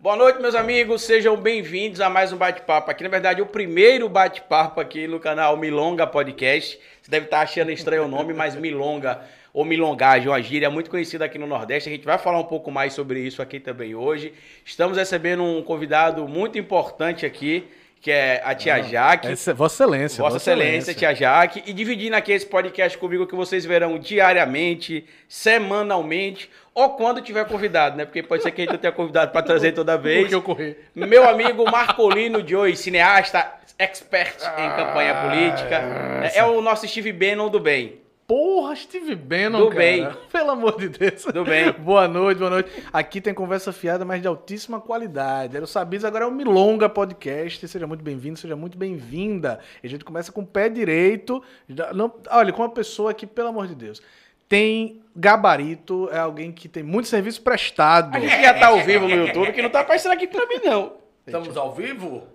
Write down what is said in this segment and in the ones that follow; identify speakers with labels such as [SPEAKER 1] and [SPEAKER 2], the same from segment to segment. [SPEAKER 1] Boa noite, meus amigos. Sejam bem-vindos a mais um bate-papo aqui. Na verdade, o primeiro bate-papo aqui no canal Milonga Podcast. Você deve estar achando estranho o nome, mas Milonga ou Milongagem, uma gíria muito conhecida aqui no Nordeste. A gente vai falar um pouco mais sobre isso aqui também hoje. Estamos recebendo um convidado muito importante aqui, que é a Tia Jaque.
[SPEAKER 2] Ah, Essa- Vossa Excelência.
[SPEAKER 1] Vossa Excelência, Tia Jaque, e dividindo aqui esse podcast comigo que vocês verão diariamente, semanalmente, ou quando tiver convidado, né? Porque pode ser que a gente não tenha convidado para trazer toda vez.
[SPEAKER 2] Porque eu corri.
[SPEAKER 1] Meu amigo Marcolino Joy, cineasta, expert
[SPEAKER 2] Ah,
[SPEAKER 1] em campanha política. né? É o nosso Steve Bannon do bem.
[SPEAKER 2] Porra, Steve Bannon,
[SPEAKER 1] Do
[SPEAKER 2] cara.
[SPEAKER 1] bem.
[SPEAKER 2] Pelo amor de Deus.
[SPEAKER 1] Do bem.
[SPEAKER 2] Boa noite, boa noite. Aqui tem conversa fiada, mas de altíssima qualidade. Era o Sabiz, agora é o Milonga Podcast. Seja muito bem-vindo, seja muito bem-vinda. E a gente começa com o pé direito. Já- não- olha, com uma pessoa que, pelo amor de Deus, tem gabarito, é alguém que tem muito serviço prestado. É
[SPEAKER 1] A gente já tá ao vivo no YouTube, que não tá aparecendo aqui pra mim, não.
[SPEAKER 3] Estamos ao vivo?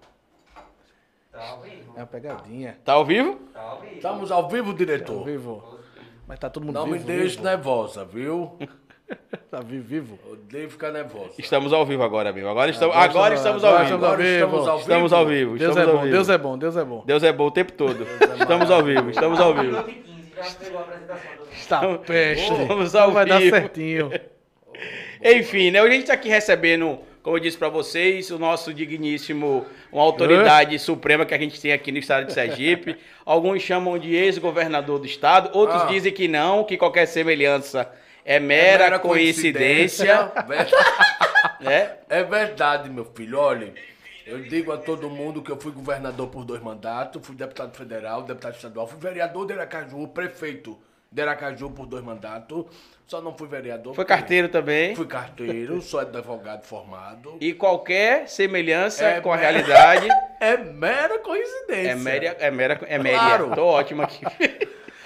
[SPEAKER 2] É uma pegadinha.
[SPEAKER 1] Tá ao vivo?
[SPEAKER 3] Estamos ao vivo,
[SPEAKER 2] Tô
[SPEAKER 3] diretor?
[SPEAKER 2] vivo. Mas tá todo mundo
[SPEAKER 3] Não
[SPEAKER 2] vivo.
[SPEAKER 3] me deixe
[SPEAKER 2] vivo.
[SPEAKER 1] né?
[SPEAKER 3] nervosa, viu?
[SPEAKER 2] Tá vivo, vivo.
[SPEAKER 3] Odeio ficar nervosa.
[SPEAKER 1] Estamos ao vivo agora, amigo. Agora estamos, Então, agora estamos ao
[SPEAKER 2] agora
[SPEAKER 1] vivo.
[SPEAKER 3] estamos ao
[SPEAKER 1] Estamos ao vivo.
[SPEAKER 2] Deus é
[SPEAKER 1] estamos ao
[SPEAKER 2] bom,
[SPEAKER 1] vivo.
[SPEAKER 2] Deus é bom, Deus é bom.
[SPEAKER 1] Deus é bom o tempo todo. Estamos ao vivo, estamos ao vivo.
[SPEAKER 4] Minuto e 15, já pegou a apresentação do
[SPEAKER 2] Está peste.
[SPEAKER 1] Vamos ao
[SPEAKER 2] Não vai dar
[SPEAKER 1] vivo.
[SPEAKER 2] certinho.
[SPEAKER 1] Enfim, né? Hoje a gente tá aqui recebendo, como eu disse para vocês, o nosso digníssimo, uma autoridade suprema que a gente tem aqui no estado de Sergipe. Alguns chamam de ex-governador do estado, outros
[SPEAKER 3] Ah.
[SPEAKER 1] dizem que não, que qualquer semelhança é mera, coincidência, né?
[SPEAKER 3] É verdade, meu filho. Olha, eu digo a todo mundo que eu fui governador por dois mandatos, fui deputado federal, deputado estadual, fui vereador de Aracaju, prefeito de Aracaju por dois mandatos, só não fui vereador.
[SPEAKER 1] Foi
[SPEAKER 3] porque-
[SPEAKER 1] carteiro também.
[SPEAKER 3] Fui carteiro, sou advogado formado.
[SPEAKER 1] E qualquer semelhança
[SPEAKER 3] É
[SPEAKER 1] com a
[SPEAKER 3] mera-
[SPEAKER 1] realidade
[SPEAKER 3] É mera coincidência.
[SPEAKER 1] é mera, é mera, é mera.
[SPEAKER 3] Claro.
[SPEAKER 1] Tô ótimo aqui.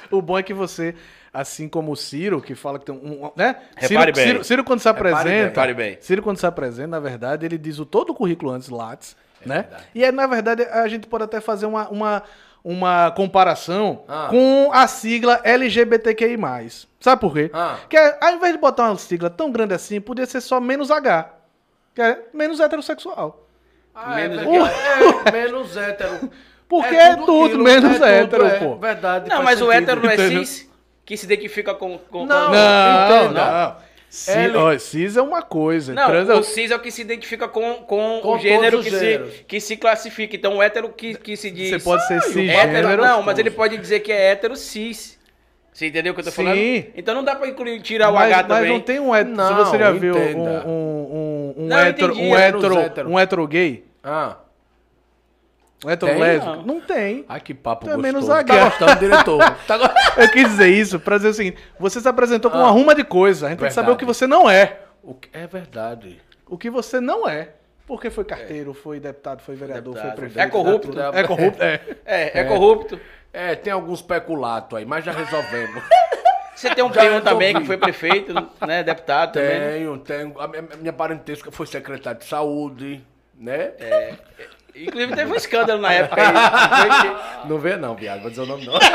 [SPEAKER 2] O bom é que você, assim como o Ciro, que fala que tem um. um- Né?
[SPEAKER 1] Repare
[SPEAKER 2] Ciro,
[SPEAKER 1] bem.
[SPEAKER 2] Ciro, Ciro, quando se
[SPEAKER 3] Repare
[SPEAKER 2] apresenta.
[SPEAKER 3] bem.
[SPEAKER 1] Repare bem.
[SPEAKER 2] Ciro, quando se apresenta, na verdade, ele diz o todo o currículo antes, Lattes, né?
[SPEAKER 3] É verdade.
[SPEAKER 2] E aí, na verdade, a gente pode até fazer uma, uma, uma comparação
[SPEAKER 3] Ah.
[SPEAKER 2] com a sigla LGBTQI. Sabe por quê?
[SPEAKER 3] Ah.
[SPEAKER 2] Que é, ao invés de botar uma sigla tão grande assim, podia ser só menos H. Que é menos heterossexual.
[SPEAKER 3] Ah,
[SPEAKER 1] Menos
[SPEAKER 3] é,
[SPEAKER 1] o quê?
[SPEAKER 3] verdade. É, menos hétero.
[SPEAKER 2] Porque é tudo
[SPEAKER 3] aquilo,
[SPEAKER 2] menos hétero,
[SPEAKER 3] é
[SPEAKER 2] pô.
[SPEAKER 3] verdade.
[SPEAKER 1] Não,
[SPEAKER 3] faz
[SPEAKER 1] mas o
[SPEAKER 3] sentido.
[SPEAKER 1] hétero não é
[SPEAKER 2] entendeu?
[SPEAKER 1] cis que se identifica com. com-
[SPEAKER 3] Não,
[SPEAKER 1] com-
[SPEAKER 2] Não,
[SPEAKER 3] entenda.
[SPEAKER 2] não. Cis,
[SPEAKER 3] Ele-
[SPEAKER 2] ó, cis é uma coisa.
[SPEAKER 1] Não,
[SPEAKER 2] trans é
[SPEAKER 1] o
[SPEAKER 2] outra.
[SPEAKER 1] cis é o que se identifica com, com,
[SPEAKER 3] Com
[SPEAKER 1] o gênero
[SPEAKER 3] todos
[SPEAKER 1] que
[SPEAKER 3] os gêneros.
[SPEAKER 1] se, que se classifica. Então, o hétero que, que se diz. Ah,
[SPEAKER 2] Você pode ser
[SPEAKER 1] hétero,
[SPEAKER 2] cisgênero.
[SPEAKER 1] Não, mas ele pode dizer que é hétero cis. Você entendeu o que eu tô
[SPEAKER 2] Sim.
[SPEAKER 1] falando? Então não dá pra incluir, tirar o
[SPEAKER 2] mas,
[SPEAKER 1] H
[SPEAKER 2] mas
[SPEAKER 1] também.
[SPEAKER 2] não tem um hétero. se
[SPEAKER 3] Não,
[SPEAKER 2] você já viu um,
[SPEAKER 3] entenda.
[SPEAKER 2] um, um, um
[SPEAKER 1] Não, eu
[SPEAKER 2] hétero,
[SPEAKER 1] entendi,
[SPEAKER 2] um,
[SPEAKER 3] é
[SPEAKER 2] hétero,
[SPEAKER 3] nos hétero.
[SPEAKER 2] um hétero gay,
[SPEAKER 1] é-
[SPEAKER 3] Ah,
[SPEAKER 2] um hétero
[SPEAKER 3] Tem?
[SPEAKER 2] lésbico,
[SPEAKER 1] Não.
[SPEAKER 2] não, tem.
[SPEAKER 3] ai que papo
[SPEAKER 2] Então é
[SPEAKER 3] gostoso.
[SPEAKER 2] menos
[SPEAKER 3] Tá
[SPEAKER 2] zagueiro.
[SPEAKER 3] gostando, diretor. Tá go-
[SPEAKER 2] Eu quis dizer isso pra dizer o seguinte: você se apresentou com uma
[SPEAKER 3] Ah.
[SPEAKER 2] ruma de coisa. A gente tem que
[SPEAKER 3] Verdade.
[SPEAKER 2] saber o que você não é.
[SPEAKER 3] O que- É verdade.
[SPEAKER 2] O que você não é. Porque foi carteiro, foi deputado, foi vereador,
[SPEAKER 3] Deputado,
[SPEAKER 2] foi
[SPEAKER 1] É
[SPEAKER 2] prefeito.
[SPEAKER 1] corrupto.
[SPEAKER 3] né?
[SPEAKER 2] É corrupto, é.
[SPEAKER 1] É, é corrupto.
[SPEAKER 3] É, tem alguns peculatos aí, mas já resolvemos.
[SPEAKER 1] Você tem um
[SPEAKER 3] Já
[SPEAKER 1] primo também
[SPEAKER 3] resolvi.
[SPEAKER 1] que foi prefeito, né? Deputado também.
[SPEAKER 3] tenho, tenho. A minha, minha parentesca foi secretária de saúde, né? É.
[SPEAKER 1] Inclusive teve um escândalo na época aí. Não sei
[SPEAKER 3] Não vê não, viado, vou dizer o nome não.
[SPEAKER 1] que-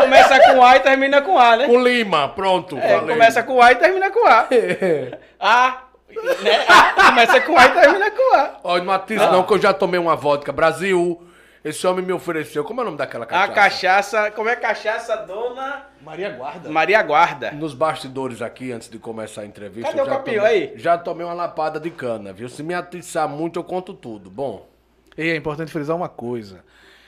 [SPEAKER 1] Começa com A e termina com A, né?
[SPEAKER 3] O Lima, pronto,
[SPEAKER 1] É,
[SPEAKER 3] falei.
[SPEAKER 1] começa com A e termina com A. A, né? A começa com A e termina com A.
[SPEAKER 3] Olha, não atiça não, que eu já tomei uma vodka. Brasil, esse homem me ofereceu. Como é o nome daquela
[SPEAKER 1] A
[SPEAKER 3] cachaça?
[SPEAKER 1] cachaça, como é cachaça dona
[SPEAKER 2] Maria Guarda.
[SPEAKER 1] Maria Guarda?
[SPEAKER 3] Nos bastidores aqui, antes de começar a entrevista.
[SPEAKER 1] Cadê o
[SPEAKER 3] eu já
[SPEAKER 1] copinho
[SPEAKER 3] tomei-
[SPEAKER 1] aí?
[SPEAKER 3] Já tomei uma lapada de cana, viu? Se me atiçar muito, eu conto tudo. Bom,
[SPEAKER 2] E é importante frisar uma coisa.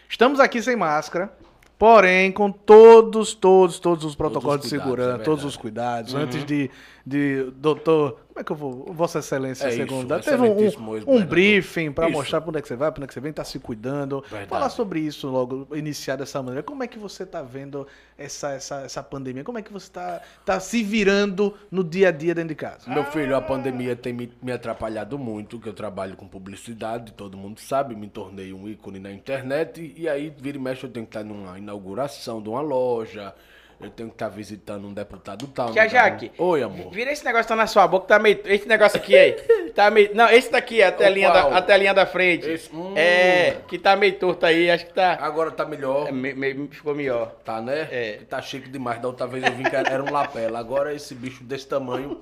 [SPEAKER 2] Estamos aqui sem máscara, porém com todos, todos, todos os protocolos
[SPEAKER 3] Todos os
[SPEAKER 2] de
[SPEAKER 3] cuidados,
[SPEAKER 2] segurança,
[SPEAKER 3] é
[SPEAKER 2] todos os cuidados. Antes de, de doutor, como é que eu vou, Vossa Excelência
[SPEAKER 3] É isso,
[SPEAKER 2] segunda, teve um,
[SPEAKER 3] excelentíssimo
[SPEAKER 2] um,
[SPEAKER 3] ex-governador.
[SPEAKER 2] briefing para
[SPEAKER 3] Isso.
[SPEAKER 2] mostrar para onde é que você vai, para onde é que você vem, tá se cuidando.
[SPEAKER 3] Verdade.
[SPEAKER 2] Falar sobre isso logo, iniciar dessa maneira. Como é que você tá vendo essa, essa, essa pandemia? Como é que você tá, tá se virando no dia a dia dentro de casa?
[SPEAKER 1] Ah.
[SPEAKER 3] meu filho, a pandemia tem me, me atrapalhado muito, que eu trabalho com publicidade, todo mundo sabe, me tornei um ícone na internet. E, e aí, vira e mexe, eu tenho que estar numa inauguração de uma loja, eu tenho que estar visitando um deputado tal.
[SPEAKER 1] Tia
[SPEAKER 3] um deputado-
[SPEAKER 1] Jaque.
[SPEAKER 3] Oi, amor.
[SPEAKER 1] Vira esse negócio que tá na sua boca, tá meio. Esse negócio aqui aí. Tá meio. Não, esse daqui, a telinha, da,
[SPEAKER 3] qual?
[SPEAKER 1] a telinha da frente.
[SPEAKER 3] Esse- hum.
[SPEAKER 1] É, que tá meio torto aí, acho que tá.
[SPEAKER 3] Agora tá melhor.
[SPEAKER 1] é, me- me- ficou melhor.
[SPEAKER 3] Tá, né?
[SPEAKER 1] É.
[SPEAKER 3] Tá chique demais. Da outra vez eu vim que era um lapela. Agora esse bicho desse tamanho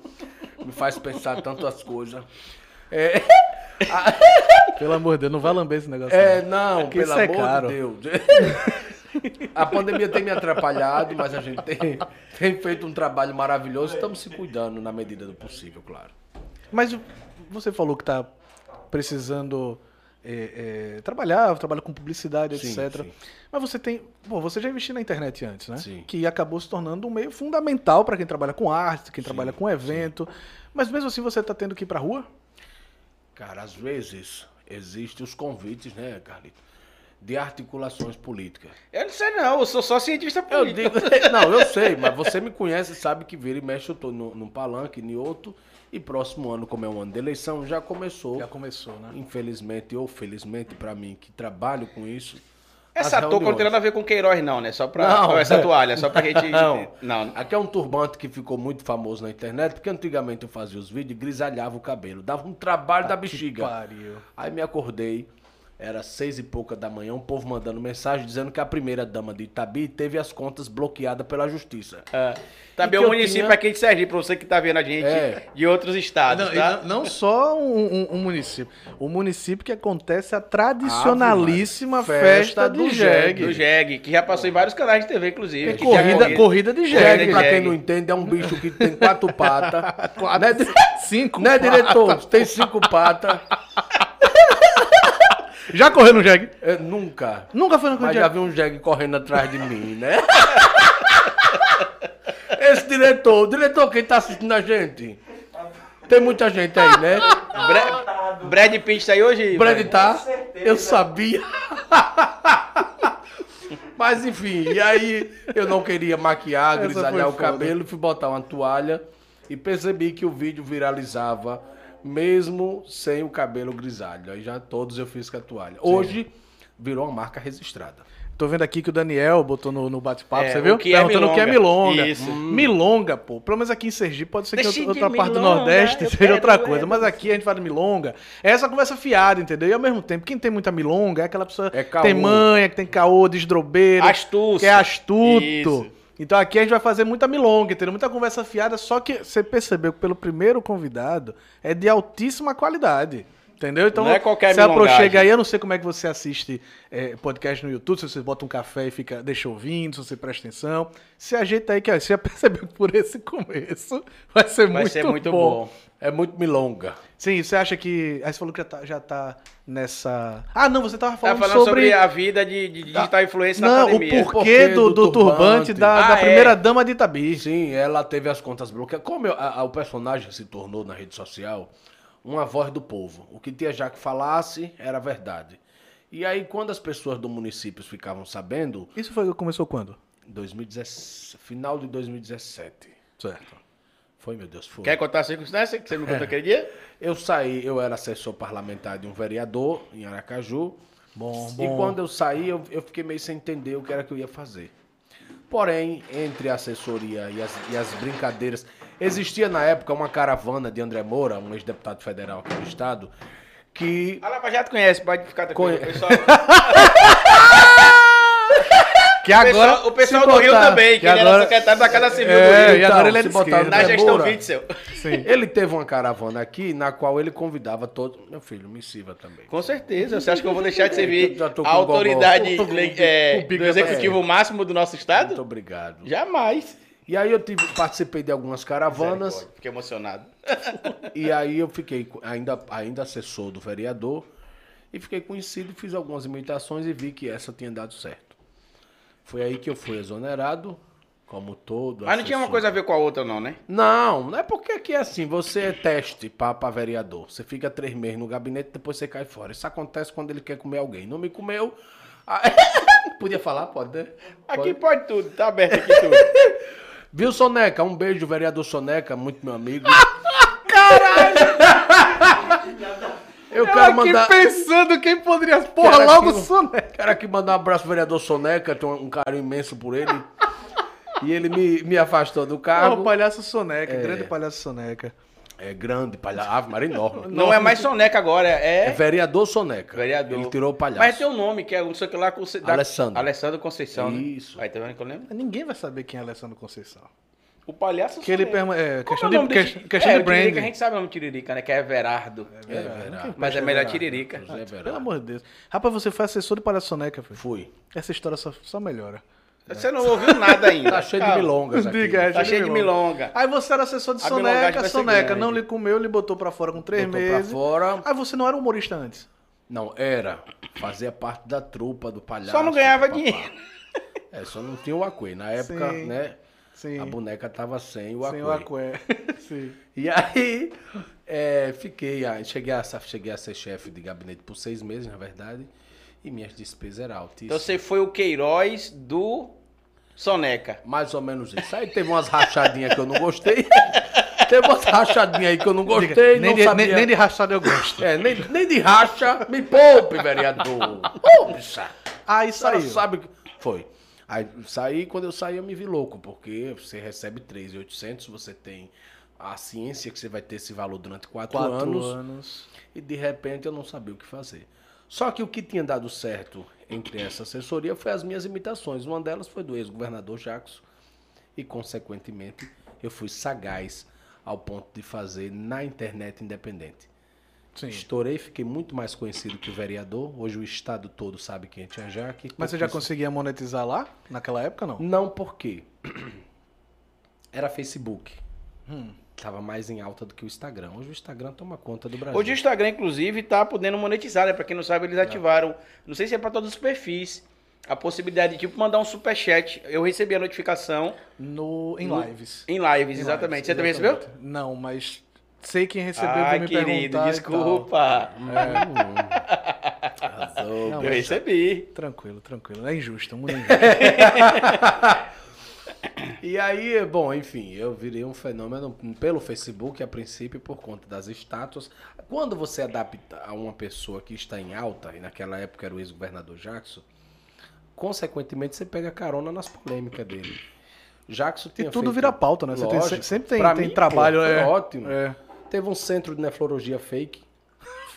[SPEAKER 3] Me faz pensar tanto as coisas.
[SPEAKER 2] Pelo amor de Deus, não vai lamber esse negócio.
[SPEAKER 3] É,
[SPEAKER 2] não.
[SPEAKER 3] não,
[SPEAKER 2] Que
[SPEAKER 3] pelo
[SPEAKER 2] isso é
[SPEAKER 3] amor
[SPEAKER 2] caro.
[SPEAKER 3] de Deus. A pandemia tem me atrapalhado, mas a gente tem, tem feito um trabalho maravilhoso. Estamos se cuidando na medida do possível, claro.
[SPEAKER 2] Mas você falou que tá precisando é, é, trabalhar, trabalha com publicidade,
[SPEAKER 3] Sim,
[SPEAKER 2] etc.
[SPEAKER 3] sim.
[SPEAKER 2] Mas você tem. Pô, você já investiu na internet antes, né?
[SPEAKER 3] Sim.
[SPEAKER 2] Que acabou se tornando um meio fundamental para quem trabalha com arte, quem trabalha com evento. Mas mesmo assim você tá tendo que ir pra rua?
[SPEAKER 3] Cara, às vezes existem os convites, né, Carlito? De articulações políticas.
[SPEAKER 1] Eu não sei não, eu sou só cientista
[SPEAKER 3] Eu
[SPEAKER 1] político.
[SPEAKER 3] digo, não, eu sei, mas você me conhece, sabe que vira e mexe, eu tô num num palanque, em outro, e próximo ano, como é um ano de eleição, já começou.
[SPEAKER 2] Já começou, né?
[SPEAKER 3] Infelizmente ou felizmente pra mim, que trabalho com isso.
[SPEAKER 1] Essa
[SPEAKER 3] as
[SPEAKER 1] touca não tem
[SPEAKER 3] reuniões.
[SPEAKER 1] nada a ver com Queiroz não, né? Só pra...
[SPEAKER 3] Não.
[SPEAKER 1] ou essa toalha, só pra gente...
[SPEAKER 3] Não.
[SPEAKER 1] não. não.
[SPEAKER 3] Aqui é um turbante que ficou muito famoso na internet, porque antigamente eu fazia os vídeos e grisalhava o cabelo. Dava um trabalho da bexiga.
[SPEAKER 2] Tá Ah, Pariu.
[SPEAKER 3] Aí me acordei, era seis e pouca da manhã, um povo mandando mensagem dizendo que a primeira dama de Itabi teve as contas bloqueadas pela justiça.
[SPEAKER 1] É.
[SPEAKER 3] E
[SPEAKER 1] Também
[SPEAKER 3] que
[SPEAKER 1] o
[SPEAKER 3] eu
[SPEAKER 1] município
[SPEAKER 3] tinha-
[SPEAKER 1] aqui de Sergipe, pra você que tá vendo a gente
[SPEAKER 3] É.
[SPEAKER 1] de outros estados,
[SPEAKER 2] Não, e
[SPEAKER 1] tá?
[SPEAKER 2] não- não só um, um- um município. O município que acontece a tradicionalíssima
[SPEAKER 3] Ave Maria.
[SPEAKER 2] festa,
[SPEAKER 3] Festa
[SPEAKER 2] do
[SPEAKER 3] do
[SPEAKER 2] jegue.
[SPEAKER 1] Do Jeg, que já passou em vários canais de TV, inclusive.
[SPEAKER 2] Que
[SPEAKER 1] Que é?
[SPEAKER 2] corrida,
[SPEAKER 1] já-
[SPEAKER 2] corrida de jegue.
[SPEAKER 3] Jegue,
[SPEAKER 1] jegue,
[SPEAKER 3] pra quem
[SPEAKER 1] jegue.
[SPEAKER 3] não entende, é um bicho que tem quatro patas. Né,
[SPEAKER 2] é
[SPEAKER 3] di-
[SPEAKER 2] Cinco.
[SPEAKER 3] né, diretor? Tem cinco patas.
[SPEAKER 2] Já correu no jegue?
[SPEAKER 3] É, nunca.
[SPEAKER 2] Nunca foi no
[SPEAKER 3] Mas
[SPEAKER 2] jegue.
[SPEAKER 3] já vi um jegue correndo atrás de mim, né? Esse diretor, diretor, quem tá assistindo a gente? Tem muita gente aí, né?
[SPEAKER 1] Bra- Brad Pitt tá aí hoje?
[SPEAKER 3] Brad tá?
[SPEAKER 5] certeza.
[SPEAKER 3] Eu sabia. Mas enfim, e aí eu não queria maquiar,
[SPEAKER 2] Essa
[SPEAKER 3] grisalhar
[SPEAKER 2] foi
[SPEAKER 3] o
[SPEAKER 2] foda.
[SPEAKER 3] cabelo, fui botar uma toalha e percebi que o vídeo viralizava mesmo sem o cabelo grisalho. Aí já todos eu fiz com a toalha. Hoje virou uma marca registrada.
[SPEAKER 2] Tô vendo aqui que o Daniel botou no, no bate-papo,
[SPEAKER 1] É,
[SPEAKER 2] você viu?
[SPEAKER 1] o que é
[SPEAKER 2] Perguntando o que é
[SPEAKER 1] milonga.
[SPEAKER 2] milonga.
[SPEAKER 1] Isso.
[SPEAKER 2] Hum. Milonga, pô. Pelo menos aqui em Sergipe pode ser que
[SPEAKER 1] Deixa
[SPEAKER 2] outra, outra
[SPEAKER 1] de
[SPEAKER 2] parte do
[SPEAKER 1] milonga,
[SPEAKER 2] Nordeste
[SPEAKER 1] eu
[SPEAKER 2] seja
[SPEAKER 1] quero
[SPEAKER 2] outra coisa.
[SPEAKER 1] é
[SPEAKER 2] Mas aqui a gente fala de milonga. É essa conversa fiada, entendeu? E ao mesmo tempo, quem tem muita milonga é aquela pessoa
[SPEAKER 3] É
[SPEAKER 2] que
[SPEAKER 3] caô.
[SPEAKER 2] tem manha, que tem caô, desdrobeira,
[SPEAKER 1] Astúcia.
[SPEAKER 2] que é astuto.
[SPEAKER 1] Isso.
[SPEAKER 2] Então aqui a gente vai fazer muita milonga, entendeu? Muita conversa fiada, só que você percebeu que pelo primeiro convidado é de altíssima qualidade. Entendeu? Então,
[SPEAKER 1] Não é qualquer
[SPEAKER 2] se a Pro
[SPEAKER 1] milongagem.
[SPEAKER 2] chega aí, eu não sei como é que você assiste eh, podcast no YouTube, se você bota um café e fica, deixa ouvindo, se você presta atenção. Se ajeita aí, que ó, você já percebeu que por esse começo vai ser,
[SPEAKER 1] Vai
[SPEAKER 2] muito,
[SPEAKER 1] ser muito
[SPEAKER 2] bom.
[SPEAKER 1] bom.
[SPEAKER 3] É muito milonga.
[SPEAKER 2] Sim, você acha que. Aí você falou que já tá, já tá nessa. Ah, não, você tava
[SPEAKER 1] Tá
[SPEAKER 2] falando,
[SPEAKER 1] falando sobre...
[SPEAKER 2] sobre
[SPEAKER 1] a vida de, de digital influencer na
[SPEAKER 2] não, o
[SPEAKER 1] pandemia.
[SPEAKER 2] porquê do, do
[SPEAKER 3] do
[SPEAKER 2] turbante
[SPEAKER 3] turbante.
[SPEAKER 2] da,
[SPEAKER 1] Ah,
[SPEAKER 2] da
[SPEAKER 1] é.
[SPEAKER 2] primeira dama de Itabi.
[SPEAKER 3] Sim, ela teve as contas bloqueadas. Como eu- a- a- o personagem se tornou na rede social, uma voz do povo. O que Tia Jaque falasse era verdade. E aí, quando as pessoas do município ficavam sabendo,
[SPEAKER 2] Isso foi, começou quando?
[SPEAKER 3] 2017, final de 2017.
[SPEAKER 2] Certo.
[SPEAKER 3] Foi, meu Deus, foi.
[SPEAKER 1] Quer contar a circunstância que você me contou aquele dia?
[SPEAKER 3] Eu saí, eu era assessor parlamentar de um vereador em Aracaju.
[SPEAKER 2] Bom, bom.
[SPEAKER 3] E quando eu saí, eu, eu fiquei meio sem entender o que era que eu ia fazer. Porém, entre a assessoria e as, e as brincadeiras, existia na época uma caravana de André Moura, um ex-deputado federal aqui do estado, que
[SPEAKER 1] A Lava Jato conhece, pode ficar tranquilo.
[SPEAKER 3] Conhe-
[SPEAKER 1] O pessoal, o
[SPEAKER 2] Que agora.
[SPEAKER 1] pessoal- o pessoal
[SPEAKER 2] se
[SPEAKER 1] do Rio
[SPEAKER 2] botar-
[SPEAKER 1] também, que, ele
[SPEAKER 2] agora-
[SPEAKER 1] era secretário da Casa Civil
[SPEAKER 2] É,
[SPEAKER 1] do Rio.
[SPEAKER 2] e agora
[SPEAKER 3] Então,
[SPEAKER 2] ele é de
[SPEAKER 3] se botar
[SPEAKER 2] esquerda.
[SPEAKER 1] Na
[SPEAKER 3] André
[SPEAKER 1] gestão
[SPEAKER 3] Moura.
[SPEAKER 1] Witzel.
[SPEAKER 2] Sim.
[SPEAKER 3] ele teve uma caravana aqui na qual ele convidava todos. Meu filho, me sirva também.
[SPEAKER 1] Com certeza. Você acha que eu vou deixar de
[SPEAKER 3] Eu
[SPEAKER 1] servir
[SPEAKER 3] já tô com
[SPEAKER 1] a autoridade
[SPEAKER 3] gogó.
[SPEAKER 1] le- é,
[SPEAKER 3] Com o bico
[SPEAKER 1] do
[SPEAKER 3] já tá-
[SPEAKER 1] executivo máximo do nosso
[SPEAKER 3] Muito
[SPEAKER 1] estado?
[SPEAKER 3] obrigado.
[SPEAKER 1] Jamais.
[SPEAKER 3] E aí eu tive, participei de algumas caravanas.
[SPEAKER 1] Misericórdia, Fiquei emocionado.
[SPEAKER 3] E aí eu fiquei co- ainda, ainda assessor do vereador e fiquei conhecido, fiz algumas imitações e vi que essa tinha dado certo. Foi aí que eu fui exonerado, como todo.
[SPEAKER 1] Mas não tinha uma
[SPEAKER 3] assessor.
[SPEAKER 1] coisa a ver com a outra, não, né?
[SPEAKER 3] Não, não é porque aqui é assim, você é teste para vereador. Você fica três meses no gabinete, depois você cai fora. Isso acontece quando ele quer comer alguém. Não me comeu. ah, Podia falar, pode, né?
[SPEAKER 1] Aqui
[SPEAKER 3] Pode.
[SPEAKER 1] pode tudo, tá aberto aqui tudo.
[SPEAKER 3] Viu, Soneca? Um beijo, vereador Soneca, muito meu amigo. Eu
[SPEAKER 2] Eu
[SPEAKER 1] Ah,
[SPEAKER 3] quero
[SPEAKER 2] aqui
[SPEAKER 3] mandar.
[SPEAKER 2] pensando quem poderia. Porra,
[SPEAKER 3] Quero
[SPEAKER 2] logo
[SPEAKER 3] aqui
[SPEAKER 2] o
[SPEAKER 3] um-
[SPEAKER 2] Soneca.
[SPEAKER 3] Quero aqui mandar um abraço pro vereador Soneca, tenho um carinho imenso por ele. E ele me, me afastou do
[SPEAKER 2] Porra, o
[SPEAKER 3] cargo.
[SPEAKER 2] palhaço Soneca,
[SPEAKER 1] É.
[SPEAKER 2] grande palhaço Soneca.
[SPEAKER 3] É grande, palhaço, ave Maria, enorme.
[SPEAKER 1] Não é mais soneca agora,
[SPEAKER 3] É
[SPEAKER 1] é
[SPEAKER 3] vereador Soneca.
[SPEAKER 1] vereador.
[SPEAKER 3] Ele tirou o palhaço.
[SPEAKER 1] Mas tem um nome que é não sei o que lá. Conce... da-
[SPEAKER 3] Alessandro.
[SPEAKER 1] Alessandro Conceição, né?
[SPEAKER 3] Isso.
[SPEAKER 1] Aí, tá vendo que eu lembro?
[SPEAKER 2] Ninguém vai saber quem é Alessandro Conceição.
[SPEAKER 1] O palhaço
[SPEAKER 2] Que ele
[SPEAKER 1] sou eu.
[SPEAKER 2] perma- é,
[SPEAKER 1] Como
[SPEAKER 2] questão
[SPEAKER 1] o
[SPEAKER 2] de,
[SPEAKER 1] nome do
[SPEAKER 2] quest-
[SPEAKER 1] ti-
[SPEAKER 2] questão
[SPEAKER 1] é,
[SPEAKER 2] de
[SPEAKER 1] o Tiririca,
[SPEAKER 2] branding.
[SPEAKER 1] A gente sabe o nome do Tiririca, né? Que é Everardo.
[SPEAKER 3] É, Verá.
[SPEAKER 1] Mas é melhor Tiririca.
[SPEAKER 3] José Verá.
[SPEAKER 2] Pelo amor de Deus. Rapaz, você foi assessor do Palhaço Soneca, filho.
[SPEAKER 3] Fui.
[SPEAKER 2] Essa história só, só melhora.
[SPEAKER 1] Você não ouviu nada ainda.
[SPEAKER 3] Tá cheio de
[SPEAKER 1] Calma.
[SPEAKER 3] milongas aqui.
[SPEAKER 2] Diga, é
[SPEAKER 1] Tá cheio de milonga.
[SPEAKER 2] Aí você era assessor de
[SPEAKER 1] A milongagem
[SPEAKER 2] Soneca,
[SPEAKER 1] vai ser
[SPEAKER 2] Soneca
[SPEAKER 1] grande.
[SPEAKER 2] não lhe comeu, lhe botou pra fora com três
[SPEAKER 3] Botou pra
[SPEAKER 2] meses.
[SPEAKER 3] fora.
[SPEAKER 2] Aí você não era um humorista antes.
[SPEAKER 3] Não, era. Fazia parte da trupa do palhaço.
[SPEAKER 1] Só não ganhava
[SPEAKER 3] papapá.
[SPEAKER 1] dinheiro.
[SPEAKER 3] É, só não tinha o Acue. Na época,
[SPEAKER 2] Sim.
[SPEAKER 3] né?
[SPEAKER 2] Sim.
[SPEAKER 3] A boneca tava sem o
[SPEAKER 2] Sem o
[SPEAKER 3] Acue.
[SPEAKER 2] Aqué. Sim.
[SPEAKER 3] E aí, é, fiquei, aí cheguei a, cheguei a ser chefe de gabinete por seis meses, na verdade, e minhas despesas eram
[SPEAKER 1] Então
[SPEAKER 3] altíssimas.
[SPEAKER 1] você foi o Queiroz do Soneca.
[SPEAKER 3] Mais ou menos isso. Aí teve umas rachadinhas que eu não gostei. teve umas rachadinhas aí que eu não
[SPEAKER 2] Diga,
[SPEAKER 3] gostei,
[SPEAKER 2] nem,
[SPEAKER 3] não
[SPEAKER 2] de,
[SPEAKER 3] sabia.
[SPEAKER 2] nem, nem de rachado eu gosto.
[SPEAKER 3] É, nem, nem de racha, me poupe, vereador. Ô, bicha.
[SPEAKER 2] Aí
[SPEAKER 3] A senhora
[SPEAKER 2] saiu.
[SPEAKER 3] sabe que... Foi. Aí saí, quando eu saí eu me vi louco, porque você recebe 3,800, você tem a ciência que você vai ter esse valor durante quatro, anos.
[SPEAKER 2] anos.
[SPEAKER 3] E de repente eu não sabia o que fazer. Só que o que tinha dado certo entre essa assessoria foi as minhas imitações. Uma delas foi do ex-governador Jackson. E, consequentemente, eu fui sagaz ao ponto de fazer na internet independente.
[SPEAKER 2] Sim.
[SPEAKER 3] Estourei, fiquei muito mais conhecido que o vereador. Hoje o estado todo sabe quem é Tia Jaque.
[SPEAKER 2] Mas você já conseguia monetizar lá? Naquela época, não?
[SPEAKER 3] Não, por quê? Era Facebook.
[SPEAKER 2] Hum.
[SPEAKER 3] Tava mais em alta do que o Instagram. Hoje o Instagram toma conta do Brasil.
[SPEAKER 1] Hoje o Instagram, inclusive, tá podendo monetizar, né? Pra quem não sabe,
[SPEAKER 2] Tá.
[SPEAKER 1] eles ativaram. Não sei se é pra todos os perfis. A possibilidade de, tipo, mandar um superchat. Eu recebi a notificação
[SPEAKER 2] No, em
[SPEAKER 1] No-
[SPEAKER 2] lives.
[SPEAKER 1] em
[SPEAKER 2] Em
[SPEAKER 1] lives, exatamente.
[SPEAKER 2] lives,
[SPEAKER 1] você também
[SPEAKER 2] exatamente.
[SPEAKER 1] recebeu?
[SPEAKER 2] Não, mas sei quem recebeu pra
[SPEAKER 1] Ai,
[SPEAKER 2] me
[SPEAKER 1] querido,
[SPEAKER 2] perguntar. e
[SPEAKER 1] desculpa.
[SPEAKER 3] É. Arrasou,
[SPEAKER 2] Não,
[SPEAKER 1] Eu
[SPEAKER 2] mas-
[SPEAKER 1] recebi.
[SPEAKER 2] tal. Tranquilo, tranquilo. É injusto, o mundo é injusto.
[SPEAKER 3] E aí, bom, enfim, eu virei um fenômeno pelo Facebook a princípio por conta das estátuas. Quando você adapta a uma pessoa que está em alta, e naquela época era o ex-governador Jackson, consequentemente você pega carona nas polêmicas dele. Jackson
[SPEAKER 2] E
[SPEAKER 3] tinha
[SPEAKER 2] tudo
[SPEAKER 3] feito-
[SPEAKER 2] vira pauta, né? Você tem-
[SPEAKER 3] Lógico.
[SPEAKER 2] sempre tem,
[SPEAKER 3] Pra
[SPEAKER 2] tem
[SPEAKER 3] mim,
[SPEAKER 2] trabalho.
[SPEAKER 3] pô, foi
[SPEAKER 2] é,
[SPEAKER 3] ótimo.
[SPEAKER 2] é.
[SPEAKER 3] Teve um centro de nefrologia fake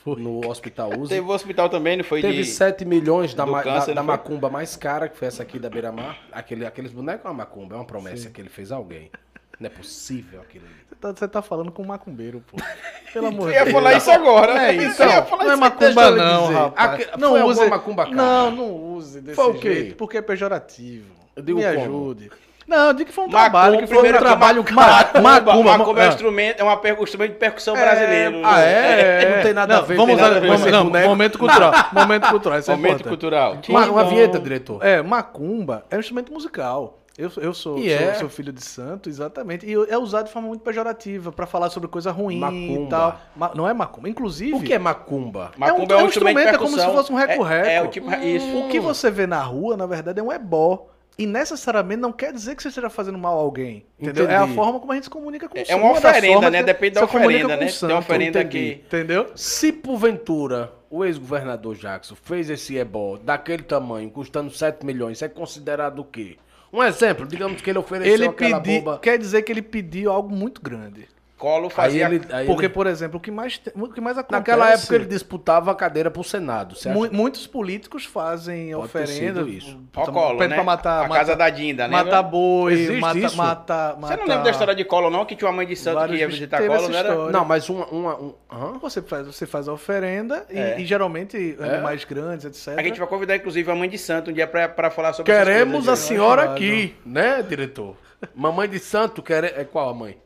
[SPEAKER 3] no Hospital
[SPEAKER 1] Teve
[SPEAKER 3] Uzi.
[SPEAKER 1] o hospital também, não foi
[SPEAKER 3] Teve
[SPEAKER 1] de...
[SPEAKER 3] 7 milhões da,
[SPEAKER 1] do
[SPEAKER 3] ma- da-
[SPEAKER 1] câncer,
[SPEAKER 3] da
[SPEAKER 1] não foi?
[SPEAKER 3] macumba mais cara, que foi essa aqui da Beira-Mar. Aquele, aqueles bonecos é uma macumba, é uma promessa que ele fez a alguém. Não é possível aquilo ali.
[SPEAKER 2] Você tá, você tá falando com um macumbeiro, pô. Pelo
[SPEAKER 1] Eu
[SPEAKER 2] amor de
[SPEAKER 1] ia
[SPEAKER 2] Deus.
[SPEAKER 1] falar isso agora, né?
[SPEAKER 2] É,
[SPEAKER 1] Eu ia
[SPEAKER 2] então,
[SPEAKER 1] falar
[SPEAKER 2] não é
[SPEAKER 1] isso.
[SPEAKER 2] macumba
[SPEAKER 3] Deixa eu lhe
[SPEAKER 2] não,
[SPEAKER 3] dizer.
[SPEAKER 2] rapaz.
[SPEAKER 3] Aque-
[SPEAKER 2] não
[SPEAKER 3] foi alguma
[SPEAKER 2] use...
[SPEAKER 3] macumba, cara?
[SPEAKER 2] Não, não use desse
[SPEAKER 3] Foi o quê?
[SPEAKER 2] jeito, porque é pejorativo.
[SPEAKER 3] Eu digo
[SPEAKER 2] Me
[SPEAKER 3] como?
[SPEAKER 2] ajude. Não, eu digo que foi um
[SPEAKER 1] Macumba,
[SPEAKER 2] trabalho, que foi um
[SPEAKER 1] primeiro
[SPEAKER 2] trabalho
[SPEAKER 1] que-
[SPEAKER 2] ma-
[SPEAKER 1] Macumba,
[SPEAKER 2] macumba. É.
[SPEAKER 1] macumba é um
[SPEAKER 2] ma-
[SPEAKER 1] instrumento, é uma per- um instrumento de percussão brasileiro.
[SPEAKER 3] Ah,
[SPEAKER 1] né?
[SPEAKER 3] é? Não tem nada a ver.
[SPEAKER 2] Vamos
[SPEAKER 3] tem nada
[SPEAKER 2] usar,
[SPEAKER 3] a ver
[SPEAKER 2] vamos,
[SPEAKER 3] com esse
[SPEAKER 2] não,
[SPEAKER 3] boneco.
[SPEAKER 2] momento cultural, momento cultural, isso é
[SPEAKER 1] Momento
[SPEAKER 2] importante.
[SPEAKER 1] cultural.
[SPEAKER 3] Uma, uma
[SPEAKER 2] Bom.
[SPEAKER 3] vinheta, diretor.
[SPEAKER 2] É, macumba é um instrumento musical. Eu, eu sou,
[SPEAKER 3] E
[SPEAKER 2] sou,
[SPEAKER 3] é.
[SPEAKER 2] sou filho de santo, exatamente. E é usado de forma muito pejorativa, pra falar sobre coisa ruim
[SPEAKER 3] Macumba.
[SPEAKER 2] e tal. Ma- não é macumba. Inclusive,
[SPEAKER 3] O que é macumba?
[SPEAKER 1] Macumba
[SPEAKER 2] É
[SPEAKER 1] é
[SPEAKER 2] um-
[SPEAKER 1] um,
[SPEAKER 2] é um
[SPEAKER 1] instrumento,
[SPEAKER 2] instrumento,
[SPEAKER 1] de
[SPEAKER 2] é como se
[SPEAKER 1] percussão.
[SPEAKER 2] fosse um reco-reco.
[SPEAKER 1] É, é o tipo,
[SPEAKER 3] Hum.
[SPEAKER 1] isso.
[SPEAKER 2] o que você vê na rua, na verdade, é um ebó. E necessariamente não quer dizer que você esteja fazendo mal a alguém. Entendeu?
[SPEAKER 3] Entendi.
[SPEAKER 2] É a forma como a gente se comunica com o
[SPEAKER 1] É
[SPEAKER 2] santo,
[SPEAKER 1] uma
[SPEAKER 2] da
[SPEAKER 1] oferenda,
[SPEAKER 2] forma
[SPEAKER 1] né?
[SPEAKER 2] que
[SPEAKER 1] Depende da
[SPEAKER 2] você comunica
[SPEAKER 1] oferenda,
[SPEAKER 2] com
[SPEAKER 1] né?
[SPEAKER 2] o
[SPEAKER 1] Tem
[SPEAKER 2] santo,
[SPEAKER 1] uma oferenda
[SPEAKER 2] entendi.
[SPEAKER 1] que-
[SPEAKER 2] Entendeu?
[SPEAKER 3] Se porventura o ex-governador Jackson fez esse ebó daquele tamanho, custando 7 milhões, é considerado o quê? Um exemplo, digamos que ele ofereceu
[SPEAKER 2] Ele
[SPEAKER 3] aquela
[SPEAKER 2] pediu.
[SPEAKER 3] bomba.
[SPEAKER 2] Quer dizer que ele pediu algo muito grande.
[SPEAKER 1] Colo
[SPEAKER 3] Aí
[SPEAKER 1] fazia...
[SPEAKER 3] ele, aí
[SPEAKER 2] Porque,
[SPEAKER 3] ele-
[SPEAKER 2] por exemplo, o que mais, te- o que mais acontece.
[SPEAKER 3] naquela época ele disputava a cadeira pro Senado, certo?
[SPEAKER 2] Mu- muitos políticos fazem
[SPEAKER 3] Pode ter
[SPEAKER 2] oferenda.
[SPEAKER 3] sido isso.
[SPEAKER 1] Ó, colo,
[SPEAKER 2] pede
[SPEAKER 1] né?
[SPEAKER 2] pra matar.
[SPEAKER 1] a
[SPEAKER 2] matar-
[SPEAKER 1] casa da Dinda, né?
[SPEAKER 2] Matar boi,
[SPEAKER 3] Existe
[SPEAKER 2] mata,
[SPEAKER 3] isso?
[SPEAKER 2] mata,
[SPEAKER 1] Você não
[SPEAKER 2] mata-
[SPEAKER 1] lembra da história de Colo, não? Que tinha uma mãe de santo que
[SPEAKER 2] vários
[SPEAKER 1] ia
[SPEAKER 2] bichos.
[SPEAKER 1] visitar
[SPEAKER 2] Teve
[SPEAKER 1] Colo,
[SPEAKER 2] essa
[SPEAKER 1] não era?
[SPEAKER 2] história.
[SPEAKER 3] Não, mas uma. uma um, hã?
[SPEAKER 2] Você faz, você faz a oferenda e,
[SPEAKER 1] É.
[SPEAKER 2] e geralmente animais grandes, etc.
[SPEAKER 1] A gente vai convidar, inclusive, a mãe de santo um dia pra, pra falar sobre essas
[SPEAKER 3] Queremos
[SPEAKER 1] coisas, né?
[SPEAKER 3] a senhora
[SPEAKER 2] Claro.
[SPEAKER 3] aqui, né, diretor? Mamãe de santo, quer... é qual a mãe?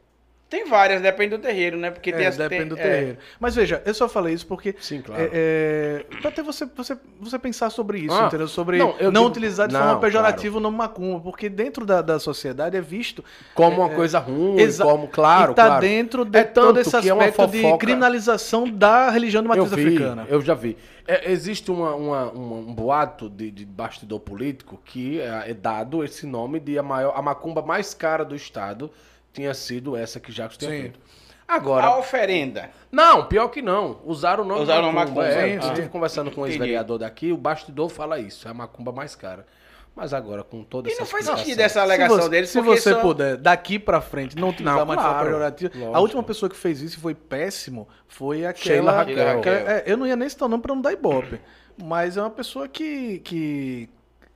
[SPEAKER 1] Tem várias, depende do terreiro, né? Porque tem
[SPEAKER 2] É,
[SPEAKER 1] as- tem-
[SPEAKER 2] depende do
[SPEAKER 1] é.
[SPEAKER 2] terreiro. Mas veja, eu só falei isso porque.
[SPEAKER 3] Sim, claro.
[SPEAKER 2] É, é, pra até você, você, você pensar sobre isso,
[SPEAKER 3] Ah,
[SPEAKER 2] entendeu? Sobre
[SPEAKER 3] não,
[SPEAKER 2] não,
[SPEAKER 3] eu digo-
[SPEAKER 2] utilizar de
[SPEAKER 3] não,
[SPEAKER 2] forma pejorativa o nome macumba, porque dentro da, da sociedade é visto.
[SPEAKER 3] Como uma coisa ruim,
[SPEAKER 2] Exa-
[SPEAKER 3] como, claro,
[SPEAKER 2] e tá
[SPEAKER 3] claro.
[SPEAKER 2] dentro de
[SPEAKER 3] É tanto
[SPEAKER 2] todo esse
[SPEAKER 3] que é uma
[SPEAKER 2] aspecto de
[SPEAKER 3] fofoca.
[SPEAKER 2] criminalização da religião de
[SPEAKER 3] eu
[SPEAKER 2] matriz
[SPEAKER 3] vi,
[SPEAKER 2] africana.
[SPEAKER 3] Eu já vi. É, existe uma- uma- uma- um boato de, de bastidor político que é, é dado esse nome de a, maior, a macumba mais cara do estado tinha sido essa que Jacques tinha
[SPEAKER 2] Sim.
[SPEAKER 3] feito.
[SPEAKER 1] A
[SPEAKER 3] Agora,
[SPEAKER 1] oferenda.
[SPEAKER 3] não, pior que não. Usaram o nome
[SPEAKER 1] Usaram a macumba,
[SPEAKER 3] É,
[SPEAKER 2] sim,
[SPEAKER 3] eu
[SPEAKER 2] sim.
[SPEAKER 3] estive conversando com um
[SPEAKER 1] Entendi.
[SPEAKER 3] ex-vereador daqui, o bastidor fala isso, é a macumba mais cara. Mas agora, com toda
[SPEAKER 1] E
[SPEAKER 3] essa
[SPEAKER 1] não faz
[SPEAKER 3] explicação-
[SPEAKER 2] é
[SPEAKER 1] sentido essa alegação
[SPEAKER 2] se você,
[SPEAKER 1] dele,
[SPEAKER 2] se
[SPEAKER 1] porque
[SPEAKER 2] você
[SPEAKER 1] só-
[SPEAKER 2] puder, daqui pra frente, não utilizar
[SPEAKER 3] Não,
[SPEAKER 2] mais de forma
[SPEAKER 3] claro,
[SPEAKER 2] pejorativa.
[SPEAKER 3] lógico.
[SPEAKER 2] A última pessoa que fez isso e foi péssimo foi aquela...
[SPEAKER 3] Sheila Raquel.
[SPEAKER 1] Sheila Raquel.
[SPEAKER 2] É, eu não ia nem citar o nome pra não dar ibope. Mas é uma pessoa que... que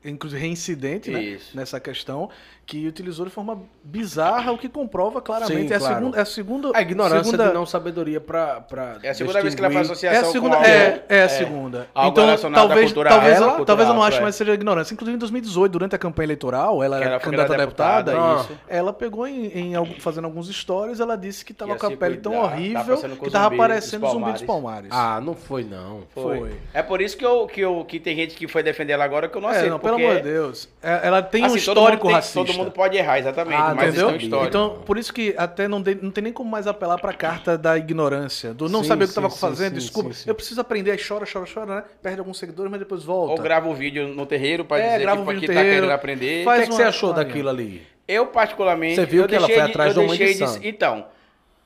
[SPEAKER 2] inclusive reincidente né,
[SPEAKER 1] Isso.
[SPEAKER 2] nessa questão que utilizou de forma bizarra, o que comprova claramente.
[SPEAKER 6] Sim,
[SPEAKER 2] é, a
[SPEAKER 6] claro.
[SPEAKER 2] segunda, é a segunda.
[SPEAKER 6] A ignorância
[SPEAKER 2] segunda,
[SPEAKER 6] de não sabedoria pra. pra
[SPEAKER 1] É a segunda vez que ela faz
[SPEAKER 6] distinguir.
[SPEAKER 2] É a
[SPEAKER 1] associação
[SPEAKER 2] segunda.
[SPEAKER 1] com algo-
[SPEAKER 2] É, é a segunda.
[SPEAKER 1] algo
[SPEAKER 2] Então,
[SPEAKER 1] relacionado à
[SPEAKER 2] talvez,
[SPEAKER 1] cultura
[SPEAKER 2] talvez,
[SPEAKER 1] afro,
[SPEAKER 2] ela-
[SPEAKER 1] cultura
[SPEAKER 2] talvez eu não
[SPEAKER 1] afro,
[SPEAKER 2] acho
[SPEAKER 1] é.
[SPEAKER 2] mais seja ignorância. Inclusive, em 2018, durante a campanha eleitoral, ela
[SPEAKER 1] Que
[SPEAKER 2] era
[SPEAKER 1] ela foi
[SPEAKER 2] é, candidata a
[SPEAKER 1] deputada, né?
[SPEAKER 2] deputada.
[SPEAKER 1] isso.
[SPEAKER 2] Ela pegou em, em algum- fazendo alguns stories, ela disse que estava
[SPEAKER 1] Ia
[SPEAKER 2] com a
[SPEAKER 1] se
[SPEAKER 2] pele tão
[SPEAKER 1] cuidar, tá
[SPEAKER 2] horrível
[SPEAKER 1] passando com
[SPEAKER 2] que estava
[SPEAKER 1] zumbi dos
[SPEAKER 2] parecendo zumbi dos
[SPEAKER 1] Palmares.
[SPEAKER 2] palmares.
[SPEAKER 6] Ah, não foi não.
[SPEAKER 1] Foi.
[SPEAKER 2] Foi.
[SPEAKER 1] É por isso que, eu, que, eu, que tem gente que foi defender ela agora que eu não
[SPEAKER 2] É,
[SPEAKER 1] aceito.
[SPEAKER 2] não, pelo
[SPEAKER 1] porque,
[SPEAKER 2] amor de Deus. É, Ela tem um
[SPEAKER 1] assim, todo mundo
[SPEAKER 2] histórico
[SPEAKER 1] tem-
[SPEAKER 2] racista.
[SPEAKER 1] Todo mundo pode errar, exatamente.
[SPEAKER 6] Ah,
[SPEAKER 1] mas
[SPEAKER 2] Entendeu?
[SPEAKER 1] isso é um histórico.
[SPEAKER 2] Então, por isso que até não, de- não tem nem como mais apelar pra carta da ignorância, do não
[SPEAKER 6] Sim,
[SPEAKER 2] saber o que
[SPEAKER 6] sim,
[SPEAKER 2] estava
[SPEAKER 6] sim,
[SPEAKER 2] fazendo,
[SPEAKER 6] sim,
[SPEAKER 2] desculpa.
[SPEAKER 6] sim, sim.
[SPEAKER 2] Eu preciso aprender, aí chora, chora, chora, né? Perde alguns seguidores, mas depois
[SPEAKER 1] Ou
[SPEAKER 2] volta.
[SPEAKER 1] grava o vídeo no terreiro pra
[SPEAKER 2] É,
[SPEAKER 1] dizer
[SPEAKER 2] grava
[SPEAKER 1] que
[SPEAKER 2] o vídeo
[SPEAKER 1] aqui
[SPEAKER 2] no
[SPEAKER 1] tá
[SPEAKER 2] terreiro,
[SPEAKER 1] querendo aprender.
[SPEAKER 2] faz
[SPEAKER 6] o que, é que você
[SPEAKER 2] uma-
[SPEAKER 6] achou
[SPEAKER 2] uma-
[SPEAKER 6] daquilo ali?
[SPEAKER 1] Eu, particularmente.
[SPEAKER 6] Você viu
[SPEAKER 1] eu
[SPEAKER 6] que ela
[SPEAKER 1] deixei
[SPEAKER 6] foi
[SPEAKER 1] de-
[SPEAKER 6] atrás
[SPEAKER 1] eu
[SPEAKER 6] de uma
[SPEAKER 1] deixei
[SPEAKER 6] edição.
[SPEAKER 1] Então,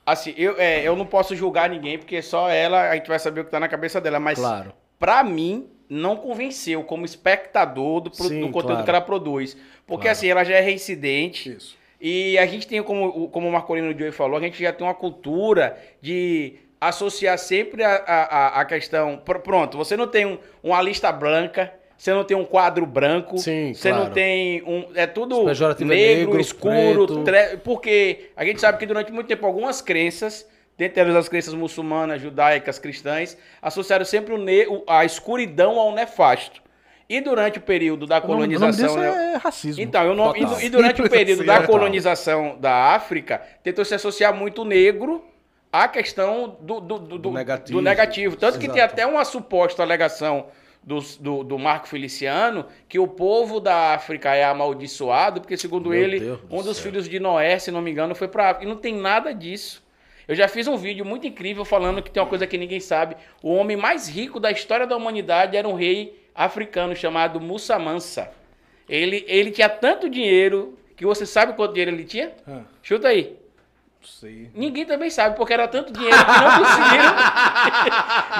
[SPEAKER 1] assim, eu, é, eu não posso julgar ninguém, porque só ela, a gente vai saber o que tá na cabeça dela. Mas,
[SPEAKER 6] Claro.
[SPEAKER 1] pra mim, não convenceu como espectador do, pro-
[SPEAKER 6] Sim,
[SPEAKER 1] do conteúdo
[SPEAKER 6] claro.
[SPEAKER 1] que ela produz. Porque,
[SPEAKER 6] Claro.
[SPEAKER 1] assim, ela já é reincidente.
[SPEAKER 2] Isso.
[SPEAKER 1] E a gente tem, como, o- como o Marcolino Joey falou, a gente já tem uma cultura de associar sempre a, a, a- a questão. Pr- Pronto, você não tem um- uma lista branca, você não tem um quadro branco,
[SPEAKER 6] Sim,
[SPEAKER 1] você
[SPEAKER 6] claro.
[SPEAKER 1] não tem um. É tudo
[SPEAKER 6] Esse pejorativo é
[SPEAKER 1] negro,
[SPEAKER 6] negro,
[SPEAKER 1] escuro,
[SPEAKER 6] preto.
[SPEAKER 1] tre- porque a gente sabe que durante muito tempo algumas crenças. Dentre elas as crenças muçulmanas, judaicas, cristãs, associaram sempre o ne- o- a escuridão ao nefasto. E durante o período da
[SPEAKER 2] O nome- o nome
[SPEAKER 1] colonização.
[SPEAKER 2] disso
[SPEAKER 1] né-
[SPEAKER 2] é racismo.
[SPEAKER 1] então, eu não- e,
[SPEAKER 6] Total.
[SPEAKER 1] e durante o
[SPEAKER 2] Simples
[SPEAKER 1] período
[SPEAKER 2] assim,
[SPEAKER 1] da
[SPEAKER 2] né?
[SPEAKER 1] colonização da África, tentou se associar muito o negro à questão do, do, do- do-
[SPEAKER 6] negativo.
[SPEAKER 1] do negativo. Tanto que tem
[SPEAKER 6] Exato.
[SPEAKER 1] até uma suposta alegação dos- do, do Marco Feliciano que o povo da África é amaldiçoado, porque, segundo
[SPEAKER 6] Meu
[SPEAKER 1] ele,
[SPEAKER 6] Deus do
[SPEAKER 1] um dos
[SPEAKER 6] céu.
[SPEAKER 1] filhos de Noé, se não me engano, foi para África. E não tem nada disso. Eu já fiz um vídeo muito incrível falando que tem uma coisa que ninguém sabe. O homem mais rico da história da humanidade era um rei africano chamado Mussa Mansa. Ele, ele tinha tanto dinheiro que você sabe quanto dinheiro ele tinha?
[SPEAKER 2] Ah,
[SPEAKER 1] Chuta aí.
[SPEAKER 2] não sei.
[SPEAKER 1] Ninguém também sabe, porque era tanto dinheiro que não conseguiram.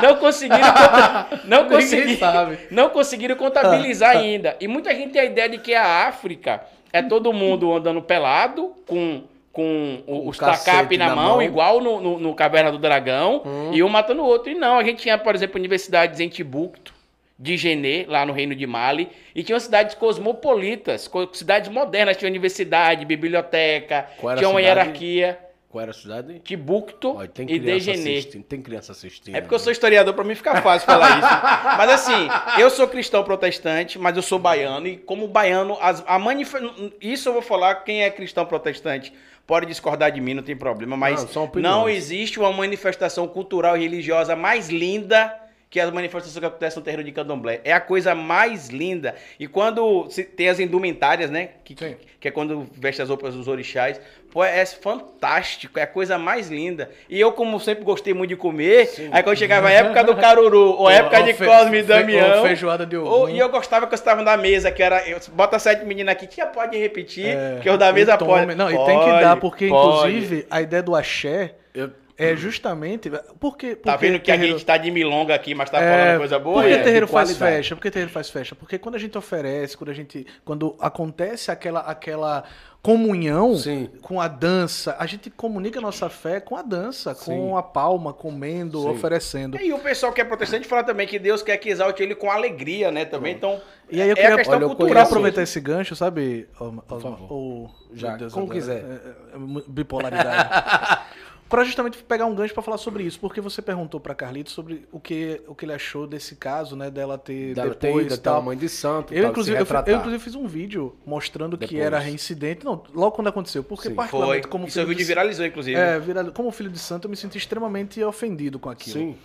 [SPEAKER 1] não conseguiram. conta- Não
[SPEAKER 6] Ninguém
[SPEAKER 1] conseguiram,
[SPEAKER 6] sabe.
[SPEAKER 1] não conseguiram contabilizar
[SPEAKER 6] Ah,
[SPEAKER 1] ainda. E muita gente tem a ideia de que a África é todo mundo andando pelado, com, com o-
[SPEAKER 6] Com
[SPEAKER 1] os
[SPEAKER 6] cacete
[SPEAKER 1] tacape na,
[SPEAKER 6] na
[SPEAKER 1] mão,
[SPEAKER 6] mão. Hum.
[SPEAKER 1] igual no, no, no Caverna do Dragão, e um matando o outro. E não, a gente tinha, por exemplo, universidades em Timbuktu. De Genê, lá no Reino de Mali, e tinham cidades cosmopolitas, co- cidades modernas, tinha universidade, biblioteca,
[SPEAKER 6] Qual era a
[SPEAKER 1] tinha uma
[SPEAKER 6] cidade?
[SPEAKER 1] hierarquia.
[SPEAKER 6] Qual era a cidade?
[SPEAKER 1] Tibucto
[SPEAKER 6] Olha, tem
[SPEAKER 1] e
[SPEAKER 6] criança
[SPEAKER 1] Degenê.
[SPEAKER 6] assistindo. Tem criança assistindo.
[SPEAKER 1] É porque eu sou historiador, pra mim fica fácil falar isso. Mas assim, eu sou cristão protestante, mas eu sou baiano. E como baiano, as- a manif... isso eu vou falar, quem é cristão protestante pode discordar de mim, não tem problema. Mas
[SPEAKER 6] Não, são opiniões.
[SPEAKER 1] não existe uma manifestação cultural e religiosa mais linda que as manifestações que acontecem no terreiro de Candomblé. É a coisa mais linda. E quando se tem as indumentárias, né? Que, que,
[SPEAKER 2] Sim.
[SPEAKER 1] que é quando veste as roupas dos orixás. Pô, é fantástico, é a coisa mais linda. E eu, como sempre gostei muito de comer, aí quando chegava a época do caruru, ou a época de
[SPEAKER 2] fe-
[SPEAKER 1] Cosme e
[SPEAKER 2] fe-
[SPEAKER 1] Damião,
[SPEAKER 2] ou feijoada de
[SPEAKER 1] ou-
[SPEAKER 2] Ogum.
[SPEAKER 1] e eu gostava que eu estava na mesa, que era, eu- bota sete meninas aqui, tia, pode repetir,
[SPEAKER 2] É,
[SPEAKER 1] que eu da
[SPEAKER 2] e
[SPEAKER 1] mesa
[SPEAKER 2] tome-
[SPEAKER 1] pode.
[SPEAKER 2] Não, e tem que
[SPEAKER 1] Pode,
[SPEAKER 2] dar, porque
[SPEAKER 1] pode.
[SPEAKER 2] inclusive a ideia do axé
[SPEAKER 6] Eu-
[SPEAKER 2] é justamente. Porque, porque
[SPEAKER 1] Tá vendo que a
[SPEAKER 2] terreiro-
[SPEAKER 1] gente tá de milonga aqui, mas tá
[SPEAKER 2] É,
[SPEAKER 1] falando coisa boa?
[SPEAKER 2] Por que
[SPEAKER 1] é?
[SPEAKER 2] terreiro
[SPEAKER 6] de
[SPEAKER 2] faz
[SPEAKER 6] qualidade.
[SPEAKER 2] festa? Por que terreiro faz festa? Porque quando a gente oferece, quando a gente. Quando acontece aquela, aquela comunhão
[SPEAKER 6] Sim.
[SPEAKER 2] com a dança, a gente comunica a nossa fé com a dança,
[SPEAKER 6] Sim.
[SPEAKER 2] com a palma, comendo,
[SPEAKER 6] Sim.
[SPEAKER 2] oferecendo.
[SPEAKER 1] E o pessoal que é protestante fala também que Deus quer que exalte ele com alegria, né? Também, então.
[SPEAKER 2] E aí eu
[SPEAKER 1] é
[SPEAKER 2] queria-
[SPEAKER 1] a questão
[SPEAKER 6] olha, eu
[SPEAKER 2] Pra
[SPEAKER 1] cultural.
[SPEAKER 6] conheço-
[SPEAKER 2] aproveitar esse gancho, sabe, Osma- Osma-
[SPEAKER 6] favor.
[SPEAKER 2] ou
[SPEAKER 6] Já,
[SPEAKER 2] meu
[SPEAKER 6] como
[SPEAKER 2] agora,
[SPEAKER 6] quiser.
[SPEAKER 2] é, é, é, mu- bipolaridade. Pra justamente pegar um gancho pra falar sobre isso, porque você perguntou pra Carlito sobre o que, o que ele achou desse caso, né, dela ter
[SPEAKER 6] Dela ter
[SPEAKER 2] depois
[SPEAKER 6] ido
[SPEAKER 2] e
[SPEAKER 6] até a
[SPEAKER 2] tal.
[SPEAKER 6] mãe de santo.
[SPEAKER 2] Eu
[SPEAKER 6] tal,
[SPEAKER 2] inclusive,
[SPEAKER 6] se
[SPEAKER 2] eu, fi- eu,
[SPEAKER 6] retratar.
[SPEAKER 2] inclusive fiz um vídeo mostrando que
[SPEAKER 6] Depois.
[SPEAKER 2] era reincidente, não, logo quando aconteceu, porque
[SPEAKER 6] Sim.
[SPEAKER 1] Foi.
[SPEAKER 2] particularmente como
[SPEAKER 1] Isso eu vi de
[SPEAKER 2] de-
[SPEAKER 1] viralizou, inclusive.
[SPEAKER 2] é, viral- como filho de santo, eu me sinto extremamente ofendido com aquilo.
[SPEAKER 6] Sim.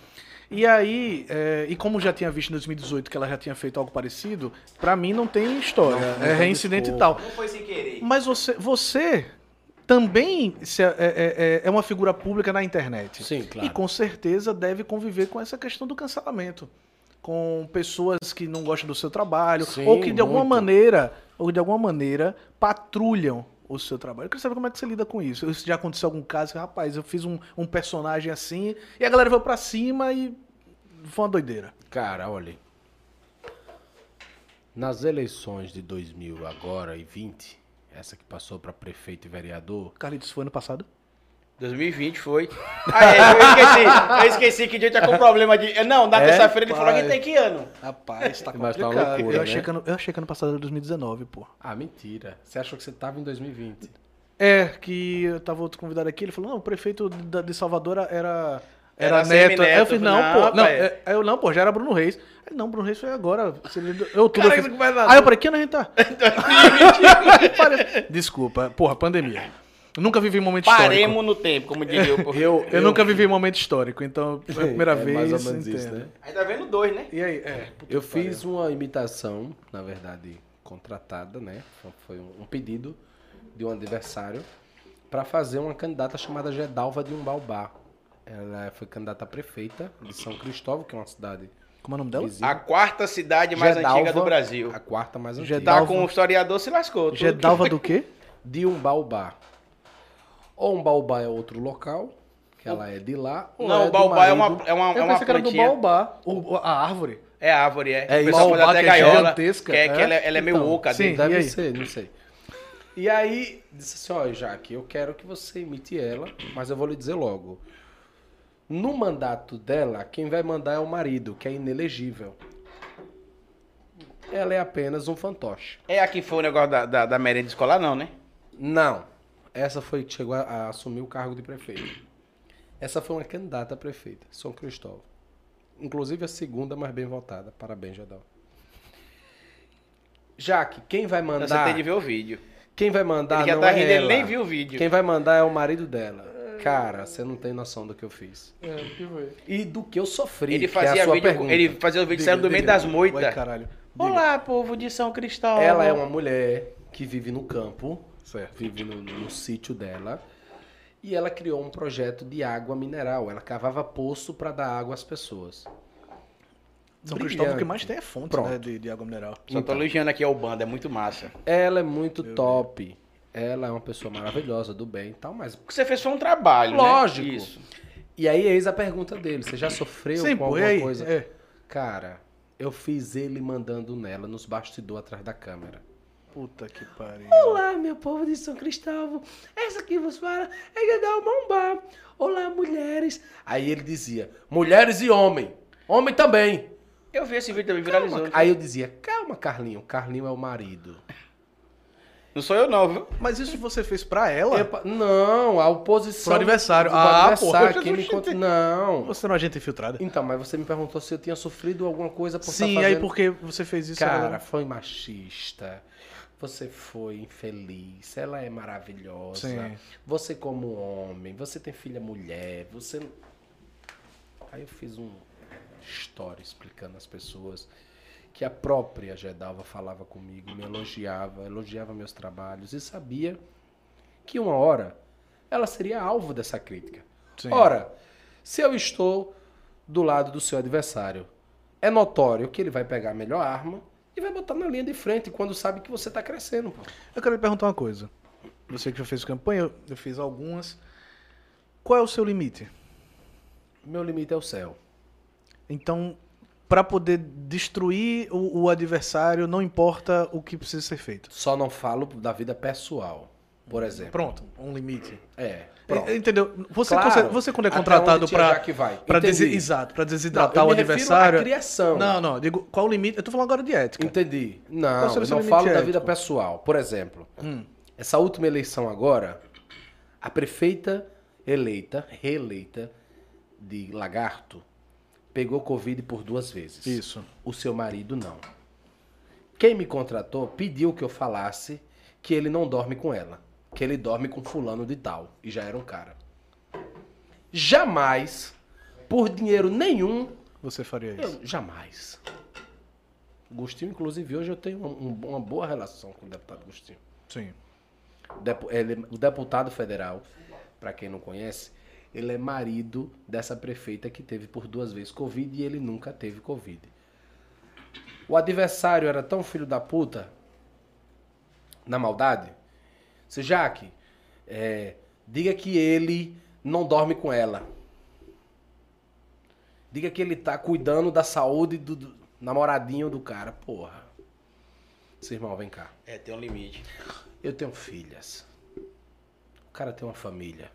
[SPEAKER 2] E aí, é, e como já tinha visto em 2018 que ela já tinha feito algo parecido, pra mim não tem história.
[SPEAKER 6] Não, não
[SPEAKER 2] é
[SPEAKER 6] tem
[SPEAKER 2] reincidente e
[SPEAKER 6] desculpa.
[SPEAKER 2] tal.
[SPEAKER 1] Não foi sem querer.
[SPEAKER 2] Mas você, você também se é, é- é- é uma figura pública na internet.
[SPEAKER 6] Sim, claro.
[SPEAKER 2] E com certeza deve conviver com essa questão do cancelamento. Com pessoas que não gostam do seu trabalho,
[SPEAKER 6] Sim,
[SPEAKER 2] ou que de alguma
[SPEAKER 6] muito.
[SPEAKER 2] maneira, ou de alguma maneira, patrulham o seu trabalho. Eu quero saber como é que você lida com isso. Se já aconteceu algum caso, que, rapaz, eu fiz um, um personagem assim, e a galera veio pra cima e foi uma doideira.
[SPEAKER 6] Cara, olha. Nas eleições de 2000 agora e 20, essa que passou para prefeito e vereador,
[SPEAKER 2] Carlitos, foi ano passado?
[SPEAKER 1] 2020 foi. Aí, eu esqueci, eu esqueci que dia tá com problema de. Não, na
[SPEAKER 2] É,
[SPEAKER 1] terça-feira ele falou
[SPEAKER 2] pai.
[SPEAKER 1] que tem que ano.
[SPEAKER 2] Rapaz, tá
[SPEAKER 3] Mas tá uma
[SPEAKER 2] complicado.
[SPEAKER 3] loucura,
[SPEAKER 2] eu, achei
[SPEAKER 3] né?
[SPEAKER 2] que ano, eu achei que ano passado era 2019, pô.
[SPEAKER 3] Ah, mentira. Você achou que você tava em 2020?
[SPEAKER 2] É, que eu tava outro convidado aqui, ele falou, não, o prefeito da- de Salvador era... Era,
[SPEAKER 1] Era
[SPEAKER 2] neto. Aí
[SPEAKER 1] semineto. Ah,
[SPEAKER 2] eu falei, não,
[SPEAKER 1] Não,
[SPEAKER 2] pô. Não,
[SPEAKER 1] pai.
[SPEAKER 2] é- aí eu, não, pô, já era Bruno Reis. Aí, não, Bruno Reis foi agora. se ele- Eu tudo.
[SPEAKER 1] Caraca,
[SPEAKER 2] eu
[SPEAKER 1] que Então,
[SPEAKER 2] fiz...
[SPEAKER 1] vai lá.
[SPEAKER 2] Aí eu falei, que ano a gente tá? Pare- Desculpa, porra, pandemia. Eu nunca vivi um momento histórico.
[SPEAKER 1] Paremos no tempo, como diria o povo.
[SPEAKER 2] Eu, nunca vivi um momento histórico, então foi a primeira
[SPEAKER 3] É
[SPEAKER 2] vez.
[SPEAKER 3] Mais ou menos isso,
[SPEAKER 2] entendo.
[SPEAKER 3] né?
[SPEAKER 1] Aí tá vendo dois, né?
[SPEAKER 2] E aí, é.
[SPEAKER 3] Eu fiz uma imitação, na verdade, contratada, né? Foi- Foi um um pedido de um adversário para fazer uma candidata chamada Gedalva de Umbaubá. Ela foi candidata a prefeita de São Cristóvão, que é uma cidade
[SPEAKER 2] Como é o nome dela?
[SPEAKER 3] vizinha.
[SPEAKER 1] A quarta cidade mais antiga do
[SPEAKER 3] Gedalva,
[SPEAKER 1] Brasil.
[SPEAKER 3] A quarta mais antiga.
[SPEAKER 1] Tá
[SPEAKER 2] Gedalva.
[SPEAKER 1] com o historiador se lascou. tudo.
[SPEAKER 2] Gedalva é do quê?
[SPEAKER 3] De Umbaubá. Ou Umbaubá é outro local, que ela é de lá. ou
[SPEAKER 1] Não,
[SPEAKER 3] é
[SPEAKER 1] o
[SPEAKER 3] do
[SPEAKER 1] baobá é uma,
[SPEAKER 3] marido.
[SPEAKER 1] é uma, é
[SPEAKER 2] eu
[SPEAKER 1] uma
[SPEAKER 2] pensei que era do
[SPEAKER 1] plantinha.
[SPEAKER 2] Baobá, o- a árvore.
[SPEAKER 1] É árvore, é.
[SPEAKER 3] É
[SPEAKER 1] o
[SPEAKER 3] isso.
[SPEAKER 1] pessoal faz
[SPEAKER 2] Baobá,
[SPEAKER 1] até
[SPEAKER 2] que é
[SPEAKER 1] gaiola.
[SPEAKER 2] gigantesca,
[SPEAKER 1] que é, que
[SPEAKER 2] é?
[SPEAKER 1] ela, ela é meio
[SPEAKER 2] Então,
[SPEAKER 1] oca.
[SPEAKER 2] sim.
[SPEAKER 1] dentro.
[SPEAKER 2] E
[SPEAKER 3] Deve
[SPEAKER 2] aí?
[SPEAKER 3] ser, não sei. E aí, disse assim, ó, Jaque, eu quero que você imite ela, mas eu vou lhe dizer logo. No mandato dela, quem vai mandar é o marido, que é inelegível. Ela é apenas um fantoche.
[SPEAKER 1] É a que foi o negócio da, da, da merenda escolar, não, né?
[SPEAKER 3] Não. Essa foi que chegou a, a assumir o cargo de prefeito. Essa foi uma candidata a prefeita, São Cristóvão. Inclusive a segunda mais bem votada. Parabéns, Jadal. Jaque, quem vai mandar?
[SPEAKER 1] Você tem de ver o vídeo.
[SPEAKER 3] Quem vai mandar
[SPEAKER 1] ele já
[SPEAKER 3] não
[SPEAKER 1] tá
[SPEAKER 3] é
[SPEAKER 1] rindo, ele
[SPEAKER 3] ela.
[SPEAKER 1] nem viu o vídeo.
[SPEAKER 3] Quem vai mandar é o marido dela. Cara, você não tem noção do que eu fiz.
[SPEAKER 2] É, o que foi?
[SPEAKER 3] E do que eu sofri.
[SPEAKER 1] Ele
[SPEAKER 3] que é a
[SPEAKER 1] fazia,
[SPEAKER 3] sua
[SPEAKER 1] vídeo,
[SPEAKER 3] pergunta.
[SPEAKER 1] ele fazia o vídeo
[SPEAKER 2] Diga,
[SPEAKER 1] saindo do meio
[SPEAKER 2] diga.
[SPEAKER 1] das
[SPEAKER 2] Vai,
[SPEAKER 1] moitas.
[SPEAKER 2] caralho.
[SPEAKER 1] Olá, povo de São Cristóvão.
[SPEAKER 3] Ela é uma mulher que vive no campo, vive no, no sítio dela. E ela criou um projeto de água mineral. Ela cavava poço para dar água às pessoas.
[SPEAKER 2] São
[SPEAKER 3] Brilhante.
[SPEAKER 2] Cristóvão, o que mais tem é fonte,
[SPEAKER 3] Pronto.
[SPEAKER 2] né, de, de água mineral.
[SPEAKER 1] Só tô elogiando aqui a Ubanda, é muito massa.
[SPEAKER 3] Ela é muito top. Ela é uma pessoa maravilhosa, do bem e tal, mas.
[SPEAKER 1] O que você fez foi um trabalho,
[SPEAKER 3] Lógico.
[SPEAKER 1] né? Isso.
[SPEAKER 3] E aí, eis a pergunta dele: você já sofreu
[SPEAKER 2] Sim,
[SPEAKER 3] com
[SPEAKER 2] pô, e
[SPEAKER 3] alguma
[SPEAKER 2] aí?
[SPEAKER 3] coisa?
[SPEAKER 2] É.
[SPEAKER 3] Cara, eu fiz ele mandando nela nos bastidores atrás da câmera.
[SPEAKER 2] Puta que pariu.
[SPEAKER 3] Olá, meu povo de São Cristóvão. Essa aqui vos fala é Gadal Bombá. Olá, mulheres. Aí ele dizia, mulheres e homem. Homem também.
[SPEAKER 1] Eu vi esse vídeo também,
[SPEAKER 3] Calma.
[SPEAKER 1] viralizou.
[SPEAKER 2] né?
[SPEAKER 3] Aí eu dizia, calma, Carlinho. Carlinho é o marido.
[SPEAKER 1] Não sou eu não, viu?
[SPEAKER 2] Mas isso você fez pra ela?
[SPEAKER 3] Epa, não, a oposição.
[SPEAKER 2] Pro aniversário.
[SPEAKER 3] do é
[SPEAKER 2] Ah,
[SPEAKER 3] adversário,
[SPEAKER 2] porra,
[SPEAKER 3] quem me
[SPEAKER 2] Jesus,
[SPEAKER 3] conta-
[SPEAKER 2] gente.
[SPEAKER 3] Não.
[SPEAKER 2] Você não é gente infiltrada?
[SPEAKER 3] Então, mas você me perguntou se eu tinha sofrido alguma coisa por
[SPEAKER 2] Sim,
[SPEAKER 3] estar
[SPEAKER 2] aí
[SPEAKER 3] fazendo-
[SPEAKER 2] porque você fez isso né?
[SPEAKER 3] Cara,
[SPEAKER 2] ela-
[SPEAKER 3] foi machista. Você foi infeliz. Ela é maravilhosa.
[SPEAKER 2] Sim.
[SPEAKER 3] Você como homem, você tem filha mulher, você. Aí eu fiz um story explicando às pessoas que a própria Gedalva falava comigo, me elogiava, elogiava meus trabalhos e sabia que uma hora ela seria alvo dessa crítica.
[SPEAKER 2] Sim.
[SPEAKER 3] Ora, se eu estou do lado do seu adversário, é notório que ele vai pegar a melhor arma e vai botar na linha de frente quando sabe que você está crescendo. Pô.
[SPEAKER 2] Eu quero lhe perguntar uma coisa. Você que já fez campanha, eu- eu fiz algumas. Qual é o seu limite?
[SPEAKER 3] Meu limite é o céu.
[SPEAKER 2] Então, pra poder destruir o, o adversário, não importa o que precisa ser feito.
[SPEAKER 3] Só não falo da vida pessoal, por exemplo.
[SPEAKER 2] Pronto, um limite.
[SPEAKER 3] É. pronto.
[SPEAKER 2] E- Entendeu? Você,
[SPEAKER 3] Claro.
[SPEAKER 2] conse- você quando é
[SPEAKER 3] Até
[SPEAKER 2] contratado
[SPEAKER 3] onde tinha
[SPEAKER 2] para
[SPEAKER 3] já que vai.
[SPEAKER 2] para
[SPEAKER 3] Entendi.
[SPEAKER 2] exato, para
[SPEAKER 3] Não,
[SPEAKER 2] desidratar
[SPEAKER 3] eu
[SPEAKER 2] o
[SPEAKER 3] me refiro
[SPEAKER 2] adversário.
[SPEAKER 3] à criação.
[SPEAKER 2] Não, não, digo, qual o limite? Eu tô falando agora de ética.
[SPEAKER 3] Entendi.
[SPEAKER 2] Qual
[SPEAKER 3] Não,
[SPEAKER 2] seria o
[SPEAKER 3] eu
[SPEAKER 2] seu
[SPEAKER 3] não
[SPEAKER 2] limite
[SPEAKER 3] falo da
[SPEAKER 2] ético?
[SPEAKER 3] vida pessoal. Por exemplo,
[SPEAKER 2] Hum.
[SPEAKER 3] essa última eleição agora, a prefeita eleita, reeleita de Lagarto, pegou Covid por duas vezes.
[SPEAKER 2] Isso.
[SPEAKER 3] O seu marido não. Quem me contratou pediu que eu falasse que ele não dorme com ela, que ele dorme com fulano de tal, e já era um cara. Jamais, por dinheiro nenhum,
[SPEAKER 2] Você faria isso.
[SPEAKER 3] eu jamais. Gustinho, inclusive, hoje eu tenho um- um- uma boa relação com o deputado Gustinho.
[SPEAKER 2] Sim.
[SPEAKER 3] Depu- ele- é o deputado federal, para quem não conhece, ele é marido dessa prefeita que teve por duas vezes Covid e ele nunca teve Covid. O adversário era tão filho da puta, na maldade. Se Jaque, é, diga que ele não dorme com ela. Diga que ele tá cuidando da saúde do, do namoradinho do cara. Porra. Seu irmão, vem cá.
[SPEAKER 1] É, tem um limite.
[SPEAKER 3] Eu tenho filhas. O cara tem uma família.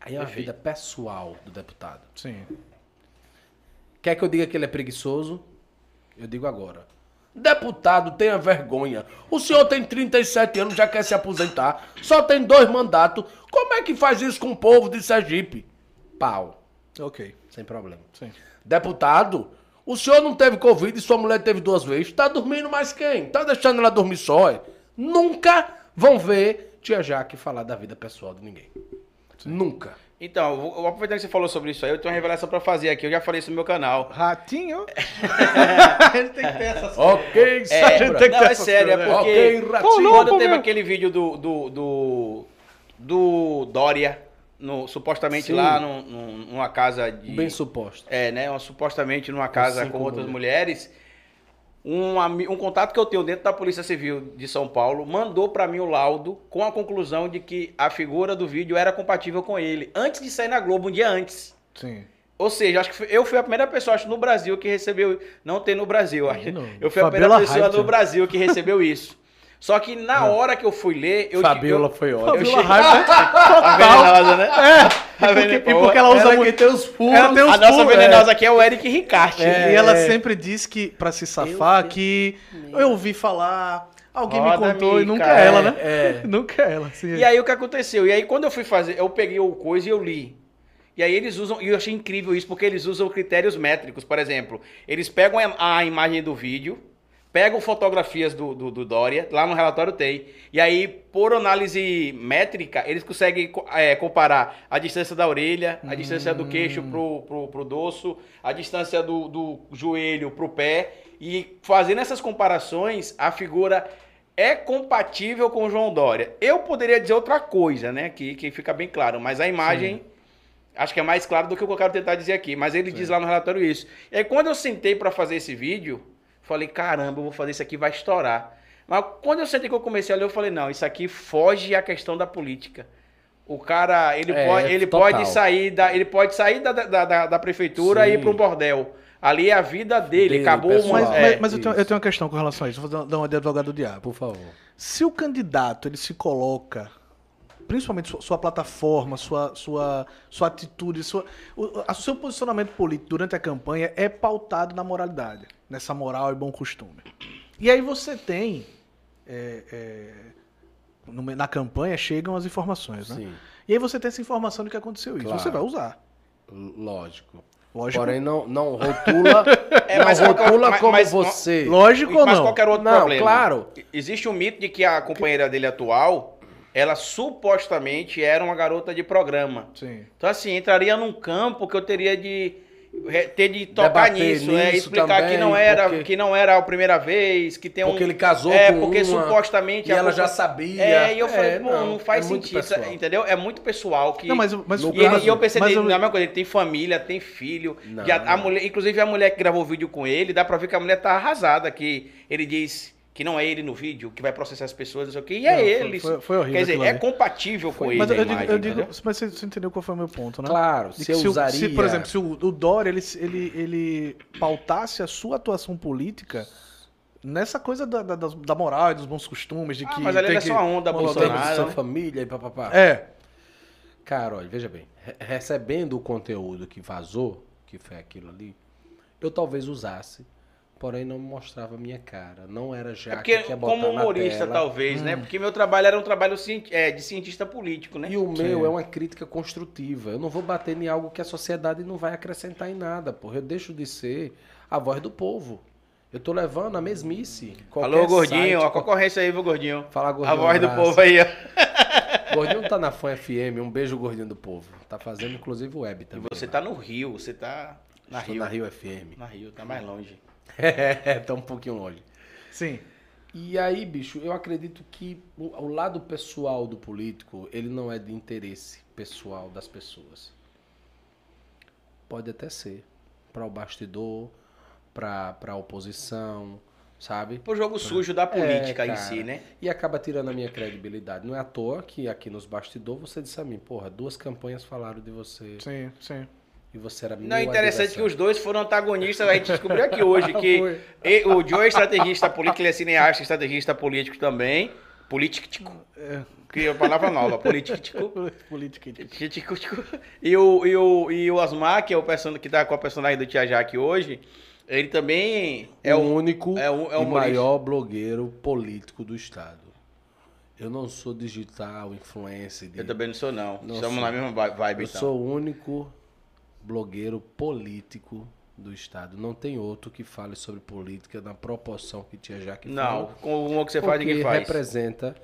[SPEAKER 3] Aí é uma
[SPEAKER 1] Perfeito.
[SPEAKER 3] vida pessoal do deputado.
[SPEAKER 2] Sim.
[SPEAKER 3] Quer que eu diga que ele é preguiçoso? Eu digo agora.
[SPEAKER 6] Deputado, tenha vergonha. O senhor tem 37 anos, já quer se aposentar. Só tem dois mandatos. Como é que faz isso com o povo de Sergipe?
[SPEAKER 3] Pau.
[SPEAKER 2] Ok.
[SPEAKER 3] Sem problema.
[SPEAKER 2] Sim.
[SPEAKER 6] Deputado, o senhor não teve Covid e sua mulher teve duas vezes. Tá dormindo mais quem? Tá deixando ela dormir só? é?
[SPEAKER 3] Nunca vão ver Tia Jaque falar da vida pessoal de ninguém. Nunca.
[SPEAKER 1] Então, eu vou- eu vou aproveitar que você falou sobre isso aí, eu tenho uma revelação pra fazer aqui. Eu já falei isso no meu canal.
[SPEAKER 2] Ratinho?
[SPEAKER 6] Ok,
[SPEAKER 1] É,
[SPEAKER 2] A gente tem que
[SPEAKER 1] não,
[SPEAKER 2] ter
[SPEAKER 1] é
[SPEAKER 2] essas
[SPEAKER 1] sério, é
[SPEAKER 2] coisas, né?
[SPEAKER 1] porque
[SPEAKER 6] Ok,
[SPEAKER 2] Ô,
[SPEAKER 1] quando
[SPEAKER 2] louco,
[SPEAKER 1] teve
[SPEAKER 2] meu.
[SPEAKER 1] aquele vídeo do, do, do, do Dória, no- supostamente
[SPEAKER 3] Sim.
[SPEAKER 1] lá num- num- numa casa de...
[SPEAKER 3] Bem suposto.
[SPEAKER 1] É, né? uma- supostamente numa casa
[SPEAKER 3] cinco
[SPEAKER 1] com outras mulheres. Um, ami- um contato que eu tenho dentro da Polícia Civil de São Paulo mandou pra mim o laudo com a conclusão de que a figura do vídeo era compatível com ele, antes de sair na Globo, um dia antes.
[SPEAKER 2] Sim.
[SPEAKER 1] Ou seja, acho que fui- eu fui a primeira pessoa, acho, no Brasil que recebeu. Não tem no Brasil, acho.
[SPEAKER 2] Não.
[SPEAKER 1] Eu fui a primeira
[SPEAKER 2] Fabiola
[SPEAKER 1] pessoa
[SPEAKER 2] Raitt.
[SPEAKER 1] no Brasil que recebeu isso. Só que na hora que eu fui ler, eu
[SPEAKER 3] Fabiola
[SPEAKER 1] eu-
[SPEAKER 3] foi
[SPEAKER 1] eu
[SPEAKER 3] ótima.
[SPEAKER 2] Fabiola
[SPEAKER 1] cheguei-
[SPEAKER 2] Raitt,
[SPEAKER 1] A venenosa, né?
[SPEAKER 2] É.
[SPEAKER 1] A
[SPEAKER 2] E porque, e
[SPEAKER 1] venenosa.
[SPEAKER 2] porque ela usa muito.
[SPEAKER 3] tem os pulos.
[SPEAKER 2] Ela tem uns
[SPEAKER 1] A nossa
[SPEAKER 2] pulos, é.
[SPEAKER 1] venenosa aqui é o Eric Ricarte. É.
[SPEAKER 2] E ela sempre diz que, pra se safar, que eu ouvi falar, alguém
[SPEAKER 1] Roda,
[SPEAKER 2] me contou, e
[SPEAKER 1] Mica,
[SPEAKER 2] nunca é ela, né?
[SPEAKER 3] é.
[SPEAKER 2] Nunca é ela. Assim,
[SPEAKER 1] E aí o que aconteceu? E aí quando eu fui fazer, eu peguei o coisa e eu li. E aí eles usam, e eu achei incrível isso, porque eles usam critérios métricos, por exemplo. Eles pegam a- a imagem do vídeo, pegam fotografias do, do, do Dória, lá no relatório tem. E aí, por análise métrica, eles conseguem co- é, comparar a distância da orelha, a distância do queixo pro, pro, pro dorso, a distância do, do joelho pro pé. E fazendo essas comparações, a figura é compatível com o João Dória. Eu poderia dizer outra coisa, né? Que, que fica bem claro, mas a imagem. Acho que é mais claro do que o que eu quero tentar dizer aqui, mas ele diz lá no relatório isso. E aí, quando eu sentei pra fazer esse vídeo, falei: caramba, eu vou fazer isso aqui, vai estourar. Mas quando eu sentei que eu comecei a ler, eu falei: não, isso aqui foge à questão da política. O cara, ele,
[SPEAKER 3] É,
[SPEAKER 1] pode, ele
[SPEAKER 3] total.
[SPEAKER 1] pode sair da, ele pode sair da, da, da- da prefeitura e ir
[SPEAKER 3] Sim.
[SPEAKER 1] para um bordel. Ali é a vida dele,
[SPEAKER 3] Dele,
[SPEAKER 1] acabou
[SPEAKER 3] pessoal.
[SPEAKER 1] uma.
[SPEAKER 2] Mas,
[SPEAKER 3] Uau.
[SPEAKER 1] é.
[SPEAKER 2] mas- mas eu, tenho, eu tenho uma questão com relação a isso. Vou dar- dar uma de advogado do diabo.
[SPEAKER 3] é, Por favor.
[SPEAKER 2] Se o candidato ele se coloca, principalmente sua, sua plataforma, sua, sua, sua atitude, sua, o, a- seu posicionamento político durante a campanha é pautado na moralidade, nessa moral e bom costume. E aí você tem. é, é, no me- na campanha chegam as informações, né?
[SPEAKER 3] Sim.
[SPEAKER 2] E aí você tem essa informação do que aconteceu isso.
[SPEAKER 3] Claro.
[SPEAKER 2] Você vai usar.
[SPEAKER 3] Lógico.
[SPEAKER 2] Lógico.
[SPEAKER 3] Porém, não, não rotula,
[SPEAKER 1] É,
[SPEAKER 3] não
[SPEAKER 1] mas qual-
[SPEAKER 3] rotula
[SPEAKER 1] mas-
[SPEAKER 3] como
[SPEAKER 1] mas-
[SPEAKER 3] você.
[SPEAKER 2] lógico ou
[SPEAKER 1] Mas
[SPEAKER 2] não?
[SPEAKER 1] qualquer outro
[SPEAKER 3] Não,
[SPEAKER 1] problema.
[SPEAKER 3] claro.
[SPEAKER 1] Existe um mito de que a companheira dele atual, ela supostamente era uma garota de programa.
[SPEAKER 2] Sim.
[SPEAKER 1] Então, assim, entraria num campo que eu teria de re- ter de tocar
[SPEAKER 3] Debater
[SPEAKER 1] nisso, né?
[SPEAKER 3] nisso
[SPEAKER 1] Explicar que
[SPEAKER 3] também,
[SPEAKER 1] não era
[SPEAKER 3] porque-
[SPEAKER 1] que não era a primeira vez, que tem um
[SPEAKER 3] Porque ele casou
[SPEAKER 1] é
[SPEAKER 3] com
[SPEAKER 1] porque
[SPEAKER 3] uma,
[SPEAKER 1] supostamente
[SPEAKER 3] e
[SPEAKER 1] a
[SPEAKER 3] ela
[SPEAKER 1] culpa-
[SPEAKER 3] já sabia.
[SPEAKER 1] é, e eu falei, pô, não,
[SPEAKER 3] não,
[SPEAKER 1] faz
[SPEAKER 3] é muito
[SPEAKER 1] sentido,
[SPEAKER 3] pessoal.
[SPEAKER 1] entendeu? É muito pessoal que
[SPEAKER 2] Não, mas, mas,
[SPEAKER 3] No
[SPEAKER 1] e, ele-
[SPEAKER 3] caso-
[SPEAKER 1] e eu percebi,
[SPEAKER 2] mas
[SPEAKER 1] na mesma coisa, ele tem família, tem filho.
[SPEAKER 3] Não,
[SPEAKER 1] e a, a
[SPEAKER 3] não.
[SPEAKER 1] mulher, inclusive a mulher que gravou o vídeo com ele, dá pra ver que a mulher tá arrasada, que ele diz que não é ele no vídeo, que vai processar as pessoas, não sei o quê. E é
[SPEAKER 2] Não, foi-
[SPEAKER 1] ele.
[SPEAKER 2] foi- foi horrível
[SPEAKER 1] Quer dizer,
[SPEAKER 2] aquilo
[SPEAKER 1] é
[SPEAKER 2] ali.
[SPEAKER 1] compatível com ele.
[SPEAKER 2] Mas eu,
[SPEAKER 1] a
[SPEAKER 2] digo,
[SPEAKER 1] imagem,
[SPEAKER 2] eu digo-
[SPEAKER 1] entendeu?
[SPEAKER 2] mas você, você entendeu qual foi o meu ponto, né?
[SPEAKER 3] Claro,
[SPEAKER 2] De
[SPEAKER 3] se
[SPEAKER 2] que
[SPEAKER 3] eu
[SPEAKER 2] o-
[SPEAKER 3] usaria...
[SPEAKER 2] por exemplo, se o, o Dória ele, se- ele, ele pautasse a sua atuação política nessa coisa da, da, das- da moral e dos bons costumes, de
[SPEAKER 1] Ah,
[SPEAKER 2] que.
[SPEAKER 1] mas ali
[SPEAKER 2] tem
[SPEAKER 1] é
[SPEAKER 2] que-
[SPEAKER 1] só a onda,
[SPEAKER 2] Mano,
[SPEAKER 3] Tem de
[SPEAKER 1] Bolsonaro.
[SPEAKER 3] sua família e papapá.
[SPEAKER 2] É.
[SPEAKER 3] Cara, olha, veja bem, re- recebendo o conteúdo que vazou, que foi aquilo ali, eu talvez usasse, porém não mostrava a minha cara. Não era
[SPEAKER 1] É
[SPEAKER 3] já
[SPEAKER 1] porque,
[SPEAKER 3] que ia botar
[SPEAKER 1] como humorista,
[SPEAKER 3] na tela. Hum.
[SPEAKER 1] talvez, né? Porque meu trabalho era um trabalho cien- é, de cientista político, né?
[SPEAKER 3] E o meu é uma crítica construtiva. Eu não vou bater em algo que a sociedade não vai acrescentar em nada, porra. Eu deixo de ser a voz do povo. Eu tô levando a mesmice. Qualquer
[SPEAKER 1] Alô, gordinho,
[SPEAKER 3] site,
[SPEAKER 1] a concorrência aí, viu, gordinho?
[SPEAKER 3] Fala,
[SPEAKER 1] a
[SPEAKER 3] gordinho,
[SPEAKER 1] voz do
[SPEAKER 3] abraço.
[SPEAKER 1] povo aí, ó.
[SPEAKER 3] Gordinho tá na Fã FM, um beijo gordinho do povo. Tá fazendo inclusive web
[SPEAKER 1] E
[SPEAKER 3] também. né?
[SPEAKER 1] você tá no Rio, você tá na
[SPEAKER 3] Estou
[SPEAKER 1] Rio.
[SPEAKER 3] na Rio FM.
[SPEAKER 1] Na Rio, tá mais longe.
[SPEAKER 3] É, tá um pouquinho longe.
[SPEAKER 2] Sim.
[SPEAKER 3] E aí, bicho, eu acredito que o, o lado pessoal do político, ele não é de interesse pessoal das pessoas. Pode até ser. Pra o bastidor, pra pra oposição, sabe?
[SPEAKER 1] Pro jogo sujo da política em
[SPEAKER 3] É, cara.
[SPEAKER 1] si, né?
[SPEAKER 3] E acaba tirando a minha credibilidade. Não é à toa que aqui nos bastidores você disse a mim, porra, duas campanhas falaram de você
[SPEAKER 2] Sim, sim.
[SPEAKER 3] e você era
[SPEAKER 1] Não, é
[SPEAKER 3] meu
[SPEAKER 1] interessante que
[SPEAKER 3] adversário.
[SPEAKER 1] os dois foram antagonistas. A gente descobriu aqui hoje que
[SPEAKER 3] Foi.
[SPEAKER 1] e- o Joe é estrategista político, ele é cineasta, estrategista político também. Político.
[SPEAKER 3] É.
[SPEAKER 1] Criou a palavra nova, político.
[SPEAKER 2] Política. de-
[SPEAKER 1] E o, e, o, e o Osmar, que é o person... que tá com a personagem do Tia Jaque hoje, ele também é
[SPEAKER 3] o
[SPEAKER 1] o.
[SPEAKER 3] único
[SPEAKER 1] é o- é
[SPEAKER 3] e
[SPEAKER 1] humorista.
[SPEAKER 3] maior blogueiro político do estado. Eu não sou digital, influencer. de-
[SPEAKER 1] Eu também não sou, não.
[SPEAKER 3] Não
[SPEAKER 1] Estamos
[SPEAKER 3] sou.
[SPEAKER 1] na mesma vi- vibe,
[SPEAKER 3] Eu
[SPEAKER 1] então.
[SPEAKER 3] sou o único blogueiro político do estado. Não tem outro que fale sobre política na proporção que tinha Jaque
[SPEAKER 1] Não,
[SPEAKER 3] fala,
[SPEAKER 1] com o que você faz,
[SPEAKER 3] porque
[SPEAKER 1] ninguém faz.
[SPEAKER 3] representa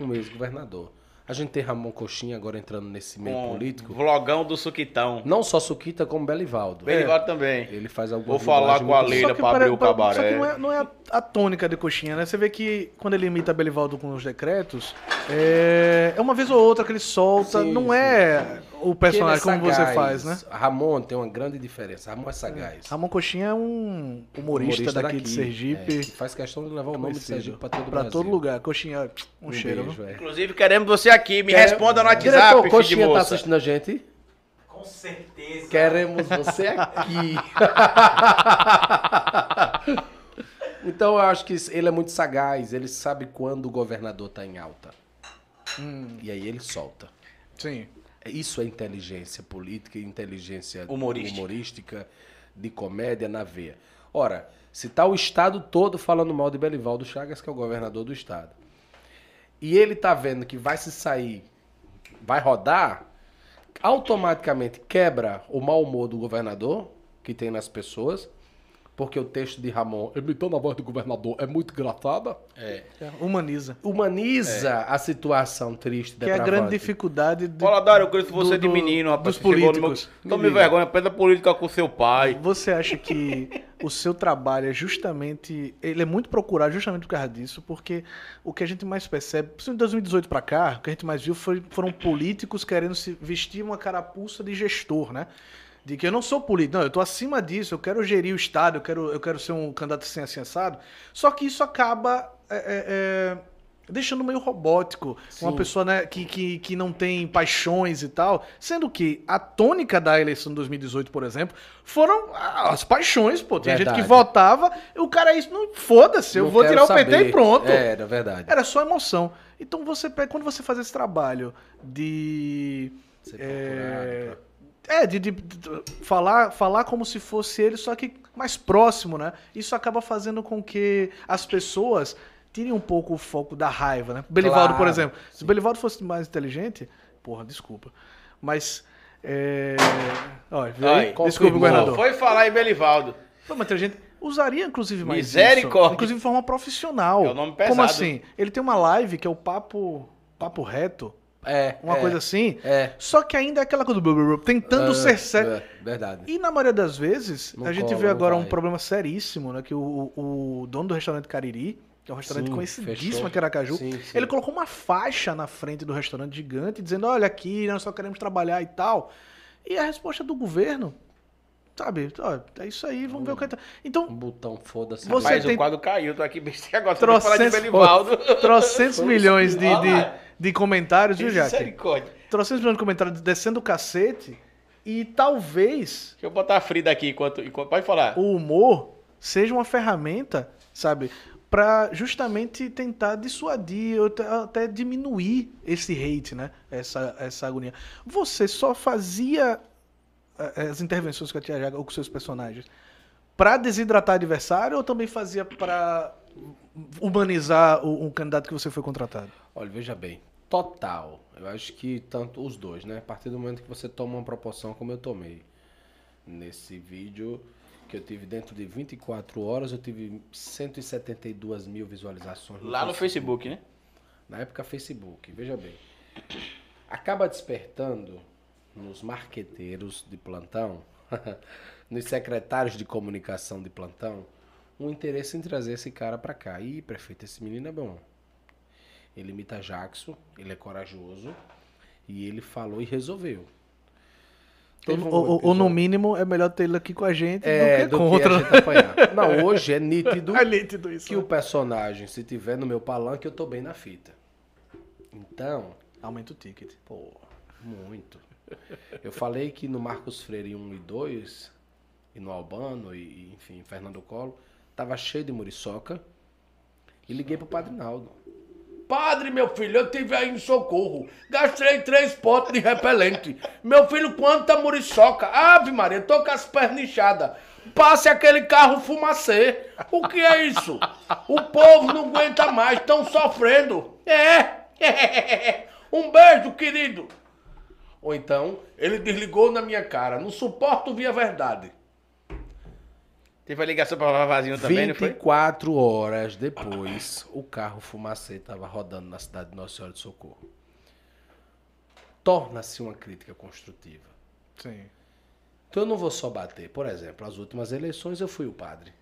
[SPEAKER 3] um ex-governador. A gente tem Ramon Coxinha agora entrando nesse meio
[SPEAKER 1] Com
[SPEAKER 3] político.
[SPEAKER 1] Vlogão do Suquitão.
[SPEAKER 3] Não É. só Suquita, como Belivaldo.
[SPEAKER 1] Belivaldo também.
[SPEAKER 3] Ele faz alguma
[SPEAKER 1] Vou falar
[SPEAKER 3] dublagem
[SPEAKER 1] com a
[SPEAKER 3] muito-
[SPEAKER 1] Leila
[SPEAKER 2] Só que
[SPEAKER 1] pra abrir
[SPEAKER 2] pare-
[SPEAKER 1] o
[SPEAKER 2] pa-
[SPEAKER 1] cabaré.
[SPEAKER 2] Só que não é, não é a, a tônica de coxinha, né? Você vê que quando ele imita Belivaldo com os decretos, é, é uma vez ou outra que ele solta.
[SPEAKER 3] Sim,
[SPEAKER 2] não
[SPEAKER 3] sim.
[SPEAKER 2] é o personagem
[SPEAKER 3] Porque ele é
[SPEAKER 2] como você
[SPEAKER 3] sagaz.
[SPEAKER 2] faz, né?
[SPEAKER 3] Ramon tem uma grande diferença. Ramon é sagaz.
[SPEAKER 2] Ramon Coxinha é um humorista, daqui, de Sergipe.
[SPEAKER 3] é, que faz questão de levar o nome de
[SPEAKER 2] conhecido.
[SPEAKER 3] Sergipe pra todo o
[SPEAKER 2] Pra
[SPEAKER 3] Brasil.
[SPEAKER 2] todo lugar. Coxinha, um,
[SPEAKER 3] Um
[SPEAKER 2] cheiro.
[SPEAKER 3] beijo, é.
[SPEAKER 1] Inclusive, queremos você aqui. Me responda no WhatsApp,
[SPEAKER 3] Diretor,
[SPEAKER 1] filho de
[SPEAKER 3] Coxinha tá
[SPEAKER 1] moça.
[SPEAKER 3] assistindo a gente?
[SPEAKER 4] Com certeza.
[SPEAKER 3] Queremos você aqui. então eu acho que ele é muito sagaz. Ele sabe quando o governador tá em alta.
[SPEAKER 2] Hum,
[SPEAKER 3] E aí ele solta.
[SPEAKER 2] sim.
[SPEAKER 3] Isso é inteligência política e inteligência
[SPEAKER 1] Humorística.
[SPEAKER 3] humorística, de comédia na veia. Ora, se tá o estado todo falando mal de Belivaldo Chagas, que é o governador do estado, e ele tá vendo que vai se sair, vai rodar, automaticamente quebra o mau humor do governador que tem nas pessoas, porque o texto de Ramon, imitando a voz do governador, é muito engraçada,
[SPEAKER 2] Humaniza.
[SPEAKER 3] humaniza a situação triste,
[SPEAKER 2] É. Que é a grande
[SPEAKER 3] depravante.
[SPEAKER 2] dificuldade de...
[SPEAKER 1] Polidoro, eu conheço você
[SPEAKER 2] do-
[SPEAKER 1] de menino, rapaz.
[SPEAKER 2] dos
[SPEAKER 1] Você chegou no
[SPEAKER 2] políticos.
[SPEAKER 1] Meu... Tome vergonha, pega política com seu pai.
[SPEAKER 2] Você acha que o seu trabalho é justamente. Ele é muito procurado justamente por causa disso, porque o que a gente mais percebe, principalmente de 2018 pra cá, o que a gente mais viu foi- foram políticos querendo se vestir uma carapuça de gestor, né? De que eu não sou político, não, eu tô acima disso, eu quero gerir o Estado, eu quero, eu quero ser um candidato assim, assim, assado. Só que isso acaba. é, é, é, Deixando meio robótico, uma
[SPEAKER 3] Sim.
[SPEAKER 2] pessoa né, que, que, que não tem paixões e tal. Sendo que a tônica da eleição de 2018, por exemplo, foram as paixões, pô. Tem gente
[SPEAKER 3] Verdade.
[SPEAKER 2] que votava, e o cara é isso, não foda-se, eu
[SPEAKER 3] Não
[SPEAKER 2] vou
[SPEAKER 3] quero
[SPEAKER 2] tirar o PT
[SPEAKER 3] saber.
[SPEAKER 2] e pronto.
[SPEAKER 3] É, na verdade.
[SPEAKER 2] Era só emoção. Então você pega, quando você faz esse trabalho de.
[SPEAKER 3] Ser
[SPEAKER 2] É,
[SPEAKER 3] procurado pra-
[SPEAKER 2] é, de, de- de falar, falar como se fosse ele, só que mais próximo, né? Isso acaba fazendo com que as pessoas tirem um pouco o foco da raiva, né? Belivaldo, por
[SPEAKER 3] Claro,
[SPEAKER 2] exemplo. Se
[SPEAKER 3] sim.
[SPEAKER 2] Belivaldo fosse mais inteligente, porra, desculpa. Mas. É... Olha, viu aí?
[SPEAKER 1] Ai, é?
[SPEAKER 2] desculpa,
[SPEAKER 3] confirmou.
[SPEAKER 2] governador.
[SPEAKER 1] Foi falar em Belivaldo.
[SPEAKER 2] Pô, mas tem gente usaria inclusive mais
[SPEAKER 1] Misericórdia.
[SPEAKER 2] isso, inclusive de forma profissional.
[SPEAKER 1] É um nome pesado.
[SPEAKER 2] Como assim? Ele tem uma live que é o papo papo reto,
[SPEAKER 3] É,
[SPEAKER 2] uma
[SPEAKER 3] é,
[SPEAKER 2] coisa assim.
[SPEAKER 3] É.
[SPEAKER 2] Só que ainda é aquela coisa do blu, blu, blu, tentando
[SPEAKER 1] Ah,
[SPEAKER 2] ser sério.
[SPEAKER 3] É, verdade.
[SPEAKER 2] E na maioria das vezes,
[SPEAKER 3] Não
[SPEAKER 2] a gente
[SPEAKER 3] cola,
[SPEAKER 2] vê
[SPEAKER 3] não
[SPEAKER 2] agora um
[SPEAKER 3] vai.
[SPEAKER 2] problema seríssimo, né? Que o, o dono do restaurante Cariri, que é um restaurante
[SPEAKER 3] Sim,
[SPEAKER 2] conhecidíssimo
[SPEAKER 3] fechou.
[SPEAKER 2] aqui em Aracaju,
[SPEAKER 3] Sim, sim.
[SPEAKER 2] ele colocou uma faixa na frente do restaurante gigante, dizendo, olha aqui, nós só queremos trabalhar e tal. E a resposta do governo, sabe, ó, é isso aí, vamos ver o que... tá- Então,
[SPEAKER 3] Um botão foda-se.
[SPEAKER 2] Você
[SPEAKER 1] Mas
[SPEAKER 2] tem-
[SPEAKER 1] o quadro caiu, tô aqui besteira agora. Tô
[SPEAKER 2] Trocentos-
[SPEAKER 1] falar de Belivaldo.
[SPEAKER 2] trocentos milhões de,
[SPEAKER 1] Olha
[SPEAKER 2] de,
[SPEAKER 1] lá.
[SPEAKER 2] de comentários, viu, Jaque?
[SPEAKER 1] Misericórdia.
[SPEAKER 2] Trocentos milhões de comentários descendo o cacete e talvez...
[SPEAKER 1] Deixa eu botar a Frida aqui enquanto. enquanto- Pode falar.
[SPEAKER 2] o humor seja uma ferramenta, sabe, Pra justamente tentar dissuadir ou até- até diminuir esse hate, né? Essa, essa agonia. Você só fazia eh, as intervenções com a Tia Jaga ou com seus personagens pra desidratar adversário ou também fazia pra humanizar o, um candidato que você foi contratado?
[SPEAKER 3] Olha, veja bem. Total. Eu acho que tanto os dois, né? A partir do momento que você toma uma proporção como eu tomei. Nesse vídeo que eu tive dentro de 24 horas, eu tive 172 mil visualizações.
[SPEAKER 1] Lá no Facebook, né?
[SPEAKER 3] Na época Facebook, veja bem. Acaba despertando nos marqueteiros de plantão, nos secretários de comunicação de plantão, um interesse em trazer esse cara pra cá. Ih, prefeito, esse menino é bom. Ele imita Jackson, ele é corajoso e ele falou e resolveu.
[SPEAKER 2] Ou,
[SPEAKER 3] Teve um
[SPEAKER 2] ou- ou, no
[SPEAKER 3] episódio-
[SPEAKER 2] mínimo, é melhor ter ele aqui com a gente
[SPEAKER 3] é,
[SPEAKER 2] do que contra.
[SPEAKER 3] a gente apanhar. Não, hoje é nítido
[SPEAKER 2] É nítido isso,
[SPEAKER 3] que
[SPEAKER 2] né?
[SPEAKER 3] o personagem, se tiver no meu palanque, eu tô bem na fita. Então,
[SPEAKER 2] Aumenta o ticket.
[SPEAKER 3] Pô, muito. Eu falei que no Marcos Freire 1 e 2, e no Albano, e e, enfim, Fernando Colo, tava cheio de muriçoca. E liguei pro Padre Naldo. Padre, meu filho, eu tive aí em socorro. Gastei três potes de repelente. Meu filho, quanta muriçoca. Ave Maria, tô com as pernas inchadas. Passe aquele carro fumacê. O que é isso? O povo não aguenta mais, estão sofrendo. É. Um beijo, querido. Ou então, ele desligou na minha cara. Não suporto ouvir a verdade.
[SPEAKER 1] Teve a ligação pra Vavazinho também, não foi?
[SPEAKER 3] 24 horas depois, o carro fumacê estava rodando na cidade de Nossa Senhora de Socorro. Torna-se uma crítica construtiva.
[SPEAKER 2] Sim.
[SPEAKER 3] Então eu não vou só bater. Por exemplo, as últimas eleições eu fui o padre.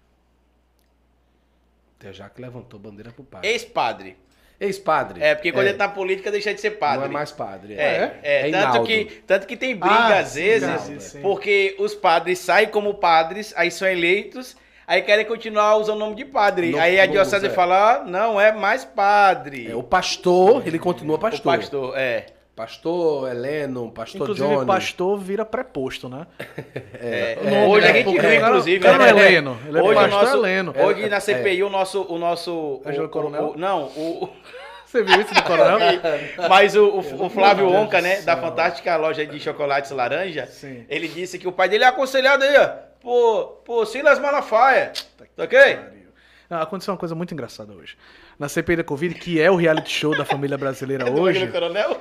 [SPEAKER 3] Até já que levantou bandeira pro padre.
[SPEAKER 1] Ex-padre.
[SPEAKER 3] Ex-padre.
[SPEAKER 1] É, porque quando ele tá na política, deixa de ser padre.
[SPEAKER 3] Não é mais padre.
[SPEAKER 1] É, é, tanto,
[SPEAKER 3] Hinaldo.
[SPEAKER 1] que, tanto que tem briga
[SPEAKER 2] Ah,
[SPEAKER 1] às
[SPEAKER 2] sim,
[SPEAKER 1] vezes,
[SPEAKER 3] Hinaldo, é.
[SPEAKER 2] sim.
[SPEAKER 1] porque os padres saem como padres, aí são eleitos, aí querem continuar usando o nome de padre.
[SPEAKER 3] No-
[SPEAKER 1] aí a
[SPEAKER 3] no-
[SPEAKER 1] diocese
[SPEAKER 3] é.
[SPEAKER 1] fala, "Ah, não é mais padre.
[SPEAKER 3] É, o pastor, ele continua
[SPEAKER 1] O
[SPEAKER 3] pastor. pastor.
[SPEAKER 1] pastor, é.
[SPEAKER 3] Heleno, pastor
[SPEAKER 2] Inclusive,
[SPEAKER 3] Johnny.
[SPEAKER 2] pastor vira preposto, né?
[SPEAKER 1] É,
[SPEAKER 2] Não,
[SPEAKER 1] é. Hoje a gente
[SPEAKER 2] né? porque
[SPEAKER 1] vê,
[SPEAKER 2] o cara-
[SPEAKER 1] inclusive.
[SPEAKER 2] O cara não é
[SPEAKER 1] né?
[SPEAKER 2] Heleno. Ele é
[SPEAKER 1] Hoje, o
[SPEAKER 2] pastor
[SPEAKER 1] nosso,
[SPEAKER 2] Heleno.
[SPEAKER 1] hoje na CPI, o nosso. O nosso
[SPEAKER 2] Ângelo
[SPEAKER 1] o-
[SPEAKER 2] É Coronel?
[SPEAKER 1] o- não, o,
[SPEAKER 2] Você viu isso do coronel?
[SPEAKER 1] mas o, o- o Flávio
[SPEAKER 2] Meu Deus
[SPEAKER 1] Onca,
[SPEAKER 2] do
[SPEAKER 1] né? Da
[SPEAKER 2] céu.
[SPEAKER 1] fantástica loja de chocolates laranja,
[SPEAKER 2] Sim.
[SPEAKER 1] ele disse que o pai dele é aconselhado aí, ó. Pô, pô, Silas
[SPEAKER 2] É
[SPEAKER 1] Malafaia. Tá ok?
[SPEAKER 2] Não, Ah, aconteceu uma coisa muito engraçada hoje. Na CPI da Covid, que é o reality show da família brasileira hoje,
[SPEAKER 1] Ângelo tá Coronel?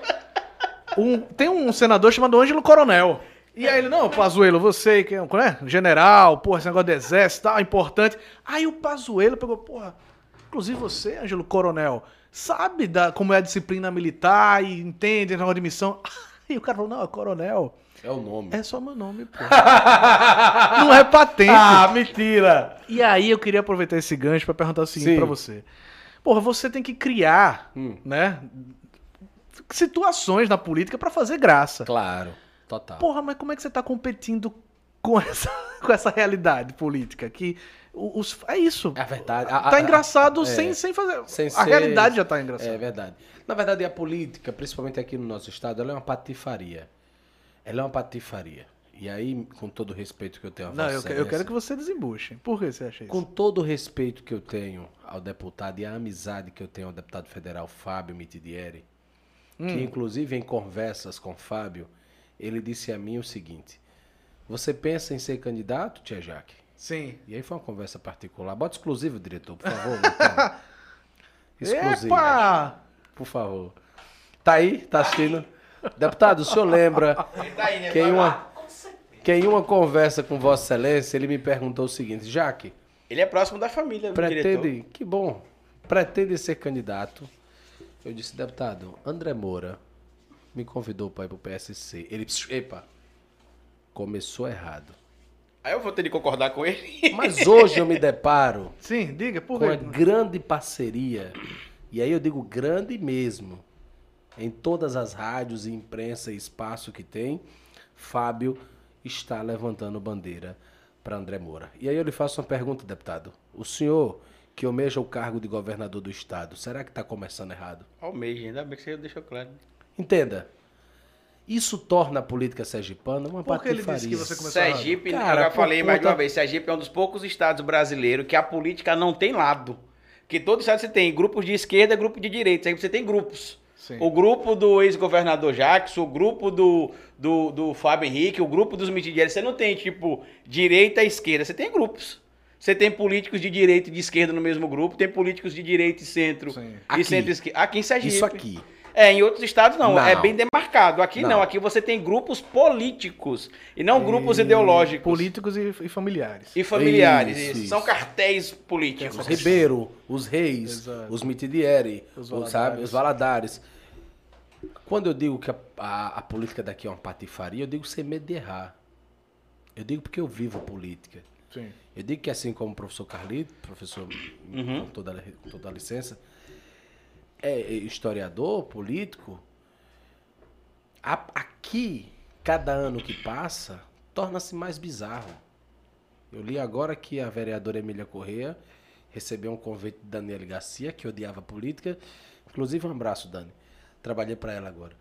[SPEAKER 2] um- tem um senador chamado Ângelo Coronel. E aí ele, não, Pazuello, você que é um né, general, porra, esse negócio do exército, tal, importante. Aí o Pazuello pegou, porra, inclusive você, Ângelo Coronel, sabe da, como é a disciplina militar e entende na hora de missão. E o cara falou, não, é coronel,
[SPEAKER 3] É o nome.
[SPEAKER 2] é só meu nome, porra. não é patente.
[SPEAKER 3] Ah, mentira!
[SPEAKER 2] E aí eu queria aproveitar esse gancho pra perguntar o seguinte
[SPEAKER 3] Sim.
[SPEAKER 2] pra você. Porra, você tem que criar,
[SPEAKER 3] Hum.
[SPEAKER 2] né, situações na política pra fazer graça.
[SPEAKER 3] Claro, total.
[SPEAKER 2] Porra, mas como é que você tá competindo com essa, com essa realidade política que o- os, é isso.
[SPEAKER 3] É a verdade. A- a-
[SPEAKER 2] Tá engraçado
[SPEAKER 3] é.
[SPEAKER 2] sem, sem fazer.
[SPEAKER 3] Sem
[SPEAKER 2] a
[SPEAKER 3] ser-
[SPEAKER 2] realidade já tá
[SPEAKER 3] É
[SPEAKER 2] engraçada.
[SPEAKER 3] verdade. Na verdade, a política, principalmente aqui no nosso estado, ela é uma patifaria. Ela é uma patifaria. E aí, com todo o respeito que eu tenho a
[SPEAKER 2] Não,
[SPEAKER 3] Vossa
[SPEAKER 2] eu, que- eu quero
[SPEAKER 3] Excelência,
[SPEAKER 2] que você desembuche. Por que você acha isso?
[SPEAKER 3] é Com todo o respeito que eu tenho ao deputado e a amizade que eu tenho ao deputado federal Fábio Mitidieri,
[SPEAKER 2] Hum.
[SPEAKER 3] que inclusive em conversas com Fábio, ele disse a mim o seguinte: Você pensa em ser candidato, Tia Jaque?
[SPEAKER 2] Sim.
[SPEAKER 3] E aí foi uma conversa particular. Bota exclusivo, diretor, por favor. então. exclusivo.
[SPEAKER 2] Epa!
[SPEAKER 3] Por favor. Tá aí? Tá assistindo? Deputado, o senhor lembra
[SPEAKER 1] Tá aí, né?
[SPEAKER 3] que em, uma,
[SPEAKER 4] Com certeza.
[SPEAKER 3] que em uma conversa com Vossa Excelência, ele me perguntou o seguinte: Jaque,
[SPEAKER 1] Ele é próximo da família, do diretor.
[SPEAKER 3] pretende, que bom, pretende ser candidato. Eu disse, deputado, André Moura me convidou para ir pro PSC. Ele, "Pss, epa, começou errado.
[SPEAKER 1] Aí eu vou ter de concordar com ele.
[SPEAKER 3] Mas hoje eu me deparo
[SPEAKER 2] Sim, diga, por
[SPEAKER 3] com uma
[SPEAKER 2] quê?
[SPEAKER 3] grande parceria, e aí eu digo grande mesmo, em todas as rádios, e imprensa e espaço que tem, Fábio está levantando bandeira para André Moura. E aí eu lhe faço uma pergunta, deputado. O senhor que almeja o cargo de governador do estado, será que está começando errado?
[SPEAKER 1] Almeja, ainda bem que você deixou claro.
[SPEAKER 3] Entenda, isso torna a política sergipana uma
[SPEAKER 2] Por que ele disse
[SPEAKER 3] patifaria.
[SPEAKER 2] que você começou errado?
[SPEAKER 1] Sergipe,
[SPEAKER 3] Cara,
[SPEAKER 1] eu já
[SPEAKER 3] por
[SPEAKER 1] falei mais de
[SPEAKER 3] conta-
[SPEAKER 1] uma vez, Sergipe é um dos poucos estados brasileiros que a política não tem lado. Que todo estado você tem grupos de esquerda, grupo de direita, Sergipe você tem grupos.
[SPEAKER 2] Sim.
[SPEAKER 1] O grupo do ex-governador Jackson, o grupo do, do, do Fábio Henrique, o grupo dos mitidiários. Você não tem, tipo, direita e esquerda, você tem grupos. Você tem políticos de direita e de esquerda no mesmo grupo, tem políticos de direita e centro.
[SPEAKER 2] Sim.
[SPEAKER 1] E
[SPEAKER 3] Aqui.
[SPEAKER 1] centro-esquerda. Aqui em Sergipe.
[SPEAKER 3] Isso aqui.
[SPEAKER 1] É, em outros estados não,
[SPEAKER 3] Não.
[SPEAKER 1] é bem demarcado. Aqui não.
[SPEAKER 3] Não.
[SPEAKER 1] aqui você tem grupos políticos e não grupos ideológicos
[SPEAKER 2] Políticos e, e familiares.
[SPEAKER 1] e familiares.
[SPEAKER 3] Isso,
[SPEAKER 1] isso.
[SPEAKER 3] isso.
[SPEAKER 1] São cartéis
[SPEAKER 3] Os
[SPEAKER 1] políticos.
[SPEAKER 3] Ribeiro, os Reis,
[SPEAKER 2] Exato.
[SPEAKER 3] os Mitidieri,
[SPEAKER 2] Os
[SPEAKER 3] os
[SPEAKER 2] Valadares.
[SPEAKER 3] sabe, os Valadares. Quando eu digo que a, a- a política daqui é uma patifaria, eu digo sem medo de errar. Eu digo porque eu vivo política.
[SPEAKER 2] Sim.
[SPEAKER 3] Eu digo que assim como o professor Carlito, professor
[SPEAKER 1] Uhum.
[SPEAKER 3] com, toda, com toda a licença, é é historiador, político, a- aqui, cada ano que passa, torna-se mais bizarro. Eu li agora que a vereadora Emília Correia recebeu um convite de Daniele Garcia, que odiava política. Inclusive, um abraço, Dani. Trabalhei para ela agora.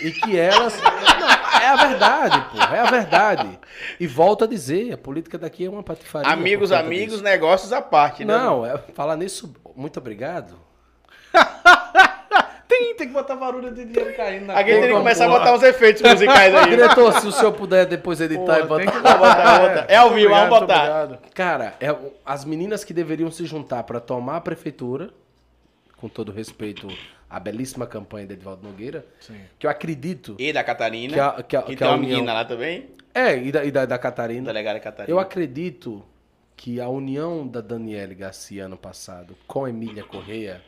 [SPEAKER 3] E que elas. Não, é a verdade, pô. É a verdade. E volto a dizer, a política daqui é uma patifaria.
[SPEAKER 1] Amigos, né,
[SPEAKER 3] por conta
[SPEAKER 1] amigos,
[SPEAKER 3] disso. é,
[SPEAKER 1] negócios à parte, né?
[SPEAKER 3] Não, é- falar nisso. Muito obrigado.
[SPEAKER 2] Plim, tem que botar barulho de dinheiro caindo na
[SPEAKER 1] Alguém tem que
[SPEAKER 3] Porra,
[SPEAKER 1] começar a
[SPEAKER 3] porra.
[SPEAKER 1] botar uns efeitos musicais aí. né?
[SPEAKER 3] Diretor, se o senhor puder depois editar
[SPEAKER 2] Porra,
[SPEAKER 3] e botar.
[SPEAKER 2] tem que
[SPEAKER 1] Vamos botar, vamos botar. É ao vivo, vamos
[SPEAKER 2] Obrigado,
[SPEAKER 1] botar.
[SPEAKER 2] muito obrigado.
[SPEAKER 3] Cara, é, as meninas que deveriam se juntar para tomar a prefeitura, com todo respeito à belíssima campanha de Edvaldo Nogueira,
[SPEAKER 2] Sim.
[SPEAKER 3] que eu acredito
[SPEAKER 1] E da Catarina.
[SPEAKER 3] que a, que a,
[SPEAKER 1] que
[SPEAKER 3] que
[SPEAKER 1] tem
[SPEAKER 3] a
[SPEAKER 1] uma
[SPEAKER 3] união...
[SPEAKER 1] menina lá também.
[SPEAKER 3] É, e da, e da, da Catarina.
[SPEAKER 1] Delegada Catarina.
[SPEAKER 3] Eu acredito que a união da Daniele Garcia ano passado com Emília Correia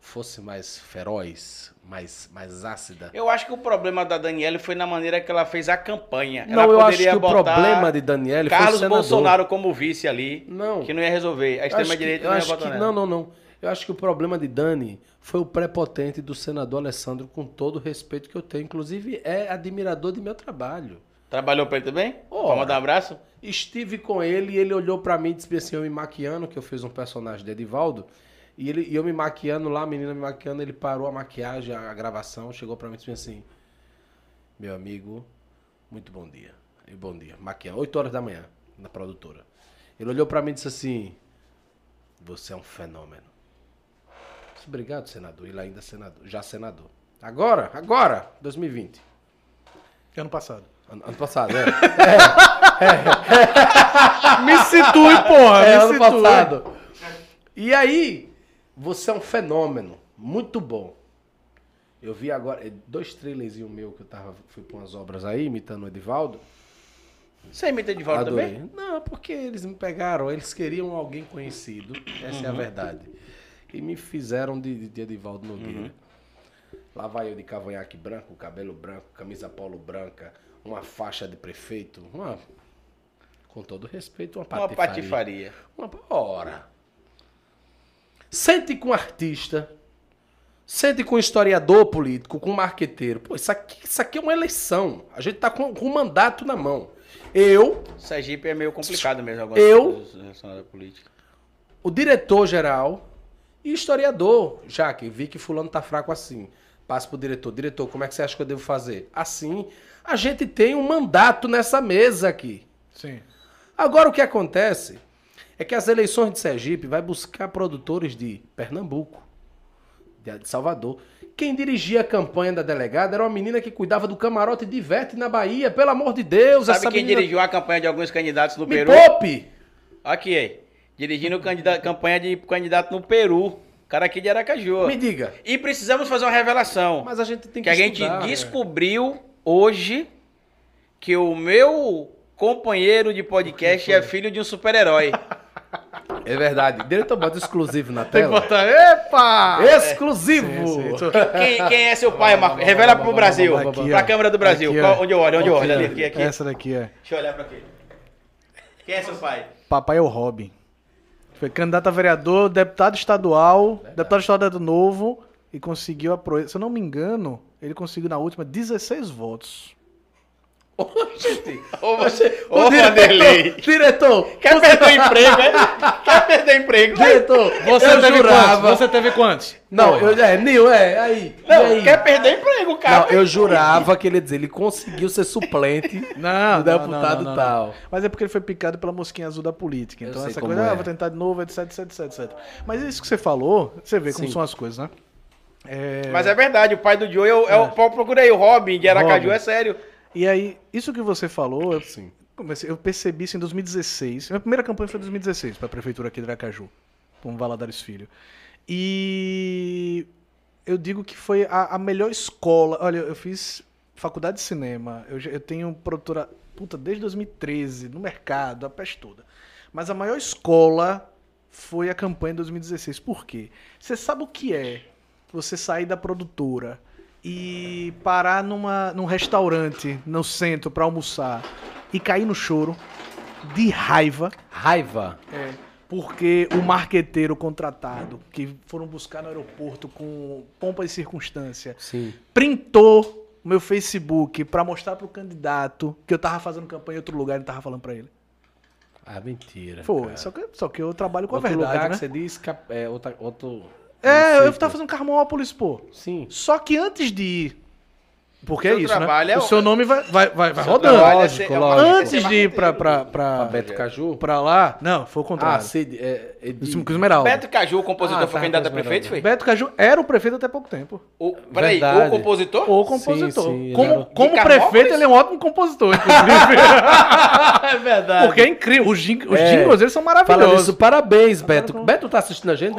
[SPEAKER 3] fosse mais feroz, mais, mais ácida.
[SPEAKER 1] Eu acho que o problema da Daniela foi na maneira que ela fez a campanha.
[SPEAKER 3] Não,
[SPEAKER 1] ela
[SPEAKER 3] eu acho que o
[SPEAKER 1] botar
[SPEAKER 3] problema de Daniele foi o
[SPEAKER 1] Carlos
[SPEAKER 3] senador.
[SPEAKER 1] Bolsonaro como vice ali,
[SPEAKER 3] Não.
[SPEAKER 1] que não ia resolver. A
[SPEAKER 3] Eu acho que-
[SPEAKER 1] extrema-direita
[SPEAKER 3] eu
[SPEAKER 1] não ia
[SPEAKER 3] acho
[SPEAKER 1] botar
[SPEAKER 3] que-
[SPEAKER 1] nela.
[SPEAKER 3] Não, não, não. Eu acho que o problema de Dani foi o prepotente do senador Alessandro, com todo o respeito que eu tenho. Inclusive, é admirador de meu trabalho.
[SPEAKER 1] Trabalhou pra ele também?
[SPEAKER 3] Ora.
[SPEAKER 1] Vamos dar um abraço?
[SPEAKER 3] Estive com ele e ele olhou pra mim e disse assim: Eu me maquiando, que eu fiz um personagem de Edivaldo. E, ele, e eu me maquiando lá, a menina me maquiando, ele parou a maquiagem, a, a gravação, chegou pra mim e disse assim: Meu amigo, muito bom dia. E bom dia. Maquiando, 8 horas da manhã, na produtora. Ele olhou pra mim e disse assim: Você é um fenômeno. Eu disse, Obrigado, senador. Ele ainda é senador, já senador. Agora, agora, 2020.
[SPEAKER 2] Ano passado.
[SPEAKER 3] Ano, ano passado, é.
[SPEAKER 2] Me situe, porra.
[SPEAKER 3] É,
[SPEAKER 2] me
[SPEAKER 3] ano
[SPEAKER 2] situe.
[SPEAKER 3] passado. é. E aí, você é um fenômeno. Muito bom. Eu vi agora eh, dois trailers o meu que eu tava, fui pra umas obras aí, imitando o Edivaldo.
[SPEAKER 1] Você imita de volta também?
[SPEAKER 3] Não, porque eles me pegaram, eles queriam alguém conhecido. Essa é a verdade. E me fizeram de, de Edivaldo Nogueira. Lá vai eu de cavanhaque branco, cabelo branco, camisa polo branca, uma faixa de prefeito, uma. Com todo respeito, uma
[SPEAKER 1] Uma
[SPEAKER 3] patifaria.
[SPEAKER 1] patifaria.
[SPEAKER 3] Uma hora. Sente com um artista. Sente com um historiador político, com um marqueteiro. Pô, isso aqui, isso aqui é uma eleição. A gente tá com, com um mandato na mão. Eu,
[SPEAKER 1] Sergipe é meio complicado mesmo agora.
[SPEAKER 3] Eu?
[SPEAKER 1] Relacionado à política.
[SPEAKER 3] o diretor-geral e o historiador. Já que vi que fulano tá fraco assim. Passa pro diretor. Diretor, como é que você acha que eu devo fazer? Assim, a gente tem um mandato nessa mesa aqui.
[SPEAKER 2] Sim.
[SPEAKER 3] Agora o que acontece é que as eleições de Sergipe vai buscar produtores de Pernambuco, de de Salvador. Quem dirigia a campanha da delegada era uma menina que cuidava do camarote de Ivete na Bahia. Pelo amor de Deus,
[SPEAKER 1] Sabe
[SPEAKER 3] essa
[SPEAKER 1] quem
[SPEAKER 3] menina...
[SPEAKER 1] dirigiu a campanha de alguns candidatos no
[SPEAKER 3] Me
[SPEAKER 1] Peru?
[SPEAKER 3] poupe!
[SPEAKER 1] Aqui, aí. Dirigindo candida- campanha de candidato no Peru. Cara aqui de Aracaju.
[SPEAKER 3] Me diga.
[SPEAKER 1] E precisamos fazer uma revelação.
[SPEAKER 3] Mas a gente tem
[SPEAKER 1] que
[SPEAKER 3] que
[SPEAKER 1] a gente
[SPEAKER 3] estudar, né?
[SPEAKER 1] descobriu hoje que o meu companheiro de podcast é filho de um super-herói.
[SPEAKER 3] É verdade. Diretor, bota exclusivo na
[SPEAKER 2] Tem que
[SPEAKER 3] tela. É.
[SPEAKER 2] botar. Epa!
[SPEAKER 3] Exclusivo!
[SPEAKER 2] Sim, sim.
[SPEAKER 1] Quem, quem é seu pai, Marco? Revela pro Brasil, pra Câmara do Brasil.
[SPEAKER 2] Aqui, ó.
[SPEAKER 1] Qual- onde eu olho, onde eu olho? Ali, aqui, aqui.
[SPEAKER 2] Essa daqui é.
[SPEAKER 1] Deixa eu olhar pra aqui. Quem é seu pai?
[SPEAKER 2] Papai é o Robin. Foi candidato a vereador, deputado estadual, deputado estadual do Novo e conseguiu a proeza. Se eu não me engano, ele conseguiu na última 16 votos.
[SPEAKER 3] Ô, gente.
[SPEAKER 1] Ô, você- ô,
[SPEAKER 3] Ô,
[SPEAKER 1] Vanderlei.
[SPEAKER 3] diretor, diretor,
[SPEAKER 1] Quer perder o emprego, é? Quer perder o emprego?
[SPEAKER 3] diretor, eu jurava.
[SPEAKER 2] Você teve quantos?
[SPEAKER 3] Não, eu, é, Nil, é, aí. e aí?
[SPEAKER 1] Não, quer perder o emprego, cara.
[SPEAKER 3] Não, eu jurava que ele ia dizer, ele conseguiu ser suplente
[SPEAKER 2] Não,
[SPEAKER 3] do deputado tá. tal.
[SPEAKER 2] Mas é porque ele foi picado pela mosquinha azul da política.
[SPEAKER 3] Eu
[SPEAKER 2] Então
[SPEAKER 3] sei
[SPEAKER 2] essa
[SPEAKER 3] como
[SPEAKER 2] coisa, ah,
[SPEAKER 3] é.
[SPEAKER 2] vou tentar de novo, etc, etc, etc, etc. Mas isso que você falou, você vê como
[SPEAKER 3] Sim.
[SPEAKER 2] são as coisas, né?
[SPEAKER 1] Mas é verdade, o pai do Joe, eu, eu, eu procurei o Robin de Aracaju,
[SPEAKER 2] Robin.
[SPEAKER 1] é sério.
[SPEAKER 2] E aí, isso que você falou, eu
[SPEAKER 3] Sim.
[SPEAKER 2] Comecei- eu percebi isso em 2016. Minha primeira campanha foi em 2016 para a prefeitura aqui de Aracaju, com Valadares Filho. E eu digo que foi a, a melhor escola. Olha, eu fiz faculdade de cinema. Eu, já- eu tenho produtora, puta, desde 2013, no mercado, a peste toda. Mas a maior escola foi a campanha de 2016. Por quê? Você sabe o que é você sair da produtora e parar numa, num restaurante no centro para almoçar e cair no choro de raiva
[SPEAKER 3] Raiva.
[SPEAKER 2] porque o marqueteiro contratado que foram buscar no aeroporto com pompa e circunstância
[SPEAKER 3] Sim.
[SPEAKER 2] printou o meu Facebook para mostrar pro candidato que eu tava fazendo campanha em outro lugar e não tava falando para ele.
[SPEAKER 3] Ah, mentira.
[SPEAKER 2] Foi,
[SPEAKER 3] cara.
[SPEAKER 2] só que, só que eu trabalho com a
[SPEAKER 3] outro lugar
[SPEAKER 2] verdade,
[SPEAKER 3] que
[SPEAKER 2] né?
[SPEAKER 3] você diz, cap- é, outra, outro...
[SPEAKER 2] É, eu
[SPEAKER 3] município.
[SPEAKER 2] tava fazendo Carmópolis, pô.
[SPEAKER 3] Sim.
[SPEAKER 2] Só que antes de ir Porque
[SPEAKER 1] Seu
[SPEAKER 2] é isso, né?
[SPEAKER 1] trabalho é
[SPEAKER 2] O
[SPEAKER 1] o-
[SPEAKER 2] seu nome vai, vai, vai, vai
[SPEAKER 1] Seu
[SPEAKER 2] rodando.
[SPEAKER 1] trabalho é
[SPEAKER 3] Lógico,
[SPEAKER 1] ser- é uma-
[SPEAKER 3] lógico.
[SPEAKER 2] Antes de ir pra, pra, pra,
[SPEAKER 3] Beto Caju?
[SPEAKER 2] pra lá... Não, foi o
[SPEAKER 3] Ah,
[SPEAKER 2] contrário.
[SPEAKER 3] é. Cid, é, é de-
[SPEAKER 2] Isso com Esmeralda.
[SPEAKER 1] Beto Caju, o compositor,
[SPEAKER 3] Ah,
[SPEAKER 1] foi
[SPEAKER 3] tá,
[SPEAKER 1] candidato a
[SPEAKER 3] Esmeralda.
[SPEAKER 1] prefeito, foi?
[SPEAKER 2] Beto Caju era o prefeito até pouco tempo.
[SPEAKER 1] O, peraí, o
[SPEAKER 3] Verdade.
[SPEAKER 1] compositor?
[SPEAKER 2] O compositor.
[SPEAKER 3] sim, ele era
[SPEAKER 2] como
[SPEAKER 3] o-
[SPEAKER 1] De
[SPEAKER 2] como
[SPEAKER 1] Carmópolis?
[SPEAKER 2] prefeito, ele é um ótimo compositor, inclusive.
[SPEAKER 1] é verdade.
[SPEAKER 2] Porque é incrível. Os, jing os
[SPEAKER 3] É.
[SPEAKER 2] jingles deles são
[SPEAKER 3] Fala
[SPEAKER 2] maravilhosos.
[SPEAKER 3] isso, parabéns, Beto.
[SPEAKER 2] como-
[SPEAKER 3] Beto tá assistindo a gente?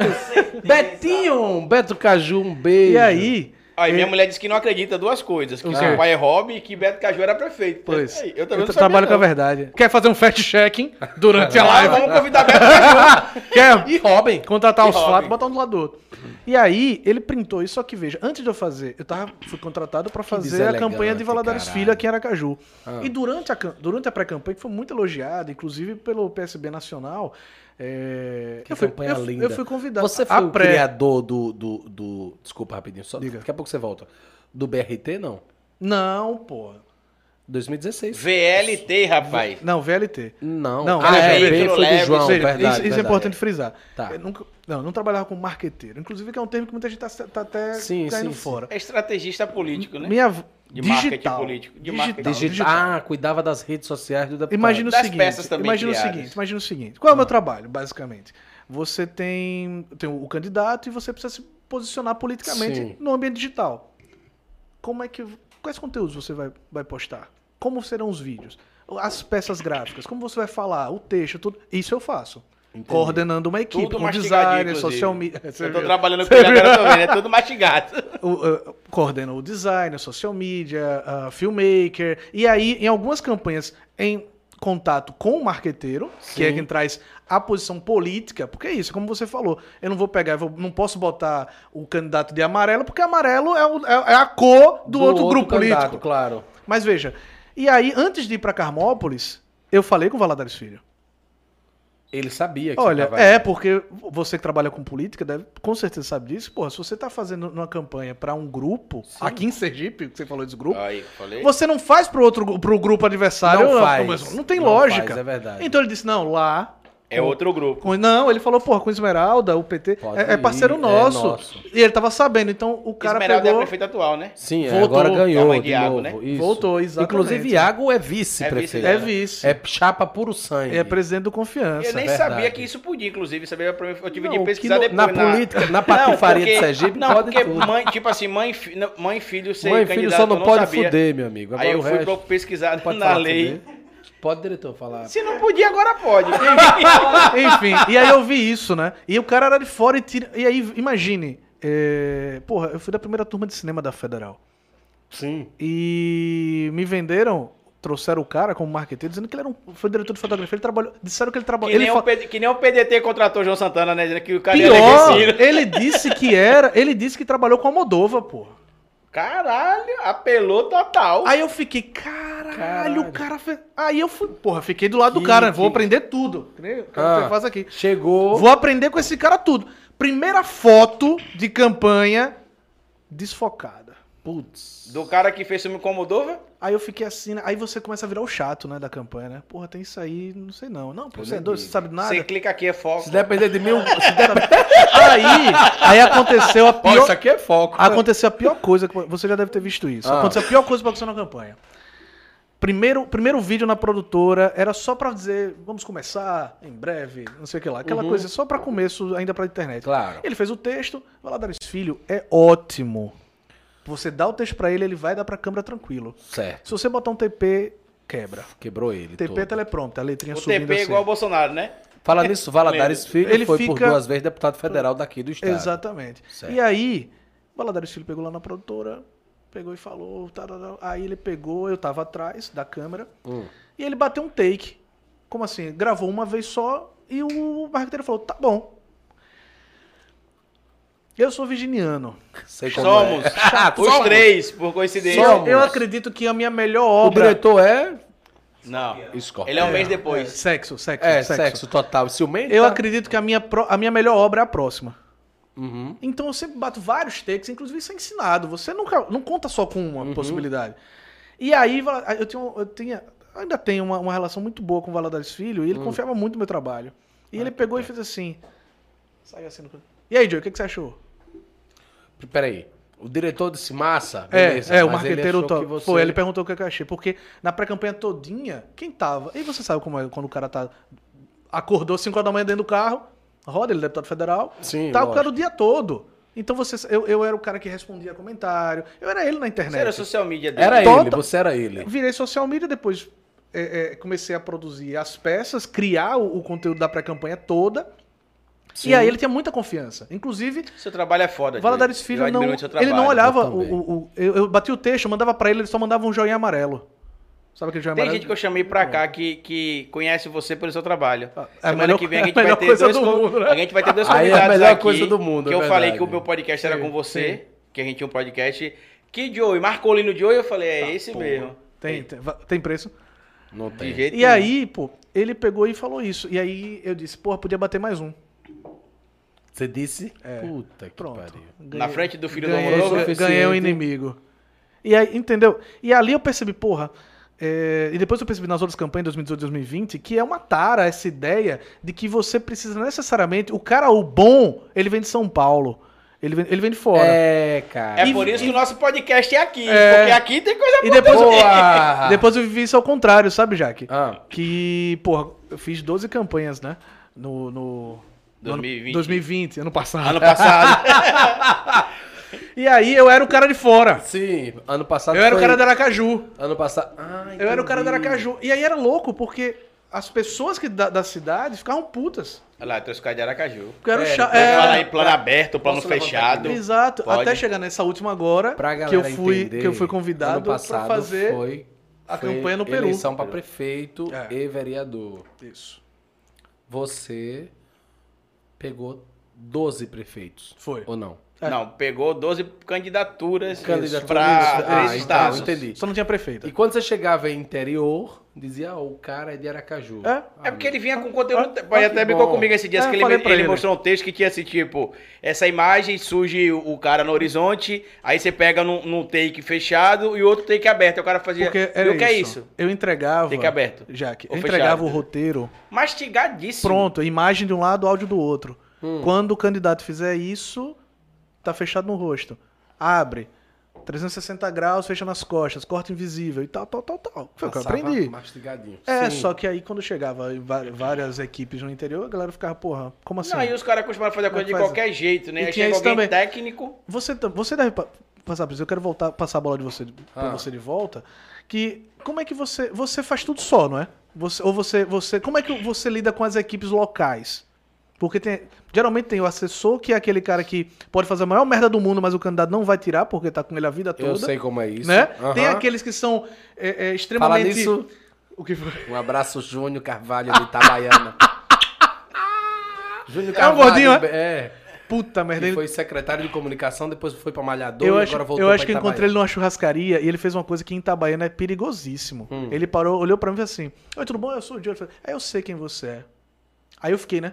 [SPEAKER 3] Betinho! Beto Caju, um beijo.
[SPEAKER 2] E aí,
[SPEAKER 1] Aí
[SPEAKER 3] É.
[SPEAKER 1] minha mulher disse que não acredita duas coisas: que
[SPEAKER 2] O quê?
[SPEAKER 1] seu pai é hobby e que Beto Caju era prefeito.
[SPEAKER 2] pois,
[SPEAKER 1] Aí,
[SPEAKER 2] eu,
[SPEAKER 1] eu também não sabia,
[SPEAKER 2] trabalho com a
[SPEAKER 1] não.
[SPEAKER 2] verdade. Quer fazer um fact-checking durante a
[SPEAKER 1] Ah,
[SPEAKER 2] live?
[SPEAKER 1] vamos convidar Beto Caju.
[SPEAKER 2] Quer
[SPEAKER 3] E Robin.
[SPEAKER 2] contratar
[SPEAKER 1] E
[SPEAKER 2] os
[SPEAKER 1] Robin.
[SPEAKER 2] fatos, botar um do lado do outro. E aí, ele printou isso, só que veja, antes de eu fazer, eu tava, fui contratado pra fazer a
[SPEAKER 3] deselegante,
[SPEAKER 2] campanha de Valadares
[SPEAKER 3] caralho.
[SPEAKER 2] Filho aqui em Aracaju.
[SPEAKER 3] Ah.
[SPEAKER 2] E durante a, cam- durante a pré-campanha, que foi muito elogiada, inclusive pelo PSB Nacional, é,
[SPEAKER 3] Que
[SPEAKER 2] eu, fui,
[SPEAKER 3] campanha
[SPEAKER 2] eu, fui-
[SPEAKER 3] linda.
[SPEAKER 2] eu fui convidado.
[SPEAKER 3] Você foi
[SPEAKER 2] a
[SPEAKER 3] o criador do, do, do- Desculpa rapidinho, só.
[SPEAKER 2] Diga.
[SPEAKER 3] Daqui a pouco você volta. Do BRT, não.
[SPEAKER 2] Não, pô.
[SPEAKER 3] 2016.
[SPEAKER 1] VLT, rapaz.
[SPEAKER 2] Não, VLT.
[SPEAKER 3] Não.
[SPEAKER 2] Não,
[SPEAKER 3] ah,
[SPEAKER 2] é,
[SPEAKER 3] é,
[SPEAKER 2] veio
[SPEAKER 3] bem,
[SPEAKER 1] pelo
[SPEAKER 3] foi
[SPEAKER 1] leve,
[SPEAKER 3] do João,
[SPEAKER 2] Ou seja,
[SPEAKER 3] verdade.
[SPEAKER 2] isso, isso é
[SPEAKER 3] verdade.
[SPEAKER 2] importante frisar.
[SPEAKER 3] Tá.
[SPEAKER 2] Eu nunca- não, eu não trabalhava como marqueteiro. Inclusive, que é um termo que muita gente está até
[SPEAKER 3] Sim,
[SPEAKER 2] caindo
[SPEAKER 3] sim, sim.
[SPEAKER 2] fora.
[SPEAKER 1] É estrategista político, né?
[SPEAKER 2] Minha v-
[SPEAKER 1] De
[SPEAKER 2] digital,
[SPEAKER 1] marketing político, de
[SPEAKER 2] digital,
[SPEAKER 1] marketing.
[SPEAKER 3] Digi-
[SPEAKER 2] digital.
[SPEAKER 3] Ah, cuidava das redes sociais do deputado.
[SPEAKER 2] Imagina o
[SPEAKER 1] Das
[SPEAKER 2] seguinte,
[SPEAKER 1] peças também
[SPEAKER 2] imagina o
[SPEAKER 1] criadas. Ah.
[SPEAKER 2] seguinte, imagina o seguinte. Qual é o meu trabalho, basicamente? Você tem, tem o candidato e você precisa se posicionar politicamente
[SPEAKER 3] Sim.
[SPEAKER 2] no ambiente digital. Como é que quais conteúdos você vai, vai postar? Como serão os vídeos? As peças gráficas, como você vai falar, o texto, tudo. Isso eu faço. Coordenando uma equipe,
[SPEAKER 1] Tudo
[SPEAKER 2] com
[SPEAKER 1] mastigadinho,
[SPEAKER 2] designer,
[SPEAKER 1] inclusive.
[SPEAKER 2] social media.
[SPEAKER 1] Eu tô trabalhando com ele agora também, né? Tudo mastigado.
[SPEAKER 2] O, eh, coordena o design, o social media, a filmmaker. E aí, em algumas campanhas, em contato com o marqueteiro, que é
[SPEAKER 3] Sim.
[SPEAKER 2] quem traz a posição política, porque é isso, como você falou. Eu não vou pegar, eu vou- não posso botar o candidato de amarelo, porque amarelo é, o- é- é a cor do, outro, grupo
[SPEAKER 3] candidato,
[SPEAKER 2] político.
[SPEAKER 3] Claro.
[SPEAKER 2] Mas veja, e aí, antes de ir para Carmópolis, eu falei com o Valadares Filho.
[SPEAKER 3] Ele sabia que
[SPEAKER 2] Olha,
[SPEAKER 3] você tava
[SPEAKER 2] é,
[SPEAKER 3] ali.
[SPEAKER 2] porque você que trabalha com política, deve, com certeza sabe disso. Porra, se você tá fazendo uma campanha pra um grupo, aqui em Sergipe, que você falou desse grupo,
[SPEAKER 1] Aí, falei.
[SPEAKER 2] você não faz pro outro gru- pro grupo adversário.
[SPEAKER 3] Ah, Não faz.
[SPEAKER 2] mas Não tem
[SPEAKER 3] Não
[SPEAKER 2] lógica.
[SPEAKER 3] faz, é verdade.
[SPEAKER 2] Então ele disse, não, lá.
[SPEAKER 1] É outro grupo.
[SPEAKER 2] com- não, ele falou, porra, com Esmeralda, o PT
[SPEAKER 3] Pode
[SPEAKER 2] é, é
[SPEAKER 3] ir,
[SPEAKER 2] parceiro
[SPEAKER 3] é
[SPEAKER 2] nosso.
[SPEAKER 3] nosso.
[SPEAKER 2] E ele tava sabendo, então o cara
[SPEAKER 1] Esmeralda é a
[SPEAKER 2] pegou.
[SPEAKER 1] prefeita atual, né?
[SPEAKER 3] Sim, é,
[SPEAKER 2] Voltou.
[SPEAKER 3] agora ganhou
[SPEAKER 1] Calma,
[SPEAKER 3] de
[SPEAKER 1] Iago,
[SPEAKER 3] novo.
[SPEAKER 1] né?
[SPEAKER 3] Isso.
[SPEAKER 2] Voltou, exatamente.
[SPEAKER 3] Inclusive, Iago é vice,
[SPEAKER 1] É vice
[SPEAKER 3] prefeito.
[SPEAKER 2] é
[SPEAKER 1] dela.
[SPEAKER 2] vice. É,
[SPEAKER 3] É chapa puro sangue.
[SPEAKER 2] presidente do Confiança.
[SPEAKER 1] Eu nem
[SPEAKER 3] verdade.
[SPEAKER 1] sabia que isso podia, inclusive. Sabia, eu tive
[SPEAKER 3] Não,
[SPEAKER 1] de
[SPEAKER 3] o
[SPEAKER 1] pesquisar
[SPEAKER 3] que no-
[SPEAKER 1] depois.
[SPEAKER 3] na política, na patifaria de Sergipe,
[SPEAKER 1] Não,
[SPEAKER 3] pode
[SPEAKER 1] porque
[SPEAKER 3] tudo.
[SPEAKER 1] mãe, tipo assim, mãe, e fi- não, mãe e filho ser
[SPEAKER 3] Mãe e filho
[SPEAKER 1] candidato,
[SPEAKER 3] só
[SPEAKER 1] eu
[SPEAKER 3] não
[SPEAKER 1] não
[SPEAKER 3] pode
[SPEAKER 1] sabia.
[SPEAKER 3] fuder, meu amigo. Agora
[SPEAKER 1] Aí eu
[SPEAKER 3] o
[SPEAKER 1] fui
[SPEAKER 3] resto,
[SPEAKER 1] pro pesquisar
[SPEAKER 3] pode
[SPEAKER 1] na
[SPEAKER 3] falar
[SPEAKER 1] lei.
[SPEAKER 3] fuder. Pode, diretor, falar.
[SPEAKER 1] Se não podia, agora pode.
[SPEAKER 2] Enfim, e aí eu vi isso, né? E o cara era de fora e tira. E aí, imagine. é, Porra, eu fui da primeira turma de cinema da Federal.
[SPEAKER 3] Sim.
[SPEAKER 2] E me venderam, trouxeram o cara como marqueteiro, dizendo que ele era um. Foi diretor de fotografia, ele trabalhou. Disseram que ele
[SPEAKER 1] que,
[SPEAKER 2] trabalhou.
[SPEAKER 1] nem
[SPEAKER 2] Ele
[SPEAKER 1] o
[SPEAKER 3] é
[SPEAKER 2] fa...
[SPEAKER 1] PD que nem o PDT contratou o João Santana, né? dizendo Que o cara era
[SPEAKER 2] Pior,
[SPEAKER 1] agressivo.
[SPEAKER 2] ele disse que era. Ele disse que trabalhou com a Moldova, porra.
[SPEAKER 1] Caralho, apelou total.
[SPEAKER 2] Aí eu fiquei, caralho, o
[SPEAKER 3] Caralho.
[SPEAKER 2] cara fez. Aí eu fui, porra, fiquei do lado do
[SPEAKER 3] Que-
[SPEAKER 2] cara, vou
[SPEAKER 3] que-
[SPEAKER 2] aprender tudo. Que nem o cara
[SPEAKER 3] Ah.
[SPEAKER 2] faz aqui.
[SPEAKER 3] Chegou.
[SPEAKER 2] Vou aprender com esse cara tudo. Primeira foto de campanha desfocada.
[SPEAKER 3] Putz.
[SPEAKER 1] Do cara que fez filme com o Moldova?
[SPEAKER 2] Aí eu fiquei assim, né? aí você começa a virar o chato, né, da campanha, né? Porra, tem isso aí, não sei não. Não, pô, você é doido, você sabe de nada.
[SPEAKER 1] Você clica aqui, é foco.
[SPEAKER 3] Se depender de mim, eu- se der-
[SPEAKER 2] Aí, aí aconteceu a
[SPEAKER 3] Ó,
[SPEAKER 2] pior,
[SPEAKER 3] isso aqui é foco.
[SPEAKER 2] aconteceu a pior coisa, que você já deve ter visto isso.
[SPEAKER 3] Ah.
[SPEAKER 2] Aconteceu a pior coisa que aconteceu na campanha. Primeiro, primeiro vídeo na produtora era só pra dizer, vamos começar em breve, não sei o que lá.
[SPEAKER 3] Uhum.
[SPEAKER 2] Aquela coisa só pra começo, ainda pra internet.
[SPEAKER 3] Claro.
[SPEAKER 2] Ele fez o texto, Valadares Filho é ótimo. Você dá o texto pra ele, ele vai dar pra câmera tranquilo.
[SPEAKER 3] Certo.
[SPEAKER 2] Se você botar um TP, quebra.
[SPEAKER 3] Quebrou ele.
[SPEAKER 2] TP
[SPEAKER 3] todo.
[SPEAKER 2] é teleprompter, a letrinha
[SPEAKER 1] O
[SPEAKER 2] subindo
[SPEAKER 1] TP é
[SPEAKER 2] assim.
[SPEAKER 1] igual o Bolsonaro, né?
[SPEAKER 3] Fala nisso, Valadares Filho
[SPEAKER 2] Ele
[SPEAKER 3] foi por
[SPEAKER 2] fica-
[SPEAKER 3] duas vezes deputado federal daqui do estado.
[SPEAKER 2] Exatamente.
[SPEAKER 3] Certo.
[SPEAKER 2] E aí, Valadares Filho pegou lá na produtora, pegou e falou, tarará. aí ele pegou, eu tava atrás da câmera,
[SPEAKER 3] Hum.
[SPEAKER 2] e ele bateu um take. Como assim? Gravou uma vez só e o marqueteiro falou, tá bom. Eu sou virginiano.
[SPEAKER 3] Sei como
[SPEAKER 1] Somos.
[SPEAKER 3] é. Chato,
[SPEAKER 1] Os
[SPEAKER 3] somos.
[SPEAKER 1] três, por coincidência.
[SPEAKER 3] Somos.
[SPEAKER 2] Eu acredito que a minha melhor
[SPEAKER 3] O
[SPEAKER 2] obra...
[SPEAKER 3] diretor é.
[SPEAKER 1] Não.
[SPEAKER 3] Escorpião.
[SPEAKER 1] Ele é um mês depois.
[SPEAKER 2] Sexo, sexo,
[SPEAKER 3] É,
[SPEAKER 2] sexo. Então-
[SPEAKER 3] sexo, total. Ciumento?
[SPEAKER 2] Eu acredito que a minha, pro- a minha melhor obra é a próxima.
[SPEAKER 3] Uhum.
[SPEAKER 2] Então eu sempre bato vários takes, inclusive isso é ensinado. Você nunca não conta só com uma possibilidade. E aí va- eu tinha, eu tinha- ainda tenho uma, uma relação muito boa com o Valadares Filho e ele confiava muito no meu trabalho. E ele pegou e fez assim. Saiu assim no... E aí, Joe, o que, que você achou?
[SPEAKER 3] Peraí. O diretor disse massa, beleza.
[SPEAKER 2] É, é, o
[SPEAKER 3] mas ele
[SPEAKER 2] marqueteiro
[SPEAKER 3] achou que
[SPEAKER 2] top.
[SPEAKER 3] você-
[SPEAKER 2] Foi, ele perguntou o que que eu achei. Porque na pré-campanha todinha, quem tava? E você sabe como é quando o cara tá. Acordou 5 horas da manhã dentro do carro, roda ele, é deputado federal.
[SPEAKER 3] Sim,
[SPEAKER 2] tá o
[SPEAKER 3] lógico.
[SPEAKER 2] cara o dia todo. Então você. Eu, eu era o cara que respondia comentário. Eu era ele na
[SPEAKER 1] Você era
[SPEAKER 2] internet.
[SPEAKER 1] social media dele.
[SPEAKER 3] Era
[SPEAKER 2] Tota-
[SPEAKER 3] ele, você era ele.
[SPEAKER 2] Virei social media, depois é, é, comecei a produzir as peças, criar o, o conteúdo da pré-campanha toda.
[SPEAKER 3] Sim.
[SPEAKER 2] E aí ele tinha muita confiança. Inclusive,
[SPEAKER 1] Seu trabalho é foda.
[SPEAKER 2] Valadares
[SPEAKER 1] Júlio.
[SPEAKER 2] Filho
[SPEAKER 1] Eu
[SPEAKER 2] não.
[SPEAKER 1] admiro seu trabalho. né?
[SPEAKER 2] Ele não olhava.
[SPEAKER 3] eu
[SPEAKER 2] Eu,
[SPEAKER 3] também.
[SPEAKER 2] o, o- eu, eu bati o texto, eu mandava pra ele, ele só mandava um joinha amarelo. Sabe aquele joinha
[SPEAKER 1] Tem
[SPEAKER 2] amarelo?
[SPEAKER 1] gente que eu chamei pra cá que, que conhece você pelo seu trabalho.
[SPEAKER 2] Ah, é a
[SPEAKER 1] Semana
[SPEAKER 2] melhor-
[SPEAKER 1] que vem a gente
[SPEAKER 2] a
[SPEAKER 1] vai
[SPEAKER 2] melhor
[SPEAKER 1] ter
[SPEAKER 2] coisa
[SPEAKER 1] dois
[SPEAKER 2] do
[SPEAKER 1] con-
[SPEAKER 2] mundo, né?
[SPEAKER 1] A gente vai ter dois
[SPEAKER 3] Aí é a
[SPEAKER 1] convidados
[SPEAKER 3] melhor
[SPEAKER 1] aqui,
[SPEAKER 3] coisa do mundo,
[SPEAKER 1] Que
[SPEAKER 3] é
[SPEAKER 1] eu falei que
[SPEAKER 3] verdade.
[SPEAKER 1] o meu podcast era
[SPEAKER 2] Sim,
[SPEAKER 1] com você, que a gente tinha um podcast. Que Joey, Marcolino Joey, eu falei, é esse mesmo.
[SPEAKER 2] Tem, tem, va- tem preço.
[SPEAKER 3] Não
[SPEAKER 1] De
[SPEAKER 3] tem.
[SPEAKER 1] jeito
[SPEAKER 2] E
[SPEAKER 1] nenhum.
[SPEAKER 2] aí, pô, ele pegou e falou isso. E aí eu disse, porra, podia bater mais um.
[SPEAKER 3] Você disse? Puta que
[SPEAKER 2] É. Pronto.
[SPEAKER 3] pariu.
[SPEAKER 1] Na frente do filho do
[SPEAKER 2] ganhei,
[SPEAKER 1] Amoroso,
[SPEAKER 2] ganhei, ganhei um
[SPEAKER 3] suficiente.
[SPEAKER 2] inimigo. E aí, entendeu? E ali eu percebi, porra. é, e depois eu percebi nas outras campanhas, 2018 2020, que é uma tara essa ideia de que você precisa necessariamente. O cara, o bom, ele vem de São Paulo. Ele vem, ele vem de fora.
[SPEAKER 3] É, cara.
[SPEAKER 1] É por isso que o nosso podcast é aqui. Porque aqui tem coisa
[SPEAKER 2] E depois,
[SPEAKER 3] Boa!
[SPEAKER 2] depois eu vivi isso ao contrário, sabe, Jaque?
[SPEAKER 3] Ah,
[SPEAKER 2] Que, porra, eu fiz 12 campanhas, né? No. no no ano-
[SPEAKER 1] 2020.
[SPEAKER 2] 2020, ano
[SPEAKER 3] Ah,
[SPEAKER 2] passado.
[SPEAKER 1] Ano passado.
[SPEAKER 2] E aí eu era o cara de fora.
[SPEAKER 3] sim, ano passado
[SPEAKER 2] Eu era o
[SPEAKER 3] foi-
[SPEAKER 2] cara da Aracaju.
[SPEAKER 3] Ano passado... Ah,
[SPEAKER 2] Eu era o cara da
[SPEAKER 3] entendi.
[SPEAKER 2] Aracaju. E aí era louco, porque as pessoas que da, da cidade ficavam putas.
[SPEAKER 1] Olha lá, trouxe o cara de Aracaju.
[SPEAKER 2] Porque era o
[SPEAKER 3] É,
[SPEAKER 2] chá.
[SPEAKER 3] ele
[SPEAKER 1] Fala
[SPEAKER 2] É,
[SPEAKER 1] aí, plano aberto, plano
[SPEAKER 3] Posso levantar
[SPEAKER 1] fechado.
[SPEAKER 2] exato.
[SPEAKER 1] Pode.
[SPEAKER 2] Até chegar nessa última agora,
[SPEAKER 3] Pra galera
[SPEAKER 2] que eu fui
[SPEAKER 3] entender,
[SPEAKER 2] que eu fui
[SPEAKER 3] ano
[SPEAKER 2] convidado pra
[SPEAKER 3] passado
[SPEAKER 2] fazer
[SPEAKER 3] foi,
[SPEAKER 2] a
[SPEAKER 3] foi
[SPEAKER 2] campanha no Peru.
[SPEAKER 3] eleição pra prefeito
[SPEAKER 2] É.
[SPEAKER 3] e vereador.
[SPEAKER 2] Isso.
[SPEAKER 3] Você pegou 12 prefeitos.
[SPEAKER 2] Foi.
[SPEAKER 3] Ou não?
[SPEAKER 1] Não, pegou 12 candidaturas
[SPEAKER 3] Candidaturas,
[SPEAKER 1] pra
[SPEAKER 3] isso.
[SPEAKER 1] três
[SPEAKER 3] Ah, então,
[SPEAKER 1] estados.
[SPEAKER 3] entendi.
[SPEAKER 2] Só não tinha prefeito.
[SPEAKER 3] E quando você chegava em interior, dizia, "Ah, o cara é de Aracaju.
[SPEAKER 2] É?
[SPEAKER 1] É porque ele vinha com conteúdo.
[SPEAKER 2] Ah,
[SPEAKER 1] pai
[SPEAKER 2] ah,
[SPEAKER 1] até
[SPEAKER 3] que
[SPEAKER 1] brincou
[SPEAKER 3] bom.
[SPEAKER 1] comigo esses dias
[SPEAKER 2] É,
[SPEAKER 1] que
[SPEAKER 2] eu
[SPEAKER 1] ele,
[SPEAKER 2] falei pra
[SPEAKER 1] ele
[SPEAKER 2] ele.
[SPEAKER 1] mostrou um texto que tinha assim, tipo, essa imagem surge o o cara no horizonte, aí você pega num, num take fechado e outro take aberto. Aí O cara fazia.
[SPEAKER 2] Porque
[SPEAKER 1] e
[SPEAKER 2] era
[SPEAKER 1] o que é
[SPEAKER 2] isso.
[SPEAKER 1] isso?
[SPEAKER 2] Eu entregava.
[SPEAKER 1] Take aberto.
[SPEAKER 2] Jaque,
[SPEAKER 1] Ou
[SPEAKER 2] eu entregava
[SPEAKER 1] fechado.
[SPEAKER 3] né?
[SPEAKER 2] o roteiro
[SPEAKER 1] Mastigadíssimo.
[SPEAKER 2] pronto, imagem de um lado, áudio do outro. Quando o candidato fizer isso, tá fechado no rosto. Abre. 360 graus, fecha nas costas, corta invisível e tal, tal, tal, tal. Foi o que eu
[SPEAKER 3] Passava
[SPEAKER 2] aprendi.
[SPEAKER 3] Mastigadinho.
[SPEAKER 2] É,
[SPEAKER 3] Sim.
[SPEAKER 2] só que aí quando chegava em va- várias equipes no interior, a galera ficava, porra, como assim?
[SPEAKER 1] Não, e os caras costumaram fazer a
[SPEAKER 2] Como é
[SPEAKER 1] coisa
[SPEAKER 2] que
[SPEAKER 1] de
[SPEAKER 2] faz?
[SPEAKER 1] qualquer jeito, né?
[SPEAKER 2] E
[SPEAKER 1] Aí
[SPEAKER 2] tinha
[SPEAKER 1] chega
[SPEAKER 2] isso
[SPEAKER 1] alguém
[SPEAKER 2] também.
[SPEAKER 1] técnico.
[SPEAKER 2] Você, tam- você deve pa- passar por isso. Eu quero voltar, passar a bola de você, pra
[SPEAKER 3] Ah.
[SPEAKER 2] você de volta. Que como é que você você faz tudo só, não é? Você- ou você você como é que você lida com as equipes locais? Porque tem, geralmente tem o assessor que é aquele cara que pode fazer a maior merda do mundo, mas o candidato não vai tirar porque tá com ele a vida toda.
[SPEAKER 3] Eu sei como é isso.
[SPEAKER 2] né?
[SPEAKER 3] Aham.
[SPEAKER 2] Tem aqueles que são é, é,
[SPEAKER 3] Fala
[SPEAKER 2] extremamente
[SPEAKER 3] nisso,
[SPEAKER 2] o que foi?
[SPEAKER 3] um abraço Júnior Carvalho de Itabaiana. Júnior
[SPEAKER 2] É um gordinho, né?
[SPEAKER 3] é.
[SPEAKER 2] Puta merda.
[SPEAKER 3] Que
[SPEAKER 2] ele-
[SPEAKER 3] foi secretário de comunicação, depois foi pra Malhador
[SPEAKER 2] Eu
[SPEAKER 3] e
[SPEAKER 2] acho,
[SPEAKER 3] agora voltou
[SPEAKER 2] eu acho
[SPEAKER 3] pra
[SPEAKER 2] que eu
[SPEAKER 3] Itabaiana.
[SPEAKER 2] encontrei ele numa churrascaria e ele fez uma coisa que em Itabaiana é perigosíssimo.
[SPEAKER 3] Hum.
[SPEAKER 2] Ele parou, olhou pra mim e fez assim: Oi, tudo bom? Eu sou o Diogo. Eu falei, "Ah, eu sei quem você é. Aí eu fiquei, né?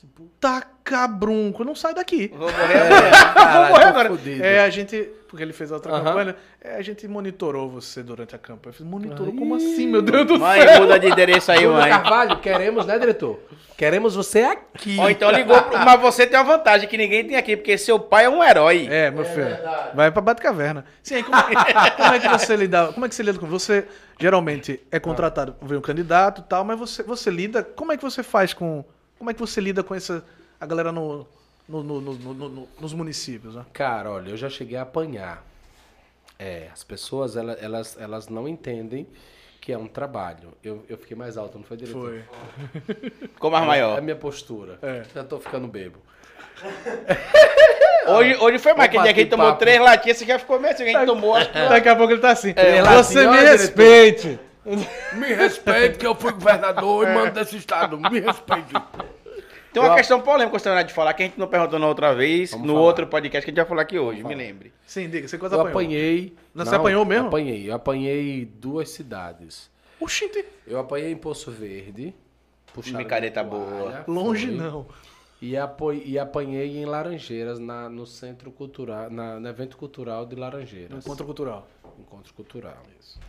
[SPEAKER 3] Tipo,
[SPEAKER 2] Tá cabrunco, não sai daqui.
[SPEAKER 1] Vou morrer amanhã.
[SPEAKER 3] É, Caralho,
[SPEAKER 2] Vou morrer
[SPEAKER 3] tô
[SPEAKER 2] agora.
[SPEAKER 3] um fudido.
[SPEAKER 2] É, a gente. Porque ele fez a outra
[SPEAKER 3] Aham.
[SPEAKER 2] campanha, é, a gente monitorou você durante a campanha. Eu falei, monitorou? Como assim, meu Deus do céu?
[SPEAKER 1] Mãe, muda de endereço aí,
[SPEAKER 3] Júnior
[SPEAKER 1] mãe.
[SPEAKER 3] Carvalho, queremos, né, diretor? Queremos você aqui.
[SPEAKER 1] Ou então ligou pro... Mas você tem uma vantagem que ninguém tem aqui, porque seu pai é um herói.
[SPEAKER 2] É, meu filho. Vai pra Batcaverna. Sim, aí como, como é que você lida? Como é que você lida com você? Geralmente é contratado, vem um candidato e tal, mas você, você lida. Como é que você faz com. Como é que você lida com essa. A galera no, no- no- no- no- no- no- nos municípios, né?
[SPEAKER 3] Cara, olha, eu já cheguei a apanhar. É, as pessoas, ela- elas, elas não entendem que é um trabalho. Eu, eu fiquei mais alto, não foi diretor?
[SPEAKER 2] Foi.
[SPEAKER 1] Ficou mais
[SPEAKER 3] É a
[SPEAKER 1] maior.
[SPEAKER 3] minha postura.
[SPEAKER 2] É.
[SPEAKER 3] Já tô ficando bebo.
[SPEAKER 1] Hoje, hoje foi mais que dia que ele tomou
[SPEAKER 3] papo.
[SPEAKER 1] três latinhas, você já ficou meio assim, a
[SPEAKER 2] Tá.
[SPEAKER 1] gente tomou. acho que-
[SPEAKER 2] Daqui a pouco ele tá assim.
[SPEAKER 3] lá,
[SPEAKER 2] você
[SPEAKER 3] senhora,
[SPEAKER 2] me
[SPEAKER 3] diretor."
[SPEAKER 2] respeite.
[SPEAKER 6] Me respeite, que eu fui governador
[SPEAKER 2] É.
[SPEAKER 6] e mando desse estado. Me respeite.
[SPEAKER 1] Tem uma questão polêmica gostaria de falar, que a gente não perguntou na outra vez, no
[SPEAKER 3] falar.
[SPEAKER 1] outro podcast que a gente vai falar aqui hoje, me lembre.
[SPEAKER 2] Sim, diga, você quase
[SPEAKER 3] Eu
[SPEAKER 2] apanhou.
[SPEAKER 3] apanhei.
[SPEAKER 2] Não, você apanhou mesmo?
[SPEAKER 3] Apanhei. Eu apanhei duas cidades.
[SPEAKER 2] Oxente,
[SPEAKER 3] Eu apanhei em Poço Verde. puxaram
[SPEAKER 1] Micareta
[SPEAKER 3] minha
[SPEAKER 1] boa.
[SPEAKER 3] toalha,
[SPEAKER 2] longe
[SPEAKER 3] foi.
[SPEAKER 2] não.
[SPEAKER 3] E, apo- e apanhei em Laranjeiras, na, no centro cultural, na, no evento cultural de
[SPEAKER 2] No
[SPEAKER 3] Laranjeiras.
[SPEAKER 2] encontro cultural.
[SPEAKER 3] Encontro cultural. Isso.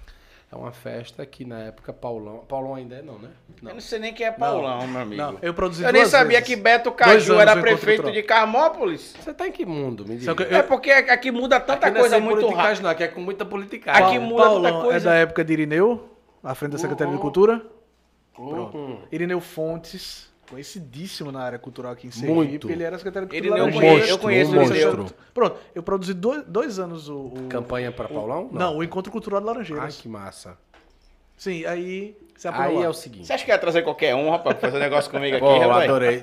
[SPEAKER 3] É uma festa que na época Paulão. Paulão ainda é, não, né? Não.
[SPEAKER 1] Eu não sei nem quem é Paulão, meu amigo.
[SPEAKER 2] Não, eu produzi
[SPEAKER 1] Eu nem
[SPEAKER 2] duas
[SPEAKER 1] sabia
[SPEAKER 2] vezes.
[SPEAKER 1] que Beto
[SPEAKER 2] Dois
[SPEAKER 1] Caju
[SPEAKER 2] anos
[SPEAKER 1] era
[SPEAKER 2] eu
[SPEAKER 1] prefeito
[SPEAKER 2] encontro
[SPEAKER 1] de Carmópolis.
[SPEAKER 3] Você tá em que mundo, me diz?
[SPEAKER 2] Só que eu-
[SPEAKER 1] É porque aqui muda tanta
[SPEAKER 3] Aqui não é
[SPEAKER 1] coisa
[SPEAKER 3] sem
[SPEAKER 1] muito
[SPEAKER 3] politicagem,
[SPEAKER 1] rápido.
[SPEAKER 3] Não, aqui é com muita política.
[SPEAKER 1] Aqui
[SPEAKER 2] Paulo-
[SPEAKER 1] muda muita
[SPEAKER 2] Paulão
[SPEAKER 1] coisa. Uhum.
[SPEAKER 2] É da época de Irineu, à frente da Secretaria de Cultura.
[SPEAKER 1] Hum.
[SPEAKER 2] Pronto. Irineu Fontes, conhecidíssimo na área cultural aqui em Sergipe.
[SPEAKER 3] Muito.
[SPEAKER 2] Ele era secretário de
[SPEAKER 1] Irineu,
[SPEAKER 2] Cultura.
[SPEAKER 1] eu
[SPEAKER 2] lá
[SPEAKER 1] conheço, eu conheço
[SPEAKER 2] Laranjeiras.
[SPEAKER 6] um
[SPEAKER 1] o Irineu.
[SPEAKER 6] monstro.
[SPEAKER 2] Pronto, eu produzi dois, dois anos o... o-
[SPEAKER 3] Campanha pra Paulão?
[SPEAKER 2] Não, o Encontro Cultural de
[SPEAKER 3] Ah,
[SPEAKER 2] Laranjeiras.
[SPEAKER 3] que massa.
[SPEAKER 2] Sim, aí... Você
[SPEAKER 3] Aí
[SPEAKER 2] apoiou
[SPEAKER 3] é
[SPEAKER 2] lá.
[SPEAKER 3] o seguinte.
[SPEAKER 1] Você acha que ia trazer qualquer um, rapaz, pra fazer negócio comigo aqui,
[SPEAKER 3] Pô,
[SPEAKER 1] rapaz?
[SPEAKER 3] adorei.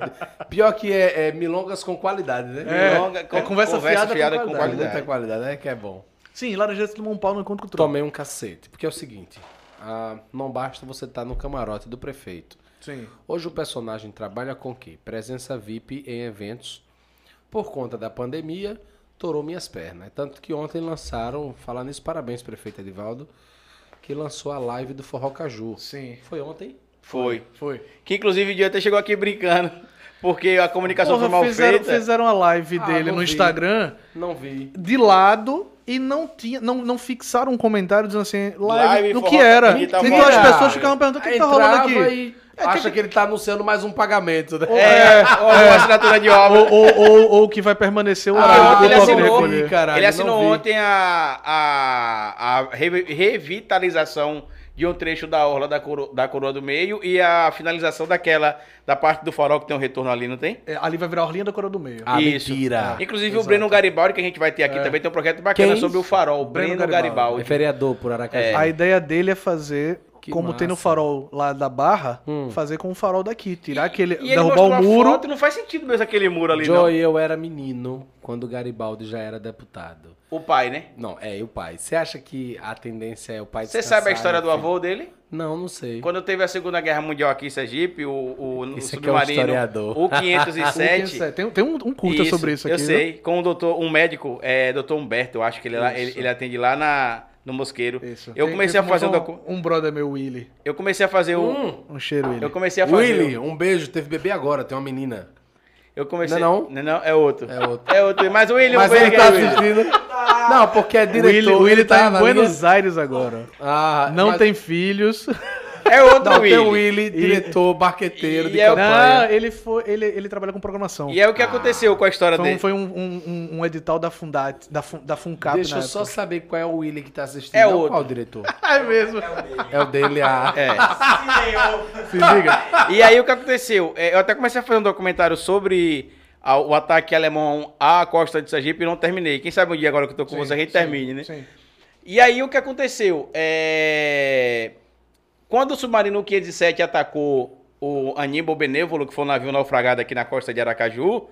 [SPEAKER 3] Pior que é, é milongas com qualidade, né?
[SPEAKER 2] É,
[SPEAKER 1] Longa-
[SPEAKER 2] é conversa fiada com
[SPEAKER 1] com
[SPEAKER 3] Com
[SPEAKER 2] qualidade.
[SPEAKER 3] Muita qualidade, né? Que é bom.
[SPEAKER 2] Sim, Laranjeiras tomou um pau no Encontro Cultural.
[SPEAKER 3] Tomei um cacete. Porque é o seguinte. ah, não basta você estar no camarote do prefeito.
[SPEAKER 2] Sim.
[SPEAKER 3] Hoje o personagem trabalha com o quê? Presença VIP em eventos. Por conta da pandemia, torou minhas pernas. Tanto que ontem lançaram, falar nisso, parabéns, prefeito Edivaldo, que lançou a live do Forró Caju.
[SPEAKER 2] Sim.
[SPEAKER 3] Foi ontem?
[SPEAKER 1] Foi.
[SPEAKER 2] Foi.
[SPEAKER 1] Que inclusive o dia até chegou aqui brincando, porque a comunicação
[SPEAKER 2] Porra,
[SPEAKER 1] foi mal
[SPEAKER 2] fizeram,
[SPEAKER 1] feita.
[SPEAKER 2] fizeram a live
[SPEAKER 3] Ah,
[SPEAKER 2] dele
[SPEAKER 3] não
[SPEAKER 2] no
[SPEAKER 3] vi.
[SPEAKER 2] Instagram
[SPEAKER 3] Não vi.
[SPEAKER 2] de lado e não tinha, não, não fixaram um comentário dizendo assim, live,
[SPEAKER 1] Live,
[SPEAKER 2] do
[SPEAKER 1] forró,
[SPEAKER 2] que era.
[SPEAKER 1] que tá
[SPEAKER 2] então
[SPEAKER 1] rolando.
[SPEAKER 2] as pessoas ficavam perguntando o que, que tá rolando
[SPEAKER 3] Entrava
[SPEAKER 2] aqui. É,
[SPEAKER 3] E acha que... ele tá anunciando mais um pagamento, né?
[SPEAKER 1] É, ou uma assinatura de obra.
[SPEAKER 2] Ou, ou, ou, ou que vai permanecer o
[SPEAKER 3] Ah,
[SPEAKER 2] horário
[SPEAKER 1] ontem
[SPEAKER 2] do
[SPEAKER 1] ele é um
[SPEAKER 2] toque de
[SPEAKER 1] assinou.
[SPEAKER 2] recolher.
[SPEAKER 3] Ih, caralho,
[SPEAKER 1] Ele assinou
[SPEAKER 3] não vi.
[SPEAKER 1] ontem a, a, a re- revitalização de um trecho da Orla da, Coro- da Coroa do Meio e a finalização daquela, da parte do farol que tem um retorno ali, não tem?
[SPEAKER 2] É, ali vai virar a Orlinha da Coroa do Meio.
[SPEAKER 3] Ah,
[SPEAKER 1] Isso.
[SPEAKER 3] mentira. É.
[SPEAKER 1] Inclusive o Breno Garibaldi, que a gente vai ter aqui também, tem um projeto bacana
[SPEAKER 3] Quem?
[SPEAKER 1] sobre o farol.
[SPEAKER 2] Breno
[SPEAKER 1] Breno
[SPEAKER 3] É
[SPEAKER 1] Garibaldi.
[SPEAKER 3] vereador por Aracaju.
[SPEAKER 1] É.
[SPEAKER 2] A ideia dele é fazer,
[SPEAKER 3] Que
[SPEAKER 2] como tem no
[SPEAKER 3] massa.
[SPEAKER 2] farol lá da Barra,
[SPEAKER 3] Hum.
[SPEAKER 2] fazer com o farol daqui. Tirar aquele,
[SPEAKER 1] E ele
[SPEAKER 2] derrubar
[SPEAKER 1] mostrou
[SPEAKER 3] um
[SPEAKER 2] o
[SPEAKER 1] a
[SPEAKER 2] muro.
[SPEAKER 1] foto, não faz sentido mesmo aquele muro ali,
[SPEAKER 3] Joey, eu era menino quando Garibaldi já era deputado.
[SPEAKER 1] não. O pai, né?
[SPEAKER 3] Não, é e o pai. Você acha que a tendência é o pai
[SPEAKER 1] Você
[SPEAKER 3] descansar
[SPEAKER 1] sabe a história
[SPEAKER 3] e
[SPEAKER 1] do avô dele?
[SPEAKER 3] Não, não sei.
[SPEAKER 1] Quando teve a Segunda Guerra Mundial aqui em Sergipe, o, o, o
[SPEAKER 3] Esse aqui é um
[SPEAKER 1] submarino,
[SPEAKER 3] historiador.
[SPEAKER 1] o 507,
[SPEAKER 2] Tem, tem um, um curta
[SPEAKER 1] Isso,
[SPEAKER 2] sobre isso aqui.
[SPEAKER 1] Eu sei, com o doutor, um médico, é, doutor Humberto, eu acho que ele, lá- ele, ele atende lá na, no Mosqueiro.
[SPEAKER 2] viu? Isso.
[SPEAKER 1] Eu
[SPEAKER 2] Tem-
[SPEAKER 1] comecei
[SPEAKER 2] tem
[SPEAKER 1] a fazer um
[SPEAKER 2] um,
[SPEAKER 1] docu-
[SPEAKER 2] um brother meu, Willy.
[SPEAKER 1] Eu comecei a fazer o.
[SPEAKER 3] Hum,
[SPEAKER 2] Um cheiro, Willy.
[SPEAKER 1] Eu comecei a fazer.
[SPEAKER 3] Willy, um beijo. Teve bebê agora, tem uma menina.
[SPEAKER 1] Eu comecei.
[SPEAKER 3] Não é não?
[SPEAKER 1] não, é outro.
[SPEAKER 3] É outro.
[SPEAKER 1] É outro. Mas o William,
[SPEAKER 3] Mas
[SPEAKER 1] um beijo
[SPEAKER 3] ele tá
[SPEAKER 1] aí, William.
[SPEAKER 3] assistindo. Não, porque é diretor.
[SPEAKER 2] Willy, Willy tá em
[SPEAKER 3] na
[SPEAKER 2] Buenos
[SPEAKER 3] minha-
[SPEAKER 2] Aires agora.
[SPEAKER 3] Ah,
[SPEAKER 2] Não
[SPEAKER 3] mas-
[SPEAKER 2] tem filhos.
[SPEAKER 1] É outro
[SPEAKER 3] Não, tem
[SPEAKER 1] William.
[SPEAKER 3] o Willy, diretor, barqueteiro de
[SPEAKER 1] E é o-
[SPEAKER 2] Não,
[SPEAKER 3] campanha.
[SPEAKER 2] ele, foi, ele, ele trabalha com programação.
[SPEAKER 1] E é o que aconteceu com a história
[SPEAKER 2] Foi, um-
[SPEAKER 1] dele.
[SPEAKER 2] foi um, um- um- um edital da Fundat, da, Fun, da Funcap
[SPEAKER 3] Deixa
[SPEAKER 2] na
[SPEAKER 3] eu só
[SPEAKER 2] época.
[SPEAKER 3] saber qual é o Willy que tá assistindo.
[SPEAKER 1] É
[SPEAKER 3] não
[SPEAKER 1] outro.
[SPEAKER 3] Qual é o diretor?
[SPEAKER 2] É mesmo.
[SPEAKER 4] É o dele.
[SPEAKER 3] É o dele, a...
[SPEAKER 1] É.
[SPEAKER 4] Cineou.
[SPEAKER 2] Se liga.
[SPEAKER 1] E aí o que aconteceu? É, eu até comecei a fazer um documentário sobre a- o ataque alemão à costa de Sergipe e não terminei. Quem sabe um dia agora que eu tô com você, a gente termine, né?
[SPEAKER 2] Sim.
[SPEAKER 1] E aí o que aconteceu? É... Quando o submarino 507 atacou o Aníbal Benévolo, que foi um navio naufragado aqui na costa de Aracaju,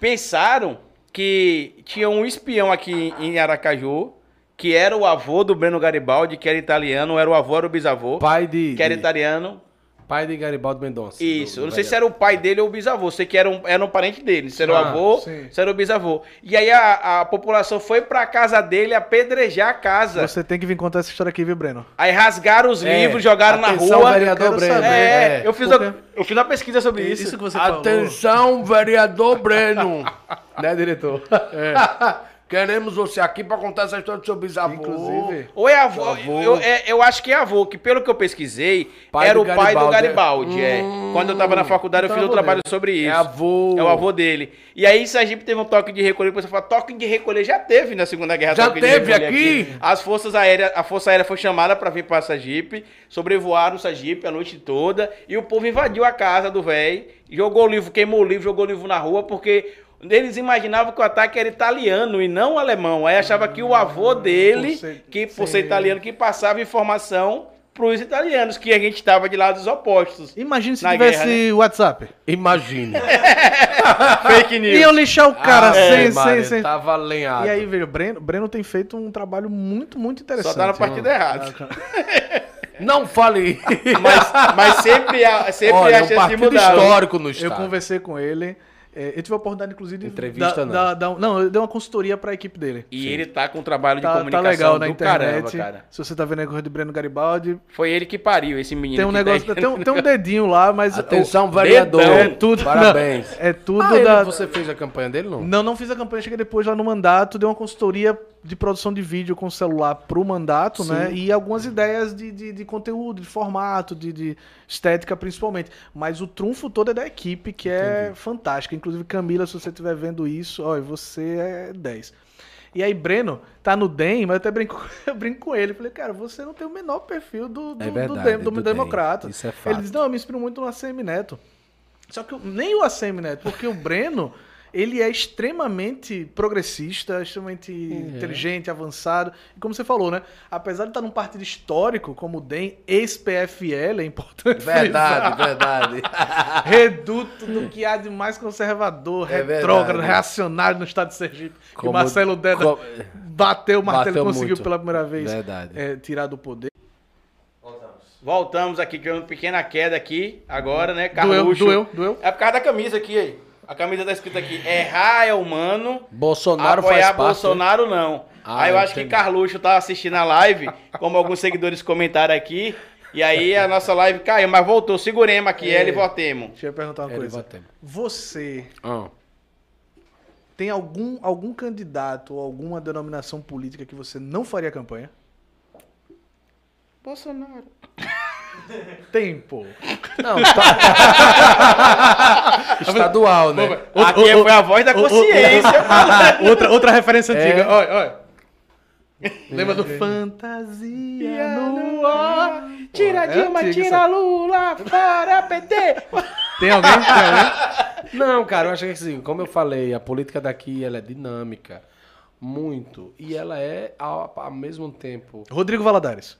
[SPEAKER 1] pensaram que tinha um espião aqui em Aracaju, que era o avô do Breno Garibaldi, que era italiano, era o avô, era o bisavô,
[SPEAKER 3] Pai de...
[SPEAKER 1] que era
[SPEAKER 3] de-
[SPEAKER 1] italiano.
[SPEAKER 3] Pai de Garibaldo Mendonça.
[SPEAKER 1] Isso, eu não sei se era o pai dele ou o bisavô, sei que era um, era um parente dele, se era o
[SPEAKER 3] Ah,
[SPEAKER 1] avô,
[SPEAKER 2] sim.
[SPEAKER 1] se era o bisavô. E aí a, a população foi pra casa dele apedrejar a casa.
[SPEAKER 2] Você tem que vir contar essa história aqui, viu, Breno?
[SPEAKER 1] Aí rasgaram os
[SPEAKER 3] É,
[SPEAKER 1] livros, jogaram
[SPEAKER 3] atenção,
[SPEAKER 1] na rua.
[SPEAKER 3] vereador
[SPEAKER 2] quero
[SPEAKER 3] Breno.
[SPEAKER 2] saber.
[SPEAKER 1] É, eu fiz, a,
[SPEAKER 2] Porque-
[SPEAKER 1] eu fiz uma pesquisa sobre
[SPEAKER 3] É
[SPEAKER 1] isso.
[SPEAKER 2] Isso que você
[SPEAKER 6] Atenção, vereador Breno.
[SPEAKER 3] Né, diretor?
[SPEAKER 1] É.
[SPEAKER 6] Queremos você aqui pra contar essa história do seu bisavô.
[SPEAKER 2] Inclusive,
[SPEAKER 1] Ou é avô,
[SPEAKER 6] Avô.
[SPEAKER 1] Eu, é- eu acho que é avô, que pelo que eu pesquisei,
[SPEAKER 3] Pai
[SPEAKER 1] era
[SPEAKER 3] do
[SPEAKER 1] o pai do
[SPEAKER 3] Garibaldi.
[SPEAKER 1] Garibaldi. é. Quando eu tava na faculdade, eu
[SPEAKER 3] Então
[SPEAKER 1] fiz um
[SPEAKER 3] avô
[SPEAKER 1] trabalho sobre isso.
[SPEAKER 3] É avô.
[SPEAKER 1] É o avô dele. E aí, Sergipe teve um toque de recolher, o pessoal fala, toque de recolher já teve na Segunda Guerra
[SPEAKER 6] Já
[SPEAKER 1] toque de
[SPEAKER 6] teve
[SPEAKER 1] recolher
[SPEAKER 6] aqui?
[SPEAKER 1] As forças aéreas, a Força Aérea foi chamada para vir para Sergipe, sobrevoaram Sergipe a noite toda e o povo invadiu a casa do velho, jogou o livro, queimou o livro, jogou o livro na rua porque eles imaginavam que o ataque era italiano e não alemão. Aí achava que o avô dele,
[SPEAKER 2] por ser-
[SPEAKER 1] que por ser italiano, que passava informação para os italianos, que a gente estava de lados opostos.
[SPEAKER 2] imagina se
[SPEAKER 1] Na
[SPEAKER 2] tivesse
[SPEAKER 1] guerra, né?
[SPEAKER 2] WhatsApp.
[SPEAKER 6] Imagine.
[SPEAKER 1] É, Fake Ah, é,
[SPEAKER 2] E eu lixar o cara sem,
[SPEAKER 3] Ave Maria,
[SPEAKER 2] sem, sem.
[SPEAKER 3] Ah, é,
[SPEAKER 1] tá
[SPEAKER 3] Tava lenhado.
[SPEAKER 2] E aí, veja, o Breno, Breno tem feito um trabalho muito, muito
[SPEAKER 1] Só
[SPEAKER 2] interessante.
[SPEAKER 1] tá na partida errada.
[SPEAKER 6] Não fale.
[SPEAKER 1] Mas, mas sempre há, sempre
[SPEAKER 3] Olha,
[SPEAKER 1] há
[SPEAKER 3] é um
[SPEAKER 1] chance de
[SPEAKER 3] partido
[SPEAKER 1] mudar.
[SPEAKER 3] histórico no
[SPEAKER 2] Eu
[SPEAKER 3] estado.
[SPEAKER 2] conversei com ele. é, eu tive a oportunidade, inclusive, de.
[SPEAKER 3] Entrevista,
[SPEAKER 2] da-
[SPEAKER 3] não.
[SPEAKER 2] da- da- não, eu dei uma consultoria pra equipe dele.
[SPEAKER 1] E ele tá com um trabalho de
[SPEAKER 2] Tá, tá
[SPEAKER 1] comunicação
[SPEAKER 2] legal na
[SPEAKER 1] do
[SPEAKER 2] internet.
[SPEAKER 1] caramba, cara.
[SPEAKER 2] Se você tá vendo a coisa de Breno Garibaldi,
[SPEAKER 1] Foi ele que pariu esse menino.
[SPEAKER 2] tem um
[SPEAKER 1] que
[SPEAKER 2] negócio.
[SPEAKER 1] tá-
[SPEAKER 2] Tem, um- tem um dedinho lá, mas.
[SPEAKER 3] Atenção,
[SPEAKER 1] Dedão.
[SPEAKER 3] vereador.
[SPEAKER 2] É tudo.
[SPEAKER 3] Parabéns.
[SPEAKER 2] É tudo
[SPEAKER 3] Ah, ele-
[SPEAKER 2] da.
[SPEAKER 3] Você fez a campanha dele, não?
[SPEAKER 2] Não, não fiz a campanha, cheguei depois lá no mandato, dei uma consultoria de produção de vídeo com celular pro mandato,
[SPEAKER 3] Sim.
[SPEAKER 2] né? E algumas ideias de, de, de conteúdo, de formato, de, de estética principalmente. Mas o trunfo todo é da equipe, que é fantástica. Inclusive, Camila, se você estiver vendo isso, ó, você é 10. E aí, Breno tá no DEM, mas eu até brinco, eu brinco com ele. Falei, cara, você não tem o menor perfil do, do,
[SPEAKER 3] É
[SPEAKER 2] do
[SPEAKER 3] verdade,
[SPEAKER 2] Dem- do
[SPEAKER 3] do DEM.
[SPEAKER 2] Democrata.
[SPEAKER 3] Isso é fato.
[SPEAKER 2] Ele diz, não, eu me inspiro muito no ACM Neto. Só que eu- nem o ACM Neto, porque o Breno, ele é extremamente progressista, extremamente
[SPEAKER 3] Uhum.
[SPEAKER 2] inteligente, avançado. E como você falou, né? Apesar de estar num partido histórico como o DEM, ex-PFL, é importante.
[SPEAKER 6] Verdade, verdade.
[SPEAKER 2] frisar. Reduto do que há de mais conservador,
[SPEAKER 6] É
[SPEAKER 2] retrógrado,
[SPEAKER 6] verdade.
[SPEAKER 2] reacionário no estado de Sergipe. que
[SPEAKER 3] Como-
[SPEAKER 2] Marcelo Deda
[SPEAKER 3] Co-
[SPEAKER 2] bateu o martelo,
[SPEAKER 3] Bateu
[SPEAKER 2] conseguiu
[SPEAKER 3] muito.
[SPEAKER 2] pela primeira vez
[SPEAKER 3] Verdade.
[SPEAKER 2] é, tirar do poder.
[SPEAKER 4] Voltamos.
[SPEAKER 1] Voltamos aqui, tivemos uma pequena queda aqui, agora, né?
[SPEAKER 2] Doeu,
[SPEAKER 1] Carluxo.
[SPEAKER 2] doeu, doeu.
[SPEAKER 1] É por causa da camisa aqui, aí. A camisa tá escrita aqui, errar é humano,
[SPEAKER 3] Bolsonaro
[SPEAKER 1] apoiar
[SPEAKER 3] faz parte. né?"
[SPEAKER 1] Bolsonaro não.
[SPEAKER 3] Ah,
[SPEAKER 1] aí eu
[SPEAKER 3] eu
[SPEAKER 1] acho que
[SPEAKER 3] entendi.
[SPEAKER 1] Carluxo tava assistindo a live, como alguns seguidores comentaram aqui, e aí a nossa live caiu, mas voltou, seguremos aqui,
[SPEAKER 2] É.
[SPEAKER 1] ela e votemos.
[SPEAKER 2] Deixa eu perguntar uma
[SPEAKER 3] Ele
[SPEAKER 2] coisa.
[SPEAKER 3] vai ter.
[SPEAKER 2] Você
[SPEAKER 3] é Ah.
[SPEAKER 2] Tem algum, algum candidato ou alguma denominação política que você não faria campanha?
[SPEAKER 1] Bolsonaro.
[SPEAKER 2] Tempo.
[SPEAKER 3] Não, tá... Estadual, né?
[SPEAKER 1] Aqui foi a voz da É consciência.
[SPEAKER 2] outra, outra referência
[SPEAKER 3] É.
[SPEAKER 2] antiga. É. Olha, olha. Lembra do Fantasia no ar? Tira
[SPEAKER 3] é
[SPEAKER 2] Dilma, tira
[SPEAKER 3] Lula para PT.
[SPEAKER 2] Tem alguém? Tem alguém?
[SPEAKER 3] Não, cara, eu acho que assim, como eu falei, a política daqui ela é dinâmica. Muito. E ela é, ao, ao mesmo tempo,
[SPEAKER 2] Rodrigo Valadares.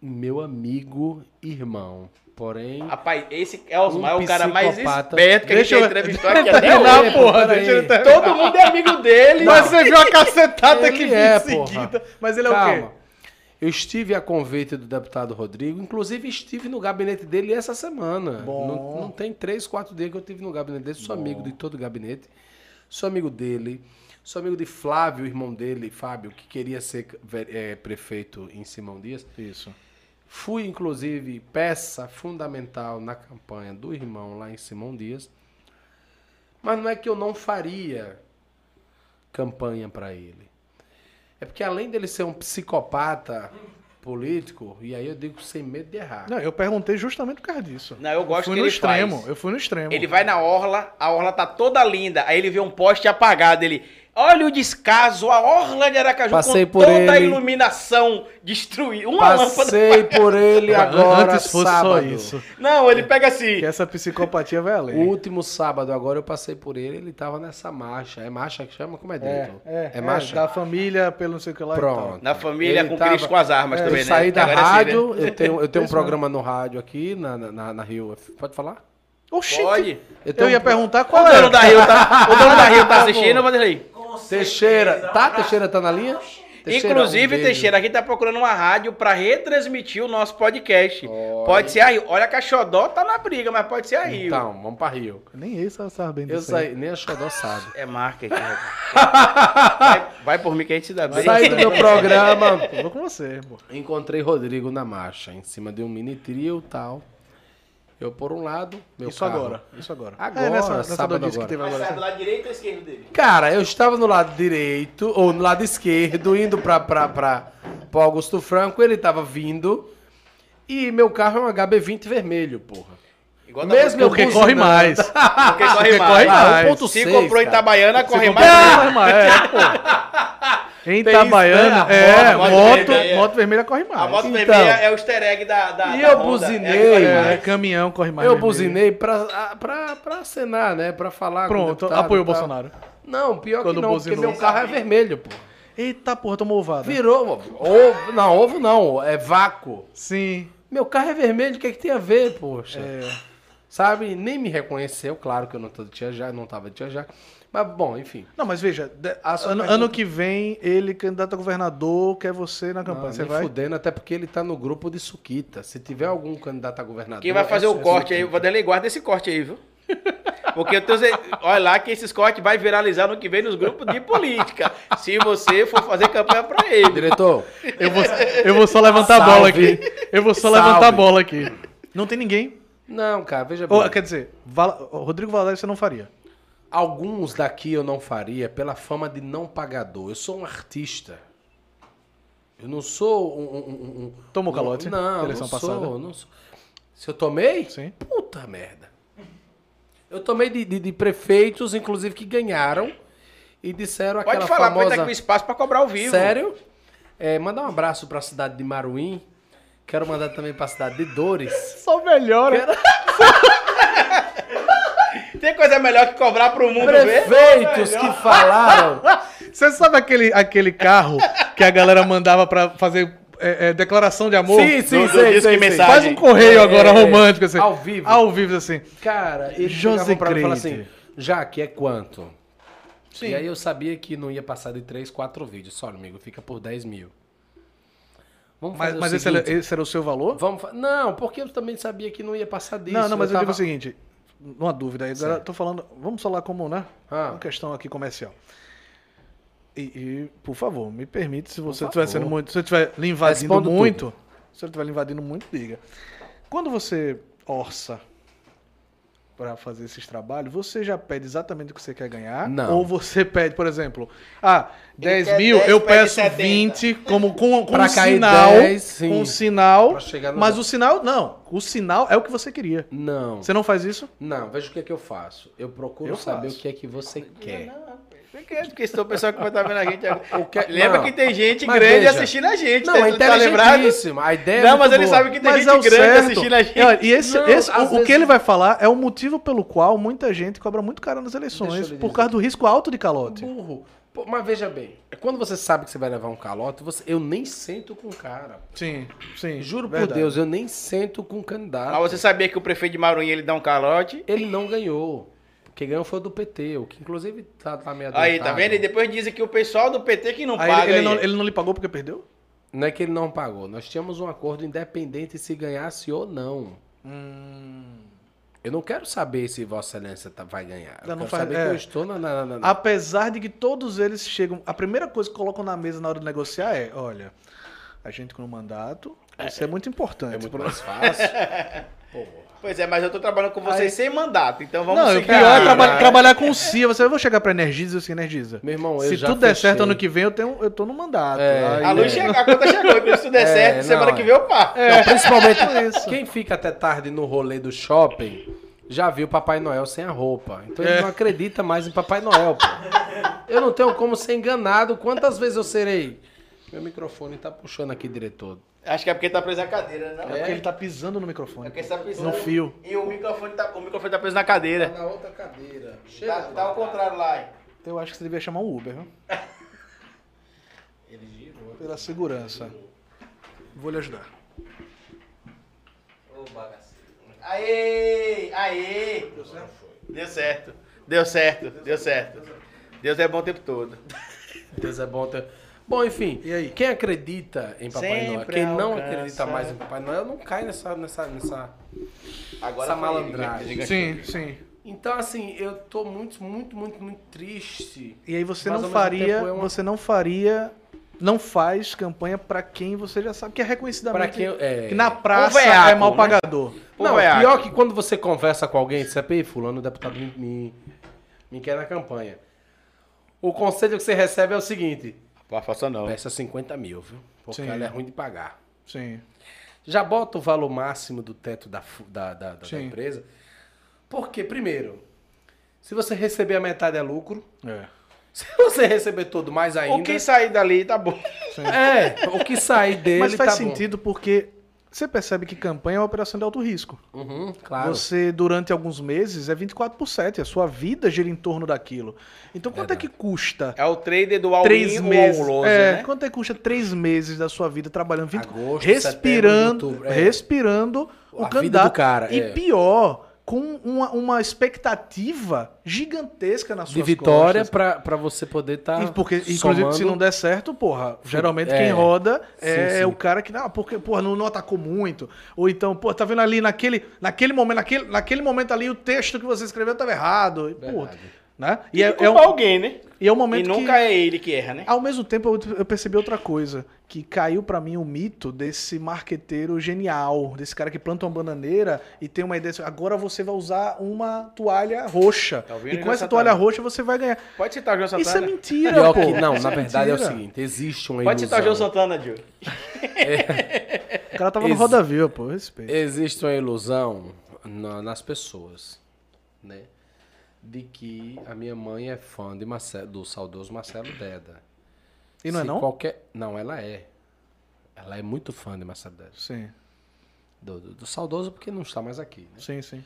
[SPEAKER 3] meu amigo, irmão. Porém.
[SPEAKER 1] Rapaz, esse é Osmar,
[SPEAKER 3] Um
[SPEAKER 1] é o cara mais
[SPEAKER 3] psicopata.
[SPEAKER 1] esperto que
[SPEAKER 2] Deixa
[SPEAKER 1] a
[SPEAKER 2] eu-
[SPEAKER 1] gente entrevistou aqui até
[SPEAKER 3] Peraí,
[SPEAKER 1] hoje.
[SPEAKER 3] pô,
[SPEAKER 2] porra,
[SPEAKER 3] peraí.
[SPEAKER 2] deixa ele terminar.
[SPEAKER 1] Todo mundo é amigo dele.
[SPEAKER 2] Mas você viu a cacetada
[SPEAKER 3] Ele
[SPEAKER 2] que vinha
[SPEAKER 3] é,
[SPEAKER 2] em seguida. Mas ele é o
[SPEAKER 3] Calma.
[SPEAKER 2] quê?
[SPEAKER 3] Eu estive a convite do deputado Rodrigo, inclusive estive no gabinete dele essa semana.
[SPEAKER 2] Bom.
[SPEAKER 3] Não, não tem três, quatro dias que eu estive no gabinete dele. Sou amigo de todo o gabinete. Sou amigo dele. Sou amigo de Flávio, irmão dele, Fábio, que queria ser ve- eh, prefeito em Simão Dias.
[SPEAKER 2] Isso.
[SPEAKER 3] Fui, inclusive, peça fundamental na campanha do irmão lá em Simão Dias. Mas não é que eu não faria campanha para ele. É porque além dele ser um psicopata político, e aí eu digo sem medo de errar.
[SPEAKER 2] Não, eu perguntei justamente por causa disso.
[SPEAKER 1] Não, eu
[SPEAKER 2] Eu
[SPEAKER 1] gosto
[SPEAKER 2] fui
[SPEAKER 1] que
[SPEAKER 2] no
[SPEAKER 1] ele
[SPEAKER 2] extremo.
[SPEAKER 1] faz.
[SPEAKER 2] Eu fui no extremo.
[SPEAKER 1] Ele vai na orla, a orla tá toda linda, aí ele vê um poste apagado, ele... Olha o descaso, a orla de Aracaju
[SPEAKER 3] Passei
[SPEAKER 1] com
[SPEAKER 3] por
[SPEAKER 1] toda a
[SPEAKER 3] ele.
[SPEAKER 1] iluminação destruída. Uma lâmpada...
[SPEAKER 3] Passei por ele agora
[SPEAKER 2] Antes fosse
[SPEAKER 3] sábado.
[SPEAKER 2] só isso.
[SPEAKER 1] Não, ele pega assim...
[SPEAKER 2] Que essa psicopatia vai
[SPEAKER 3] O
[SPEAKER 2] além.
[SPEAKER 3] último sábado agora eu passei por ele, ele tava nessa marcha. É marcha que chama? Como é, Dito? marcha?
[SPEAKER 2] Da família, pelo não sei o que lá. e
[SPEAKER 3] Pronto.
[SPEAKER 2] tal.
[SPEAKER 1] Na família
[SPEAKER 3] Ele
[SPEAKER 1] com
[SPEAKER 3] tava-
[SPEAKER 1] Cristo com as armas
[SPEAKER 3] É,
[SPEAKER 1] também,
[SPEAKER 3] eu
[SPEAKER 1] né?
[SPEAKER 3] saí da
[SPEAKER 1] Agora sim, né?
[SPEAKER 3] rádio, eu tenho, eu tenho um
[SPEAKER 2] Isso mesmo.
[SPEAKER 3] programa no rádio aqui, na, na, na- na Rio. F. Pode falar?
[SPEAKER 2] Oxi!
[SPEAKER 1] Pode.
[SPEAKER 3] Eu
[SPEAKER 2] Eu
[SPEAKER 3] tenho
[SPEAKER 2] ia
[SPEAKER 3] um-
[SPEAKER 2] perguntar
[SPEAKER 1] O
[SPEAKER 2] qual
[SPEAKER 1] dono
[SPEAKER 2] é.
[SPEAKER 1] da Rio tá, o dono da Rio tá
[SPEAKER 3] Tá bom.
[SPEAKER 1] assistindo, Vanderlei.
[SPEAKER 4] Com
[SPEAKER 3] Teixeira.
[SPEAKER 2] um
[SPEAKER 4] certeza,
[SPEAKER 3] Tá,
[SPEAKER 4] pra-
[SPEAKER 3] Teixeira tá na linha? Teixeira,
[SPEAKER 1] Inclusive,
[SPEAKER 3] um beijo.
[SPEAKER 1] Teixeira, a gente tá procurando uma rádio pra retransmitir o nosso podcast. Pode ser a Rio. Olha que a Xodó tá na briga, mas pode ser a Rio.
[SPEAKER 3] Então, vamos pra Rio.
[SPEAKER 2] Nem esse sabe bem
[SPEAKER 3] Eu
[SPEAKER 2] disso aí.
[SPEAKER 3] saí, nem a Xodó sabe.
[SPEAKER 1] É marca aqui, rapaz. vai, vai por mim que a gente se dá bem.
[SPEAKER 3] Saí do meu programa,
[SPEAKER 2] Eu Vou com você, pô. É,
[SPEAKER 3] encontrei Rodrigo na marcha, em cima de um mini trio e tal. Eu por um lado, meu
[SPEAKER 2] Isso
[SPEAKER 3] carro.
[SPEAKER 2] agora. Isso agora.
[SPEAKER 3] Agora, sábado
[SPEAKER 2] doidice que
[SPEAKER 3] agora.
[SPEAKER 2] teve agora.
[SPEAKER 1] lado direito ou esquerdo dele?
[SPEAKER 3] Cara, eu estava no lado direito, ou no lado esquerdo, indo pra, pra, pra, pra Augusto Franco, ele tava vindo, e meu carro é um HB20 vermelho, porra.
[SPEAKER 1] Igual da
[SPEAKER 3] Mesmo eu
[SPEAKER 2] Porque
[SPEAKER 3] buzinando.
[SPEAKER 2] corre mais.
[SPEAKER 1] Porque corre
[SPEAKER 2] Porque
[SPEAKER 1] mais.
[SPEAKER 2] corre
[SPEAKER 3] mais.
[SPEAKER 1] Se
[SPEAKER 3] 1.6,
[SPEAKER 1] comprou em
[SPEAKER 3] cara.
[SPEAKER 1] Itabaiana, corre
[SPEAKER 2] Corre
[SPEAKER 1] mais.
[SPEAKER 2] mais, é, pô. Em
[SPEAKER 3] Tem isso,
[SPEAKER 2] Itabaiana,
[SPEAKER 3] né?
[SPEAKER 2] é,
[SPEAKER 1] A moto
[SPEAKER 2] moto,
[SPEAKER 1] vermelha, é.
[SPEAKER 2] moto vermelha corre
[SPEAKER 1] A
[SPEAKER 2] mais.
[SPEAKER 1] moto
[SPEAKER 3] Então.
[SPEAKER 1] vermelha é o easter egg da. da
[SPEAKER 3] E
[SPEAKER 1] da
[SPEAKER 3] eu
[SPEAKER 1] Honda.
[SPEAKER 3] buzinei,
[SPEAKER 1] É a que corre
[SPEAKER 3] né?
[SPEAKER 2] É,
[SPEAKER 1] mais.
[SPEAKER 2] caminhão corre mais.
[SPEAKER 3] eu
[SPEAKER 2] vermelho.
[SPEAKER 3] buzinei pra, pra, pra acenar, né? Pra falar com o
[SPEAKER 2] Pronto,
[SPEAKER 3] deputado
[SPEAKER 2] apoiou
[SPEAKER 3] e
[SPEAKER 2] o
[SPEAKER 3] tal.
[SPEAKER 2] Bolsonaro.
[SPEAKER 3] Não, pior
[SPEAKER 2] Quando
[SPEAKER 3] que não,
[SPEAKER 2] buzinou.
[SPEAKER 3] porque meu carro é vermelho, pô.
[SPEAKER 2] Eita porra, tomou ovada.
[SPEAKER 3] Virou, ovo, não, ovo não, é vácuo.
[SPEAKER 2] Sim.
[SPEAKER 3] Meu carro é vermelho, o que é que tem a ver, poxa?
[SPEAKER 2] É.
[SPEAKER 3] Sabe? Nem me reconheceu, claro que eu não tô de Tia Jaque, não tava de Tia Jaque. Mas, bom, enfim.
[SPEAKER 2] Não, mas veja, de-
[SPEAKER 3] A sua
[SPEAKER 2] ano,
[SPEAKER 3] pergunta-
[SPEAKER 2] ano que vem ele candidato a governador, quer você na campanha.
[SPEAKER 3] Não,
[SPEAKER 2] você
[SPEAKER 3] nem
[SPEAKER 2] vai?
[SPEAKER 3] Ah, fudendo, até porque ele tá no grupo de Suquita. Se tiver algum candidato a governador.
[SPEAKER 1] Quem vai fazer
[SPEAKER 3] é
[SPEAKER 1] o
[SPEAKER 3] Su-
[SPEAKER 1] corte aí, o
[SPEAKER 3] Suquita.
[SPEAKER 1] Vanderlei, guarda esse corte aí, viu? Porque eu tenho cer- olha lá que esses cortes vai viralizar no que vem nos grupos de política. Se você for fazer campanha pra ele.
[SPEAKER 3] Diretor,
[SPEAKER 2] Eu vou, eu vou só levantar a
[SPEAKER 3] Salve.
[SPEAKER 2] bola aqui. Eu vou só
[SPEAKER 3] Salve.
[SPEAKER 2] levantar a bola aqui. Não tem ninguém.
[SPEAKER 3] não, cara, veja bem.
[SPEAKER 2] Ou, quer dizer, Val- Rodrigo Valadares você não faria.
[SPEAKER 3] Alguns daqui eu não faria pela fama de não pagador. Eu sou um artista. Eu não sou um. um- um- um-
[SPEAKER 2] Tomou calote
[SPEAKER 3] Não,
[SPEAKER 2] na
[SPEAKER 3] não,
[SPEAKER 2] eleição
[SPEAKER 3] sou,
[SPEAKER 2] passada?
[SPEAKER 3] não sou. Se eu tomei?
[SPEAKER 2] Sim.
[SPEAKER 3] Puta merda. Eu tomei de, de- de prefeitos, inclusive, que ganharam e disseram
[SPEAKER 1] Pode
[SPEAKER 3] aquela
[SPEAKER 1] falar, é
[SPEAKER 3] famosa...
[SPEAKER 1] aproveita aqui o espaço pra cobrar ao vivo.
[SPEAKER 3] Sério? É, mandar um abraço pra cidade de Maruim. Quero mandar também pra cidade de Dores.
[SPEAKER 2] Só melhora.
[SPEAKER 1] Tem coisa melhor que cobrar pro mundo ver?
[SPEAKER 3] Prefeitos que falaram.
[SPEAKER 2] Você sabe aquele, aquele carro que a galera mandava pra fazer é, é, declaração de amor?
[SPEAKER 3] Sim, sim,
[SPEAKER 1] do- do
[SPEAKER 3] sei,
[SPEAKER 1] disco
[SPEAKER 3] sei,
[SPEAKER 1] e
[SPEAKER 3] sei.
[SPEAKER 1] mensagem.
[SPEAKER 2] Faz um correio
[SPEAKER 3] É,
[SPEAKER 2] agora
[SPEAKER 3] é,
[SPEAKER 2] romântico, assim.
[SPEAKER 3] ao vivo.
[SPEAKER 2] Ao vivo, assim.
[SPEAKER 3] Cara, ele
[SPEAKER 2] José
[SPEAKER 3] chegava pra mim e falava
[SPEAKER 2] Crente.
[SPEAKER 3] assim, Jaque, é quanto? E aí eu sabia que não ia passar de 3, 4 vídeos. Só, amigo, fica por 10 mil. Vamos
[SPEAKER 2] Mas,
[SPEAKER 3] fazer o
[SPEAKER 2] mas esse,
[SPEAKER 3] seguinte.
[SPEAKER 2] era, esse era o seu valor?
[SPEAKER 3] Vamos fa- Não, porque eu também sabia que não ia passar disso.
[SPEAKER 2] não, não, mas eu,
[SPEAKER 3] tava-
[SPEAKER 2] digo assim, o seguinte. Uma dúvida aí. Agora, tô falando... Vamos falar como, né?
[SPEAKER 3] Ah.
[SPEAKER 2] Uma questão aqui comercial. E, e, por favor, me permite, se você
[SPEAKER 3] Por
[SPEAKER 2] estiver
[SPEAKER 3] favor.
[SPEAKER 2] sendo muito... Se eu estiver lhe invadindo
[SPEAKER 3] Respondo
[SPEAKER 2] muito... Se eu estiver lhe invadindo muito, diga. Quando você orça pra fazer esses trabalhos, você já pede exatamente o que você quer ganhar?
[SPEAKER 3] Não.
[SPEAKER 2] Ou você pede, por exemplo, ah, 10
[SPEAKER 1] quer
[SPEAKER 2] mil,
[SPEAKER 1] 10,
[SPEAKER 2] eu
[SPEAKER 1] pede
[SPEAKER 2] peço
[SPEAKER 1] 70.
[SPEAKER 2] 20, como com, com
[SPEAKER 3] Pra
[SPEAKER 2] um
[SPEAKER 3] cair
[SPEAKER 2] sinal,
[SPEAKER 3] 10, sim.
[SPEAKER 2] com um sinal,
[SPEAKER 3] Pra chegar no
[SPEAKER 2] mas
[SPEAKER 3] 10.
[SPEAKER 2] o sinal não, o sinal é o que você queria.
[SPEAKER 3] Não,
[SPEAKER 2] Você não faz isso?
[SPEAKER 3] não, veja o que é que eu faço. Eu procuro
[SPEAKER 2] Eu
[SPEAKER 3] saber
[SPEAKER 2] faço.
[SPEAKER 3] o que é que você quer.
[SPEAKER 1] Porque esse é o pessoal que vai estar vendo a gente agora.
[SPEAKER 3] O que- é-
[SPEAKER 1] Lembra
[SPEAKER 3] não.
[SPEAKER 1] que tem gente
[SPEAKER 3] Mas
[SPEAKER 1] grande
[SPEAKER 3] veja.
[SPEAKER 1] assistindo a gente,
[SPEAKER 3] Não,
[SPEAKER 1] né?
[SPEAKER 3] é
[SPEAKER 1] Você tá lembrado?
[SPEAKER 3] inteligentíssimo. A ideia é
[SPEAKER 1] Não,
[SPEAKER 3] muito
[SPEAKER 1] mas ele
[SPEAKER 3] boa.
[SPEAKER 1] sabe que tem
[SPEAKER 2] Mas é o
[SPEAKER 1] gente grande
[SPEAKER 2] certo.
[SPEAKER 1] assistindo a gente.
[SPEAKER 2] E olha, E esse,
[SPEAKER 3] Não,
[SPEAKER 2] esse-
[SPEAKER 3] às
[SPEAKER 2] o, o
[SPEAKER 3] vezes-
[SPEAKER 2] que ele vai falar é o motivo pelo qual muita gente cobra muito caro nas eleições,
[SPEAKER 3] Deixa eu lhe
[SPEAKER 2] por
[SPEAKER 3] dizer.
[SPEAKER 2] causa do risco alto de calote.
[SPEAKER 3] Burro. Pô, mas veja bem, quando você sabe que você vai levar um calote, você... eu nem sento com o cara.
[SPEAKER 2] Sim, sim.
[SPEAKER 3] Juro por
[SPEAKER 2] verdade.
[SPEAKER 3] Deus, eu nem sento com o
[SPEAKER 1] Mas
[SPEAKER 3] candidato.
[SPEAKER 1] você sabia que o prefeito de Maruim ele dá um calote?
[SPEAKER 3] Ele não ganhou. Quem ganhou foi o do PT, o que inclusive tá, tá meio
[SPEAKER 1] Aí, tá
[SPEAKER 3] adiantado.
[SPEAKER 1] vendo? E depois dizem que o pessoal do PT que não
[SPEAKER 2] Aí
[SPEAKER 1] paga.
[SPEAKER 2] ele, ele
[SPEAKER 1] aí.
[SPEAKER 2] não, ele não lhe pagou porque perdeu?
[SPEAKER 3] Não é que ele não pagou. Nós tínhamos um acordo independente se ganhasse ou não. Eu não quero saber se Vossa Excelência tá- vai ganhar. Eu
[SPEAKER 2] Não, não
[SPEAKER 3] quero
[SPEAKER 2] faz-
[SPEAKER 3] saber
[SPEAKER 2] é. Ah,
[SPEAKER 3] que eu estou na. na- na- na-
[SPEAKER 2] Apesar de que todos eles chegam. A primeira coisa que colocam na mesa na hora de negociar é: olha, a gente com o mandato, isso é muito importante.
[SPEAKER 3] É muito mais fácil. Pô,
[SPEAKER 1] Pois é, mas eu tô trabalhando com vocês sem mandato, então vamos né?
[SPEAKER 2] não, e o
[SPEAKER 1] seguir.
[SPEAKER 2] pior
[SPEAKER 3] cara.
[SPEAKER 2] é traba- trabalhar com o CIA. Você vai chegar pra Energisa e dizer assim, Energisa.
[SPEAKER 3] Meu irmão, eu
[SPEAKER 2] Se
[SPEAKER 3] já
[SPEAKER 2] tudo der
[SPEAKER 3] fechei.
[SPEAKER 2] certo ano que vem, eu, tenho, eu tô no mandato.
[SPEAKER 3] É,
[SPEAKER 2] Aí-
[SPEAKER 1] A luz chegou, a conta chegou. Inclusive, se tudo der
[SPEAKER 3] É,
[SPEAKER 1] certo,
[SPEAKER 3] não,
[SPEAKER 1] semana
[SPEAKER 3] é.
[SPEAKER 1] que vem eu pago.
[SPEAKER 3] Não, principalmente
[SPEAKER 2] Isso.
[SPEAKER 3] quem fica até tarde no rolê do shopping já viu Papai Noel sem a roupa. Então
[SPEAKER 2] É.
[SPEAKER 3] ele não acredita mais em Papai Noel, pô. Eu não tenho como ser enganado. Quantas vezes eu serei? Meu microfone tá puxando aqui, diretor.
[SPEAKER 1] Acho que é porque tá preso na cadeira, né?
[SPEAKER 2] É porque ele tá pisando no microfone.
[SPEAKER 1] É porque tá preso.
[SPEAKER 2] No fio.
[SPEAKER 1] E o microfone tá, o microfone tá preso na cadeira.
[SPEAKER 3] Na outra cadeira. Chega.
[SPEAKER 1] Tá, tá ao contrário lá. hein?
[SPEAKER 2] Eu acho que você devia chamar um Uber, viu?
[SPEAKER 3] Ele girou.
[SPEAKER 2] Pela segurança. Vou lhe ajudar.
[SPEAKER 4] Ô, bagaceiro.
[SPEAKER 1] Aê! Aê! Deu certo? Deu certo. Deu certo, deu certo. Deus é bom o tempo todo.
[SPEAKER 3] Deus é bom ter... Bom, enfim.
[SPEAKER 2] E aí?
[SPEAKER 3] Quem acredita em Papai Noel,
[SPEAKER 1] Sempre
[SPEAKER 3] quem não
[SPEAKER 1] alcança.
[SPEAKER 3] acredita mais em Papai Noel, não cai nessa... nessa, nessa...
[SPEAKER 1] Agora
[SPEAKER 3] Essa malandragem.
[SPEAKER 2] Sim, sim.
[SPEAKER 3] Então, assim, eu tô muito, muito, muito, muito triste.
[SPEAKER 2] E aí você
[SPEAKER 3] Mas, ao
[SPEAKER 2] não
[SPEAKER 3] mesmo
[SPEAKER 2] faria,
[SPEAKER 3] tempo, é uma-
[SPEAKER 2] você não faria, não faz campanha pra quem você já sabe que é reconhecidamente
[SPEAKER 3] Pra quem eu- é.
[SPEAKER 2] que na praça
[SPEAKER 1] O veaco,
[SPEAKER 2] é mal
[SPEAKER 1] né?
[SPEAKER 2] pagador.
[SPEAKER 3] Não,
[SPEAKER 1] é
[SPEAKER 3] é pior que quando você conversa com alguém, você pei, fulano, o deputado me, me, me quer na campanha. O conselho que você recebe é o seguinte:
[SPEAKER 1] Não faça não.
[SPEAKER 3] peça 50 mil, viu? Porque
[SPEAKER 2] Sim.
[SPEAKER 3] ela é ruim de pagar.
[SPEAKER 2] Sim.
[SPEAKER 3] Já bota o valor máximo do teto da, fu- da, da, da- da
[SPEAKER 2] Sim.
[SPEAKER 3] empresa. Porque, primeiro, se você receber a metade é lucro.
[SPEAKER 2] É.
[SPEAKER 3] Se você receber todo mais ainda.
[SPEAKER 1] O que sair dali tá bom.
[SPEAKER 3] É, o que sair dele.
[SPEAKER 2] Mas faz
[SPEAKER 3] tá bom.
[SPEAKER 2] sentido porque você percebe que campanha é uma operação de alto risco.
[SPEAKER 3] Uhum, claro.
[SPEAKER 2] Você, durante alguns meses, é 24 por 7. A sua vida gira em torno daquilo. Então, quanto é que custa
[SPEAKER 1] É o trader do all
[SPEAKER 2] três
[SPEAKER 1] in
[SPEAKER 2] meses.
[SPEAKER 1] ou all lose,
[SPEAKER 2] é,
[SPEAKER 1] né?
[SPEAKER 2] Quanto é que custa três meses da sua vida trabalhando? 20,
[SPEAKER 3] Agosto,
[SPEAKER 2] respirando,
[SPEAKER 3] setembro, outubro, é.
[SPEAKER 2] respirando
[SPEAKER 3] A
[SPEAKER 2] o
[SPEAKER 3] vida
[SPEAKER 2] candidato.
[SPEAKER 3] do cara,
[SPEAKER 2] e
[SPEAKER 3] é.
[SPEAKER 2] pior, com uma, uma expectativa gigantesca na sua
[SPEAKER 3] de vitória pra, pra você poder tá estar.
[SPEAKER 2] e porque, inclusive, se não der certo, porra, geralmente
[SPEAKER 3] É.
[SPEAKER 2] quem roda é
[SPEAKER 3] Sim, sim.
[SPEAKER 2] o cara que, não, porque, porra, não, não atacou muito. Ou então, pô, tá vendo ali naquele, naquele momento, naquele, naquele momento ali, o texto que você escreveu tava errado. E, porra,
[SPEAKER 3] Verdade.
[SPEAKER 2] Né?
[SPEAKER 1] E
[SPEAKER 2] E é,
[SPEAKER 1] culpar
[SPEAKER 2] é um,
[SPEAKER 1] alguém, né?
[SPEAKER 2] e é um
[SPEAKER 1] E
[SPEAKER 2] momento que-
[SPEAKER 1] nunca é ele que erra, né?
[SPEAKER 2] Ao mesmo tempo, eu- eu percebi outra coisa, que caiu pra mim o mito desse marqueteiro genial, desse cara que planta uma bananeira e tem uma ideia, assim, agora você vai usar uma toalha roxa.
[SPEAKER 1] Tá ouvindo,
[SPEAKER 2] e com
[SPEAKER 1] João
[SPEAKER 2] essa
[SPEAKER 1] Santana?
[SPEAKER 2] toalha roxa você vai ganhar.
[SPEAKER 1] Ah, Pode citar o João
[SPEAKER 2] Isso é
[SPEAKER 1] Santana.
[SPEAKER 2] mentira,
[SPEAKER 3] Pior
[SPEAKER 2] pô.
[SPEAKER 3] que não,
[SPEAKER 2] Isso
[SPEAKER 3] na
[SPEAKER 2] é
[SPEAKER 3] verdade é o
[SPEAKER 2] mentira.
[SPEAKER 3] seguinte, existe uma
[SPEAKER 1] Pode
[SPEAKER 3] ilusão.
[SPEAKER 1] citar o João Santana, Gil. É,
[SPEAKER 2] O cara tava no
[SPEAKER 3] Ex-
[SPEAKER 2] Roda Viva, pô, respeito.
[SPEAKER 3] Existe uma ilusão na- nas pessoas, né? De que a minha mãe é fã de Marcelo, do saudoso Marcelo Deda.
[SPEAKER 2] E não é
[SPEAKER 3] Se
[SPEAKER 2] não?
[SPEAKER 3] Qualquer... Não, ela é. Ela é muito fã de Marcelo Deda.
[SPEAKER 2] Sim,
[SPEAKER 3] Do, do- do saudoso porque não está mais aqui, né?
[SPEAKER 2] sim, sim.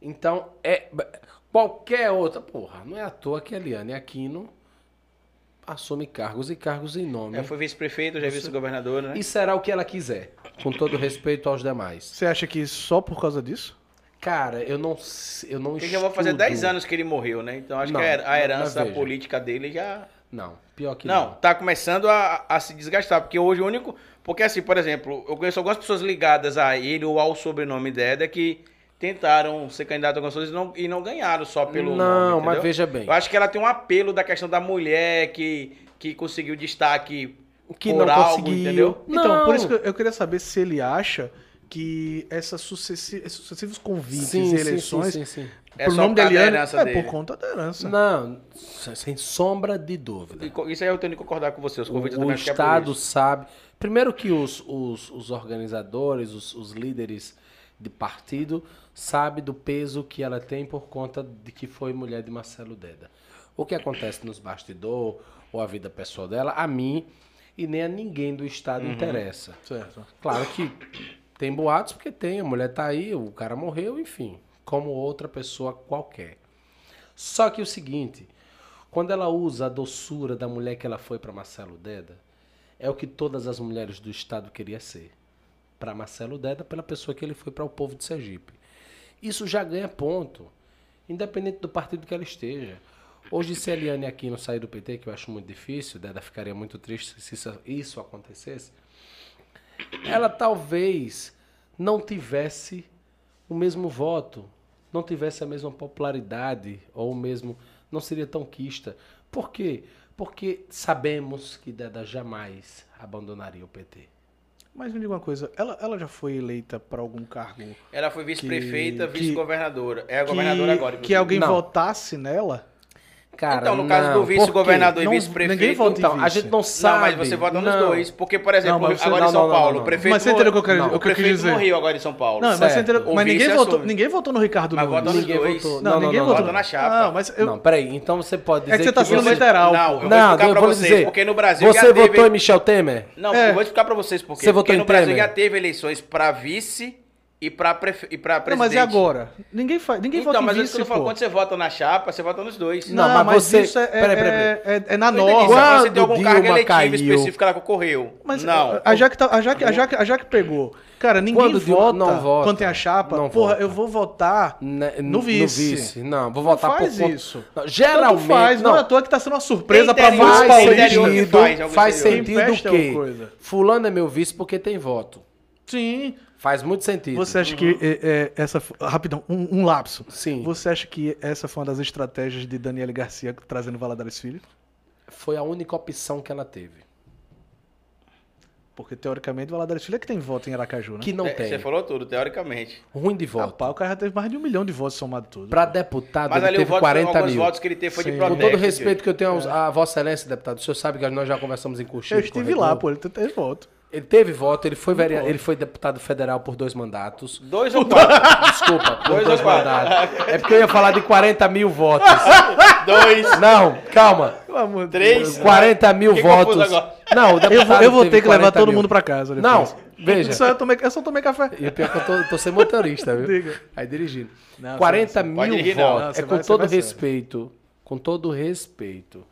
[SPEAKER 3] Então, é qualquer outra... Porra, não é à toa que a Eliane Aquino assume cargos e cargos em nome.
[SPEAKER 1] É, foi vice-prefeito, já vice-governador, né?
[SPEAKER 3] E será o que ela quiser, com todo respeito aos demais.
[SPEAKER 2] Você acha que só por causa disso?
[SPEAKER 3] Cara, eu não, s- eu não
[SPEAKER 1] Porque já vou fazer
[SPEAKER 3] estudo.
[SPEAKER 1] 10 anos que ele morreu, né? Então acho
[SPEAKER 3] Não,
[SPEAKER 1] que a- a
[SPEAKER 3] mas
[SPEAKER 1] herança
[SPEAKER 3] veja.
[SPEAKER 1] política dele já.
[SPEAKER 3] Não, pior que
[SPEAKER 1] não,
[SPEAKER 3] não.
[SPEAKER 1] tá começando a, a se desgastar. Porque hoje o único. Porque assim, por exemplo, eu conheço algumas pessoas ligadas a ele ou ao sobrenome Deda que tentaram ser candidato a algumas coisas e não, e não ganharam só pelo.
[SPEAKER 3] não,
[SPEAKER 1] nome,
[SPEAKER 3] mas
[SPEAKER 1] entendeu?
[SPEAKER 3] veja bem.
[SPEAKER 1] Eu acho que ela tem um apelo da questão da mulher que, que conseguiu destaque.
[SPEAKER 3] Que
[SPEAKER 1] por
[SPEAKER 3] não
[SPEAKER 1] algo,
[SPEAKER 3] conseguiu.
[SPEAKER 1] entendeu?
[SPEAKER 2] Então, por isso que
[SPEAKER 3] eu...
[SPEAKER 2] eu- eu queria saber se ele acha que essas sucessi- esses sucessivos
[SPEAKER 3] Sim,
[SPEAKER 2] convites
[SPEAKER 3] sim,
[SPEAKER 2] e eleições
[SPEAKER 3] sim, sim,
[SPEAKER 1] É
[SPEAKER 2] pro
[SPEAKER 1] só
[SPEAKER 2] nome
[SPEAKER 1] por causa
[SPEAKER 2] da
[SPEAKER 1] da
[SPEAKER 2] Eliane,
[SPEAKER 1] herança
[SPEAKER 2] é
[SPEAKER 1] dele.
[SPEAKER 2] por conta da
[SPEAKER 3] sim.
[SPEAKER 2] herança.
[SPEAKER 3] Não, s- sem sombra de
[SPEAKER 1] E
[SPEAKER 3] dúvida.
[SPEAKER 1] co- Isso aí eu tenho que concordar com você. Os convites
[SPEAKER 3] O, o
[SPEAKER 1] também acho que é por
[SPEAKER 3] Estado
[SPEAKER 1] isso.
[SPEAKER 3] sabe... Primeiro que os, os, os organizadores, os, os líderes de partido, sabe do peso que ela tem por conta de que foi mulher de Marcelo Deda. O que acontece nos bastidores, ou a vida pessoal dela, a mim e nem a ninguém do Estado
[SPEAKER 1] Uhum.
[SPEAKER 3] interessa.
[SPEAKER 2] Certo.
[SPEAKER 3] Claro que tem boatos porque tem, a mulher tá aí, o cara morreu, enfim, como outra pessoa qualquer. Só que o seguinte, quando ela usa a doçura da mulher que ela foi para Marcelo Deda, é o que todas as mulheres do estado queria ser. Para Marcelo Deda, pela pessoa que ele foi para o povo de Sergipe. Isso já ganha ponto, independente do partido que ela esteja. Hoje, se a Eliane Aquino sair do PT, que eu acho muito difícil, Deda ficaria muito triste se isso- isso acontecesse ela talvez não tivesse o mesmo voto, não tivesse a mesma popularidade ou o mesmo não seria tão quista. Por quê? Porque sabemos que Deda jamais abandonaria o PT.
[SPEAKER 2] Mas me diga uma coisa, ela, ela já foi eleita para algum cargo
[SPEAKER 1] Ela foi vice-prefeita,
[SPEAKER 2] Que- que-
[SPEAKER 1] vice-governadora. É a
[SPEAKER 2] que,
[SPEAKER 1] É governadora agora.
[SPEAKER 2] que
[SPEAKER 1] inclusive.
[SPEAKER 2] alguém
[SPEAKER 3] Não.
[SPEAKER 2] votasse nela?
[SPEAKER 3] Cara,
[SPEAKER 1] então, no caso
[SPEAKER 3] não.
[SPEAKER 1] do
[SPEAKER 3] Por quê?
[SPEAKER 1] vice-governador e
[SPEAKER 2] Não, ninguém
[SPEAKER 1] vice-prefeito.
[SPEAKER 2] vota em
[SPEAKER 3] Então, a
[SPEAKER 2] vice.
[SPEAKER 3] gente não
[SPEAKER 1] Não,
[SPEAKER 3] sabe.
[SPEAKER 1] mas você vota nos
[SPEAKER 3] Não.
[SPEAKER 1] dois. Porque, por exemplo,
[SPEAKER 2] Não, mas você-
[SPEAKER 1] agora
[SPEAKER 3] não,
[SPEAKER 1] em São
[SPEAKER 3] não, não,
[SPEAKER 1] Paulo,
[SPEAKER 3] não, não.
[SPEAKER 1] o prefeito.
[SPEAKER 2] Mas você entendeu o que eu quero-
[SPEAKER 1] não,
[SPEAKER 2] o que eu quis
[SPEAKER 1] prefeito
[SPEAKER 2] dizer.
[SPEAKER 1] morreu agora em São Paulo.
[SPEAKER 2] Não, mas, você
[SPEAKER 3] certo.
[SPEAKER 2] entendeu-
[SPEAKER 1] O
[SPEAKER 2] mas
[SPEAKER 1] vice
[SPEAKER 2] ninguém, votou,
[SPEAKER 1] assume.
[SPEAKER 2] ninguém votou no Ricardo
[SPEAKER 1] Mas
[SPEAKER 2] Nunes.
[SPEAKER 1] vota nos
[SPEAKER 3] Ninguém
[SPEAKER 1] dois.
[SPEAKER 3] votou.
[SPEAKER 2] Não,
[SPEAKER 3] Não,
[SPEAKER 2] ninguém
[SPEAKER 3] não, não,
[SPEAKER 2] votou.
[SPEAKER 1] não. Vota na chapa.
[SPEAKER 2] Não, mas eu...
[SPEAKER 3] Não, peraí. Então você pode dizer
[SPEAKER 2] É que você tá sendo
[SPEAKER 3] você...
[SPEAKER 2] literal.
[SPEAKER 1] Não, eu
[SPEAKER 2] pô.
[SPEAKER 1] vou
[SPEAKER 3] Não,
[SPEAKER 1] explicar
[SPEAKER 3] eu
[SPEAKER 1] pra
[SPEAKER 3] vou
[SPEAKER 1] vocês.
[SPEAKER 3] dizer.
[SPEAKER 1] Porque no Brasil
[SPEAKER 3] Você
[SPEAKER 1] já
[SPEAKER 3] votou
[SPEAKER 1] teve.
[SPEAKER 3] em Michel Temer?
[SPEAKER 1] Não,
[SPEAKER 2] É.
[SPEAKER 1] eu vou explicar pra vocês porque.
[SPEAKER 3] Você votou
[SPEAKER 1] porque
[SPEAKER 3] em
[SPEAKER 1] no Brasil
[SPEAKER 3] Temer?
[SPEAKER 1] já teve eleições pra vice e pra, prefe... e pra
[SPEAKER 2] Não,
[SPEAKER 1] presidente.
[SPEAKER 2] mas e agora? Ninguém, faz, ninguém
[SPEAKER 1] Então,
[SPEAKER 2] vota em
[SPEAKER 1] mas isso
[SPEAKER 2] vice,
[SPEAKER 1] que eu tô falando,
[SPEAKER 2] pô.
[SPEAKER 1] quando você vota na chapa, você vota nos dois.
[SPEAKER 3] Não, mas você-
[SPEAKER 2] isso é, é-
[SPEAKER 3] peraí, peraí,
[SPEAKER 2] é- é- é na
[SPEAKER 1] Eu entendi,
[SPEAKER 2] norma.
[SPEAKER 1] Você
[SPEAKER 3] Quando
[SPEAKER 1] tem algum cargo
[SPEAKER 3] Dilma
[SPEAKER 1] eletivo
[SPEAKER 3] caiu-
[SPEAKER 1] específico que ela concorreu.
[SPEAKER 2] Mas
[SPEAKER 1] não.
[SPEAKER 2] a Jaque, tá, a, Jaque, a, Jaque, a Jaque pegou. Cara, ninguém
[SPEAKER 3] Quando Dilma
[SPEAKER 2] vota,
[SPEAKER 3] não vota,
[SPEAKER 2] quando tem a chapa.
[SPEAKER 3] não
[SPEAKER 2] Porra,
[SPEAKER 3] vota.
[SPEAKER 2] eu vou votar.
[SPEAKER 3] Né,
[SPEAKER 2] No
[SPEAKER 3] no
[SPEAKER 2] vice.
[SPEAKER 3] vice. Não, vou votar
[SPEAKER 2] faz
[SPEAKER 3] por conta-
[SPEAKER 2] isso.
[SPEAKER 3] Não,
[SPEAKER 2] Geralmente,
[SPEAKER 3] geralmente,
[SPEAKER 2] faz, não.
[SPEAKER 3] não,
[SPEAKER 2] é à toa que tá sendo uma surpresa pra
[SPEAKER 1] Tem
[SPEAKER 2] muitos
[SPEAKER 1] interior, tem
[SPEAKER 2] paulistas.
[SPEAKER 1] interior que
[SPEAKER 3] sentido,
[SPEAKER 1] faz, alguns
[SPEAKER 3] faz
[SPEAKER 1] interior.
[SPEAKER 3] sentido
[SPEAKER 2] Empesta
[SPEAKER 3] que
[SPEAKER 2] uma coisa.
[SPEAKER 3] fulano é meu vice porque tem voto.
[SPEAKER 2] Sim.
[SPEAKER 3] Faz muito sentido.
[SPEAKER 2] Você acha que é, é, essa. f- Rapidão, um, um lapso.
[SPEAKER 3] Sim.
[SPEAKER 2] Você acha que essa foi uma das estratégias de Daniele Garcia trazendo Valadares Filho?
[SPEAKER 3] Foi a única opção que ela teve.
[SPEAKER 2] Porque, teoricamente, Valadares Filho é que tem voto em Aracaju, né?
[SPEAKER 3] Que não
[SPEAKER 1] É,
[SPEAKER 3] tem.
[SPEAKER 1] Você falou tudo, teoricamente.
[SPEAKER 3] Ruim de
[SPEAKER 2] Ah,
[SPEAKER 3] voto.
[SPEAKER 2] pá, o cara já teve mais de um milhão de votos somado tudo.
[SPEAKER 3] Pra deputado,
[SPEAKER 1] Mas
[SPEAKER 3] ele
[SPEAKER 1] ali o
[SPEAKER 3] Ah, teve
[SPEAKER 1] voto,
[SPEAKER 3] 40
[SPEAKER 1] alguns
[SPEAKER 3] mil.
[SPEAKER 1] votos que ele teve foi de
[SPEAKER 2] Sim.
[SPEAKER 3] Com
[SPEAKER 1] protesto.
[SPEAKER 3] todo o respeito que eu tenho aos- a Vossa Excelência, deputado, o senhor sabe que nós já conversamos em
[SPEAKER 2] É. Eu
[SPEAKER 3] Cochilho.
[SPEAKER 2] estive lá, pô, ele teve voto.
[SPEAKER 3] Ele teve voto, ele foi, verea- ele foi deputado federal por dois mandatos.
[SPEAKER 1] Dois ou quatro?
[SPEAKER 3] Desculpa, por
[SPEAKER 1] Dois
[SPEAKER 3] dois,
[SPEAKER 1] ou quatro?
[SPEAKER 3] mandatos. É porque eu ia falar de 40 mil votos.
[SPEAKER 1] Dois,
[SPEAKER 3] Não, calma.
[SPEAKER 2] Pelo amor de Deus.
[SPEAKER 1] três.
[SPEAKER 3] 40 mil
[SPEAKER 1] Fiquei confuso
[SPEAKER 3] votos.
[SPEAKER 1] agora.
[SPEAKER 3] Não, o
[SPEAKER 2] Eu vou,
[SPEAKER 3] deputado
[SPEAKER 2] eu vou
[SPEAKER 3] teve
[SPEAKER 2] ter que levar
[SPEAKER 3] 40
[SPEAKER 2] todo
[SPEAKER 3] mil.
[SPEAKER 2] mundo pra casa. depois.
[SPEAKER 3] Não, veja.
[SPEAKER 2] Só eu, tomei, eu só tomei café.
[SPEAKER 3] E o pior é que eu tô, tô sem motorista, viu?
[SPEAKER 2] Diga.
[SPEAKER 3] Aí dirigindo.
[SPEAKER 2] Não, você
[SPEAKER 3] 40
[SPEAKER 1] não pode
[SPEAKER 3] mil
[SPEAKER 1] dirigir, não.
[SPEAKER 3] votos.
[SPEAKER 2] Não, você
[SPEAKER 3] é com
[SPEAKER 2] vai- você
[SPEAKER 3] todo
[SPEAKER 2] vai sério.
[SPEAKER 3] respeito, com todo respeito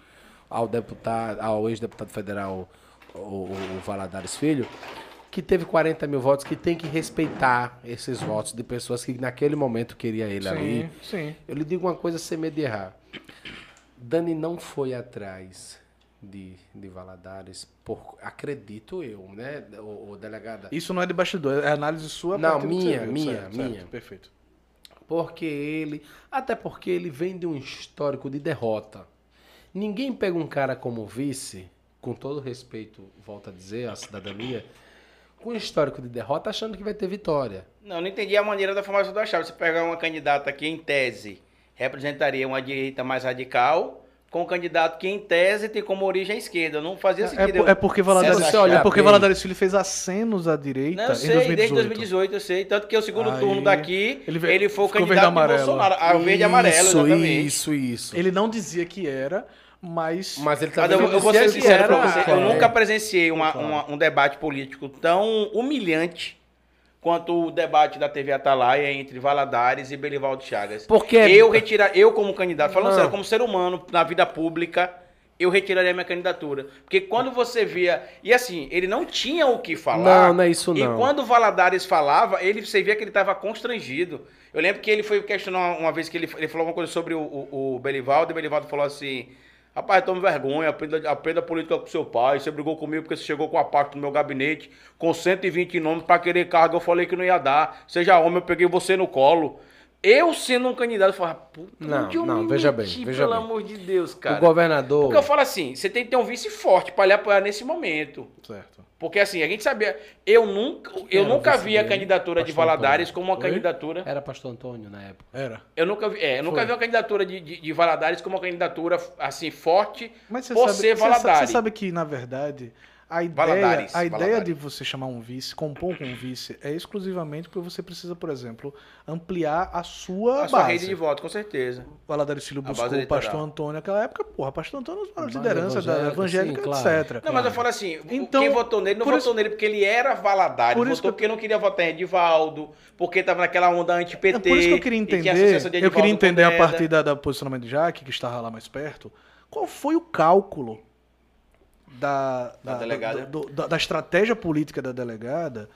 [SPEAKER 3] ao deputado, ao ex-deputado federal, o, o- o Valadares Filho, que teve 40 mil votos, que tem que respeitar esses votos de pessoas que naquele momento queria ele ali.
[SPEAKER 2] sim.
[SPEAKER 3] Eu lhe digo uma coisa sem medo de errar. Dani não foi atrás de, de Valadares, por, acredito eu, né, o, delegada?
[SPEAKER 2] Isso não é de bastidor, é análise sua. a
[SPEAKER 3] Não,
[SPEAKER 2] partir do que você
[SPEAKER 3] minha,
[SPEAKER 2] viu,
[SPEAKER 3] minha, minha.
[SPEAKER 2] Perfeito.
[SPEAKER 3] Porque ele. Até porque ele vem de um histórico de derrota. Ninguém pega um cara como vice, com todo respeito, volto a dizer, à cidadania, com um histórico de derrota, achando que vai ter vitória.
[SPEAKER 1] Não, não entendi a maneira da formação da chave. Você pegar uma candidata que, em tese, representaria uma direita mais radical, com um candidato que, em tese, tem como origem a esquerda. Não fazia
[SPEAKER 2] É,
[SPEAKER 1] sentido.
[SPEAKER 2] por- é porque Valadares,
[SPEAKER 1] Se você olhar
[SPEAKER 2] é porque
[SPEAKER 3] bem-
[SPEAKER 2] Valadares Filho fez acenos à direita
[SPEAKER 1] Não, eu sei,
[SPEAKER 2] tá, em 2018.
[SPEAKER 1] desde 2018 eu sei. Tanto que o segundo
[SPEAKER 2] Aí,
[SPEAKER 1] turno daqui, ele,
[SPEAKER 2] ele ve-
[SPEAKER 1] foi o
[SPEAKER 2] ficou verde
[SPEAKER 1] candidato de
[SPEAKER 2] amarelo.
[SPEAKER 1] Bolsonaro. Ah, o verde e amarelo,
[SPEAKER 3] isso,
[SPEAKER 1] exatamente.
[SPEAKER 3] Isso, isso.
[SPEAKER 2] Ele não dizia que era, mas
[SPEAKER 3] Mas ele
[SPEAKER 1] Mas
[SPEAKER 3] também
[SPEAKER 1] eu,
[SPEAKER 3] não
[SPEAKER 1] eu vou
[SPEAKER 3] disse
[SPEAKER 1] ser
[SPEAKER 3] que
[SPEAKER 1] sincero
[SPEAKER 3] era-
[SPEAKER 1] pra você, eu
[SPEAKER 3] É.
[SPEAKER 1] nunca presenciei uma- uma- um debate político tão humilhante quanto o debate da TV Atalaia entre Valadares e Belivaldo Chagas.
[SPEAKER 3] Porque
[SPEAKER 1] Eu retirar, eu como candidato, falando
[SPEAKER 2] Não.
[SPEAKER 1] sério, como ser humano na vida pública, eu retiraria minha candidatura. Porque quando você via. E assim, ele não tinha o que falar.
[SPEAKER 3] Não, não é isso
[SPEAKER 1] E
[SPEAKER 3] não.
[SPEAKER 1] quando o Valadares falava, ele, você via que ele estava constrangido. Eu lembro que ele foi questionar uma- uma vez que ele, ele falou alguma coisa sobre o, o, o Belivaldo, e o Belivaldo falou assim: Rapaz, tome vergonha, aprenda, aprenda política com seu pai. Você brigou comigo porque você chegou com a parte do meu gabinete, com 120 nomes, para querer cargo. Eu falei que não ia dar. Seja homem, eu peguei você no colo. Eu sendo um candidato, eu falava, puta,
[SPEAKER 3] Não,
[SPEAKER 1] onde eu
[SPEAKER 3] não,
[SPEAKER 1] me
[SPEAKER 3] veja
[SPEAKER 1] meti,
[SPEAKER 3] bem, veja
[SPEAKER 1] pelo
[SPEAKER 3] bem.
[SPEAKER 1] amor de Deus,
[SPEAKER 3] o
[SPEAKER 1] cara.
[SPEAKER 3] governador.
[SPEAKER 1] Porque eu falo assim, você tem que ter um vice forte para lhe apoiar nesse momento.
[SPEAKER 2] certo.
[SPEAKER 1] Porque assim, a gente sabia. Eu nunca, eu
[SPEAKER 2] É,
[SPEAKER 3] era o
[SPEAKER 1] nunca
[SPEAKER 3] vice
[SPEAKER 1] vi a
[SPEAKER 3] dele?
[SPEAKER 1] candidatura de
[SPEAKER 3] Pastor Antônio.
[SPEAKER 1] Valadares como uma
[SPEAKER 2] Oi?
[SPEAKER 1] candidatura.
[SPEAKER 3] Era pastor Antônio na época.
[SPEAKER 2] Era.
[SPEAKER 1] Eu nunca vi, é, eu nunca
[SPEAKER 2] Foi.
[SPEAKER 1] vi uma candidatura de, de, de Valadares como uma candidatura assim forte.
[SPEAKER 2] Mas você
[SPEAKER 1] Por
[SPEAKER 2] sabe,
[SPEAKER 1] ser
[SPEAKER 2] você sa-
[SPEAKER 1] Valadares.
[SPEAKER 2] Você sabe que, na verdade, a ideia,
[SPEAKER 1] Valadares,
[SPEAKER 2] a ideia
[SPEAKER 1] Valadares.
[SPEAKER 2] de você chamar um vice, compor com um vice, é exclusivamente porque você precisa, por exemplo, ampliar a sua
[SPEAKER 1] A sua
[SPEAKER 2] base.
[SPEAKER 1] rase de voto, com certeza.
[SPEAKER 2] Valadares Filho
[SPEAKER 1] base
[SPEAKER 2] buscou o
[SPEAKER 1] eleitoral.
[SPEAKER 2] pastor Antônio naquela época, porra, pastor Antônio é uma
[SPEAKER 3] Base
[SPEAKER 2] liderança da
[SPEAKER 3] evangélica,
[SPEAKER 2] evangélica,
[SPEAKER 3] sim, claro.
[SPEAKER 2] etc.
[SPEAKER 1] Não, mas eu falo assim, o-
[SPEAKER 2] É Então,
[SPEAKER 1] quem votou nele não
[SPEAKER 2] por
[SPEAKER 1] votou
[SPEAKER 2] isso-
[SPEAKER 1] nele porque ele era Valadares,
[SPEAKER 2] Por
[SPEAKER 1] votou
[SPEAKER 2] isso que eu-
[SPEAKER 1] porque não queria votar em Edivaldo, porque tava naquela onda
[SPEAKER 2] É
[SPEAKER 1] anti-PT.
[SPEAKER 2] por isso que eu queria
[SPEAKER 1] e tinha
[SPEAKER 2] entender.
[SPEAKER 1] associação de
[SPEAKER 2] eu queria
[SPEAKER 1] Edivaldo com
[SPEAKER 2] entender a
[SPEAKER 1] Deda.
[SPEAKER 2] partir da, da posicionamento de Jaque, que estava lá mais perto, qual foi o cálculo da,
[SPEAKER 1] Da delegada.
[SPEAKER 2] do- do- da- da estratégia política da delegada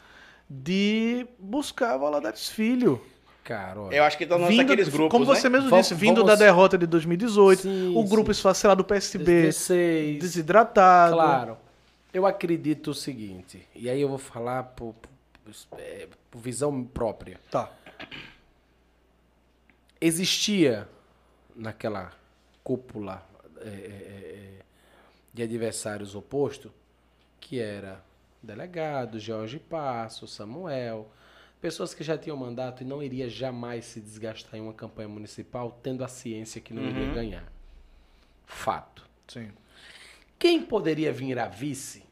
[SPEAKER 2] de buscar Valadares Filho.
[SPEAKER 3] Cara, olha.
[SPEAKER 1] Eu acho que estão lançando aqueles grupos.
[SPEAKER 2] como
[SPEAKER 1] né?
[SPEAKER 2] você mesmo
[SPEAKER 3] Vamos-
[SPEAKER 2] disse, vindo
[SPEAKER 3] vamos-
[SPEAKER 2] da derrota de 2018,
[SPEAKER 3] Sim,
[SPEAKER 2] o grupo
[SPEAKER 3] sim.
[SPEAKER 2] esfacelado do PSB,
[SPEAKER 3] 16.
[SPEAKER 2] desidratado.
[SPEAKER 3] Claro. Eu acredito o seguinte, e aí eu vou falar por, por- é, por visão própria.
[SPEAKER 2] Tá.
[SPEAKER 3] Existia naquela cúpula é, é, é, é, de adversários oposto, que era delegado, Jorge Passo, Samuel, pessoas que já tinham mandato e não iria jamais se desgastar em uma campanha municipal, tendo a ciência que não iria ganhar. Fato.
[SPEAKER 2] Sim.
[SPEAKER 3] Quem poderia vir a vice?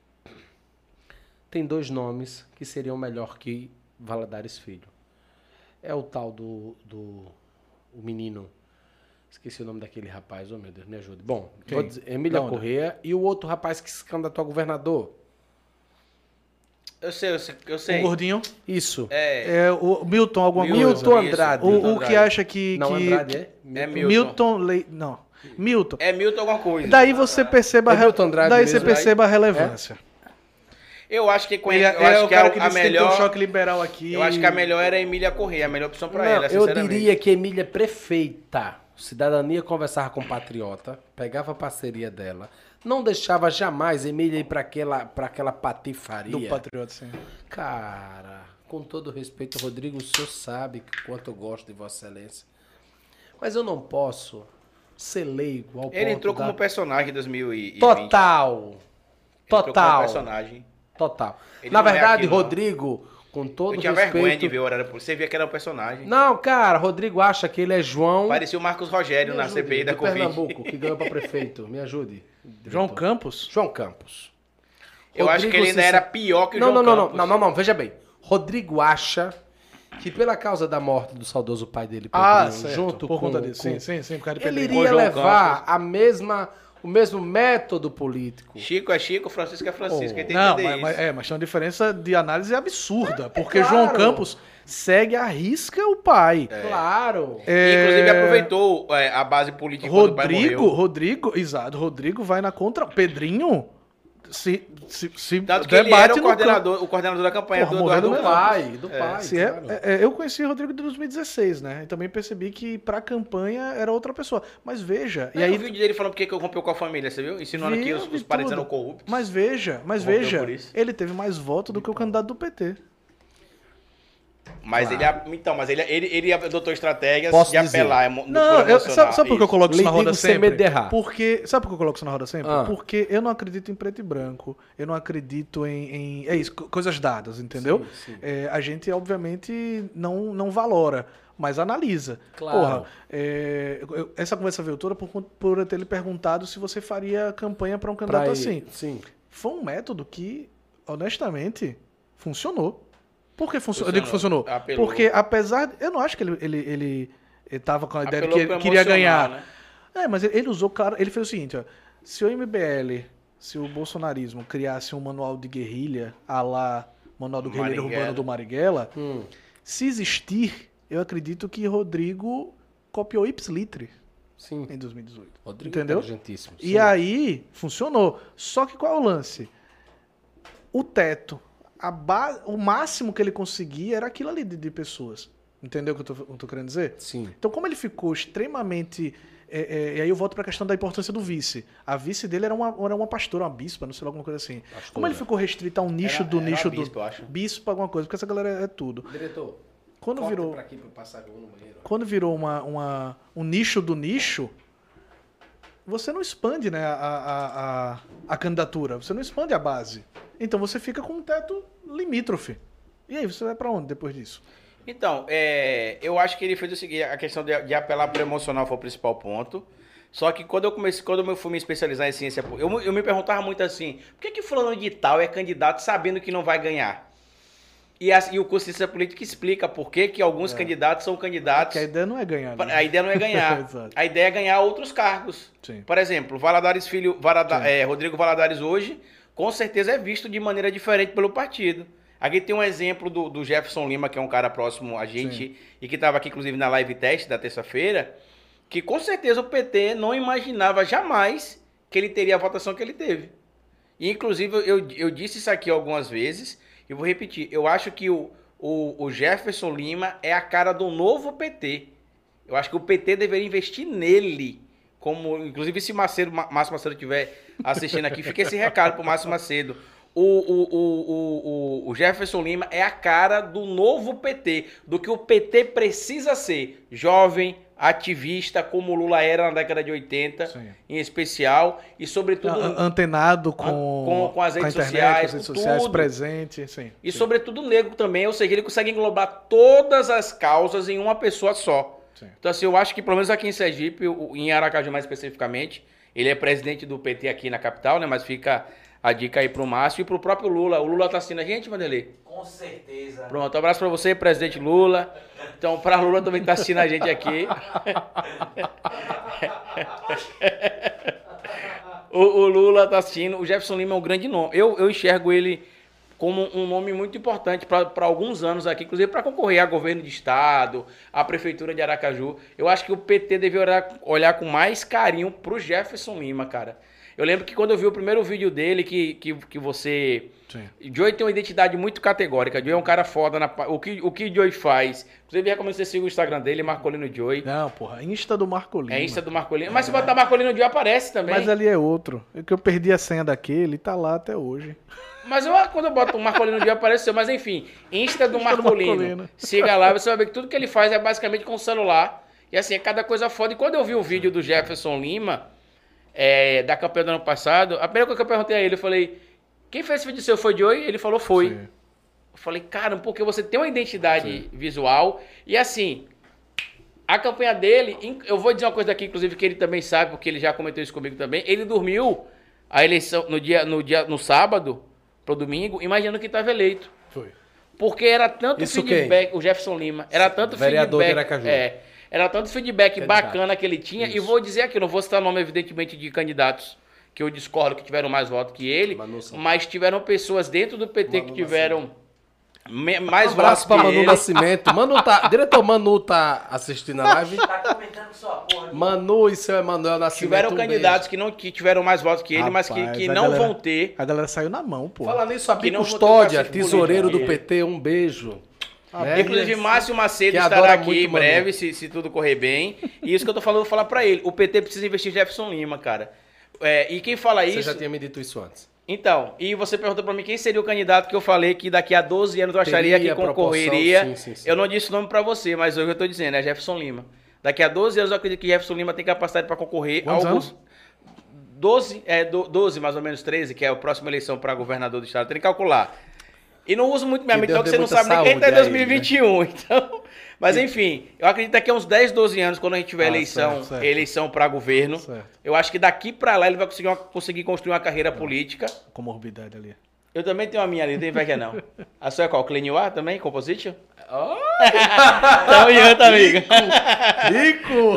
[SPEAKER 3] Tem dois nomes que seriam melhor que Valadares Filho. É o tal do, do o menino. Esqueci o nome daquele rapaz, oh meu Deus, me ajude. Bom, vou
[SPEAKER 2] Quem?
[SPEAKER 3] dizer, Emília
[SPEAKER 2] Da onde?
[SPEAKER 3] Correia e o outro rapaz que se candidatou a governador.
[SPEAKER 1] Eu sei, eu sei. Eu sei.
[SPEAKER 2] O gordinho
[SPEAKER 3] Isso.
[SPEAKER 1] É,
[SPEAKER 2] é o Milton alguma
[SPEAKER 3] Milton
[SPEAKER 2] coisa.
[SPEAKER 1] isso,
[SPEAKER 3] Andrade.
[SPEAKER 2] O, o que
[SPEAKER 1] Andrade.
[SPEAKER 2] acha que
[SPEAKER 3] Não,
[SPEAKER 2] que-
[SPEAKER 3] Andrade é?
[SPEAKER 1] É
[SPEAKER 2] Milton,
[SPEAKER 1] Milton.
[SPEAKER 2] Lei- não. Milton.
[SPEAKER 1] É Milton alguma coisa.
[SPEAKER 2] Daí você perceba, a
[SPEAKER 3] É
[SPEAKER 2] re-
[SPEAKER 3] Milton Andrade
[SPEAKER 2] daí
[SPEAKER 3] mesmo,
[SPEAKER 2] você perceba a relevância.
[SPEAKER 1] Eu acho que, com
[SPEAKER 2] Ele
[SPEAKER 1] eu
[SPEAKER 2] é- ele é
[SPEAKER 1] acho
[SPEAKER 2] o
[SPEAKER 1] que
[SPEAKER 2] cara
[SPEAKER 1] a,
[SPEAKER 2] que
[SPEAKER 1] a
[SPEAKER 2] disse que tem que ter um
[SPEAKER 1] melhor.
[SPEAKER 2] choque liberal aqui.
[SPEAKER 1] Eu acho que é a melhor era a Emília Corrêa, a melhor opção pra
[SPEAKER 3] Não,
[SPEAKER 1] ela,
[SPEAKER 3] eu
[SPEAKER 1] sinceramente.
[SPEAKER 3] diria que Emília é prefeita. Cidadania conversava com patriota, pegava a parceria dela, não deixava jamais Emília ir para aquela, pra aquela patifaria.
[SPEAKER 2] do Patriota, sim.
[SPEAKER 3] Cara, com todo respeito, Rodrigo, o senhor sabe que quanto eu gosto de Vossa Excelência. Mas eu não posso ser leigo ao
[SPEAKER 1] Ele
[SPEAKER 3] ponto
[SPEAKER 1] entrou
[SPEAKER 3] da-
[SPEAKER 1] como personagem em 2020.
[SPEAKER 3] Total!
[SPEAKER 1] Ele entrou como
[SPEAKER 3] Total!
[SPEAKER 1] personagem.
[SPEAKER 3] Total.
[SPEAKER 1] Ele
[SPEAKER 3] Na
[SPEAKER 1] não é
[SPEAKER 3] verdade,
[SPEAKER 1] aquilo, não.
[SPEAKER 3] Rodrigo, com todo
[SPEAKER 1] Eu tinha vergonha de
[SPEAKER 3] respeito.
[SPEAKER 1] ver o horário. Você via que era um personagem.
[SPEAKER 3] Não, cara, Rodrigo acha que ele é João.
[SPEAKER 1] Parecia o Marcos Rogério
[SPEAKER 3] Me
[SPEAKER 1] na
[SPEAKER 3] ajude,
[SPEAKER 1] CPI da
[SPEAKER 3] do
[SPEAKER 1] Covid.
[SPEAKER 3] Pernambuco, que ganhou para prefeito. Me ajude.
[SPEAKER 2] João
[SPEAKER 3] diretor.
[SPEAKER 2] Campos?
[SPEAKER 3] João Campos.
[SPEAKER 1] Eu acho que ele ainda
[SPEAKER 3] Ceci-
[SPEAKER 1] era pior que o
[SPEAKER 3] não,
[SPEAKER 1] João
[SPEAKER 3] não, não, não,
[SPEAKER 1] Campos.
[SPEAKER 3] não, não, não, veja bem. Rodrigo acha que pela causa da morte do saudoso pai dele,
[SPEAKER 2] Ah,
[SPEAKER 3] Pedrinho,
[SPEAKER 2] certo.
[SPEAKER 3] junto
[SPEAKER 2] Por
[SPEAKER 3] com,
[SPEAKER 2] conta disso.
[SPEAKER 3] com-
[SPEAKER 2] Sim, sim, sim. Por causa de
[SPEAKER 3] ele
[SPEAKER 2] Pedrinho.
[SPEAKER 3] iria
[SPEAKER 1] João
[SPEAKER 3] levar a mesma, o mesmo método político.
[SPEAKER 1] Chico é Chico, Francisco é Francisco.
[SPEAKER 3] Oh.
[SPEAKER 1] Ele tem que
[SPEAKER 2] Não,
[SPEAKER 1] entender
[SPEAKER 2] mas,
[SPEAKER 1] isso.
[SPEAKER 2] mas- é, mas tem uma diferença de análise absurda. Porque
[SPEAKER 3] claro.
[SPEAKER 2] João Campos segue a risca o pai.
[SPEAKER 3] Claro.
[SPEAKER 2] É,
[SPEAKER 1] Inclusive, aproveitou é, a base política quando o pai
[SPEAKER 2] Rodrigo,
[SPEAKER 1] morreu.
[SPEAKER 2] Rodrigo, exato, Rodrigo vai na contra. Pedrinho se, se, se
[SPEAKER 1] Tanto que ele era o
[SPEAKER 2] no campo.
[SPEAKER 1] coordenador, o coordenador da campanha
[SPEAKER 2] Porra,
[SPEAKER 1] do Eduardo
[SPEAKER 2] morreu
[SPEAKER 3] Do
[SPEAKER 2] no
[SPEAKER 1] Campos.
[SPEAKER 3] pai, do pai.
[SPEAKER 2] Se é-
[SPEAKER 3] claro.
[SPEAKER 2] é- é, eu conheci o Rodrigo de 2016, né? E também percebi que pra campanha era outra pessoa. Mas veja,
[SPEAKER 1] E
[SPEAKER 2] e
[SPEAKER 1] aí, o
[SPEAKER 2] aí.
[SPEAKER 1] vídeo dele falando porque que eu rompeu com a família, você viu? Ensinando
[SPEAKER 2] Vi,
[SPEAKER 1] que os,
[SPEAKER 2] vi
[SPEAKER 1] os parentes
[SPEAKER 2] tudo.
[SPEAKER 1] eram corruptos.
[SPEAKER 2] Mas veja, mas
[SPEAKER 1] Rompeu
[SPEAKER 2] veja,
[SPEAKER 1] por isso. Então.
[SPEAKER 2] ele teve mais voto do que o candidato do PT.
[SPEAKER 1] Mas ele, então, mas ele, ele, ele adotou estratégias
[SPEAKER 7] Ah. Posso
[SPEAKER 1] de
[SPEAKER 7] dizer.
[SPEAKER 1] apelar emo,
[SPEAKER 2] Não, eu, sabe, sabe por que eu coloco isso na
[SPEAKER 7] Lhe
[SPEAKER 2] roda
[SPEAKER 7] digo sem
[SPEAKER 2] sempre?
[SPEAKER 7] medo de errar.
[SPEAKER 2] Porque, sabe por que eu coloco isso na roda sempre?
[SPEAKER 3] Ah.
[SPEAKER 2] Porque eu não acredito em preto e branco. Eu não acredito em. em- é isso, co- coisas dadas, entendeu? É, a gente, obviamente, não, não valora, mas analisa.
[SPEAKER 3] Claro.
[SPEAKER 2] Porra, é, eu- eu- essa conversa veio toda por, con- por eu ter lhe perguntado se você faria campanha pra um
[SPEAKER 3] Pra
[SPEAKER 2] candidato
[SPEAKER 3] ele-
[SPEAKER 2] assim.
[SPEAKER 3] Sim.
[SPEAKER 2] Foi um método que, honestamente, funcionou. Por que funcionou? Eu digo que funcionou.
[SPEAKER 1] Apelou.
[SPEAKER 2] Porque, apesar. de- Eu não acho que ele. ele, ele ele tava com a ideia de
[SPEAKER 1] Apelou
[SPEAKER 2] que ele
[SPEAKER 1] pro
[SPEAKER 2] queria
[SPEAKER 1] emocional,
[SPEAKER 2] ganhar.
[SPEAKER 1] né?
[SPEAKER 2] É, mas ele, ele usou, claro, ele fez o seguinte, ó. Se o MBL, se o bolsonarismo criasse um manual de guerrilha, a lá Manual do Guerrilheiro
[SPEAKER 1] Marighella.
[SPEAKER 2] Urbano do Marighella,
[SPEAKER 3] Hum.
[SPEAKER 2] se existir, eu acredito que Rodrigo copiou ipslitre
[SPEAKER 3] Sim.
[SPEAKER 2] em 2018.
[SPEAKER 3] Rodrigo
[SPEAKER 2] Entendeu?
[SPEAKER 3] Inteligentíssimo.
[SPEAKER 2] E aí, funcionou. Só que qual é o lance? O teto, a ba... o máximo que ele conseguia era aquilo ali de, de pessoas. Entendeu o que eu tô, eu tô querendo dizer?
[SPEAKER 3] Sim.
[SPEAKER 2] Então, como ele ficou extremamente. é, é, e aí eu volto para a questão da importância do vice. A vice dele era uma, era uma pastora, uma bispa, não sei lá, alguma coisa assim. Como ele ficou restrito a um nicho
[SPEAKER 1] Era-
[SPEAKER 2] do
[SPEAKER 1] era
[SPEAKER 2] nicho
[SPEAKER 1] a bispa,
[SPEAKER 2] do.
[SPEAKER 1] eu acho.
[SPEAKER 2] Bispo, alguma coisa, porque essa galera é tudo.
[SPEAKER 3] Diretor,
[SPEAKER 2] Quando
[SPEAKER 3] corta
[SPEAKER 2] virou
[SPEAKER 3] pra aqui pra eu passar que eu vou no banheiro.
[SPEAKER 2] quando virou uma, uma- um nicho do nicho, você não expande né, a, a- a- a candidatura, você não expande a base. Então você fica com um teto limítrofe. E aí, você vai pra onde depois disso?
[SPEAKER 1] Então, é, eu acho que ele fez o seguinte, a questão de, de apelar pro emocional foi o principal ponto. Só que quando eu comecei, quando eu fui me especializar em ciência, po- eu, eu me perguntava muito assim, por que que fulano de tal é candidato sabendo que não vai ganhar? E, as- e o curso de ciência política explica por que que alguns candidatos são candidatos...
[SPEAKER 2] É. Porque a ideia não é ganhar. Né?
[SPEAKER 1] A ideia não é ganhar,
[SPEAKER 2] Exato.
[SPEAKER 1] a ideia é ganhar outros cargos.
[SPEAKER 2] Sim.
[SPEAKER 1] Por exemplo, Valadares Filho, Valada- é, Rodrigo Valadares hoje, com certeza é visto de maneira diferente pelo partido. Aqui tem um exemplo do, do Jefferson Lima, que é um cara próximo a gente e que estava aqui, inclusive, na live teste da terça-feira, que com certeza o PT não imaginava jamais que ele teria a votação que ele teve. E, inclusive, eu, eu disse isso aqui algumas vezes e vou repetir. Eu acho que o, o, o Jefferson Lima é a cara do novo PT. Eu acho que o PT deveria investir nele. Como, inclusive, se Macedo, Ma- Márcio Macedo estiver assistindo aqui, fica esse recado pro Márcio Macedo. O, o, o, o, o- o Jefferson Lima é a cara do novo PT, do que o PT precisa ser. Jovem, ativista, como o Lula era na década de 80,
[SPEAKER 2] Sim.
[SPEAKER 1] em especial, e sobretudo
[SPEAKER 2] An- Antenado com,
[SPEAKER 1] com- com as redes
[SPEAKER 2] a internet, com
[SPEAKER 1] sociais,
[SPEAKER 2] as redes
[SPEAKER 1] com
[SPEAKER 2] sociais,
[SPEAKER 1] tudo.
[SPEAKER 2] presente, sim.
[SPEAKER 1] E
[SPEAKER 2] Sim.
[SPEAKER 1] sobretudo negro também, ou seja, ele consegue englobar todas as causas em uma pessoa só.
[SPEAKER 2] Sim.
[SPEAKER 1] Então assim, eu acho que pelo menos aqui em Sergipe, o- em Aracaju mais especificamente, ele é presidente do PT aqui na capital, né? Mas fica a dica aí pro Márcio e pro próprio Lula. O Lula tá assistindo a gente, Vanderlei?
[SPEAKER 4] Com certeza.
[SPEAKER 1] Pronto, um abraço pra você, presidente Lula. Então, pra Lula também tá assistindo a gente aqui. o, o Lula tá assistindo. O Jefferson Lima é um grande nome. Eu, eu enxergo ele como um nome muito importante para alguns anos aqui, inclusive para concorrer a governo de estado, a prefeitura de Aracaju. Eu acho que o PT deveria olhar, olhar com mais carinho pro Jefferson Lima, cara. Eu lembro que quando eu vi o primeiro vídeo dele, que, que, que você
[SPEAKER 2] Sim.
[SPEAKER 1] Joey tem uma identidade muito categórica. Joey é um cara foda. Na... pa- O, que, o que Joey faz? Inclusive, recomendo você seguir o Instagram dele, Marcolino Joey.
[SPEAKER 2] Não, porra, Insta do Marco Lima.
[SPEAKER 1] É Insta do Marcolino. Mas se botar Marcolino Joey, aparece também.
[SPEAKER 2] Mas
[SPEAKER 1] Mas,
[SPEAKER 2] ali é outro. É que eu perdi a senha daquele, tá lá até hoje.
[SPEAKER 1] eu, quando eu boto Marcolino Joey, apareceu. Mas enfim, Insta do
[SPEAKER 2] Insta do
[SPEAKER 1] Marcolino.
[SPEAKER 2] Marcolino.
[SPEAKER 1] Siga lá, você vai ver que tudo que ele faz é basicamente com o celular. E assim, é cada coisa foda. E quando eu vi o vídeo do Jefferson Lima, é, da campanha do ano passado, a primeira coisa que eu perguntei a ele, eu falei, quem fez esse vídeo seu foi Joey? Ele falou, foi.
[SPEAKER 2] Sim.
[SPEAKER 1] Eu falei, cara, porque você tem uma identidade visual. E assim, a campanha dele, in- eu vou dizer uma coisa aqui, inclusive, que ele também sabe, porque ele já comentou isso comigo também. Ele dormiu a eleição no dia, no dia, no sábado, pro domingo, imaginando que estava eleito.
[SPEAKER 2] Foi.
[SPEAKER 1] Porque era tanto
[SPEAKER 7] Isso
[SPEAKER 1] feedback, o Jefferson Lima, era tanto
[SPEAKER 7] Vereador de
[SPEAKER 1] feedback.
[SPEAKER 7] Aracaju.
[SPEAKER 1] é, era tanto feedback
[SPEAKER 7] Candidato.
[SPEAKER 1] bacana que ele tinha. E vou dizer aqui, não vou citar nome, evidentemente, de candidatos que eu discordo que tiveram mais voto que ele,
[SPEAKER 3] Manu Santana.
[SPEAKER 1] mas tiveram pessoas dentro do PT que tiveram me- mais
[SPEAKER 3] Um abraço pra
[SPEAKER 1] votos que
[SPEAKER 3] Manu
[SPEAKER 1] ele.
[SPEAKER 3] Nascimento. Manu tá. Diretor Manu tá assistindo a live.
[SPEAKER 4] Tá comentando sua porra.
[SPEAKER 3] Manu e seu Emanuel Nascimento.
[SPEAKER 1] Tiveram
[SPEAKER 3] um
[SPEAKER 1] candidatos que não que tiveram mais votos que ele, mas
[SPEAKER 2] Rapaz,
[SPEAKER 1] que, que
[SPEAKER 2] a
[SPEAKER 1] não
[SPEAKER 2] galera-
[SPEAKER 1] vão ter.
[SPEAKER 2] A galera saiu na mão, pô.
[SPEAKER 3] beijo. Fala nisso,
[SPEAKER 1] Que
[SPEAKER 3] Abi
[SPEAKER 1] não botou
[SPEAKER 3] Custódia,
[SPEAKER 1] cacete
[SPEAKER 3] tesoureiro do
[SPEAKER 1] bonito, né?
[SPEAKER 3] PT, um beijo.
[SPEAKER 2] Ah, É
[SPEAKER 3] Né?
[SPEAKER 1] Inclusive, Márcio Macedo
[SPEAKER 3] Que
[SPEAKER 1] estará
[SPEAKER 3] adora
[SPEAKER 1] aqui
[SPEAKER 3] muito
[SPEAKER 1] em
[SPEAKER 3] Manu.
[SPEAKER 1] breve, se, se tudo correr bem. E isso que eu tô falando, eu vou falar pra ele. O PT precisa investir em Jefferson Lima, cara. É, e quem fala
[SPEAKER 3] Você
[SPEAKER 1] isso.
[SPEAKER 3] já tinha me dito isso antes.
[SPEAKER 1] Então, e você perguntou pra mim quem seria o candidato que eu falei que daqui a 12 anos eu acharia
[SPEAKER 3] Teria
[SPEAKER 1] que
[SPEAKER 3] proporção,
[SPEAKER 1] concorreria.
[SPEAKER 3] sim, sim, sim.
[SPEAKER 1] Eu não disse o nome pra você, mas hoje eu tô dizendo, é Jefferson Lima. Daqui a 12 anos eu acredito que Jefferson Lima tem capacidade pra concorrer
[SPEAKER 2] Quantos
[SPEAKER 1] ao
[SPEAKER 2] anos?
[SPEAKER 1] 12, é, do- 12, mais ou menos 13, que é a próxima eleição pra governador do estado. Tem que calcular. E não uso muito minha
[SPEAKER 3] Que
[SPEAKER 1] mente,
[SPEAKER 3] Deus
[SPEAKER 1] então que você
[SPEAKER 3] dê
[SPEAKER 1] não
[SPEAKER 3] muita
[SPEAKER 1] sabe nem quem tá em
[SPEAKER 3] saúde a ele, né?
[SPEAKER 1] 2021. Então, mas enfim, eu acredito que daqui a uns 10, 12 anos, quando a gente tiver
[SPEAKER 2] Ah,
[SPEAKER 1] eleição,
[SPEAKER 2] certo, certo.
[SPEAKER 1] eleição para governo,
[SPEAKER 2] Certo.
[SPEAKER 1] eu acho que daqui pra lá ele vai conseguir, uma- conseguir construir uma carreira política.
[SPEAKER 2] Comorbidade ali. que
[SPEAKER 1] Eu também tenho a minha ali, não tem inveja não. A sua é qual? Clenioar também? Composition? Tamo junto, amigo.
[SPEAKER 2] Rico!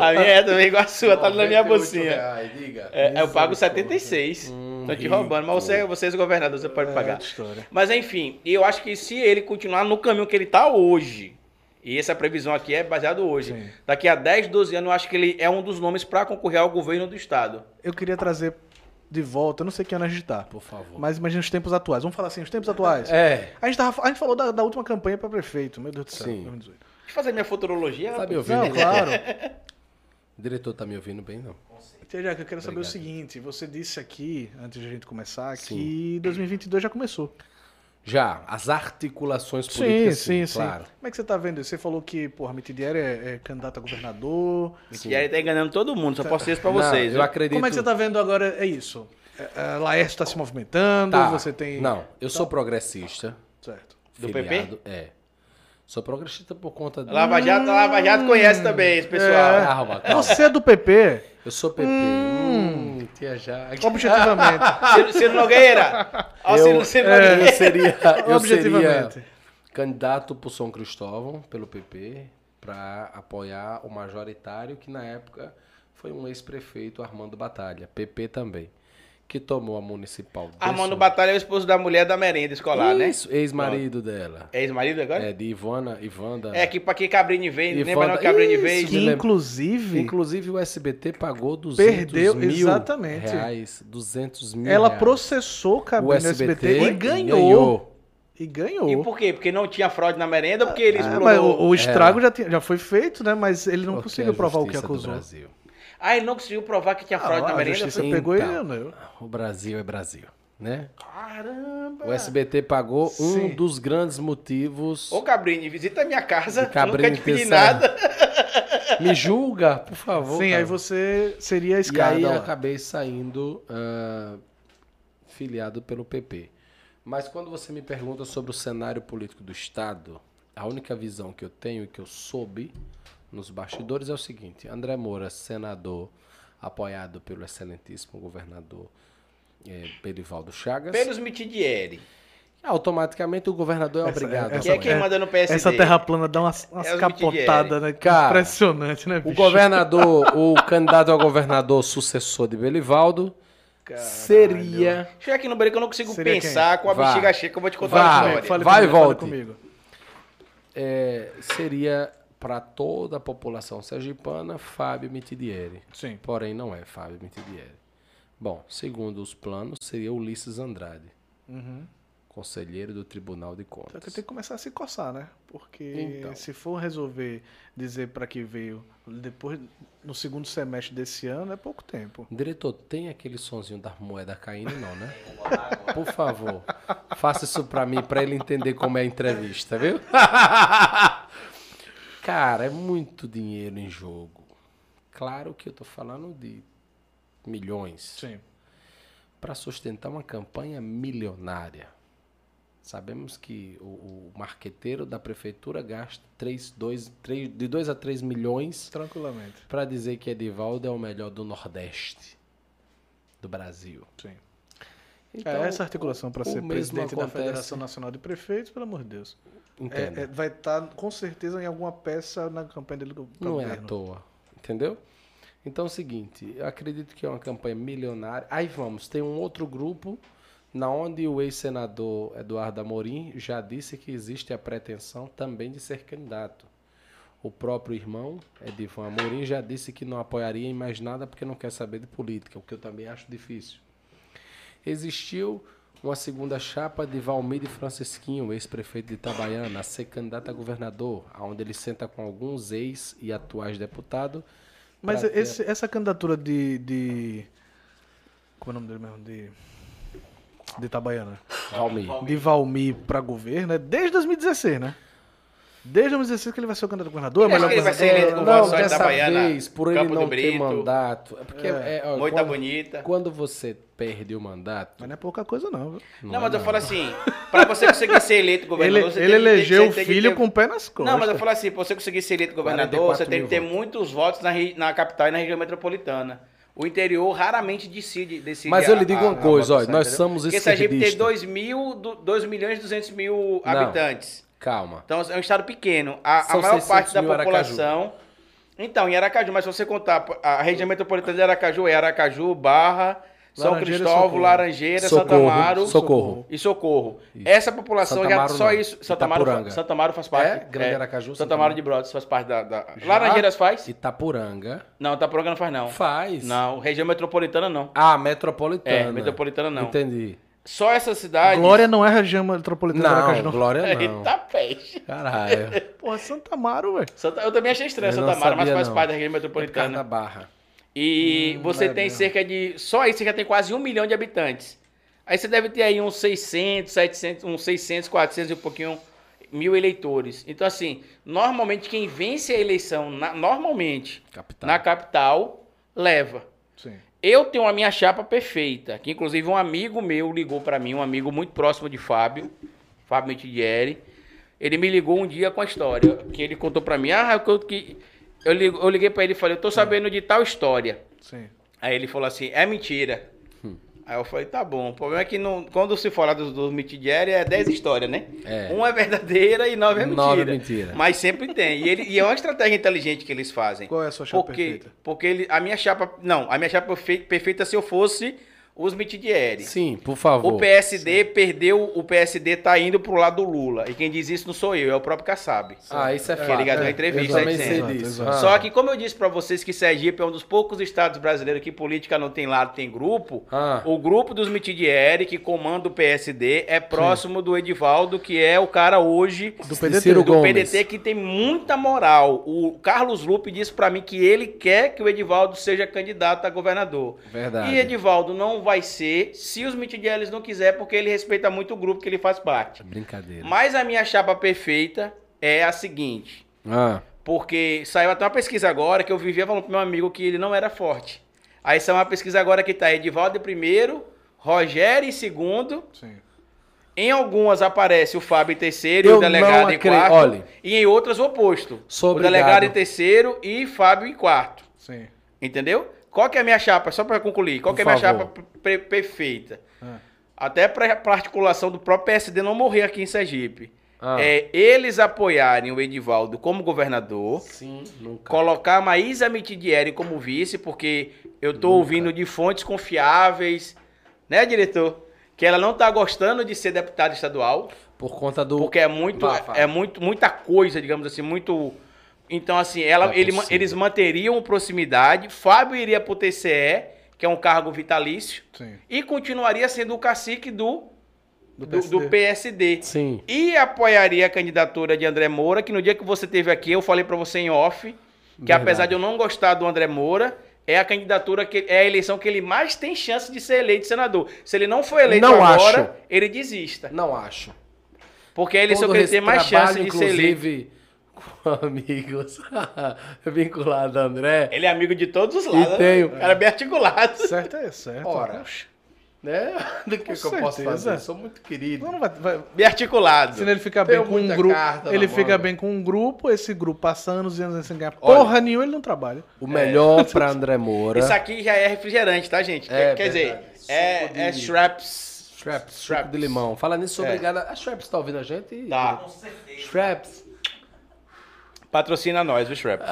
[SPEAKER 1] A minha é também igual a sua, tá ali na minha
[SPEAKER 3] 98
[SPEAKER 1] bolsinha.
[SPEAKER 3] reais, diga.
[SPEAKER 1] É, eu pago 76.
[SPEAKER 3] Hum,
[SPEAKER 1] Tô te roubando, mas você, é vocês, governador, você
[SPEAKER 3] É,
[SPEAKER 2] É.
[SPEAKER 1] pode pagar.
[SPEAKER 2] História.
[SPEAKER 1] Mas enfim, eu acho que se ele continuar no caminho que ele tá hoje, e essa previsão aqui é baseada hoje,
[SPEAKER 2] Sim.
[SPEAKER 1] daqui a 10, 12 anos eu acho que ele é um dos nomes para concorrer ao governo do estado.
[SPEAKER 2] Eu queria trazer de volta, eu não sei quem ano a gente tá,
[SPEAKER 3] Por favor.
[SPEAKER 2] mas imagina os tempos atuais. Vamos falar assim, os tempos atuais.
[SPEAKER 3] É.
[SPEAKER 2] A gente, tava- a gente falou da, da última campanha pra prefeito, meu Deus do céu,
[SPEAKER 3] Sim.
[SPEAKER 2] 2018.
[SPEAKER 1] Deixa eu fazer minha futurologia.
[SPEAKER 3] Tá me ouvindo?
[SPEAKER 2] Não, claro.
[SPEAKER 3] O diretor tá me ouvindo bem, não?
[SPEAKER 2] Então, Jack, eu quero saber o
[SPEAKER 3] Obrigado.
[SPEAKER 2] seguinte, você disse aqui, antes de a gente começar, que
[SPEAKER 3] Sim.
[SPEAKER 2] 2022 já começou.
[SPEAKER 3] Já, as articulações
[SPEAKER 2] Sim,
[SPEAKER 3] políticas.
[SPEAKER 2] sim, sim.
[SPEAKER 3] Claro.
[SPEAKER 2] Como é que você tá vendo isso? Você falou que, porra, Mitidieri é, é candidato a governador.
[SPEAKER 1] E aí tá enganando todo mundo, só posso dizer isso pra vocês. né?
[SPEAKER 3] Não,
[SPEAKER 1] viu?
[SPEAKER 3] eu acredito.
[SPEAKER 2] Como é que você tá vendo agora? É isso. É, é, Laércio tá se movimentando,
[SPEAKER 3] Tá.
[SPEAKER 2] você tem.
[SPEAKER 3] Não, eu sou progressista.
[SPEAKER 2] Certo.
[SPEAKER 1] Do
[SPEAKER 3] filiado, É. Sou progressista por conta do.
[SPEAKER 1] Lava Jato, né? Lava Jato conhece também esse pessoal.
[SPEAKER 3] Calma, calma.
[SPEAKER 2] Você é do PP,
[SPEAKER 3] Eu sou PP. Hum, tia Jaque.
[SPEAKER 2] objetivamente.
[SPEAKER 1] Ah, Ciro, Ciro Nogueira. Ó, Ciro, Ciro Nogueira.
[SPEAKER 3] é, Eu seria, eu seria
[SPEAKER 2] Objetivamente.
[SPEAKER 3] candidato por São Cristóvão, pelo PP, para apoiar o majoritário, que na época foi um ex-prefeito Armando Batalha, PP também, que tomou a municipal. de
[SPEAKER 1] Armando
[SPEAKER 3] São-
[SPEAKER 1] Batalha é o esposo da mulher da merenda escolar, né?
[SPEAKER 3] Isso, ex-marido dela.
[SPEAKER 1] É ex-marido agora?
[SPEAKER 3] É, de Ivana, Ivanda.
[SPEAKER 1] É, que pra que Cabrini veio, lembra
[SPEAKER 3] Ivana-
[SPEAKER 1] não que Cabrini
[SPEAKER 3] Isso,
[SPEAKER 1] veio?
[SPEAKER 2] Que
[SPEAKER 3] lembra-
[SPEAKER 2] inclusive
[SPEAKER 3] Inclusive o SBT pagou 200
[SPEAKER 2] Perdeu,
[SPEAKER 3] mil
[SPEAKER 2] exatamente.
[SPEAKER 3] reais. 200 mil
[SPEAKER 2] ela
[SPEAKER 3] reais.
[SPEAKER 2] processou o
[SPEAKER 3] o
[SPEAKER 2] cabine do SBT, e
[SPEAKER 3] SBT
[SPEAKER 2] ganhou. E ganhou.
[SPEAKER 1] E por quê? Porque não tinha fraude na merenda ou porque ele
[SPEAKER 2] Ah,
[SPEAKER 1] explorou?
[SPEAKER 2] mas o, o estrago já, tinha- já foi feito, né? Mas ele não
[SPEAKER 3] Porque
[SPEAKER 2] conseguiu
[SPEAKER 3] É. a
[SPEAKER 2] provar o que
[SPEAKER 3] justiça do
[SPEAKER 2] acusou.
[SPEAKER 3] Brasil.
[SPEAKER 1] Ah, ele não conseguiu provar que tinha fraude na
[SPEAKER 2] Ah, a
[SPEAKER 1] merenda?
[SPEAKER 2] justiça
[SPEAKER 1] Foi-
[SPEAKER 2] pegou e
[SPEAKER 3] Então.
[SPEAKER 2] não.
[SPEAKER 3] O Brasil é Brasil, né?
[SPEAKER 1] Caramba!
[SPEAKER 3] O SBT pagou
[SPEAKER 2] Ah, Sim.
[SPEAKER 3] um dos grandes motivos.
[SPEAKER 1] Ô Cabrini, visita a minha casa,
[SPEAKER 3] De Cabrini
[SPEAKER 1] nunca te pedi
[SPEAKER 3] pensar-
[SPEAKER 1] nada.
[SPEAKER 3] Me julga, por favor.
[SPEAKER 2] Sim,
[SPEAKER 3] cara.
[SPEAKER 2] aí você seria a
[SPEAKER 3] E
[SPEAKER 2] escada
[SPEAKER 3] aí
[SPEAKER 2] lá.
[SPEAKER 3] acabei saindo ah, filiado pelo PP. Mas quando você me pergunta sobre o cenário político do Estado, a única visão que eu tenho e que eu soube nos bastidores é o seguinte: André Moura, senador, apoiado pelo excelentíssimo governador eh, Perivaldo Chagas.
[SPEAKER 1] Pelos Mitidieri,
[SPEAKER 3] Automaticamente o governador é
[SPEAKER 2] Essa-
[SPEAKER 3] obrigado. a
[SPEAKER 1] que é
[SPEAKER 3] apoiar.
[SPEAKER 1] quem manda no PSD.
[SPEAKER 2] Essa terra plana dá umas, umas
[SPEAKER 1] É o
[SPEAKER 2] capotadas, né? Que
[SPEAKER 3] Cara,
[SPEAKER 2] impressionante, né,
[SPEAKER 3] O
[SPEAKER 2] bicho?
[SPEAKER 3] governador, o candidato a governador sucessor de Belivaldo
[SPEAKER 2] Caralho.
[SPEAKER 3] seria.
[SPEAKER 1] Chega aqui no Breno que eu não consigo
[SPEAKER 2] Seria
[SPEAKER 1] pensar com a
[SPEAKER 3] Vá.
[SPEAKER 1] bexiga cheia que eu vou te contar
[SPEAKER 3] Vá.
[SPEAKER 1] uma
[SPEAKER 2] Fale
[SPEAKER 1] história.
[SPEAKER 2] comigo,
[SPEAKER 3] Vai
[SPEAKER 2] fale
[SPEAKER 3] e volte.
[SPEAKER 2] comigo.
[SPEAKER 3] é, seria para toda a população sergipana Fábio Mitidieri.
[SPEAKER 2] Sim.
[SPEAKER 3] Porém, não é Fábio Mitidieri. Bom, segundo os planos, seria Ulisses Andrade,
[SPEAKER 2] Uhum.
[SPEAKER 3] conselheiro do Tribunal
[SPEAKER 2] Só
[SPEAKER 3] de
[SPEAKER 2] que
[SPEAKER 3] Contas.
[SPEAKER 2] tem que começar a se coçar, né? Porque
[SPEAKER 3] Então.
[SPEAKER 2] se for resolver dizer pra que veio depois no segundo semestre desse ano, é pouco tempo.
[SPEAKER 3] Diretor, tem aquele sonzinho da moeda caindo, não, né? Por favor, faça isso pra mim, pra ele entender como é a entrevista, viu? Cara, é muito dinheiro em jogo. Claro que eu tô falando de milhões.
[SPEAKER 2] Sim.
[SPEAKER 3] para sustentar uma campanha milionária. Sabemos que o, o marqueteiro da prefeitura gasta três, dois, três- de 2 a 3 milhões
[SPEAKER 2] Tranquilamente.
[SPEAKER 3] para dizer que Edivaldo é o melhor do Nordeste do Brasil.
[SPEAKER 2] Sim.
[SPEAKER 3] Então,
[SPEAKER 2] é, essa articulação para
[SPEAKER 3] o
[SPEAKER 2] ser
[SPEAKER 3] mesmo
[SPEAKER 2] presidente da
[SPEAKER 3] acontece-
[SPEAKER 2] Federação Nacional de Prefeitos, pelo amor de Deus. É,
[SPEAKER 3] entenda,
[SPEAKER 2] é, vai estar com certeza em alguma peça na campanha dele do pra
[SPEAKER 3] não é à
[SPEAKER 2] governo.
[SPEAKER 3] toa, entendeu? Então é o seguinte, eu acredito que é uma campanha milionária. Aí vamos, tem um outro grupo na onde o ex-senador Eduardo Amorim já disse que existe a pretensão também de ser candidato. O próprio irmão, Edivan Amorim, já disse que não apoiaria em mais nada porque não quer saber de política, o que eu também acho difícil. Existiu uma segunda chapa de Valmir e Francisquinho, ex-prefeito de Itabaiana, a ser candidato a governador, onde ele senta com alguns ex e atuais deputados.
[SPEAKER 2] Mas
[SPEAKER 3] pra ter-
[SPEAKER 2] esse- essa candidatura de, de. Como é o nome dele mesmo? De. de Itabaiana.
[SPEAKER 3] Valmir.
[SPEAKER 2] de Valmir pra governo é desde 2016, né? Desde 2016 que ele vai ser o candidato a governador, é o
[SPEAKER 1] Ele
[SPEAKER 2] melhor
[SPEAKER 1] acha que ele vai ser
[SPEAKER 2] governador.
[SPEAKER 1] eleito com
[SPEAKER 3] não,
[SPEAKER 1] voto só em
[SPEAKER 3] dessa
[SPEAKER 1] Itabaiana,
[SPEAKER 3] vez, por ele
[SPEAKER 1] Campo do
[SPEAKER 3] não ter
[SPEAKER 1] Brito,
[SPEAKER 3] mandato. É porque é, ó,
[SPEAKER 1] Moita
[SPEAKER 3] quando,
[SPEAKER 1] Bonita.
[SPEAKER 3] quando você perde o mandato.
[SPEAKER 2] Mas não é pouca coisa, não. viu?
[SPEAKER 1] Não, mas
[SPEAKER 3] é
[SPEAKER 1] eu
[SPEAKER 3] nada.
[SPEAKER 1] falo assim, pra você conseguir ser eleito governador,
[SPEAKER 2] Ele,
[SPEAKER 1] você
[SPEAKER 2] ele
[SPEAKER 1] tem que ter-
[SPEAKER 2] elegeu
[SPEAKER 1] você
[SPEAKER 2] o
[SPEAKER 1] tem que
[SPEAKER 2] filho
[SPEAKER 1] ter-
[SPEAKER 2] com o pé nas costas.
[SPEAKER 1] Não, mas eu falo assim, pra você conseguir ser eleito governador,
[SPEAKER 3] 44
[SPEAKER 1] você tem
[SPEAKER 3] mil
[SPEAKER 1] que ter
[SPEAKER 3] votos.
[SPEAKER 1] muitos votos na, re- na capital e na região metropolitana. O interior raramente decide. decide
[SPEAKER 3] Mas eu lhe digo uma coisa, ó,
[SPEAKER 1] votação,
[SPEAKER 3] nós
[SPEAKER 1] entendeu?
[SPEAKER 3] somos
[SPEAKER 1] Porque Sergipe tem
[SPEAKER 3] esquerdistas.
[SPEAKER 1] 2, mil, 2 milhões e 200 mil
[SPEAKER 3] Não.
[SPEAKER 1] habitantes.
[SPEAKER 3] Calma.
[SPEAKER 1] Então é um estado pequeno. A, a
[SPEAKER 3] São
[SPEAKER 1] maior
[SPEAKER 3] 600
[SPEAKER 1] parte da
[SPEAKER 3] mil em Aracaju.
[SPEAKER 1] população. Então, em Aracaju, mas se você contar a região metropolitana de Aracaju, é Aracaju, Barra, São
[SPEAKER 2] Laranjeira e
[SPEAKER 1] Cristóvão,
[SPEAKER 2] Socorro.
[SPEAKER 1] Laranjeira, Santo
[SPEAKER 3] Socorro,
[SPEAKER 1] Amaro
[SPEAKER 3] socorro.
[SPEAKER 1] e Socorro.
[SPEAKER 3] Isso.
[SPEAKER 1] Essa população
[SPEAKER 3] Santo
[SPEAKER 1] já
[SPEAKER 3] Amaro
[SPEAKER 1] só
[SPEAKER 3] não.
[SPEAKER 1] isso. Santo Amaro, fa-
[SPEAKER 3] Itapuranga.
[SPEAKER 1] Santo Amaro faz parte.
[SPEAKER 3] É, Grande Aracaju,
[SPEAKER 1] Santo Amaro de Brotas faz parte da. da... Laranjeiras faz?
[SPEAKER 3] Itapuranga
[SPEAKER 1] Não, Itapuranga não faz, não.
[SPEAKER 3] faz.
[SPEAKER 1] Não, região metropolitana não.
[SPEAKER 3] Ah, metropolitana.
[SPEAKER 1] É, metropolitana não.
[SPEAKER 3] Entendi.
[SPEAKER 1] Só essa cidade.
[SPEAKER 2] Glória não é região metropolitana de Aracaju, não.
[SPEAKER 3] Não, Glória não.
[SPEAKER 1] Eita peste.
[SPEAKER 3] Caralho.
[SPEAKER 2] Porra, Santa Amaro, velho.
[SPEAKER 1] Santa- Eu também achei estranho
[SPEAKER 3] Eu
[SPEAKER 1] Santa
[SPEAKER 3] não
[SPEAKER 1] Amaro, mas
[SPEAKER 3] sabia,
[SPEAKER 1] faz
[SPEAKER 3] não. É
[SPEAKER 1] parte da região
[SPEAKER 3] Metropolitana.
[SPEAKER 1] metropolitana.
[SPEAKER 3] Barra.
[SPEAKER 1] E você tem
[SPEAKER 2] legal.
[SPEAKER 1] cerca de. Só aí você já tem quase um milhão de habitantes. Aí você deve ter aí uns 600, 700, uns 600, 400 e um pouquinho mil eleitores. Então, assim, normalmente quem vence a eleição, na- normalmente,
[SPEAKER 3] Capital.
[SPEAKER 1] na capital, leva.
[SPEAKER 2] Sim.
[SPEAKER 1] Eu tenho a minha chapa perfeita, que inclusive um amigo meu ligou pra mim, um amigo muito próximo de Fábio, Fábio Mitidieri. Ele me ligou um dia com a história, que ele contou pra mim, ah, que eu, que... eu lig- eu liguei pra ele e falei, eu tô sabendo de tal história.
[SPEAKER 2] Sim.
[SPEAKER 1] Aí ele falou assim, é mentira.
[SPEAKER 3] Hum.
[SPEAKER 1] Aí eu falei, tá bom. O problema é que não- quando se fala dos, dos mitidiários, é 10 histórias, né?
[SPEAKER 3] É.
[SPEAKER 1] Uma é verdadeira e nove é mentira.
[SPEAKER 3] Nove é mentira.
[SPEAKER 1] Mas sempre tem. E, ele- e é uma estratégia inteligente que eles fazem.
[SPEAKER 2] Qual é a sua chapa
[SPEAKER 1] porque,
[SPEAKER 2] perfeita?
[SPEAKER 1] Porque ele- a minha chapa... Não, a minha chapa perfe- perfeita se eu fosse os mitidiários.
[SPEAKER 3] Sim, por favor.
[SPEAKER 1] O PSD perdeu... O PSD tá indo pro lado do Lula. E quem diz isso não sou eu, é o próprio Kassab.
[SPEAKER 3] Ah, isso é
[SPEAKER 1] Que
[SPEAKER 3] fato.
[SPEAKER 1] ele ganhou
[SPEAKER 3] É,
[SPEAKER 1] a entrevista,
[SPEAKER 3] eu também
[SPEAKER 1] etc.
[SPEAKER 3] sei
[SPEAKER 2] Exato,
[SPEAKER 3] disso.
[SPEAKER 2] exato.
[SPEAKER 3] Ah.
[SPEAKER 1] Só que, como eu disse pra vocês, que Sergipe é um dos poucos estados brasileiros que política não tem lado, tem grupo.
[SPEAKER 3] Ah.
[SPEAKER 1] O grupo dos Mitidieri, que comanda o PSD, é próximo do Edivaldo, que é o cara hoje
[SPEAKER 2] Do
[SPEAKER 3] De
[SPEAKER 2] PDT.
[SPEAKER 3] Ciro
[SPEAKER 1] do
[SPEAKER 3] Gomes.
[SPEAKER 1] PDT, que tem muita moral. O Carlos Lupe disse pra mim que ele quer que o Edivaldo seja candidato a governador.
[SPEAKER 3] Verdade.
[SPEAKER 1] E Edivaldo não vai ser, se os Mitidieres não quiser, porque ele respeita muito o grupo que ele faz parte.
[SPEAKER 3] Brincadeira.
[SPEAKER 1] Mas a minha chapa perfeita é a seguinte.
[SPEAKER 3] Ah,
[SPEAKER 1] Porque saiu até uma pesquisa agora que eu vivia falando pro meu amigo que ele não era forte. Aí saiu uma pesquisa agora que tá Edivaldo em primeiro, Rogério em segundo.
[SPEAKER 2] Sim.
[SPEAKER 1] Em algumas aparece o Fábio em terceiro e
[SPEAKER 3] Eu
[SPEAKER 1] o delegado
[SPEAKER 3] não
[SPEAKER 1] em
[SPEAKER 3] acre-
[SPEAKER 1] quarto.
[SPEAKER 3] olhe.
[SPEAKER 1] E em outras o oposto.
[SPEAKER 3] Sou
[SPEAKER 1] o
[SPEAKER 3] obrigado.
[SPEAKER 1] delegado em terceiro e Fábio em quarto.
[SPEAKER 2] Sim.
[SPEAKER 1] Entendeu? Qual que é a minha chapa? Só para concluir. Qual
[SPEAKER 3] Por
[SPEAKER 1] que é a minha
[SPEAKER 3] favor.
[SPEAKER 1] chapa pre- perfeita?
[SPEAKER 2] Ah.
[SPEAKER 1] Até para articulação do próprio PSD não morrer aqui em Sergipe.
[SPEAKER 3] ah.
[SPEAKER 1] É eles apoiarem o Edivaldo como governador.
[SPEAKER 3] Sim, nunca.
[SPEAKER 1] Colocar a Maísa Mitidieri como vice, porque eu tô ouvindo de fontes confiáveis, né, diretor? Que ela não tá gostando de ser deputada estadual,
[SPEAKER 3] Por conta do.
[SPEAKER 1] porque é muito,
[SPEAKER 3] Bafafá.
[SPEAKER 1] é muito, muita coisa, digamos assim, muito. Então, assim,
[SPEAKER 3] Não
[SPEAKER 1] ela,
[SPEAKER 3] é
[SPEAKER 1] ele-
[SPEAKER 3] possível.
[SPEAKER 1] eles manteriam proximidade. Fábio iria pro TCE, que é um cargo vitalício,
[SPEAKER 2] Sim.
[SPEAKER 1] e continuaria sendo o cacique do, do,
[SPEAKER 2] PSD.
[SPEAKER 1] do PSD.
[SPEAKER 3] Sim.
[SPEAKER 1] E apoiaria a candidatura de André Moura, que no dia que você teve aqui, eu falei pra você em off, que
[SPEAKER 3] Verdade.
[SPEAKER 1] apesar de eu não gostar do André Moura, é a candidatura que é a eleição que ele mais tem chance de ser eleito senador. Se ele não for eleito
[SPEAKER 3] Não
[SPEAKER 1] agora,
[SPEAKER 3] acho.
[SPEAKER 1] ele desista.
[SPEAKER 3] Não acho.
[SPEAKER 1] Porque é a eleição
[SPEAKER 3] Todo
[SPEAKER 1] que ele tem
[SPEAKER 3] esse
[SPEAKER 1] mais
[SPEAKER 3] trabalho,
[SPEAKER 1] chance de ser eleito.
[SPEAKER 3] inclusive, com amigos vinculado a André.
[SPEAKER 1] Ele é amigo de todos os lados. né?
[SPEAKER 3] tenho-
[SPEAKER 1] O cara é bem articulado.
[SPEAKER 2] Certo é certo.
[SPEAKER 3] Ora.
[SPEAKER 2] Oxe.
[SPEAKER 3] Né? Do que,
[SPEAKER 2] Com
[SPEAKER 3] que eu posso
[SPEAKER 2] certeza.
[SPEAKER 3] fazer? Eu sou muito querido.
[SPEAKER 2] Não vai, vai-
[SPEAKER 1] Bem articulado.
[SPEAKER 2] se ele ficar
[SPEAKER 3] Tenho
[SPEAKER 2] bem com um
[SPEAKER 3] muita
[SPEAKER 2] grupo,
[SPEAKER 3] carta na
[SPEAKER 2] ele
[SPEAKER 3] manga.
[SPEAKER 2] fica bem com um grupo, esse grupo passa anos e anos sem ganhar
[SPEAKER 3] Olha.
[SPEAKER 2] porra nenhuma, ele não trabalha.
[SPEAKER 3] O
[SPEAKER 1] é.
[SPEAKER 3] melhor pra André Moura.
[SPEAKER 1] Isso aqui já é refrigerante, tá, gente?
[SPEAKER 3] É,
[SPEAKER 1] quer quer dizer,
[SPEAKER 3] verdade. Suco de-
[SPEAKER 1] é, é Shraps.
[SPEAKER 3] Shraps, suco
[SPEAKER 1] Shraps.
[SPEAKER 3] de limão. Fala nisso, sou
[SPEAKER 1] É.
[SPEAKER 3] obrigado. A Shraps tá ouvindo a gente?
[SPEAKER 1] Tá.
[SPEAKER 4] Com certeza.
[SPEAKER 3] Shraps.
[SPEAKER 1] Patrocina nós, o Shraps.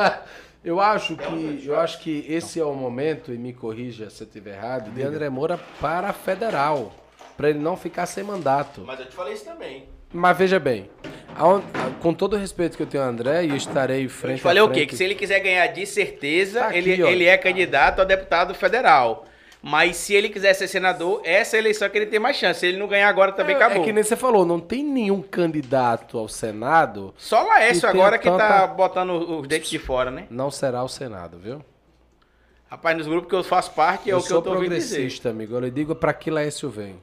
[SPEAKER 3] eu acho que eu acho que esse é o momento e me corrija se eu estiver errado, de André Moura para a federal, para ele não ficar sem mandato.
[SPEAKER 1] Mas eu te falei isso também.
[SPEAKER 3] Mas veja bem, aon- com todo o respeito que eu tenho a André, e eu estarei frente
[SPEAKER 1] Eu te falei
[SPEAKER 3] a
[SPEAKER 1] o quê?
[SPEAKER 3] frente-
[SPEAKER 1] Que se ele quiser ganhar de certeza,
[SPEAKER 3] Tá aqui,
[SPEAKER 1] ele,
[SPEAKER 3] ó.
[SPEAKER 1] ele é candidato a deputado federal. Mas se ele quiser ser senador, essa é a eleição que ele tem mais chance. Se ele não ganhar agora, também
[SPEAKER 3] é,
[SPEAKER 1] acabou.
[SPEAKER 3] É que nem você falou, não tem nenhum candidato ao Senado,
[SPEAKER 1] Só Laércio
[SPEAKER 3] E tem
[SPEAKER 1] agora que tá
[SPEAKER 3] tanta-
[SPEAKER 1] botando os dentes de fora, né?
[SPEAKER 3] não será o Senado, viu?
[SPEAKER 1] Rapaz, nos grupos que eu faço parte é
[SPEAKER 3] eu
[SPEAKER 1] o que
[SPEAKER 3] sou
[SPEAKER 1] eu tô ouvindo dizer.
[SPEAKER 3] progressista, amigo. Agora Eu digo pra que Laércio vem.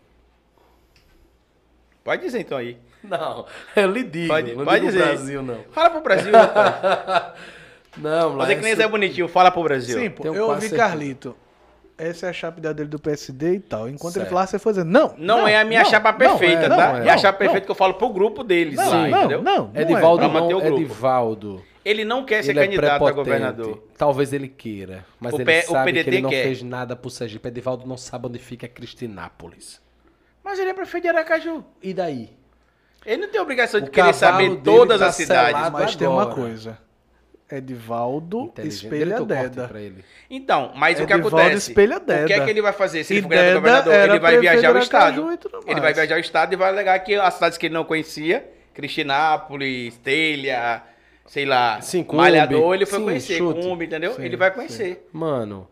[SPEAKER 1] Pode dizer então aí.
[SPEAKER 3] Não, eu lhe digo.
[SPEAKER 1] Pode-
[SPEAKER 3] não
[SPEAKER 1] pode
[SPEAKER 3] digo
[SPEAKER 1] dizer.
[SPEAKER 3] Brasil, não. é
[SPEAKER 1] Fala pro Brasil, rapaz.
[SPEAKER 3] Não,
[SPEAKER 1] Fazer que nem Zé
[SPEAKER 3] Laércio...
[SPEAKER 1] Bonitinho, fala pro Brasil.
[SPEAKER 2] Sim, pô,
[SPEAKER 3] Tem um
[SPEAKER 2] eu ouvi
[SPEAKER 3] passe aqui.
[SPEAKER 2] Carlito. Essa é a chapa ideal dele do PSD e tal. Enquanto ele
[SPEAKER 3] Certo.
[SPEAKER 2] falar, você foi dizer, não.
[SPEAKER 1] Não, é a minha
[SPEAKER 2] não,
[SPEAKER 1] chapa
[SPEAKER 2] não,
[SPEAKER 1] perfeita,
[SPEAKER 2] não,
[SPEAKER 1] tá?
[SPEAKER 2] não,
[SPEAKER 1] é a
[SPEAKER 2] não,
[SPEAKER 1] chapa perfeita que eu falo pro grupo deles,
[SPEAKER 2] Não,
[SPEAKER 1] lá,
[SPEAKER 3] Sim.
[SPEAKER 2] não,
[SPEAKER 1] entendeu?
[SPEAKER 2] não, não é.
[SPEAKER 3] Edivaldo,
[SPEAKER 1] Pra manter o
[SPEAKER 3] não,
[SPEAKER 1] grupo.
[SPEAKER 3] Edivaldo.
[SPEAKER 1] Ele não quer ser
[SPEAKER 3] ele é
[SPEAKER 1] candidato a
[SPEAKER 3] prepotente.
[SPEAKER 1] governador.
[SPEAKER 3] Talvez ele queira, mas
[SPEAKER 1] O
[SPEAKER 3] ele
[SPEAKER 1] P- o
[SPEAKER 3] sabe
[SPEAKER 1] PDT
[SPEAKER 3] que ele não
[SPEAKER 1] quer.
[SPEAKER 3] fez nada pro Sergipe. Edivaldo não sabe onde fica Cristinápolis.
[SPEAKER 1] Mas ele é prefeito de Aracaju.
[SPEAKER 3] E daí?
[SPEAKER 1] Ele não tem obrigação de
[SPEAKER 3] O
[SPEAKER 1] querer
[SPEAKER 3] cavalo
[SPEAKER 1] saber
[SPEAKER 3] dele
[SPEAKER 1] todas
[SPEAKER 3] tá
[SPEAKER 1] as cidades.
[SPEAKER 3] selado.
[SPEAKER 2] Mas tem uma
[SPEAKER 3] Agora.
[SPEAKER 2] coisa. Edivaldo
[SPEAKER 3] Inteligente.
[SPEAKER 2] espelha
[SPEAKER 3] Direito, eu corto
[SPEAKER 2] Deda.
[SPEAKER 3] pra ele.
[SPEAKER 1] Então, mas o que
[SPEAKER 2] Edivaldo
[SPEAKER 1] acontece?
[SPEAKER 2] espelha
[SPEAKER 1] O que é
[SPEAKER 2] Deda.
[SPEAKER 1] que ele vai fazer se
[SPEAKER 2] E
[SPEAKER 1] ele for candidato a
[SPEAKER 2] Deda
[SPEAKER 1] governador?
[SPEAKER 2] era
[SPEAKER 1] Ele vai
[SPEAKER 2] prefeito
[SPEAKER 1] viajar o
[SPEAKER 2] de um Aracaju
[SPEAKER 1] estado.
[SPEAKER 2] e tudo mais.
[SPEAKER 1] Ele vai viajar o estado e vai alegar que as cidades que ele não conhecia, Cristinápolis, Telha, sei lá,
[SPEAKER 3] Sim, Cumbe.
[SPEAKER 1] Malhador, ele foi
[SPEAKER 3] Sim,
[SPEAKER 1] conhecer,
[SPEAKER 3] chute.
[SPEAKER 1] Cumbe, entendeu?
[SPEAKER 2] Sim,
[SPEAKER 1] ele vai
[SPEAKER 2] sim.
[SPEAKER 1] conhecer.
[SPEAKER 3] Mano,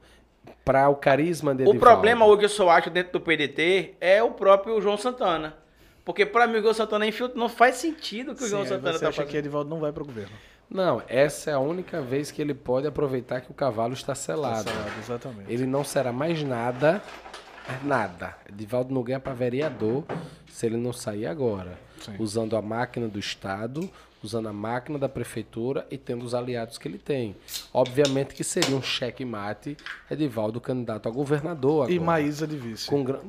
[SPEAKER 3] pra o carisma dele.
[SPEAKER 1] O problema hoje que eu só acho dentro do PDT é o próprio João Santana. Porque pra mim o João Santana é infiltrado. Não faz sentido o que o
[SPEAKER 2] Sim,
[SPEAKER 1] João
[SPEAKER 2] aí
[SPEAKER 1] Santana
[SPEAKER 2] você
[SPEAKER 1] tá
[SPEAKER 2] acha
[SPEAKER 1] fazendo.
[SPEAKER 2] que é Edivaldo não vai pro governo.
[SPEAKER 3] Não, essa é a única vez que ele pode aproveitar que o cavalo está selado.
[SPEAKER 2] Cancelado, exatamente.
[SPEAKER 3] Ele não será mais nada, nada. Edivaldo não ganha para vereador se ele não sair agora.
[SPEAKER 2] Sim.
[SPEAKER 3] Usando a máquina do Estado, usando a máquina da prefeitura e tendo os aliados que ele tem. Obviamente que seria um cheque-mate Edivaldo candidato a governador agora.
[SPEAKER 2] E Maísa de vice.
[SPEAKER 3] Com gran-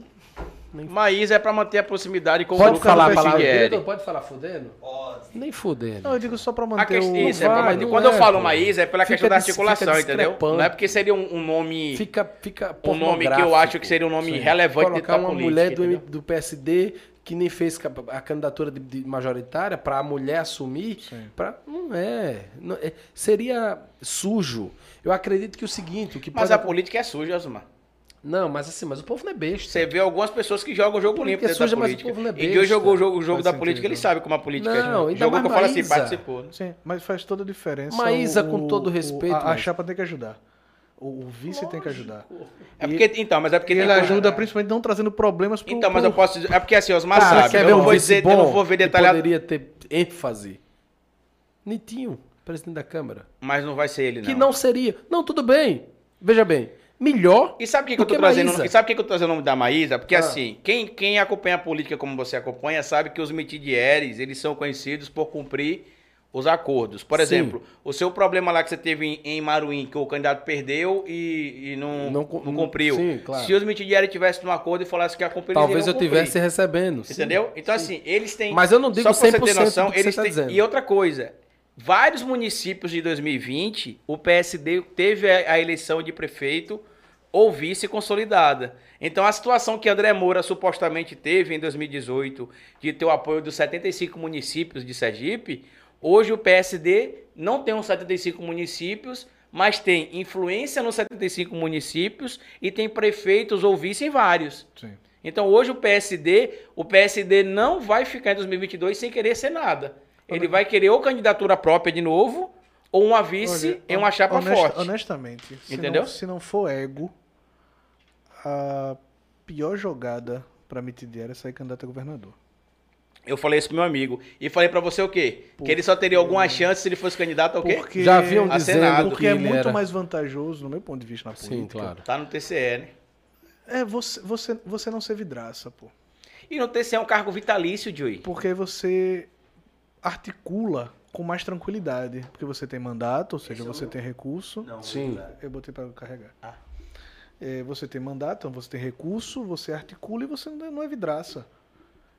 [SPEAKER 1] Mas é pra manter a proximidade com
[SPEAKER 3] Pode falar a
[SPEAKER 1] do
[SPEAKER 3] palavra
[SPEAKER 1] Pigueri.
[SPEAKER 3] direito? Pode falar fudendo?
[SPEAKER 4] Pode.
[SPEAKER 3] Nem fudendo.
[SPEAKER 2] Não, eu digo só pra
[SPEAKER 1] A
[SPEAKER 2] manter
[SPEAKER 1] questão,
[SPEAKER 2] o...
[SPEAKER 1] isso, é
[SPEAKER 3] vai,
[SPEAKER 1] pra manter.
[SPEAKER 3] não
[SPEAKER 1] Quando eu
[SPEAKER 3] é,
[SPEAKER 1] falo
[SPEAKER 3] pô.
[SPEAKER 1] Maís, é pela
[SPEAKER 3] Fica
[SPEAKER 1] questão da
[SPEAKER 3] dis- fica
[SPEAKER 1] articulação, entendeu?
[SPEAKER 3] discrepante.
[SPEAKER 1] Não é porque seria um, um nome.
[SPEAKER 3] Fica, fica
[SPEAKER 1] um nome que eu
[SPEAKER 3] pornográfico.
[SPEAKER 1] acho que seria um nome
[SPEAKER 3] Sim.
[SPEAKER 1] relevante dentro
[SPEAKER 3] Colocar
[SPEAKER 1] da
[SPEAKER 3] uma
[SPEAKER 1] política,
[SPEAKER 3] mulher do,
[SPEAKER 1] entendeu?
[SPEAKER 3] do PSD que nem fez ca- a candidatura de, de majoritária para a mulher assumir,
[SPEAKER 2] Sim.
[SPEAKER 3] pra, não, é, Não- é- Seria sujo. Eu acredito que o seguinte, o que
[SPEAKER 1] Mas
[SPEAKER 3] pode-
[SPEAKER 1] a política é suja, Osmar.
[SPEAKER 3] Não, mas assim, mas o povo não é besta.
[SPEAKER 1] Você vê algumas pessoas que jogam o jogo limpo
[SPEAKER 3] Política é
[SPEAKER 1] dentro
[SPEAKER 3] suja,
[SPEAKER 1] da
[SPEAKER 3] mas o
[SPEAKER 1] política.
[SPEAKER 3] povo não é
[SPEAKER 1] e que
[SPEAKER 3] besta.
[SPEAKER 1] hoje jogou o jogo, o jogo
[SPEAKER 2] Faz
[SPEAKER 1] da
[SPEAKER 2] sentido,
[SPEAKER 1] política, ele
[SPEAKER 2] né?
[SPEAKER 1] sabe como a política
[SPEAKER 3] Não,
[SPEAKER 1] é.
[SPEAKER 3] ainda
[SPEAKER 1] Jogou
[SPEAKER 3] mais
[SPEAKER 1] que eu falo assim,
[SPEAKER 3] Maísa.
[SPEAKER 1] participou. né?
[SPEAKER 2] Sim, mas faz toda a diferença.
[SPEAKER 3] Maísa,
[SPEAKER 2] o-
[SPEAKER 3] com todo
[SPEAKER 2] o-
[SPEAKER 3] respeito,
[SPEAKER 2] A, a
[SPEAKER 3] mas-
[SPEAKER 2] chapa tem que ajudar. O, o vice tem que ajudar.
[SPEAKER 1] É porque, então, mas é porque
[SPEAKER 2] Ele
[SPEAKER 1] tem coisa-
[SPEAKER 2] ajuda principalmente não trazendo problemas pro...
[SPEAKER 1] Então, mas eu
[SPEAKER 2] pro...
[SPEAKER 1] posso dizer. É porque assim, Osmar
[SPEAKER 3] Cara,
[SPEAKER 1] sabe.
[SPEAKER 3] quer
[SPEAKER 1] Eu
[SPEAKER 3] ver
[SPEAKER 1] não
[SPEAKER 3] um
[SPEAKER 1] vou
[SPEAKER 3] vice
[SPEAKER 1] dizer,
[SPEAKER 3] bom
[SPEAKER 1] eu não vou ver
[SPEAKER 3] que
[SPEAKER 1] detalhado.
[SPEAKER 3] poderia ter ênfase. Nitinho, presidente da Câmara.
[SPEAKER 1] Mas não vai ser ele, não.
[SPEAKER 3] Que não seria. Não, tudo bem. Veja bem. Melhor.
[SPEAKER 1] E sabe o que, que eu
[SPEAKER 3] do
[SPEAKER 1] tô
[SPEAKER 3] que
[SPEAKER 1] trazendo?
[SPEAKER 3] Maísa.
[SPEAKER 1] E sabe o que, que eu tô trazendo o nome da Maísa? Porque
[SPEAKER 3] Ah.
[SPEAKER 1] assim, quem, quem acompanha a política como você acompanha, sabe que os mitidieres, eles são conhecidos por cumprir os acordos. Por
[SPEAKER 3] Sim.
[SPEAKER 1] exemplo, o seu problema lá que você teve em, em Maruim, que o candidato perdeu e, e não, não,
[SPEAKER 3] Não cu-
[SPEAKER 1] cumpriu.
[SPEAKER 3] sim, claro.
[SPEAKER 1] Se os mitidieres tivessem um acordo e falassem que ia cumprir, eles
[SPEAKER 3] Talvez
[SPEAKER 1] iriam
[SPEAKER 3] eu
[SPEAKER 1] cumprir.
[SPEAKER 3] estivesse recebendo. sim.
[SPEAKER 1] Entendeu? Então, assim, eles têm.
[SPEAKER 3] Mas eu não digo
[SPEAKER 1] Só pra você
[SPEAKER 3] 100%
[SPEAKER 1] ter noção,
[SPEAKER 3] do que você
[SPEAKER 1] eles
[SPEAKER 3] tá
[SPEAKER 1] têm.
[SPEAKER 3] dizendo.
[SPEAKER 1] E outra coisa, vários municípios de 2020, o PSD teve a, a eleição de prefeito ou vice consolidada. Então, a situação que André Moura supostamente teve em 2018, de ter o apoio dos 75 municípios de Sergipe, hoje o PSD não tem os 75 municípios. Mas tem influência nos 75 municípios e tem prefeitos ou vice em vários.
[SPEAKER 2] Sim.
[SPEAKER 1] Então hoje o PSD, o PSD não vai ficar em 2022 sem querer ser nada. Ele vai querer ou candidatura própria de novo, ou uma vice
[SPEAKER 2] Olha,
[SPEAKER 1] em uma chapa
[SPEAKER 2] honest-
[SPEAKER 1] forte.
[SPEAKER 2] Honestamente, se
[SPEAKER 1] Entendeu?
[SPEAKER 2] Não, se não for ego, a pior jogada pra Mitidier é sair candidato a governador.
[SPEAKER 1] Eu falei isso pro meu amigo. E falei pra você o quê? Que ele só teria alguma chance se ele fosse candidato ao quê?
[SPEAKER 2] Porque,
[SPEAKER 3] Já haviam
[SPEAKER 1] A
[SPEAKER 3] dizendo
[SPEAKER 1] Senado.
[SPEAKER 3] que
[SPEAKER 2] porque é
[SPEAKER 3] ele
[SPEAKER 2] muito
[SPEAKER 3] era-
[SPEAKER 2] mais vantajoso, no meu ponto de vista, na política.
[SPEAKER 3] Sim, claro.
[SPEAKER 1] Tá no TCE, né?
[SPEAKER 2] É você, você, você não ser vidraça, pô.
[SPEAKER 1] E no TCE é um cargo vitalício, Joey.
[SPEAKER 2] Porque aí você articula com mais tranquilidade. Porque você tem mandato, ou seja, você tem recurso.
[SPEAKER 4] Não,
[SPEAKER 3] Sim.
[SPEAKER 4] verdade.
[SPEAKER 2] Eu botei pra carregar.
[SPEAKER 1] Ah.
[SPEAKER 2] É, você tem mandato, então você tem recurso, você articula e você não é- não é vidraça.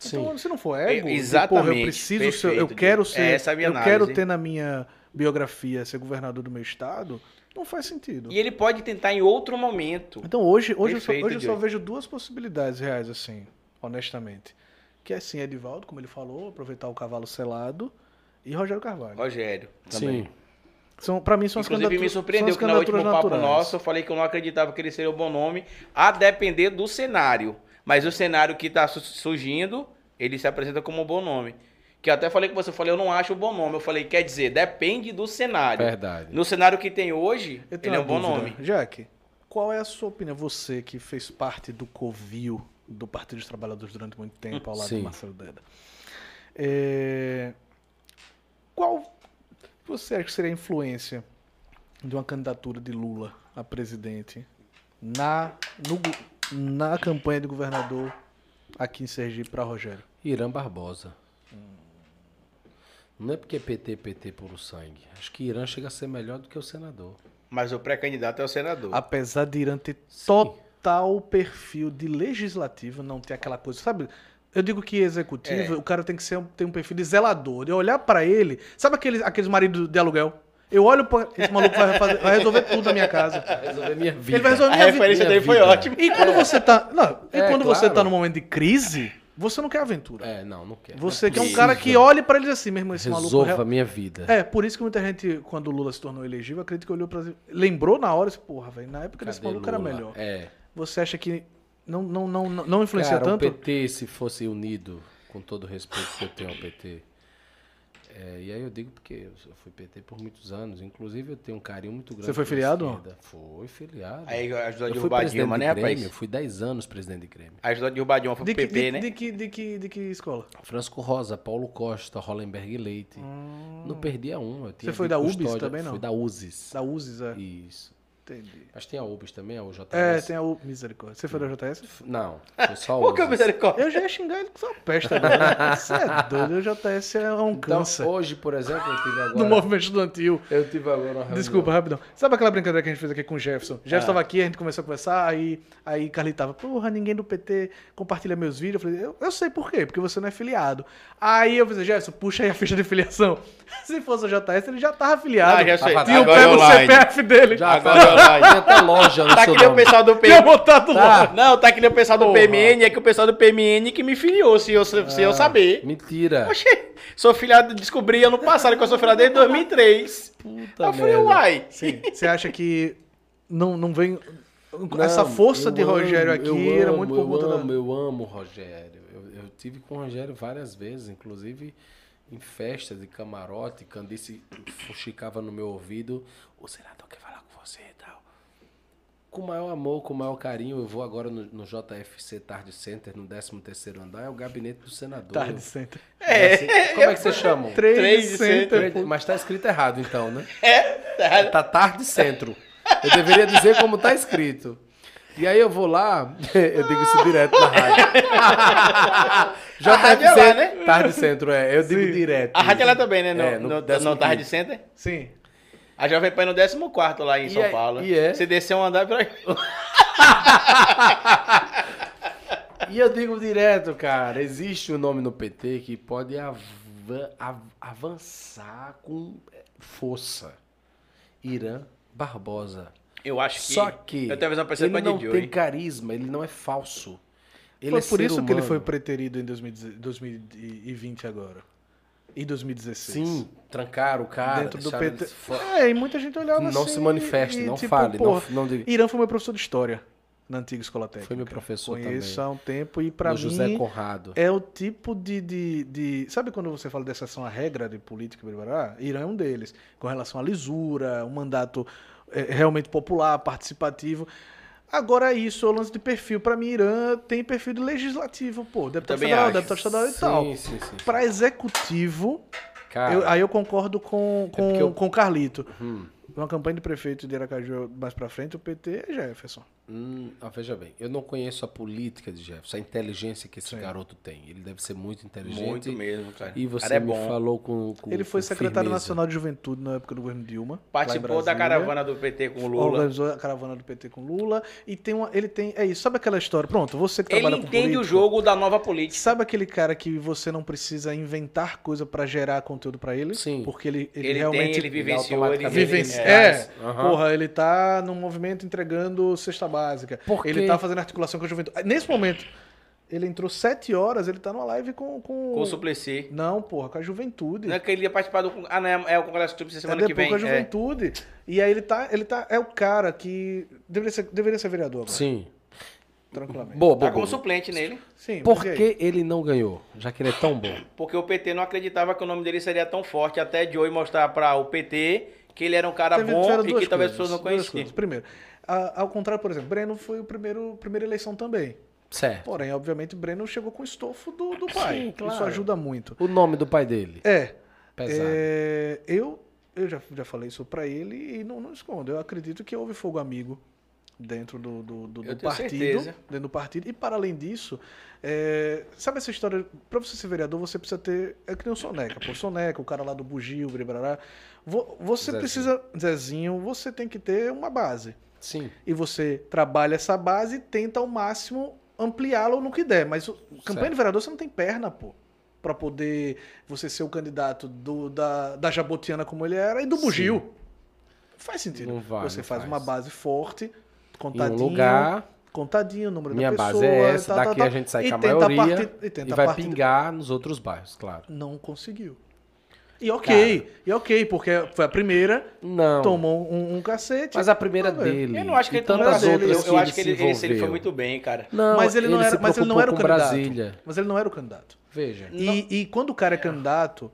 [SPEAKER 2] Então, se não for ego,
[SPEAKER 1] É,
[SPEAKER 2] de, porra, eu
[SPEAKER 1] exatamente,
[SPEAKER 2] preciso ser, eu
[SPEAKER 1] perfeito,
[SPEAKER 2] quero
[SPEAKER 1] Diego.
[SPEAKER 2] ser,
[SPEAKER 1] É essa a minha
[SPEAKER 2] eu
[SPEAKER 1] análise.
[SPEAKER 2] quero ter na minha biografia ser governador do meu estado, não faz sentido.
[SPEAKER 1] E ele pode tentar em outro momento.
[SPEAKER 2] Então hoje, hoje, eu só-
[SPEAKER 1] Tipo, Perfeito,
[SPEAKER 2] hoje eu só
[SPEAKER 1] Diego.
[SPEAKER 2] vejo duas possibilidades reais, assim, honestamente. Que é assim, Edivaldo, como ele falou, aproveitar o cavalo selado e Rogério Carvalho.
[SPEAKER 1] Rogério. Também.
[SPEAKER 3] Sim.
[SPEAKER 2] São, pra mim são as
[SPEAKER 1] Inclusive me
[SPEAKER 2] candidatu-
[SPEAKER 1] surpreendeu que
[SPEAKER 2] são as
[SPEAKER 1] no último
[SPEAKER 2] candidaturas
[SPEAKER 1] papo
[SPEAKER 2] naturais.
[SPEAKER 1] nosso eu falei que eu não acreditava que ele seria o bom nome, a depender do cenário. Mas o cenário que está surgindo, ele se apresenta como um bom nome. Que eu até falei que você falou, eu não acho o bom nome. Eu falei, quer dizer, depende do cenário.
[SPEAKER 3] Verdade.
[SPEAKER 1] No cenário que tem hoje,
[SPEAKER 2] Eu tenho
[SPEAKER 1] ele é um
[SPEAKER 2] uma
[SPEAKER 1] bom
[SPEAKER 2] dúvida.
[SPEAKER 1] nome.
[SPEAKER 2] Jack, qual é a sua opinião? Você que fez parte do Covil, do Partido dos Trabalhadores durante muito tempo, ao lado
[SPEAKER 3] Sim.
[SPEAKER 2] do Marcelo Deda. É, Qual você acha que seria a influência de uma candidatura de Lula a presidente na, no go- na campanha de governador aqui em Sergipe para Rogério?
[SPEAKER 3] Irã Barbosa. Não é porque é PT, PT puro sangue. Acho que Irã chega a ser melhor do que o senador.
[SPEAKER 1] Mas o pré-candidato é o senador.
[SPEAKER 2] Apesar de Irã ter total perfil de legislativo, não ter aquela coisa, sabe? Eu digo que
[SPEAKER 3] É.
[SPEAKER 2] executivo, o cara tem que ser, um- ter um perfil de zelador. Eu olhar pra ele, sabe aqueles, aqueles maridos de aluguel? Eu olho pra esse maluco vai, fazer- vai resolver tudo na minha casa.
[SPEAKER 3] Vai resolver minha vida.
[SPEAKER 2] Ele vai
[SPEAKER 1] A
[SPEAKER 2] resolver minha vida.
[SPEAKER 1] referência
[SPEAKER 3] minha
[SPEAKER 1] dele foi
[SPEAKER 3] vida.
[SPEAKER 1] ótima.
[SPEAKER 2] E quando você tá, não, e
[SPEAKER 3] É,
[SPEAKER 2] quando você
[SPEAKER 3] claro.
[SPEAKER 2] tá num momento de crise, você não quer aventura.
[SPEAKER 3] É, não, não quero.
[SPEAKER 2] Você
[SPEAKER 3] Não
[SPEAKER 2] que é um
[SPEAKER 1] possível.
[SPEAKER 2] cara que olhe pra ele e diz assim, meu irmão, esse maluco...
[SPEAKER 3] Resolva a
[SPEAKER 2] real-
[SPEAKER 3] minha vida.
[SPEAKER 2] É, por isso que muita gente, quando o Lula se tornou elegível, acredito que olhou pra... Lembrou na hora e disse, porra, velho, na época desse
[SPEAKER 3] Cadê
[SPEAKER 2] maluco era
[SPEAKER 3] Lula?
[SPEAKER 2] melhor.
[SPEAKER 3] É.
[SPEAKER 2] Você acha que não, não, não, não- não influencia
[SPEAKER 3] Cara, um o
[SPEAKER 2] tanto?
[SPEAKER 3] PT, se fosse unido, com todo o respeito que eu tenho ao PT, é, e aí eu digo porque eu só fui PT por muitos anos, inclusive eu tenho um carinho muito grande.
[SPEAKER 2] Você foi
[SPEAKER 3] pela
[SPEAKER 2] filiado?
[SPEAKER 3] esquerda. Foi filiado.
[SPEAKER 1] Aí ajudou a
[SPEAKER 3] eu fui
[SPEAKER 1] derrubar a
[SPEAKER 3] presidente
[SPEAKER 1] Dilma,
[SPEAKER 3] de
[SPEAKER 1] né,
[SPEAKER 3] Grêmio,
[SPEAKER 1] rapaz?
[SPEAKER 3] fui 10 anos presidente de Grêmio.
[SPEAKER 1] Ajudou a derrubar a Dilma, foi
[SPEAKER 2] de,
[SPEAKER 1] pro
[SPEAKER 2] que,
[SPEAKER 1] PP,
[SPEAKER 2] de,
[SPEAKER 1] né?
[SPEAKER 2] de que, de, que, de que escola?
[SPEAKER 3] Francisco Rosa, Paulo Costa, Hollenberg Leite. Não perdia um. Eu tinha
[SPEAKER 2] Hum. Você foi
[SPEAKER 3] vida
[SPEAKER 2] da
[SPEAKER 3] e
[SPEAKER 2] UBS
[SPEAKER 3] custódia.
[SPEAKER 2] também, não?
[SPEAKER 3] Fui da USES.
[SPEAKER 2] Da UZIS, é.
[SPEAKER 3] Isso.
[SPEAKER 2] Entendi.
[SPEAKER 3] Mas tem a UBS também, a UJS?
[SPEAKER 2] É, tem a U... Misericórdia. Você foi da JS?
[SPEAKER 3] Não, foi só a
[SPEAKER 1] Por que o
[SPEAKER 3] USES.
[SPEAKER 1] misericórdia?
[SPEAKER 2] Eu já ia xingar ele que foi uma peste agora. né? Você é doido, o JS é um
[SPEAKER 3] Então,
[SPEAKER 2] câncer.
[SPEAKER 3] hoje, por exemplo, eu tive
[SPEAKER 2] do
[SPEAKER 3] agora...
[SPEAKER 2] movimento estudantil.
[SPEAKER 3] Eu tive agora uma reunião.
[SPEAKER 2] Desculpa, rapidão. Sabe aquela brincadeira que a gente fez aqui com o Jefferson? O Jefferson tava aqui, a gente começou a conversar, aí, aí Carlito tava, porra, ninguém do PT compartilha meus vídeos. Eu falei, eu, eu sei por quê, porque você não é filiado. Aí eu falei, Jefferson, puxa aí a ficha de filiação. Se fosse o JS, ele já tava filiado.
[SPEAKER 1] Ah, já sei.
[SPEAKER 3] Tá
[SPEAKER 2] Tinha o
[SPEAKER 3] Agora
[SPEAKER 2] pé
[SPEAKER 1] é
[SPEAKER 2] do
[SPEAKER 1] online.
[SPEAKER 2] CPF dele.
[SPEAKER 3] Já
[SPEAKER 1] Agora
[SPEAKER 3] agora
[SPEAKER 1] vai.
[SPEAKER 3] vai. Tem até loja no
[SPEAKER 1] Tá
[SPEAKER 3] seu
[SPEAKER 1] que nem o
[SPEAKER 3] nome.
[SPEAKER 1] pessoal do
[SPEAKER 2] Tinha
[SPEAKER 1] PM.
[SPEAKER 2] botado lá.
[SPEAKER 1] Não, tá que nem o pessoal do
[SPEAKER 3] Porra.
[SPEAKER 1] PMN, é que o pessoal do PMN que me filiou, se eu, se eu saber.
[SPEAKER 3] Mentira.
[SPEAKER 1] Oxê, sou filhado, descobri ano passado que eu sou filhado desde 2003.
[SPEAKER 3] Puta
[SPEAKER 1] Eu falei, uai.
[SPEAKER 2] Sim. Você acha que não, não vem.
[SPEAKER 3] Não,
[SPEAKER 2] essa força
[SPEAKER 3] eu
[SPEAKER 2] de Rogério
[SPEAKER 3] amo,
[SPEAKER 2] aqui
[SPEAKER 3] eu
[SPEAKER 2] era
[SPEAKER 3] amo,
[SPEAKER 2] muito por conta
[SPEAKER 3] eu amo,
[SPEAKER 2] da.
[SPEAKER 3] Eu amo o Rogério. Eu, eu tive com o Rogério várias vezes, inclusive em festas de camarote, Candice fuxicava no meu ouvido, o senador quer falar com você e tal. Com o maior amor, com o maior carinho, eu vou agora no, no JFC Tarde Center, no 13 terceiro andar, é o gabinete do senador.
[SPEAKER 2] Tarde Center.
[SPEAKER 3] É, assim, como é que você chama?
[SPEAKER 1] Trade
[SPEAKER 2] Trade
[SPEAKER 1] Center.
[SPEAKER 2] Center. pô.
[SPEAKER 3] Mas tá escrito errado então, né? É. Tá tarde centro. Eu deveria dizer como tá escrito. E aí eu vou lá, eu digo isso direto na rádio.
[SPEAKER 1] A rádio é lá, né?
[SPEAKER 3] Tarde centro, é. Eu digo direto.
[SPEAKER 1] A rádio lá também, né? No,
[SPEAKER 3] É,
[SPEAKER 1] no,
[SPEAKER 3] no
[SPEAKER 1] no,
[SPEAKER 3] décimo
[SPEAKER 1] Tarde Center.
[SPEAKER 2] Sim.
[SPEAKER 1] A Jovem Pan é no 14 lá em
[SPEAKER 3] E
[SPEAKER 1] São
[SPEAKER 3] é-
[SPEAKER 1] Paulo.
[SPEAKER 3] e é?
[SPEAKER 1] Você desceu um andar pra.
[SPEAKER 3] E eu digo direto, cara. Existe um nome no PT que pode avan- av- avançar com eh, força. Irã Barbosa.
[SPEAKER 1] Eu acho que.
[SPEAKER 3] Só que
[SPEAKER 1] Eu tenho a visão parecida com
[SPEAKER 3] ele
[SPEAKER 1] a
[SPEAKER 3] não
[SPEAKER 1] de Joey.
[SPEAKER 3] tem carisma, ele não é falso. Ele
[SPEAKER 2] Foi
[SPEAKER 3] é
[SPEAKER 2] por
[SPEAKER 3] ser
[SPEAKER 2] isso que ele
[SPEAKER 3] humano.
[SPEAKER 2] foi preterido em 2010 2020 agora. Em 2016.
[SPEAKER 3] Sim, trancaram o cara.
[SPEAKER 2] Dentro do
[SPEAKER 3] deixaram
[SPEAKER 2] PT.
[SPEAKER 3] eles fora.
[SPEAKER 2] É, e muita gente olhava assim.
[SPEAKER 3] Não se manifeste,
[SPEAKER 2] e,
[SPEAKER 3] não
[SPEAKER 2] tipo,
[SPEAKER 3] fale, não-
[SPEAKER 2] porra,
[SPEAKER 3] não diga.
[SPEAKER 2] Irã foi meu professor de história na antiga escola técnica.
[SPEAKER 3] meu professor
[SPEAKER 2] Conheço
[SPEAKER 3] também.
[SPEAKER 2] há um tempo e pra
[SPEAKER 3] No
[SPEAKER 2] mim.
[SPEAKER 3] José Conrado.
[SPEAKER 2] É o tipo de, de, de- Sabe quando você fala dessa ação à regra de política, blá, blá, blá? Irã é um deles. Com relação à lisura, um mandato eh, realmente popular, participativo. Agora isso, é o lance de perfil. Pra mim, Irã tem perfil de legislativo, pô. Deputado
[SPEAKER 1] Também
[SPEAKER 2] federal,
[SPEAKER 1] acho.
[SPEAKER 2] deputado estadual e tal.
[SPEAKER 3] Sim, sim, sim.
[SPEAKER 2] Pra executivo,
[SPEAKER 3] Cara, É
[SPEAKER 2] eu- aí eu concordo com com,
[SPEAKER 3] porque eu-
[SPEAKER 2] com o Carlito.
[SPEAKER 3] hum,
[SPEAKER 2] Uma campanha de prefeito de Aracaju mais pra frente, o PT é Jefferson.
[SPEAKER 3] hum, ah, veja bem, eu não conheço a política de Jefferson, a inteligência que esse garoto tem. Ele deve ser muito inteligente.
[SPEAKER 1] Muito mesmo, cara.
[SPEAKER 3] E
[SPEAKER 1] O
[SPEAKER 3] você
[SPEAKER 1] cara é
[SPEAKER 3] me
[SPEAKER 1] bom.
[SPEAKER 3] falou com, com
[SPEAKER 2] Ele foi
[SPEAKER 3] com
[SPEAKER 2] secretário
[SPEAKER 3] firmeza.
[SPEAKER 2] nacional de juventude na época do governo Dilma. lá em
[SPEAKER 1] Participou da
[SPEAKER 2] Brasília.
[SPEAKER 1] caravana do PT com o Lula.
[SPEAKER 2] Organizou a caravana do PT com Lula. E tem uma. Ele tem. É isso. Sabe aquela história? Pronto, você que
[SPEAKER 1] Ele
[SPEAKER 2] trabalha com
[SPEAKER 1] entende o
[SPEAKER 2] político,
[SPEAKER 1] jogo da nova política.
[SPEAKER 2] Sabe aquele cara que você não precisa inventar coisa pra gerar conteúdo pra ele?
[SPEAKER 3] Sim.
[SPEAKER 2] Porque ele, ele,
[SPEAKER 1] Ele,
[SPEAKER 2] realmente.
[SPEAKER 1] tem, ele vivenciou, ele,
[SPEAKER 3] automaticamente
[SPEAKER 2] Vivenci...
[SPEAKER 1] ele-
[SPEAKER 2] É,
[SPEAKER 3] Aham.
[SPEAKER 2] porra, ele tá num movimento entregando cesta básica.
[SPEAKER 3] Porque-
[SPEAKER 2] Ele tá fazendo articulação com a juventude. Nesse momento, ele entrou sete horas, ele tá numa live com. com...
[SPEAKER 1] Com o Suplicy.
[SPEAKER 2] Não, porra, com a juventude.
[SPEAKER 1] Não é que ele ia participar do. Ah, não, é o Congresso Tupi
[SPEAKER 2] É
[SPEAKER 1] semana que
[SPEAKER 2] depois
[SPEAKER 1] vem.
[SPEAKER 2] com a
[SPEAKER 1] é.
[SPEAKER 2] juventude. E aí ele tá, ele tá. É o cara que. Deveria ser, deveria ser vereador agora.
[SPEAKER 3] Sim.
[SPEAKER 2] Tranquilamente.
[SPEAKER 3] Boa, boa.
[SPEAKER 1] Tá como
[SPEAKER 3] boa.
[SPEAKER 1] suplente nele.
[SPEAKER 2] Sim,
[SPEAKER 3] Por
[SPEAKER 2] porque-
[SPEAKER 3] que ele não ganhou? Já que ele é tão bom.
[SPEAKER 1] Porque o PT não acreditava que o nome dele seria tão forte. Até Joey mostrar pra o PT que ele era um cara
[SPEAKER 2] Teve-
[SPEAKER 1] bom
[SPEAKER 2] tiveram
[SPEAKER 1] e que
[SPEAKER 2] duas
[SPEAKER 1] talvez as
[SPEAKER 2] coisas,
[SPEAKER 1] pessoas não
[SPEAKER 2] duas
[SPEAKER 1] conheciam.
[SPEAKER 2] coisas. Primeiro, a- ao contrário, por exemplo, Breno foi o primeiro primeira eleição também.
[SPEAKER 3] Certo.
[SPEAKER 2] Porém, obviamente, Breno chegou com o estofo do, do pai.
[SPEAKER 3] Sim, claro.
[SPEAKER 2] Isso ajuda muito.
[SPEAKER 3] O nome do pai dele.
[SPEAKER 2] É,
[SPEAKER 3] Pesado.
[SPEAKER 2] é, eu Eu já, já falei isso pra ele e não, não escondo. Eu acredito que houve fogo amigo dentro do, do, do- do
[SPEAKER 1] Eu tenho
[SPEAKER 2] partido.
[SPEAKER 1] certeza.
[SPEAKER 2] Dentro do partido. E para além disso, é, sabe essa história? Pra você ser vereador, você precisa ter. É que nem o Soneca, pô. Soneca, o cara lá do Bugio, Bribarará. Vo- Você
[SPEAKER 3] Zezinho.
[SPEAKER 2] precisa. Zezinho, você tem que ter uma base.
[SPEAKER 3] Sim.
[SPEAKER 2] E você trabalha essa base e tenta ao máximo ampliá-la no que der. Mas o- campanha de vereador você não tem perna, pô. Pra poder você ser o candidato do- da, da Jabotiana como ele era e do
[SPEAKER 3] Sim.
[SPEAKER 2] Bugio. Não faz sentido.
[SPEAKER 3] Não vai,
[SPEAKER 2] você
[SPEAKER 3] não
[SPEAKER 2] faz,
[SPEAKER 3] faz.
[SPEAKER 2] uma base forte,
[SPEAKER 3] Em um
[SPEAKER 2] contadinho,
[SPEAKER 3] lugar,
[SPEAKER 2] contadinho, o número
[SPEAKER 3] minha
[SPEAKER 2] da pessoa.
[SPEAKER 3] base é essa,
[SPEAKER 2] tal, tal,
[SPEAKER 3] daqui
[SPEAKER 2] tal.
[SPEAKER 3] a gente sai
[SPEAKER 2] E
[SPEAKER 3] com a
[SPEAKER 2] tenta
[SPEAKER 3] maioria
[SPEAKER 2] parti- e tenta
[SPEAKER 3] e vai
[SPEAKER 2] partir-
[SPEAKER 3] pingar nos outros bairros, claro.
[SPEAKER 2] Não conseguiu. E ok, e ok, porque foi a primeira,
[SPEAKER 3] Não.
[SPEAKER 2] tomou um, um cacete.
[SPEAKER 3] Então. Mas a primeira
[SPEAKER 2] Ah, velho.
[SPEAKER 3] dele.
[SPEAKER 1] Eu não acho que
[SPEAKER 3] e
[SPEAKER 1] ele
[SPEAKER 3] tantas
[SPEAKER 1] tantas
[SPEAKER 2] dele,
[SPEAKER 3] outras
[SPEAKER 1] Eu,
[SPEAKER 3] que
[SPEAKER 1] eu acho que
[SPEAKER 3] se
[SPEAKER 1] ele, ele, se ele foi
[SPEAKER 3] envolveu.
[SPEAKER 1] muito bem, cara.
[SPEAKER 3] Não,
[SPEAKER 2] mas ele, não
[SPEAKER 3] se
[SPEAKER 2] era, mas ele não era o
[SPEAKER 3] preocupou com
[SPEAKER 2] candidato.
[SPEAKER 3] Brasília.
[SPEAKER 2] Mas ele não era o candidato.
[SPEAKER 3] Veja.
[SPEAKER 2] E, e quando o cara é candidato,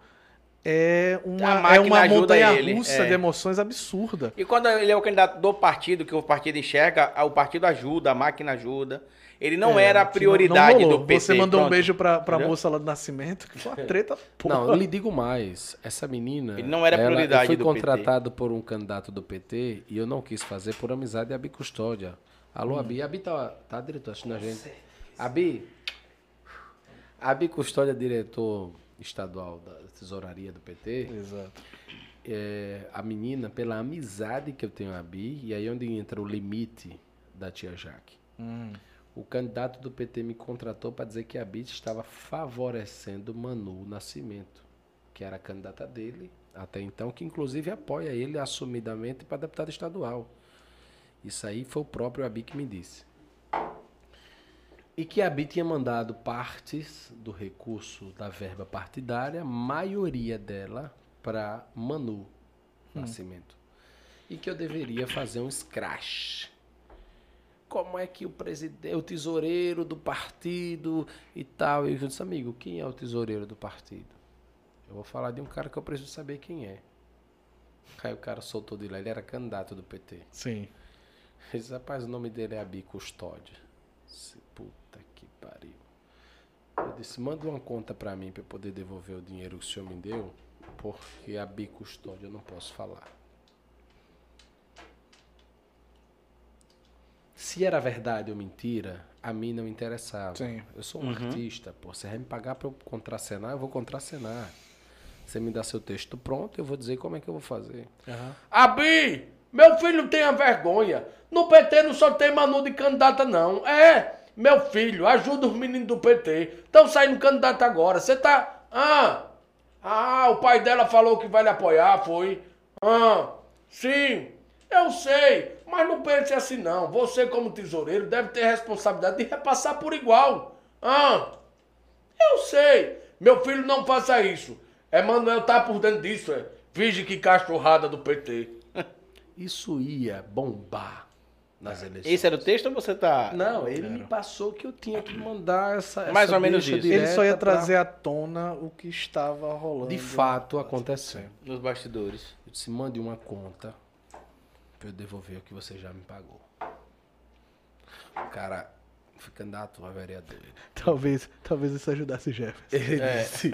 [SPEAKER 2] é
[SPEAKER 1] A
[SPEAKER 2] uma, é
[SPEAKER 1] máquina
[SPEAKER 2] uma
[SPEAKER 1] ajuda
[SPEAKER 2] montanha
[SPEAKER 1] ele,
[SPEAKER 2] russa
[SPEAKER 1] é.
[SPEAKER 2] de emoções absurda.
[SPEAKER 1] E quando ele é o candidato do partido, que o partido enxerga, a- o partido ajuda, a máquina ajuda. Ele não
[SPEAKER 2] É,
[SPEAKER 1] era a
[SPEAKER 2] que não-
[SPEAKER 1] prioridade
[SPEAKER 2] não rolou.
[SPEAKER 1] do PT.
[SPEAKER 2] Você mandou um
[SPEAKER 1] pronto.
[SPEAKER 2] beijo pra, pra
[SPEAKER 1] Entendeu? É.
[SPEAKER 2] moça lá do Nascimento, que foi uma treta
[SPEAKER 3] Não,
[SPEAKER 2] porra.
[SPEAKER 3] eu lhe digo mais. Essa menina.
[SPEAKER 1] Ele não era a
[SPEAKER 3] ela-
[SPEAKER 1] prioridade
[SPEAKER 3] Eu fui
[SPEAKER 1] do
[SPEAKER 3] contratado por um candidato do PT e eu não quis fazer por amizade a Abi Custódia. Alô,
[SPEAKER 1] Hum.
[SPEAKER 3] Abi. Abi tá, tá diretor assistindo a gente. Abi. Abi Custódia, diretor estadual da tesouraria do PT.
[SPEAKER 2] Exato.
[SPEAKER 3] é, a menina pela amizade que eu tenho a Bi, e aí é onde entra o limite da tia Jaque.
[SPEAKER 2] Hum,
[SPEAKER 3] O candidato do PT me contratou para dizer que a Bi estava favorecendo Manu Nascimento, que era a candidata dele até então, que inclusive apoia ele assumidamente para deputado estadual. Isso aí foi o próprio Abi que me disse. E que a Bi tinha mandado partes do recurso da verba partidária, maioria dela, para Manu Nascimento. E que eu deveria fazer um scratch. Como é que o presidente, o tesoureiro do partido e tal. E eu disse, amigo, quem é o tesoureiro do partido? Eu vou falar de um cara que eu preciso saber quem é. Aí o cara soltou de lá, ele era candidato do PT.
[SPEAKER 2] Sim.
[SPEAKER 3] Ele disse, rapaz, o nome dele é Abi Custódio. Disse, puta que pariu. Eu disse, manda uma conta pra mim pra eu poder devolver o dinheiro que o senhor me deu, porque Abi Custódio eu não posso falar. Se era verdade ou mentira, a mim não interessava.
[SPEAKER 2] Sim.
[SPEAKER 3] Eu sou um artista, pô. Você vai me pagar pra eu contracenar, eu vou contracenar. Você me dá seu texto pronto, eu vou dizer como é que eu vou fazer. Abi, meu filho tenha vergonha. No PT não só tem Manu de candidata, não. É, meu filho, ajuda os meninos do PT. Estão saindo candidato agora. Você tá. Ah, ah, o pai dela falou que vai lhe apoiar, foi. Ah, sim, eu sei. Mas não pense assim, não. Você, como tesoureiro, deve ter responsabilidade de repassar por igual. Ah, eu sei. Meu filho não faça isso. Emanuel tá por dentro disso, é. Finge que cachorrada do PT. Isso ia bombar nas eleições.
[SPEAKER 1] Esse é era o texto ou você tá.
[SPEAKER 3] Não, ele me passou que eu tinha que mandar essa.
[SPEAKER 1] Mais
[SPEAKER 3] essa
[SPEAKER 1] ou menos
[SPEAKER 3] deixa
[SPEAKER 1] isso.
[SPEAKER 2] Ele só ia
[SPEAKER 3] direta pra-
[SPEAKER 2] trazer à tona o que estava rolando.
[SPEAKER 3] De fato acontecendo.
[SPEAKER 1] Nos bastidores.
[SPEAKER 3] é. Eu disse, mande uma conta pra eu devolver o que você já me pagou. O cara foi candidato a vereador.
[SPEAKER 2] Talvez, talvez isso ajudasse Jefferson. É.
[SPEAKER 3] Ele disse,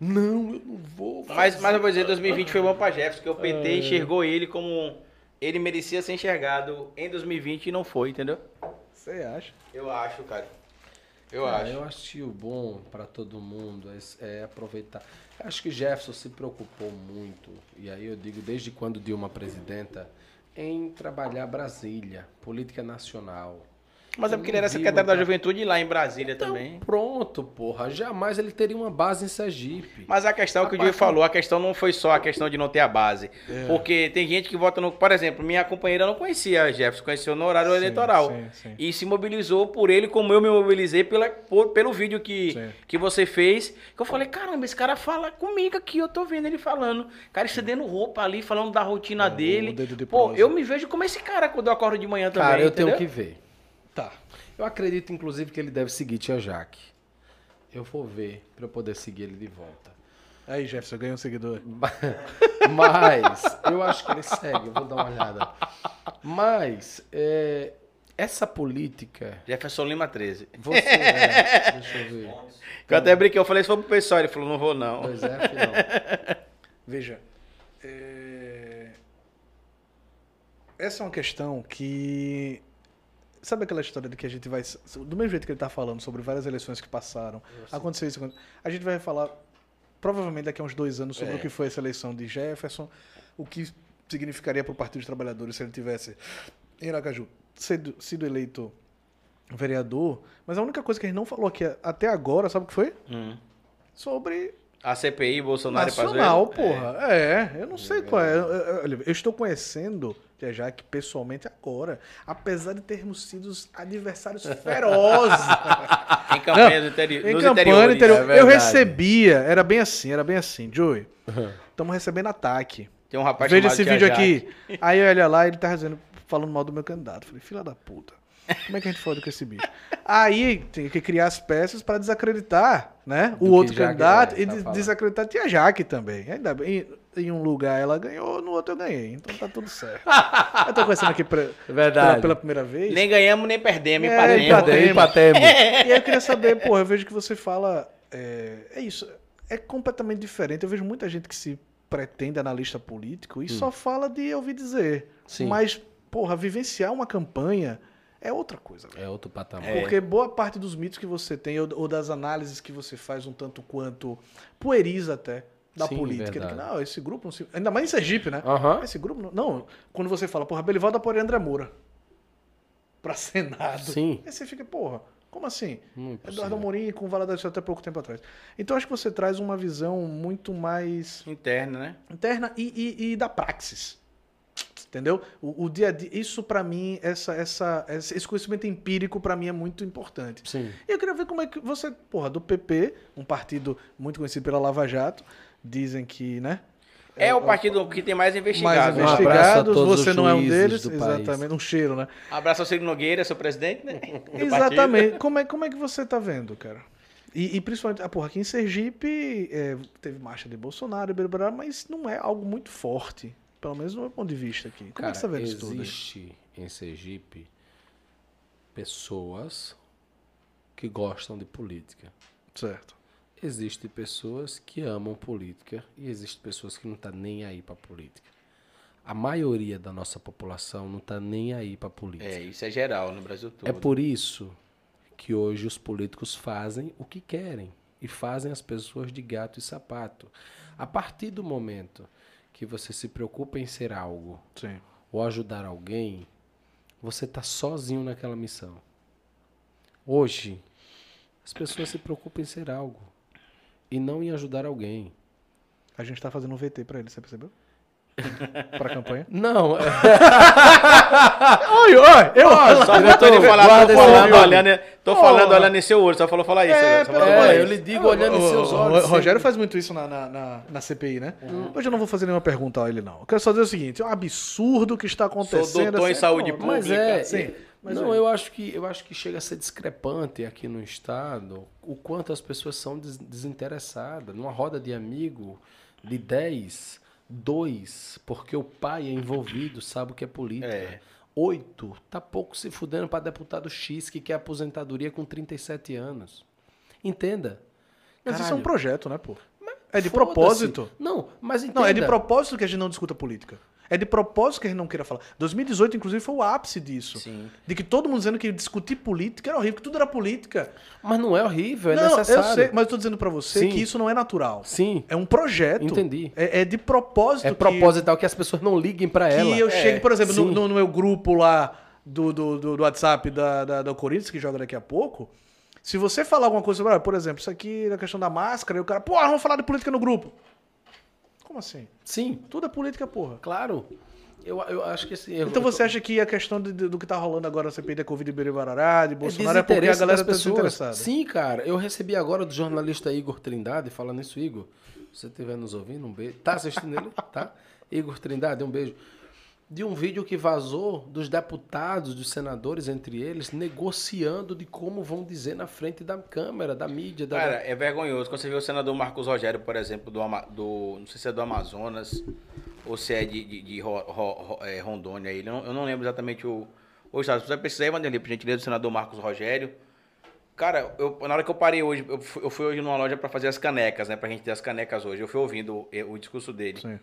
[SPEAKER 3] não, eu não vou.
[SPEAKER 1] Mas, mas eu vou dizer, 2020 foi bom pra Jefferson, porque o PT
[SPEAKER 2] É.
[SPEAKER 1] enxergou ele como. um, Ele merecia ser enxergado em 2020 e não foi, entendeu?
[SPEAKER 2] Você acha?
[SPEAKER 1] Eu acho, cara. Eu
[SPEAKER 3] Ah,
[SPEAKER 1] acho.
[SPEAKER 3] Eu acho que o bom para todo mundo é, s- é aproveitar. Eu acho que Jefferson se preocupou muito, e aí eu digo desde quando Dilma presidenta, em trabalhar Brasília, política nacional. Então,
[SPEAKER 1] Mas é
[SPEAKER 3] Eu
[SPEAKER 1] porque ele
[SPEAKER 3] não
[SPEAKER 1] era
[SPEAKER 3] vi
[SPEAKER 1] secretário da
[SPEAKER 3] vontade.
[SPEAKER 1] juventude lá em Brasília
[SPEAKER 2] Então,
[SPEAKER 1] também.
[SPEAKER 3] Pronto, porra, jamais ele teria uma base em Sergipe.
[SPEAKER 1] Mas a questão que o Diogo falou, a questão não foi só a questão de não ter a base.
[SPEAKER 2] É.
[SPEAKER 1] Porque tem gente que vota no. Por exemplo, minha companheira não conhecia Jefferson, conheceu no horário eleitoral.
[SPEAKER 2] Sim, sim.
[SPEAKER 1] E se mobilizou por ele, como eu me mobilizei pela, por- pelo vídeo que,
[SPEAKER 2] Sim.
[SPEAKER 1] que você fez. Que eu falei, caramba, esse cara fala comigo aqui, eu tô vendo ele falando. Cara estendendo roupa ali, falando da rotina
[SPEAKER 2] É, o
[SPEAKER 1] dele.
[SPEAKER 2] dedo de
[SPEAKER 1] Pô,
[SPEAKER 2] prosa.
[SPEAKER 1] eu me vejo como esse cara quando eu acordo de manhã também.
[SPEAKER 3] Cara, eu tenho
[SPEAKER 1] entendeu?
[SPEAKER 3] que ver.
[SPEAKER 2] Tá.
[SPEAKER 3] Eu acredito, inclusive, que ele deve seguir Tia Jaque. Eu vou ver para eu poder seguir ele de volta.
[SPEAKER 2] Aí, Jefferson, ganhou um seguidor.
[SPEAKER 3] Mas eu acho que ele segue, eu vou dar uma olhada. Mas é, essa política.
[SPEAKER 1] Jefferson Lima 13.
[SPEAKER 3] Você é, deixa eu ver.
[SPEAKER 2] É.
[SPEAKER 3] é,
[SPEAKER 1] Eu até brinquei, eu falei, se for pro pessoal, ele falou, não vou não.
[SPEAKER 3] Pois é, filhão.
[SPEAKER 2] Veja, é, Essa é uma questão que. Sabe aquela história de que a gente vai. Do mesmo jeito que ele está falando sobre várias eleições que passaram, aconteceu isso. aconteceu- A gente vai falar, provavelmente daqui a uns dois anos, sobre o que foi essa eleição de Jefferson, o que significaria para o Partido dos Trabalhadores se ele tivesse em Aracaju sido, sido eleito vereador. Mas a única coisa que a gente não falou aqui até agora, sabe o que foi?
[SPEAKER 1] Hum.
[SPEAKER 2] Sobre
[SPEAKER 1] A CPI, Bolsonaro
[SPEAKER 2] Nacional,
[SPEAKER 1] e Pazuello.
[SPEAKER 2] porra. É. eu não sei qual é. Eu, eu- eu- eu estou conhecendo já já que pessoalmente agora, apesar de termos sido os adversários ferozes
[SPEAKER 1] Em campanha do interi...
[SPEAKER 2] Ah, em
[SPEAKER 1] nos
[SPEAKER 2] campanha
[SPEAKER 1] interiores.
[SPEAKER 2] interior,
[SPEAKER 6] É
[SPEAKER 2] eu
[SPEAKER 6] verdade.
[SPEAKER 2] recebia, era bem assim, era bem assim, Joey. Estamos recebendo ataque.
[SPEAKER 1] Tem um rapaz
[SPEAKER 2] Veja
[SPEAKER 1] chamado
[SPEAKER 2] esse vídeo
[SPEAKER 1] Tia Jaque.
[SPEAKER 2] aqui. Aí eu olha lá, ele tá dizendo, falando mal do meu candidato. Falei, filha da puta. Como é que a gente fode com esse bicho? Aí tem que criar as peças pra desacreditar, né?
[SPEAKER 3] Do
[SPEAKER 2] o
[SPEAKER 3] que
[SPEAKER 2] outro
[SPEAKER 3] Jaque
[SPEAKER 2] candidato
[SPEAKER 3] vai
[SPEAKER 2] e
[SPEAKER 3] tá
[SPEAKER 2] de-
[SPEAKER 3] falando.
[SPEAKER 2] desacreditar a tia Jaque também. Ainda bem, em um lugar ela ganhou, no outro eu ganhei. Então tá tudo certo. eu tô conversando aqui pra- pela,
[SPEAKER 6] Verdade.
[SPEAKER 2] pela primeira vez.
[SPEAKER 1] Nem ganhamos, nem perdemos,
[SPEAKER 2] É,
[SPEAKER 1] empatemos.
[SPEAKER 2] empatemos.
[SPEAKER 6] Cadê Patemo?
[SPEAKER 2] E aí eu queria saber, pô, eu vejo que você fala. É, é isso. É completamente diferente. Eu vejo muita gente que se pretende analista político e só fala de ouvir dizer.
[SPEAKER 3] Sim.
[SPEAKER 2] Mas, porra, vivenciar uma campanha é outra coisa. velho.
[SPEAKER 3] É outro patamar.
[SPEAKER 2] Porque boa parte dos mitos que você tem, ou, ou das análises que você faz um tanto quanto pueriza até da
[SPEAKER 3] Sim,
[SPEAKER 2] política. de que,
[SPEAKER 3] verdade.
[SPEAKER 2] não, esse grupo não se. Ainda mais em Sergipe, né?
[SPEAKER 3] Aham.
[SPEAKER 2] Esse grupo não. Não, quando você fala, porra, Belivaldo apoia André Moura. Pra Senado.
[SPEAKER 3] Sim.
[SPEAKER 2] Aí você fica, porra, como assim?
[SPEAKER 3] Não é
[SPEAKER 2] Eduardo
[SPEAKER 3] possível.
[SPEAKER 2] Amorim com o Valadares até pouco tempo atrás. Então acho que você traz uma visão muito mais
[SPEAKER 1] Interno, né?
[SPEAKER 2] interna e, e- e da praxis. Entendeu? O, o dia a dia, isso pra mim, essa, essa, esse esse conhecimento empírico pra mim é muito importante.
[SPEAKER 3] Sim.
[SPEAKER 2] E eu queria ver como é que você, porra, do PP, um partido muito conhecido pela Lava Jato, dizem que, né?
[SPEAKER 1] É, o partido que tem mais
[SPEAKER 2] Mais
[SPEAKER 1] investigado. né?
[SPEAKER 3] Um abraço a
[SPEAKER 2] investigados,
[SPEAKER 3] todos os
[SPEAKER 2] você não é um
[SPEAKER 3] juízes
[SPEAKER 2] deles,
[SPEAKER 3] do país.
[SPEAKER 2] exatamente, um cheiro, né?
[SPEAKER 1] Abraço ao Ciro Nogueira, seu presidente, né? Do partido.
[SPEAKER 2] Exatamente. Como é, como é que você tá vendo, cara? E, e principalmente, ah, porra, aqui em Sergipe é, teve marcha de Bolsonaro, blá, blá, blá, mas não é algo muito forte. Pelo menos do meu ponto de vista aqui. Como
[SPEAKER 3] Cara,
[SPEAKER 2] é que você vê isso tudo? aí?
[SPEAKER 3] existe em Sergipe pessoas que gostam de política.
[SPEAKER 2] Certo.
[SPEAKER 3] Existem pessoas que amam política e existem pessoas que não estão nem aí para política. A maioria da nossa população não está nem aí para política.
[SPEAKER 1] É, isso é geral no Brasil todo.
[SPEAKER 3] É por isso que hoje os políticos fazem o que querem e fazem as pessoas de gato e sapato. A partir do momento que você se preocupa em ser algo
[SPEAKER 2] Sim.
[SPEAKER 3] ou ajudar alguém, você está sozinho naquela missão. Hoje, as pessoas se preocupam em ser algo e não em ajudar alguém.
[SPEAKER 2] A gente tá fazendo um VT pra ele, você percebeu? pra campanha.
[SPEAKER 3] Não,
[SPEAKER 2] Ah, Oi, oi! Eu!
[SPEAKER 1] Só faltou ele falar, tô falando, olhando, tô falando, olhando em seu olho. Só falou falar isso. agora, só
[SPEAKER 2] É, pelo
[SPEAKER 1] faltou
[SPEAKER 2] amor
[SPEAKER 1] falar
[SPEAKER 2] de
[SPEAKER 3] eu
[SPEAKER 1] isso.
[SPEAKER 3] lhe digo olhando em seus olhos.
[SPEAKER 2] O Rogério faz muito isso na, na, na- na CPI, né?
[SPEAKER 1] Uhum.
[SPEAKER 2] Hoje eu não vou fazer nenhuma pergunta a ele, não. Eu quero só dizer o seguinte: é um absurdo o que está acontecendo.
[SPEAKER 1] doutor em
[SPEAKER 2] assim,
[SPEAKER 1] saúde
[SPEAKER 2] pô,
[SPEAKER 1] pública.
[SPEAKER 3] Mas é,
[SPEAKER 2] Sim,
[SPEAKER 3] é-
[SPEAKER 2] mas
[SPEAKER 3] não,
[SPEAKER 2] é.
[SPEAKER 3] eu acho que eu acho que chega a ser discrepante aqui no estado o quanto as pessoas são des- desinteressadas. Numa roda de amigo de 10, dois, porque o pai é envolvido, sabe o que é política.
[SPEAKER 1] É.
[SPEAKER 3] Oito, tá pouco se fudendo para deputado X que quer aposentadoria com 37 anos. Entenda.
[SPEAKER 2] Mas isso é um
[SPEAKER 3] Caralho,
[SPEAKER 2] projeto, né, pô? É de
[SPEAKER 3] foda-se.
[SPEAKER 2] propósito.
[SPEAKER 3] Não, mas entenda.
[SPEAKER 2] Não, é de propósito que a gente não discuta política. É de propósito que a gente não queira falar. 2018, inclusive, foi o ápice disso.
[SPEAKER 1] Sim.
[SPEAKER 2] De que todo mundo dizendo que discutir política era horrível, que tudo era política.
[SPEAKER 3] Mas não é horrível, é
[SPEAKER 2] não,
[SPEAKER 3] necessário.
[SPEAKER 2] eu sei, mas eu tô dizendo pra você
[SPEAKER 3] Sim.
[SPEAKER 2] que isso não é natural.
[SPEAKER 3] Sim.
[SPEAKER 2] É um projeto.
[SPEAKER 3] Entendi.
[SPEAKER 2] É, é de propósito
[SPEAKER 3] É
[SPEAKER 2] que-
[SPEAKER 3] proposital que as pessoas não liguem para
[SPEAKER 2] que,
[SPEAKER 3] ela.
[SPEAKER 2] eu chego, por exemplo, no,
[SPEAKER 3] sim.
[SPEAKER 2] no- no meu grupo lá do, do, do- do WhatsApp da, da, da Corinthians, que joga daqui a pouco. Se você falar alguma coisa sobre, ah, por exemplo, isso aqui na questão da máscara, e o cara, pô, vamos falar de política no grupo. Como assim?
[SPEAKER 3] Sim,
[SPEAKER 2] Tudo é política, porra.
[SPEAKER 3] claro. Eu, eu acho que esse erro.
[SPEAKER 2] Então
[SPEAKER 3] eu
[SPEAKER 2] você
[SPEAKER 3] tô-
[SPEAKER 2] acha que a questão de- de- do que tá rolando agora, você CPI da Covid de Biribarará, de
[SPEAKER 3] é
[SPEAKER 2] Bolsonaro, é porque a
[SPEAKER 3] desinteresse
[SPEAKER 2] galera
[SPEAKER 3] das
[SPEAKER 2] tá desinteressada?
[SPEAKER 3] Sim, cara. Eu recebi agora do jornalista Igor Trindade, falando isso, Igor. Se você estiver nos ouvindo, um beijo. Tá assistindo ele? Tá? Igor Trindade, um beijo. De um vídeo que vazou dos deputados, dos senadores, entre eles, negociando de como vão dizer na frente da câmera, da mídia, da.
[SPEAKER 1] Cara, é vergonhoso. Quando você vê o senador Marcos Rogério, por exemplo, do, Ama- do- não sei se é do Amazonas ou se é de, de- de Ro- Ro- Ro- é, Rondônia, ele não- eu não lembro exatamente o, o estado. Se você precisar, Vanderlei, por gentileza, do senador Marcos Rogério. Cara, eu- na hora que eu parei hoje, eu fui, eu fui hoje numa loja pra fazer as canecas, né? Pra gente ter as canecas hoje. Eu fui ouvindo eh, o é, discurso dele.
[SPEAKER 2] Sim.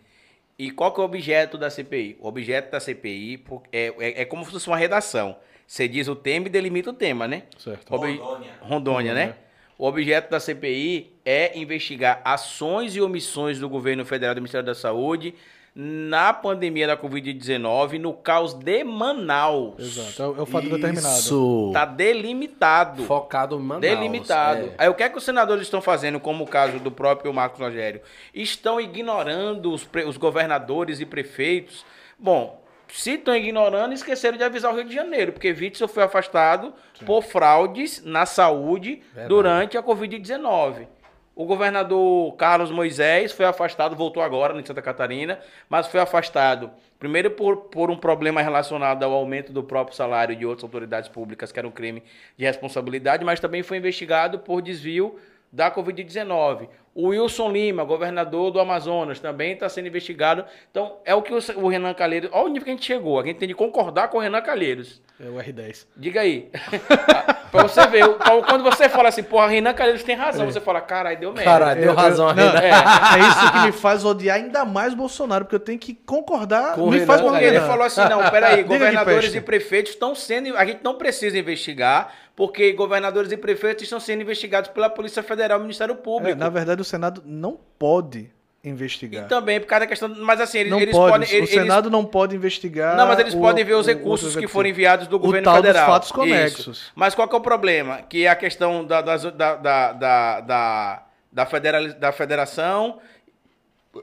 [SPEAKER 1] E qual que é o objeto da CPI? O objeto da CPI por- é, é, é como se fosse uma redação. Você diz o tema e delimita o tema, né?
[SPEAKER 3] Certo.
[SPEAKER 1] O obje-
[SPEAKER 4] Rondônia.
[SPEAKER 1] Rondônia, né? O objeto da CPI é investigar ações e omissões do governo federal e do Ministério da Saúde na pandemia da Covid-19 no caos de Manaus.
[SPEAKER 2] Exato. É o, é o fato determinado.
[SPEAKER 3] Isso.
[SPEAKER 1] Tá delimitado.
[SPEAKER 3] Focado em Manaus.
[SPEAKER 1] Delimitado.
[SPEAKER 3] É.
[SPEAKER 1] Aí o que é que os senadores estão fazendo, como o caso do próprio Marcos Rogério? Estão ignorando os, pre- os governadores e prefeitos. Bom, se estão ignorando, esqueceram de avisar o Rio de Janeiro, porque Witzel foi afastado por fraudes na saúde
[SPEAKER 3] Verdade.
[SPEAKER 1] durante a Covid-19. O governador Carlos Moisés foi afastado, voltou agora em Santa Catarina, mas foi afastado primeiro por, por um problema relacionado ao aumento do próprio salário de outras autoridades públicas, que era um crime de responsabilidade, mas também foi investigado por desvio da Covid-19. O Wilson Lima, governador do Amazonas, também está sendo investigado. Então, é o que o, o Renan Calheiros. Olha o nível que a gente chegou. A gente tem de concordar com o Renan Calheiros.
[SPEAKER 2] É o R10.
[SPEAKER 1] Diga aí. pra você ver. o- Quando você fala assim, porra, Renan Calheiros tem razão. Você fala, caralho, deu merda.
[SPEAKER 3] Caralho, deu
[SPEAKER 2] Eu-
[SPEAKER 3] razão
[SPEAKER 2] eu-
[SPEAKER 3] a Renan.
[SPEAKER 2] não, É isso que me faz odiar ainda mais Bolsonaro, porque eu tenho que concordar.
[SPEAKER 3] Com o
[SPEAKER 2] me
[SPEAKER 3] Renan,
[SPEAKER 2] faz
[SPEAKER 3] com o
[SPEAKER 1] Porque
[SPEAKER 2] concordar.
[SPEAKER 1] ele falou assim, não, peraí,
[SPEAKER 2] Diga que
[SPEAKER 1] governadores
[SPEAKER 2] peste.
[SPEAKER 1] e prefeitos estão sendo, a gente não precisa investigar, porque governadores e prefeitos estão sendo investigados pela Polícia Federal e Ministério
[SPEAKER 2] É,
[SPEAKER 1] Público.
[SPEAKER 2] na verdade, o Senado não pode
[SPEAKER 1] e
[SPEAKER 2] investigar.
[SPEAKER 3] Então,
[SPEAKER 1] também por causa da questão, mas assim, eles,
[SPEAKER 2] não
[SPEAKER 1] eles
[SPEAKER 2] pode.
[SPEAKER 1] podem...
[SPEAKER 2] o
[SPEAKER 1] eles-
[SPEAKER 2] Senado não pode investigar.
[SPEAKER 1] Não, mas eles
[SPEAKER 2] o-
[SPEAKER 1] podem ver os
[SPEAKER 2] o-
[SPEAKER 1] recursos
[SPEAKER 2] outros
[SPEAKER 1] que
[SPEAKER 2] recursos.
[SPEAKER 1] foram enviados do
[SPEAKER 2] o
[SPEAKER 1] governo
[SPEAKER 2] tal
[SPEAKER 1] federal.
[SPEAKER 2] dos fatos
[SPEAKER 1] Isso.
[SPEAKER 2] conexos.
[SPEAKER 1] Mas qual que é o problema? Que é a questão da, das- da, da, da, da, da federal, da federação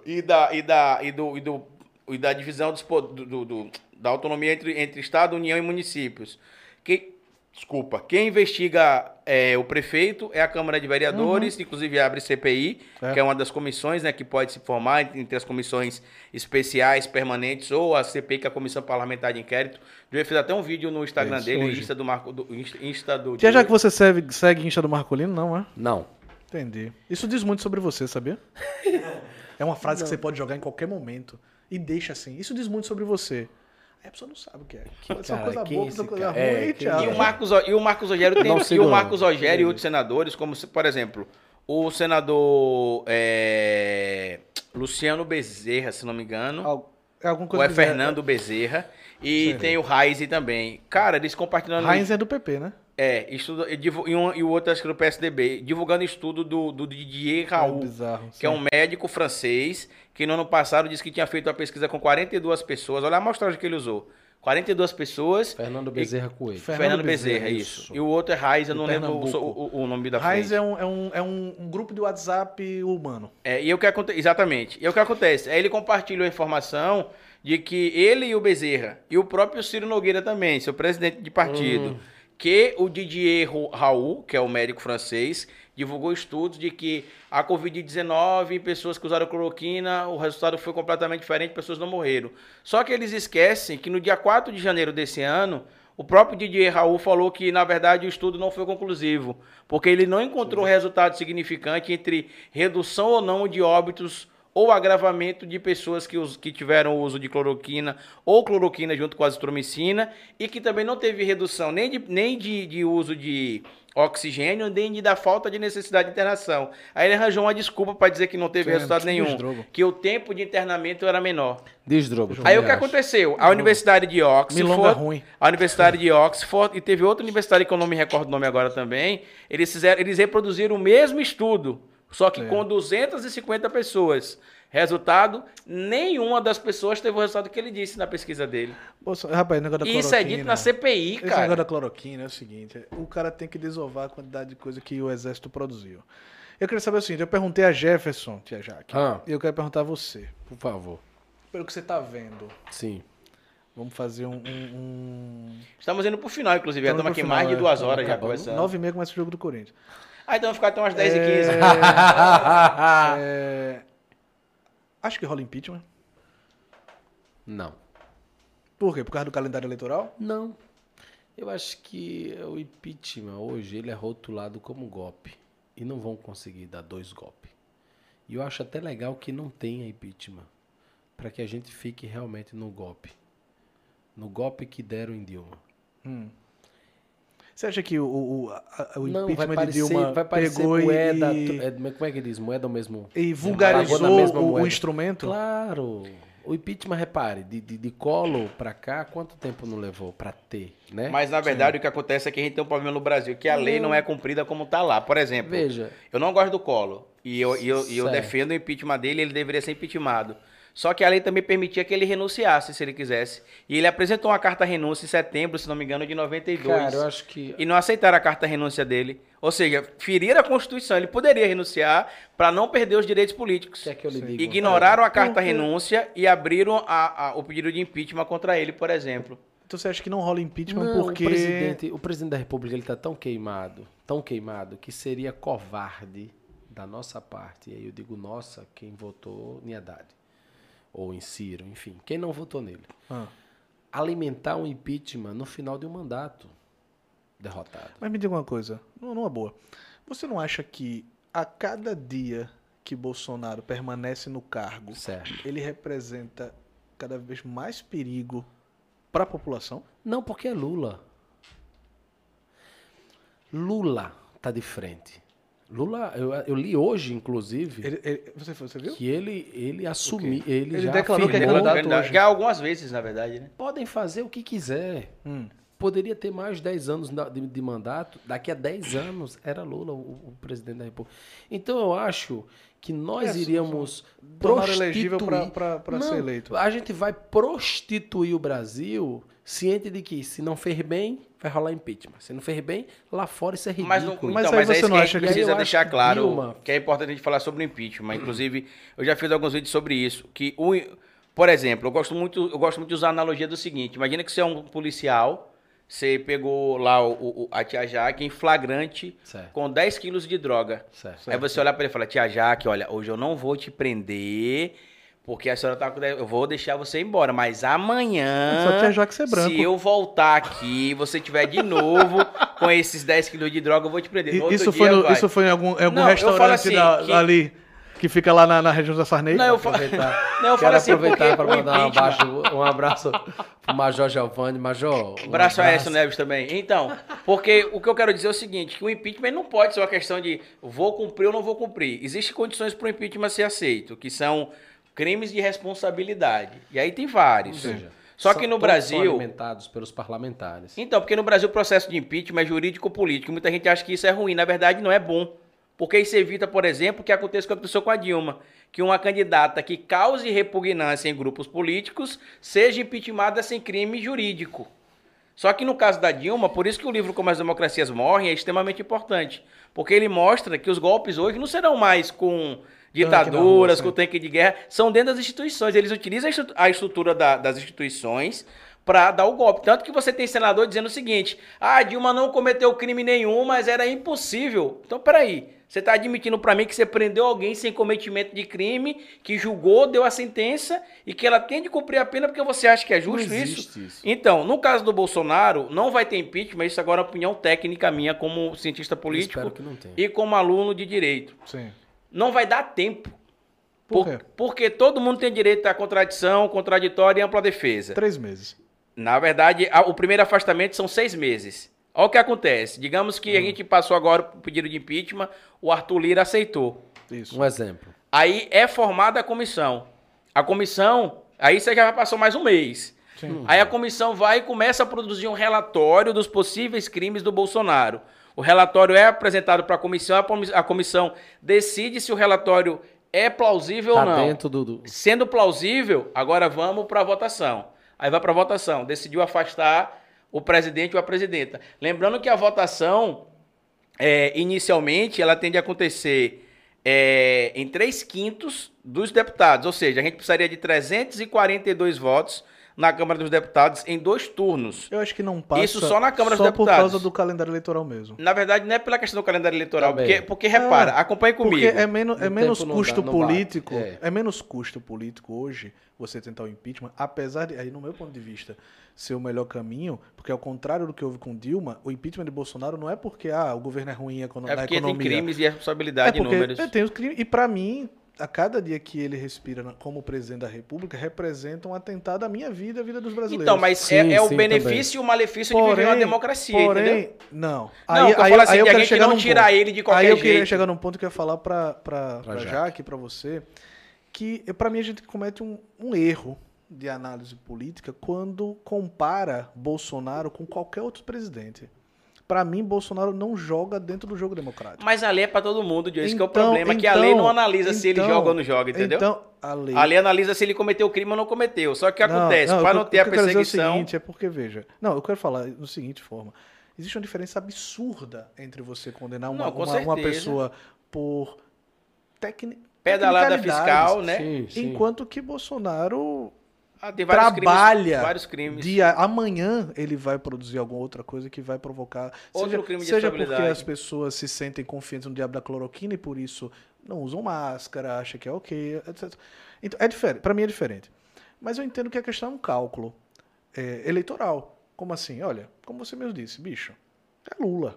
[SPEAKER 1] e da, e da, e do, e do, e da divisão dos po- do, do- do- da autonomia entre, entre Estado, União e municípios. Que, desculpa, quem investiga é, o prefeito é a Câmara de Vereadores, inclusive abre CPI,
[SPEAKER 2] Uhum. É.
[SPEAKER 1] que é uma das comissões né, que pode se formar entre as comissões especiais, permanentes, ou a CPI, que é a Comissão Parlamentar de Inquérito. Eu fiz até um vídeo no Instagram
[SPEAKER 2] Isso,
[SPEAKER 1] dele, no
[SPEAKER 2] hoje.
[SPEAKER 1] Insta do Marco. Do, Insta, Insta do
[SPEAKER 2] Tia, já que você segue, segue Insta do Marcolino, não é?
[SPEAKER 3] Não.
[SPEAKER 2] Entendi. Isso diz muito sobre você, sabia? É uma frase que você pode jogar em qualquer momento. E deixa assim. Isso diz muito sobre você. Aí a pessoa não sabe o que é. Pode ser uma
[SPEAKER 3] cara,
[SPEAKER 2] coisa
[SPEAKER 3] quem
[SPEAKER 2] boa,
[SPEAKER 3] é
[SPEAKER 2] pode ser uma
[SPEAKER 3] esse
[SPEAKER 2] coisa
[SPEAKER 3] cara? É,
[SPEAKER 2] ruim,
[SPEAKER 3] quem
[SPEAKER 2] Thiago.
[SPEAKER 1] E o Marcos, e o Marcos Rogério tem,
[SPEAKER 3] Não,
[SPEAKER 1] e o
[SPEAKER 3] sigo,
[SPEAKER 1] Marcos Rogério e outros senadores, como se- por exemplo, o senador é, Luciano Bezerra, se não me engano.
[SPEAKER 2] Al- é alguma
[SPEAKER 1] Ou
[SPEAKER 2] coisa
[SPEAKER 1] é
[SPEAKER 2] que-
[SPEAKER 1] Fernando Bezerra. E tem o Raiz também. Cara, eles compartilhando.
[SPEAKER 2] Heinz é do PP, né?
[SPEAKER 1] É, estudo, e, divu- e um- e o outro acho que do PSDB. Divulgando estudo do, do Didier Raul.
[SPEAKER 2] É bizarro.
[SPEAKER 1] que é um médico francês que no ano passado disse que tinha feito uma pesquisa com 42 pessoas. Olha a amostragem que ele usou. 42 pessoas.
[SPEAKER 3] Fernando Bezerra Coelho.
[SPEAKER 2] Fer-
[SPEAKER 1] Fernando, Bezerra, isso. E o outro é Raiz, eu
[SPEAKER 3] Do
[SPEAKER 1] não lembro o,
[SPEAKER 3] Pernambuco.
[SPEAKER 1] o- o nome da
[SPEAKER 2] Heinz
[SPEAKER 1] frente.
[SPEAKER 2] é, um, é, um, é um, um grupo de WhatsApp humano.
[SPEAKER 1] É, e o que acontece? Exatamente. E o que acontece? É ele compartilhou a informação de que ele e o Bezerra, e o próprio Ciro Nogueira também, seu presidente de partido, que o Didier Ro- Raul, que é o médico francês, divulgou estudos de que a Covid-19, pessoas que usaram cloroquina, o resultado foi completamente diferente, pessoas não morreram. Só que eles esquecem que no dia 4 de janeiro desse ano, o próprio Didier Raul falou que, na verdade, o estudo não foi conclusivo, porque ele não encontrou resultado significante entre redução ou não de óbitos ou agravamento de pessoas que, us- que tiveram o uso de cloroquina ou cloroquina junto com azitromicina e que também não teve redução nem de, nem de, de uso de oxigênio, nem de, da falta de necessidade de internação. Aí ele arranjou uma desculpa para dizer que não teve
[SPEAKER 2] Sim,
[SPEAKER 1] resultado
[SPEAKER 2] que
[SPEAKER 1] nenhum,
[SPEAKER 2] esdrogo.
[SPEAKER 1] que o tempo de internamento era menor.
[SPEAKER 3] Desdrogo.
[SPEAKER 1] Aí
[SPEAKER 3] também
[SPEAKER 1] o que
[SPEAKER 3] acho.
[SPEAKER 1] aconteceu? A Universidade de Oxford
[SPEAKER 2] Milonga ruim.
[SPEAKER 1] a Universidade de Oxford e teve outra universidade que eu não me recordo o nome agora também. Eles fizeram, eles reproduziram o mesmo estudo, só que
[SPEAKER 2] Certo.
[SPEAKER 1] com 250 pessoas. Resultado, nenhuma das pessoas teve o resultado que ele disse na pesquisa dele.
[SPEAKER 2] Bolso- Rapaz, negócio da
[SPEAKER 1] E isso é
[SPEAKER 2] cloroquina.
[SPEAKER 1] dito na CPI,
[SPEAKER 2] Esse negócio
[SPEAKER 1] cara.
[SPEAKER 2] da cloroquina é o seguinte: o cara tem que desovar a quantidade de coisa que o exército produziu. Eu queria saber o seguinte: eu perguntei a Jefferson, tia Jaque,
[SPEAKER 3] Ah,
[SPEAKER 2] e eu quero perguntar a você.
[SPEAKER 3] por favor.
[SPEAKER 2] Pelo que você tá vendo,
[SPEAKER 3] Sim.
[SPEAKER 2] vamos fazer um. um, um...
[SPEAKER 1] Estamos indo pro final, inclusive. Já
[SPEAKER 2] Estamos
[SPEAKER 1] estamos aqui
[SPEAKER 2] pro
[SPEAKER 1] mais
[SPEAKER 2] final,
[SPEAKER 1] de
[SPEAKER 2] é.
[SPEAKER 1] duas horas já
[SPEAKER 3] Acabando.
[SPEAKER 1] conversando.
[SPEAKER 2] 9 e meia começa o jogo do Corinthians.
[SPEAKER 1] Ah, então vai ficar até umas 10 e 15. Ah.
[SPEAKER 2] É, Acho que rola impeachment.
[SPEAKER 3] Não.
[SPEAKER 2] Por quê? Por causa do calendário eleitoral?
[SPEAKER 3] Não. Eu acho que o impeachment hoje ele é rotulado como golpe. E não vão conseguir dar dois golpes. E eu acho até legal que não tenha impeachment. Para que a gente fique realmente no golpe. No golpe que deram em Dilma.
[SPEAKER 2] Hum. Você acha que o, o, a- a- o
[SPEAKER 3] não, vai
[SPEAKER 2] impeachment de
[SPEAKER 3] parecer,
[SPEAKER 2] Dilma
[SPEAKER 3] vai parecer
[SPEAKER 2] pegou
[SPEAKER 3] moeda.
[SPEAKER 2] e,
[SPEAKER 3] é, como é que diz? Moeda ao mesmo.
[SPEAKER 2] e
[SPEAKER 3] Apagou na
[SPEAKER 2] vulgarizou
[SPEAKER 3] mesma
[SPEAKER 2] o, o
[SPEAKER 3] moeda.
[SPEAKER 2] instrumento?
[SPEAKER 3] Claro. O impeachment, repare, de, de, de Collor pra cá, quanto tempo não levou pra ter, né?
[SPEAKER 1] Mas na verdade o que acontece é que a gente tem um problema no Brasil, que a lei não é cumprida como tá lá. Por exemplo,
[SPEAKER 3] Veja,
[SPEAKER 1] eu não gosto do Collor. E eu, e eu, e eu
[SPEAKER 3] Certo.
[SPEAKER 1] defendo o impeachment dele, ele deveria ser impeachmentado. Só que a lei também permitia que ele renunciasse, se ele quisesse. E ele apresentou uma carta renúncia em setembro, se não me engano, de 92.
[SPEAKER 3] cara, eu acho que...
[SPEAKER 1] E não aceitaram a carta renúncia dele. Ou seja, ferir a Constituição. Ele poderia renunciar para não perder os direitos políticos.
[SPEAKER 3] Quer que eu lhe diga Uhum. uma
[SPEAKER 1] Ignoraram a carta
[SPEAKER 2] Por quê?
[SPEAKER 1] renúncia e abriram a- a- o pedido de impeachment contra ele, por exemplo.
[SPEAKER 2] Então você acha que não rola impeachment
[SPEAKER 3] Não,
[SPEAKER 2] porque.
[SPEAKER 3] o presidente, o presidente da República ele tá tão queimado, tão queimado que seria covarde da nossa parte. E aí eu digo nossa, quem votou em Haddad ou em Ciro, enfim, quem não votou nele.
[SPEAKER 2] Ah.
[SPEAKER 3] Alimentar um impeachment no final de um mandato derrotado.
[SPEAKER 2] Mas me diga uma coisa, nu- numa boa. Você não acha que a cada dia que Bolsonaro permanece no cargo,
[SPEAKER 3] Certo.
[SPEAKER 2] ele representa cada vez mais perigo para a população?
[SPEAKER 3] Não, porque é Lula. Lula tá de frente. Lula, eu, eu li hoje, inclusive,
[SPEAKER 2] Ele- ele- você, você viu?
[SPEAKER 3] que ele, ele assumiu. Ele, um
[SPEAKER 2] Ele
[SPEAKER 3] já
[SPEAKER 2] declarou que é
[SPEAKER 3] afirmou-
[SPEAKER 2] candidato
[SPEAKER 1] Verdade.
[SPEAKER 2] hoje.
[SPEAKER 1] um Já algumas vezes, na verdade, né?
[SPEAKER 3] Podem fazer o que quiser.
[SPEAKER 2] Hum.
[SPEAKER 3] Poderia ter mais 10 anos na- de, de mandato. Daqui a 10 anos era Lula o, o presidente da República. Então eu acho que
[SPEAKER 2] É,
[SPEAKER 3] nós
[SPEAKER 2] só-
[SPEAKER 3] iríamos
[SPEAKER 2] Tornar
[SPEAKER 3] prostituir-
[SPEAKER 2] elegível para
[SPEAKER 3] Não,
[SPEAKER 2] ser eleito.
[SPEAKER 3] A gente vai prostituir o Brasil ciente de que se não fez bem, vai rolar impeachment. Se não fez bem, lá fora isso é ridículo.
[SPEAKER 1] Mas, não, então,
[SPEAKER 2] Mas
[SPEAKER 1] mas,
[SPEAKER 2] aí
[SPEAKER 1] é
[SPEAKER 2] você
[SPEAKER 1] isso
[SPEAKER 2] não
[SPEAKER 1] que a
[SPEAKER 2] acha
[SPEAKER 1] gente
[SPEAKER 2] que-
[SPEAKER 1] precisa
[SPEAKER 3] Eu acho
[SPEAKER 1] deixar
[SPEAKER 3] que
[SPEAKER 1] claro
[SPEAKER 3] Dilma-
[SPEAKER 1] que é importante a gente falar sobre o
[SPEAKER 2] Uhum.
[SPEAKER 1] impeachment. Inclusive, eu já fiz alguns vídeos sobre isso. Que o, por exemplo, eu gosto, muito, eu gosto muito de usar a analogia do seguinte: imagina que você é um policial, você pegou lá o, o- a tia Jaque em flagrante
[SPEAKER 3] Certo,
[SPEAKER 1] com 10 quilos de droga.
[SPEAKER 3] certo.
[SPEAKER 1] Aí você olhar pra ele e falar, tia Jaque, olha, hoje eu não vou te prender, porque a senhora tá com... dez- Eu vou deixar você ir embora, mas amanhã...
[SPEAKER 2] Só tinha já que ser branco.
[SPEAKER 1] Ah, Se eu voltar aqui e você tiver de novo com esses 10 quilos de droga, eu vou te prender.
[SPEAKER 2] E-
[SPEAKER 1] No outro dia,
[SPEAKER 2] Isso, foi no-
[SPEAKER 1] vai.
[SPEAKER 2] isso foi em algum, em algum
[SPEAKER 1] Não, eu
[SPEAKER 2] restaurante
[SPEAKER 1] falo assim,
[SPEAKER 2] da-
[SPEAKER 1] que-
[SPEAKER 2] ali que fica lá na, na região da Sarney?
[SPEAKER 1] Não, eu falo,
[SPEAKER 3] Aproveitar.
[SPEAKER 1] não, eu
[SPEAKER 3] Quero
[SPEAKER 1] falo assim,
[SPEAKER 3] aproveitar
[SPEAKER 1] porque
[SPEAKER 3] para
[SPEAKER 1] o
[SPEAKER 3] mandar um
[SPEAKER 1] impeachment-
[SPEAKER 3] abraço, um abraço pro Major Giovanni. Major, um
[SPEAKER 1] Braço é né? a Aécio Neves também. Então, porque o que eu quero dizer é o seguinte, que o impeachment não pode ser uma questão de vou cumprir ou não vou cumprir. Existem condições para o impeachment ser aceito, que são crimes de responsabilidade. E aí tem
[SPEAKER 3] Ou
[SPEAKER 1] vários.
[SPEAKER 3] seja,
[SPEAKER 1] Só
[SPEAKER 3] são-
[SPEAKER 1] que no
[SPEAKER 3] todos são
[SPEAKER 1] Brasil-
[SPEAKER 3] alimentados pelos parlamentares.
[SPEAKER 1] Então, porque no Brasil o processo de impeachment é jurídico-político. Muita gente acha que isso é ruim. Na verdade, não é bom. Porque isso evita, por exemplo, que aconteça o que aconteceu com a Dilma. Que uma candidata que cause repugnância em grupos políticos seja impeachmentada sem crime jurídico. Só que no caso da Dilma, por isso que o livro Como as Democracias Morrem é extremamente importante. Porque ele mostra que os golpes hoje não serão mais com ditaduras,
[SPEAKER 2] sim.
[SPEAKER 1] com tanque de guerra, são dentro das instituições. Eles utilizam a estru- a estrutura da- das instituições para dar o golpe. Tanto que você tem senador dizendo o seguinte: ah, a Dilma não cometeu crime nenhum, mas era impossível. Então, peraí. Você está admitindo para mim que você prendeu alguém sem cometimento de crime, que julgou, deu a sentença e que ela tem de cumprir a pena porque você acha que é justo isso? Então, no caso do Bolsonaro, não vai ter impeachment, isso agora é uma opinião técnica minha como cientista
[SPEAKER 3] Espero
[SPEAKER 1] político
[SPEAKER 3] que não tenha.
[SPEAKER 1] e como aluno de direito.
[SPEAKER 2] Sim.
[SPEAKER 1] Não vai dar tempo.
[SPEAKER 2] Por
[SPEAKER 1] Por-
[SPEAKER 2] quê?
[SPEAKER 1] porque todo mundo tem direito à contradição, contraditória e ampla defesa.
[SPEAKER 2] Três meses.
[SPEAKER 1] Na verdade, a- o primeiro afastamento são seis meses. Olha o que acontece. Digamos que a gente passou agora o pedido de impeachment, o Arthur Lira aceitou.
[SPEAKER 2] Isso.
[SPEAKER 1] é
[SPEAKER 3] Um exemplo.
[SPEAKER 1] Aí é formada a comissão. A comissão, aí você já passou mais um mês.
[SPEAKER 2] Sim.
[SPEAKER 1] Aí a comissão vai e começa a produzir um relatório dos possíveis crimes do Bolsonaro. O relatório é apresentado para a comissão, a comi- a comissão decide se o relatório é plausível
[SPEAKER 3] Tá
[SPEAKER 1] ou não.
[SPEAKER 3] dentro do, do-
[SPEAKER 1] Sendo plausível, agora vamos para a votação. Aí vai para a votação. Decidiu afastar o presidente ou a presidenta. Lembrando que a votação, é, inicialmente, ela tende a acontecer é, em três quintos dos deputados. Ou seja, a gente precisaria de 342 votos na Câmara dos Deputados em dois turnos.
[SPEAKER 2] Eu acho que não passa.
[SPEAKER 1] Isso só na Câmara
[SPEAKER 2] só
[SPEAKER 1] dos
[SPEAKER 2] por
[SPEAKER 1] Deputados.
[SPEAKER 2] causa do calendário eleitoral mesmo.
[SPEAKER 1] Na verdade, não é pela questão do calendário eleitoral,
[SPEAKER 3] Também.
[SPEAKER 1] porque, porque repara, acompanhe comigo.
[SPEAKER 2] Ah, Porque é menos, é
[SPEAKER 3] O
[SPEAKER 2] menos
[SPEAKER 3] tempo não
[SPEAKER 2] custo
[SPEAKER 3] dá, não bate.
[SPEAKER 2] político. É.
[SPEAKER 3] É.
[SPEAKER 2] menos custo político hoje você tentar o impeachment, apesar de, aí no meu ponto de vista, ser o melhor caminho, porque ao contrário do que houve com Dilma, o impeachment de Bolsonaro não é porque ah, o governo é ruim econo
[SPEAKER 1] É
[SPEAKER 2] na
[SPEAKER 1] porque tem
[SPEAKER 2] economia.
[SPEAKER 1] crimes de
[SPEAKER 2] é
[SPEAKER 1] responsabilidade e
[SPEAKER 2] porque
[SPEAKER 1] números.
[SPEAKER 2] é, tem os crimes. E pra mim, a cada dia que ele respira na- como presidente da República, representa um atentado à minha vida, à vida dos brasileiros.
[SPEAKER 1] Então, mas é-
[SPEAKER 3] Sim,
[SPEAKER 1] é, o
[SPEAKER 3] sim,
[SPEAKER 1] benefício e o malefício de viver uma
[SPEAKER 2] Porém-
[SPEAKER 1] democracia,
[SPEAKER 2] Porém,
[SPEAKER 1] entendeu?
[SPEAKER 2] não.
[SPEAKER 1] não,
[SPEAKER 2] Aí,
[SPEAKER 1] eu
[SPEAKER 2] aí,
[SPEAKER 1] falo assim,
[SPEAKER 2] aí eu
[SPEAKER 1] de
[SPEAKER 2] quero
[SPEAKER 1] alguém que
[SPEAKER 2] chegar
[SPEAKER 1] não
[SPEAKER 2] num
[SPEAKER 1] tirar
[SPEAKER 2] ponto.
[SPEAKER 1] ele de qualquer
[SPEAKER 2] Aí eu queria
[SPEAKER 1] jeito.
[SPEAKER 2] chegar num ponto que eu ia falar pra, pra, pra, Jaque, pra você, que eh, pra mim a gente comete um, um erro de análise política quando compara Bolsonaro com qualquer outro presidente. Pra mim, Bolsonaro não joga dentro do jogo democrático.
[SPEAKER 1] Mas a lei é pra todo mundo, Diogo. Esse que é o
[SPEAKER 2] Então,
[SPEAKER 1] problema, que a
[SPEAKER 2] então,
[SPEAKER 1] lei não analisa se ele
[SPEAKER 2] então,
[SPEAKER 1] joga ou não joga, entendeu?
[SPEAKER 2] Então, a lei.
[SPEAKER 1] a lei analisa se ele cometeu o crime ou não cometeu. Só que o que
[SPEAKER 2] Não,
[SPEAKER 1] acontece,
[SPEAKER 2] não,
[SPEAKER 1] pra
[SPEAKER 2] o que-
[SPEAKER 1] não
[SPEAKER 2] o
[SPEAKER 1] ter a
[SPEAKER 2] que eu quero dizer É, o
[SPEAKER 1] perseguição...
[SPEAKER 2] seguinte, é porque, veja. Não, eu quero falar no seguinte forma. Existe uma diferença absurda entre você condenar uma,
[SPEAKER 1] Não, com
[SPEAKER 2] uma- uma
[SPEAKER 1] certeza.
[SPEAKER 2] pessoa por tecni,
[SPEAKER 1] Pedalada
[SPEAKER 2] tecnicalidades,
[SPEAKER 1] fiscal, né?
[SPEAKER 3] Sim, sim.
[SPEAKER 2] Enquanto que Bolsonaro
[SPEAKER 1] Ah, tem
[SPEAKER 2] Trabalha
[SPEAKER 1] vários crimes.
[SPEAKER 2] dia amanhã ele vai produzir alguma outra coisa que vai provocar
[SPEAKER 1] Outro
[SPEAKER 2] seja,
[SPEAKER 1] crime de
[SPEAKER 2] seja porque
[SPEAKER 1] estabilidade.
[SPEAKER 2] as pessoas se sentem confiantes no diabo da cloroquina e por isso não usam máscara, acham que é ok, etc. Então é diferente, para mim é diferente. Mas eu entendo que a questão é um cálculo é, eleitoral. Como assim? Olha, como você mesmo disse, bicho, é Lula.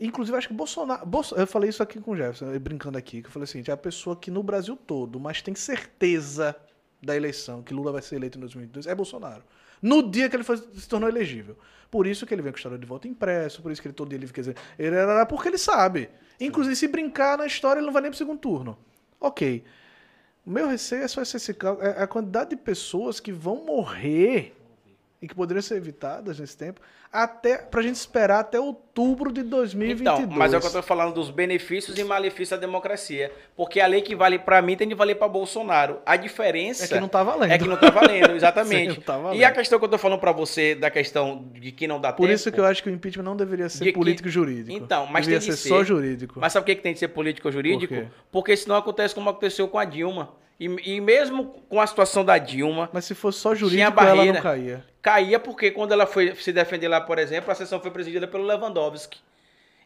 [SPEAKER 2] Inclusive, acho que Bolsonaro. Bolso- eu falei isso aqui com o Jefferson, eh, brincando aqui, que eu falei assim: é a pessoa que no Brasil todo, mas tem certeza da eleição, que Lula vai ser eleito em 2022, é Bolsonaro. No dia que ele foi- se tornou elegível. Por isso que ele vem com história de voto impresso, por isso que ele todo dia ele fica dizendo. Ele era porque ele sabe. Inclusive, se brincar na história, ele não vai nem pro segundo turno. Ok. O meu receio é só esse, esse cal- é a quantidade de pessoas que vão morrer e que poderiam ser evitadas nesse tempo, até pra gente esperar até outubro de 2022.
[SPEAKER 1] Então, mas é o que eu tô falando dos benefícios e malefícios da democracia. Porque a lei que vale pra mim tem de valer pra Bolsonaro. A diferença
[SPEAKER 2] É que não tá valendo.
[SPEAKER 1] é que não tá valendo, exatamente.
[SPEAKER 2] Sim, não tá valendo.
[SPEAKER 1] E a questão que eu tô falando pra você, da questão de que não dá
[SPEAKER 2] Por
[SPEAKER 1] tempo.
[SPEAKER 2] isso que eu acho que o impeachment não deveria
[SPEAKER 1] De
[SPEAKER 2] ser
[SPEAKER 1] que-
[SPEAKER 2] político e jurídico.
[SPEAKER 1] Então, mas
[SPEAKER 2] deveria
[SPEAKER 1] tem que
[SPEAKER 2] ser só
[SPEAKER 1] ser.
[SPEAKER 2] jurídico.
[SPEAKER 1] Mas sabe o que, que tem de ser político ou jurídico?
[SPEAKER 2] Por quê?
[SPEAKER 1] Porque senão acontece como aconteceu com a Dilma. E, e mesmo com a situação da Dilma,
[SPEAKER 2] Mas se fosse só
[SPEAKER 1] Tinha
[SPEAKER 2] jurídico, ela
[SPEAKER 1] barreira.
[SPEAKER 2] não caía.
[SPEAKER 1] caía porque quando ela foi se defender lá, por exemplo, a sessão foi presidida pelo Lewandowski.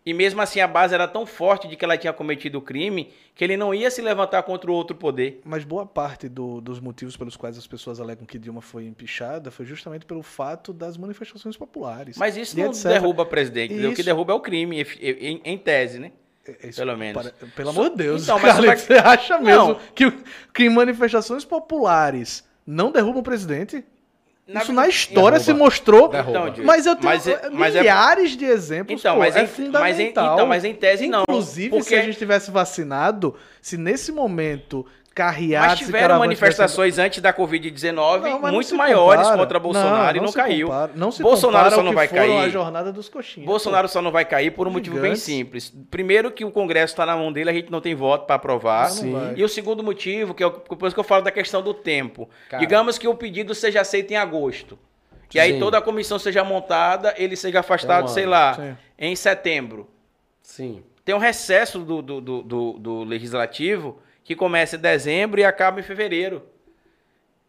[SPEAKER 1] E mesmo assim a base era tão forte de que ela tinha cometido o crime que ele não ia se levantar contra o outro poder.
[SPEAKER 2] Mas boa parte do- dos motivos pelos quais as pessoas alegam que Dilma foi empichada foi justamente pelo fato das manifestações populares.
[SPEAKER 1] Mas isso
[SPEAKER 2] E
[SPEAKER 1] não
[SPEAKER 2] etc.
[SPEAKER 1] derruba presidente. entendeu? O que
[SPEAKER 2] Isso.
[SPEAKER 1] derruba é o crime, em- em, em tese, né?
[SPEAKER 2] É isso,
[SPEAKER 1] Pelo menos.
[SPEAKER 2] pelo amor de Deus.
[SPEAKER 1] Então, mas
[SPEAKER 2] Carlinhos,
[SPEAKER 1] você vai-
[SPEAKER 2] você acha
[SPEAKER 1] Não.
[SPEAKER 2] mesmo que, que manifestações populares não derrubam o presidente? isso na história se
[SPEAKER 3] Derruba.
[SPEAKER 2] mostrou.
[SPEAKER 3] Derruba.
[SPEAKER 1] Então, Diego,
[SPEAKER 2] Mas eu tenho
[SPEAKER 1] mas é- mas é-
[SPEAKER 2] milhares de exemplos.
[SPEAKER 1] Então,
[SPEAKER 2] pô,
[SPEAKER 1] mas,
[SPEAKER 2] é
[SPEAKER 1] em, mas, em,
[SPEAKER 2] fundamental.
[SPEAKER 1] então mas em tese não.
[SPEAKER 2] Inclusive,
[SPEAKER 1] porque
[SPEAKER 2] se a gente tivesse vacinado, se nesse momento carreado.
[SPEAKER 1] mas tiveram manifestações antes da Covid-19 muito maiores contra Bolsonaro e não caiu.
[SPEAKER 2] não se
[SPEAKER 1] Bolsonaro
[SPEAKER 2] compara
[SPEAKER 1] só
[SPEAKER 2] ao
[SPEAKER 1] não
[SPEAKER 2] que
[SPEAKER 1] vai
[SPEAKER 2] foram
[SPEAKER 1] cair.
[SPEAKER 2] A jornada dos coxinhas. pô.
[SPEAKER 1] Bolsonaro só não vai cair por um motivo bem
[SPEAKER 2] Gigantes.
[SPEAKER 1] simples. Primeiro que o Congresso está na mão dele, a gente não tem voto para aprovar.
[SPEAKER 2] Não Sim. vai.
[SPEAKER 1] E o segundo motivo, que é o- por isso que eu falo da questão do tempo.
[SPEAKER 3] Cara.
[SPEAKER 1] Digamos que o pedido seja aceito em agosto. E aí
[SPEAKER 3] Sim.
[SPEAKER 1] toda a comissão seja montada, ele seja afastado,
[SPEAKER 3] Então,
[SPEAKER 1] sei lá,
[SPEAKER 2] sim.
[SPEAKER 1] em setembro.
[SPEAKER 3] Sim.
[SPEAKER 1] Tem um recesso do, do, do, do- do legislativo que começa em dezembro e acaba em fevereiro.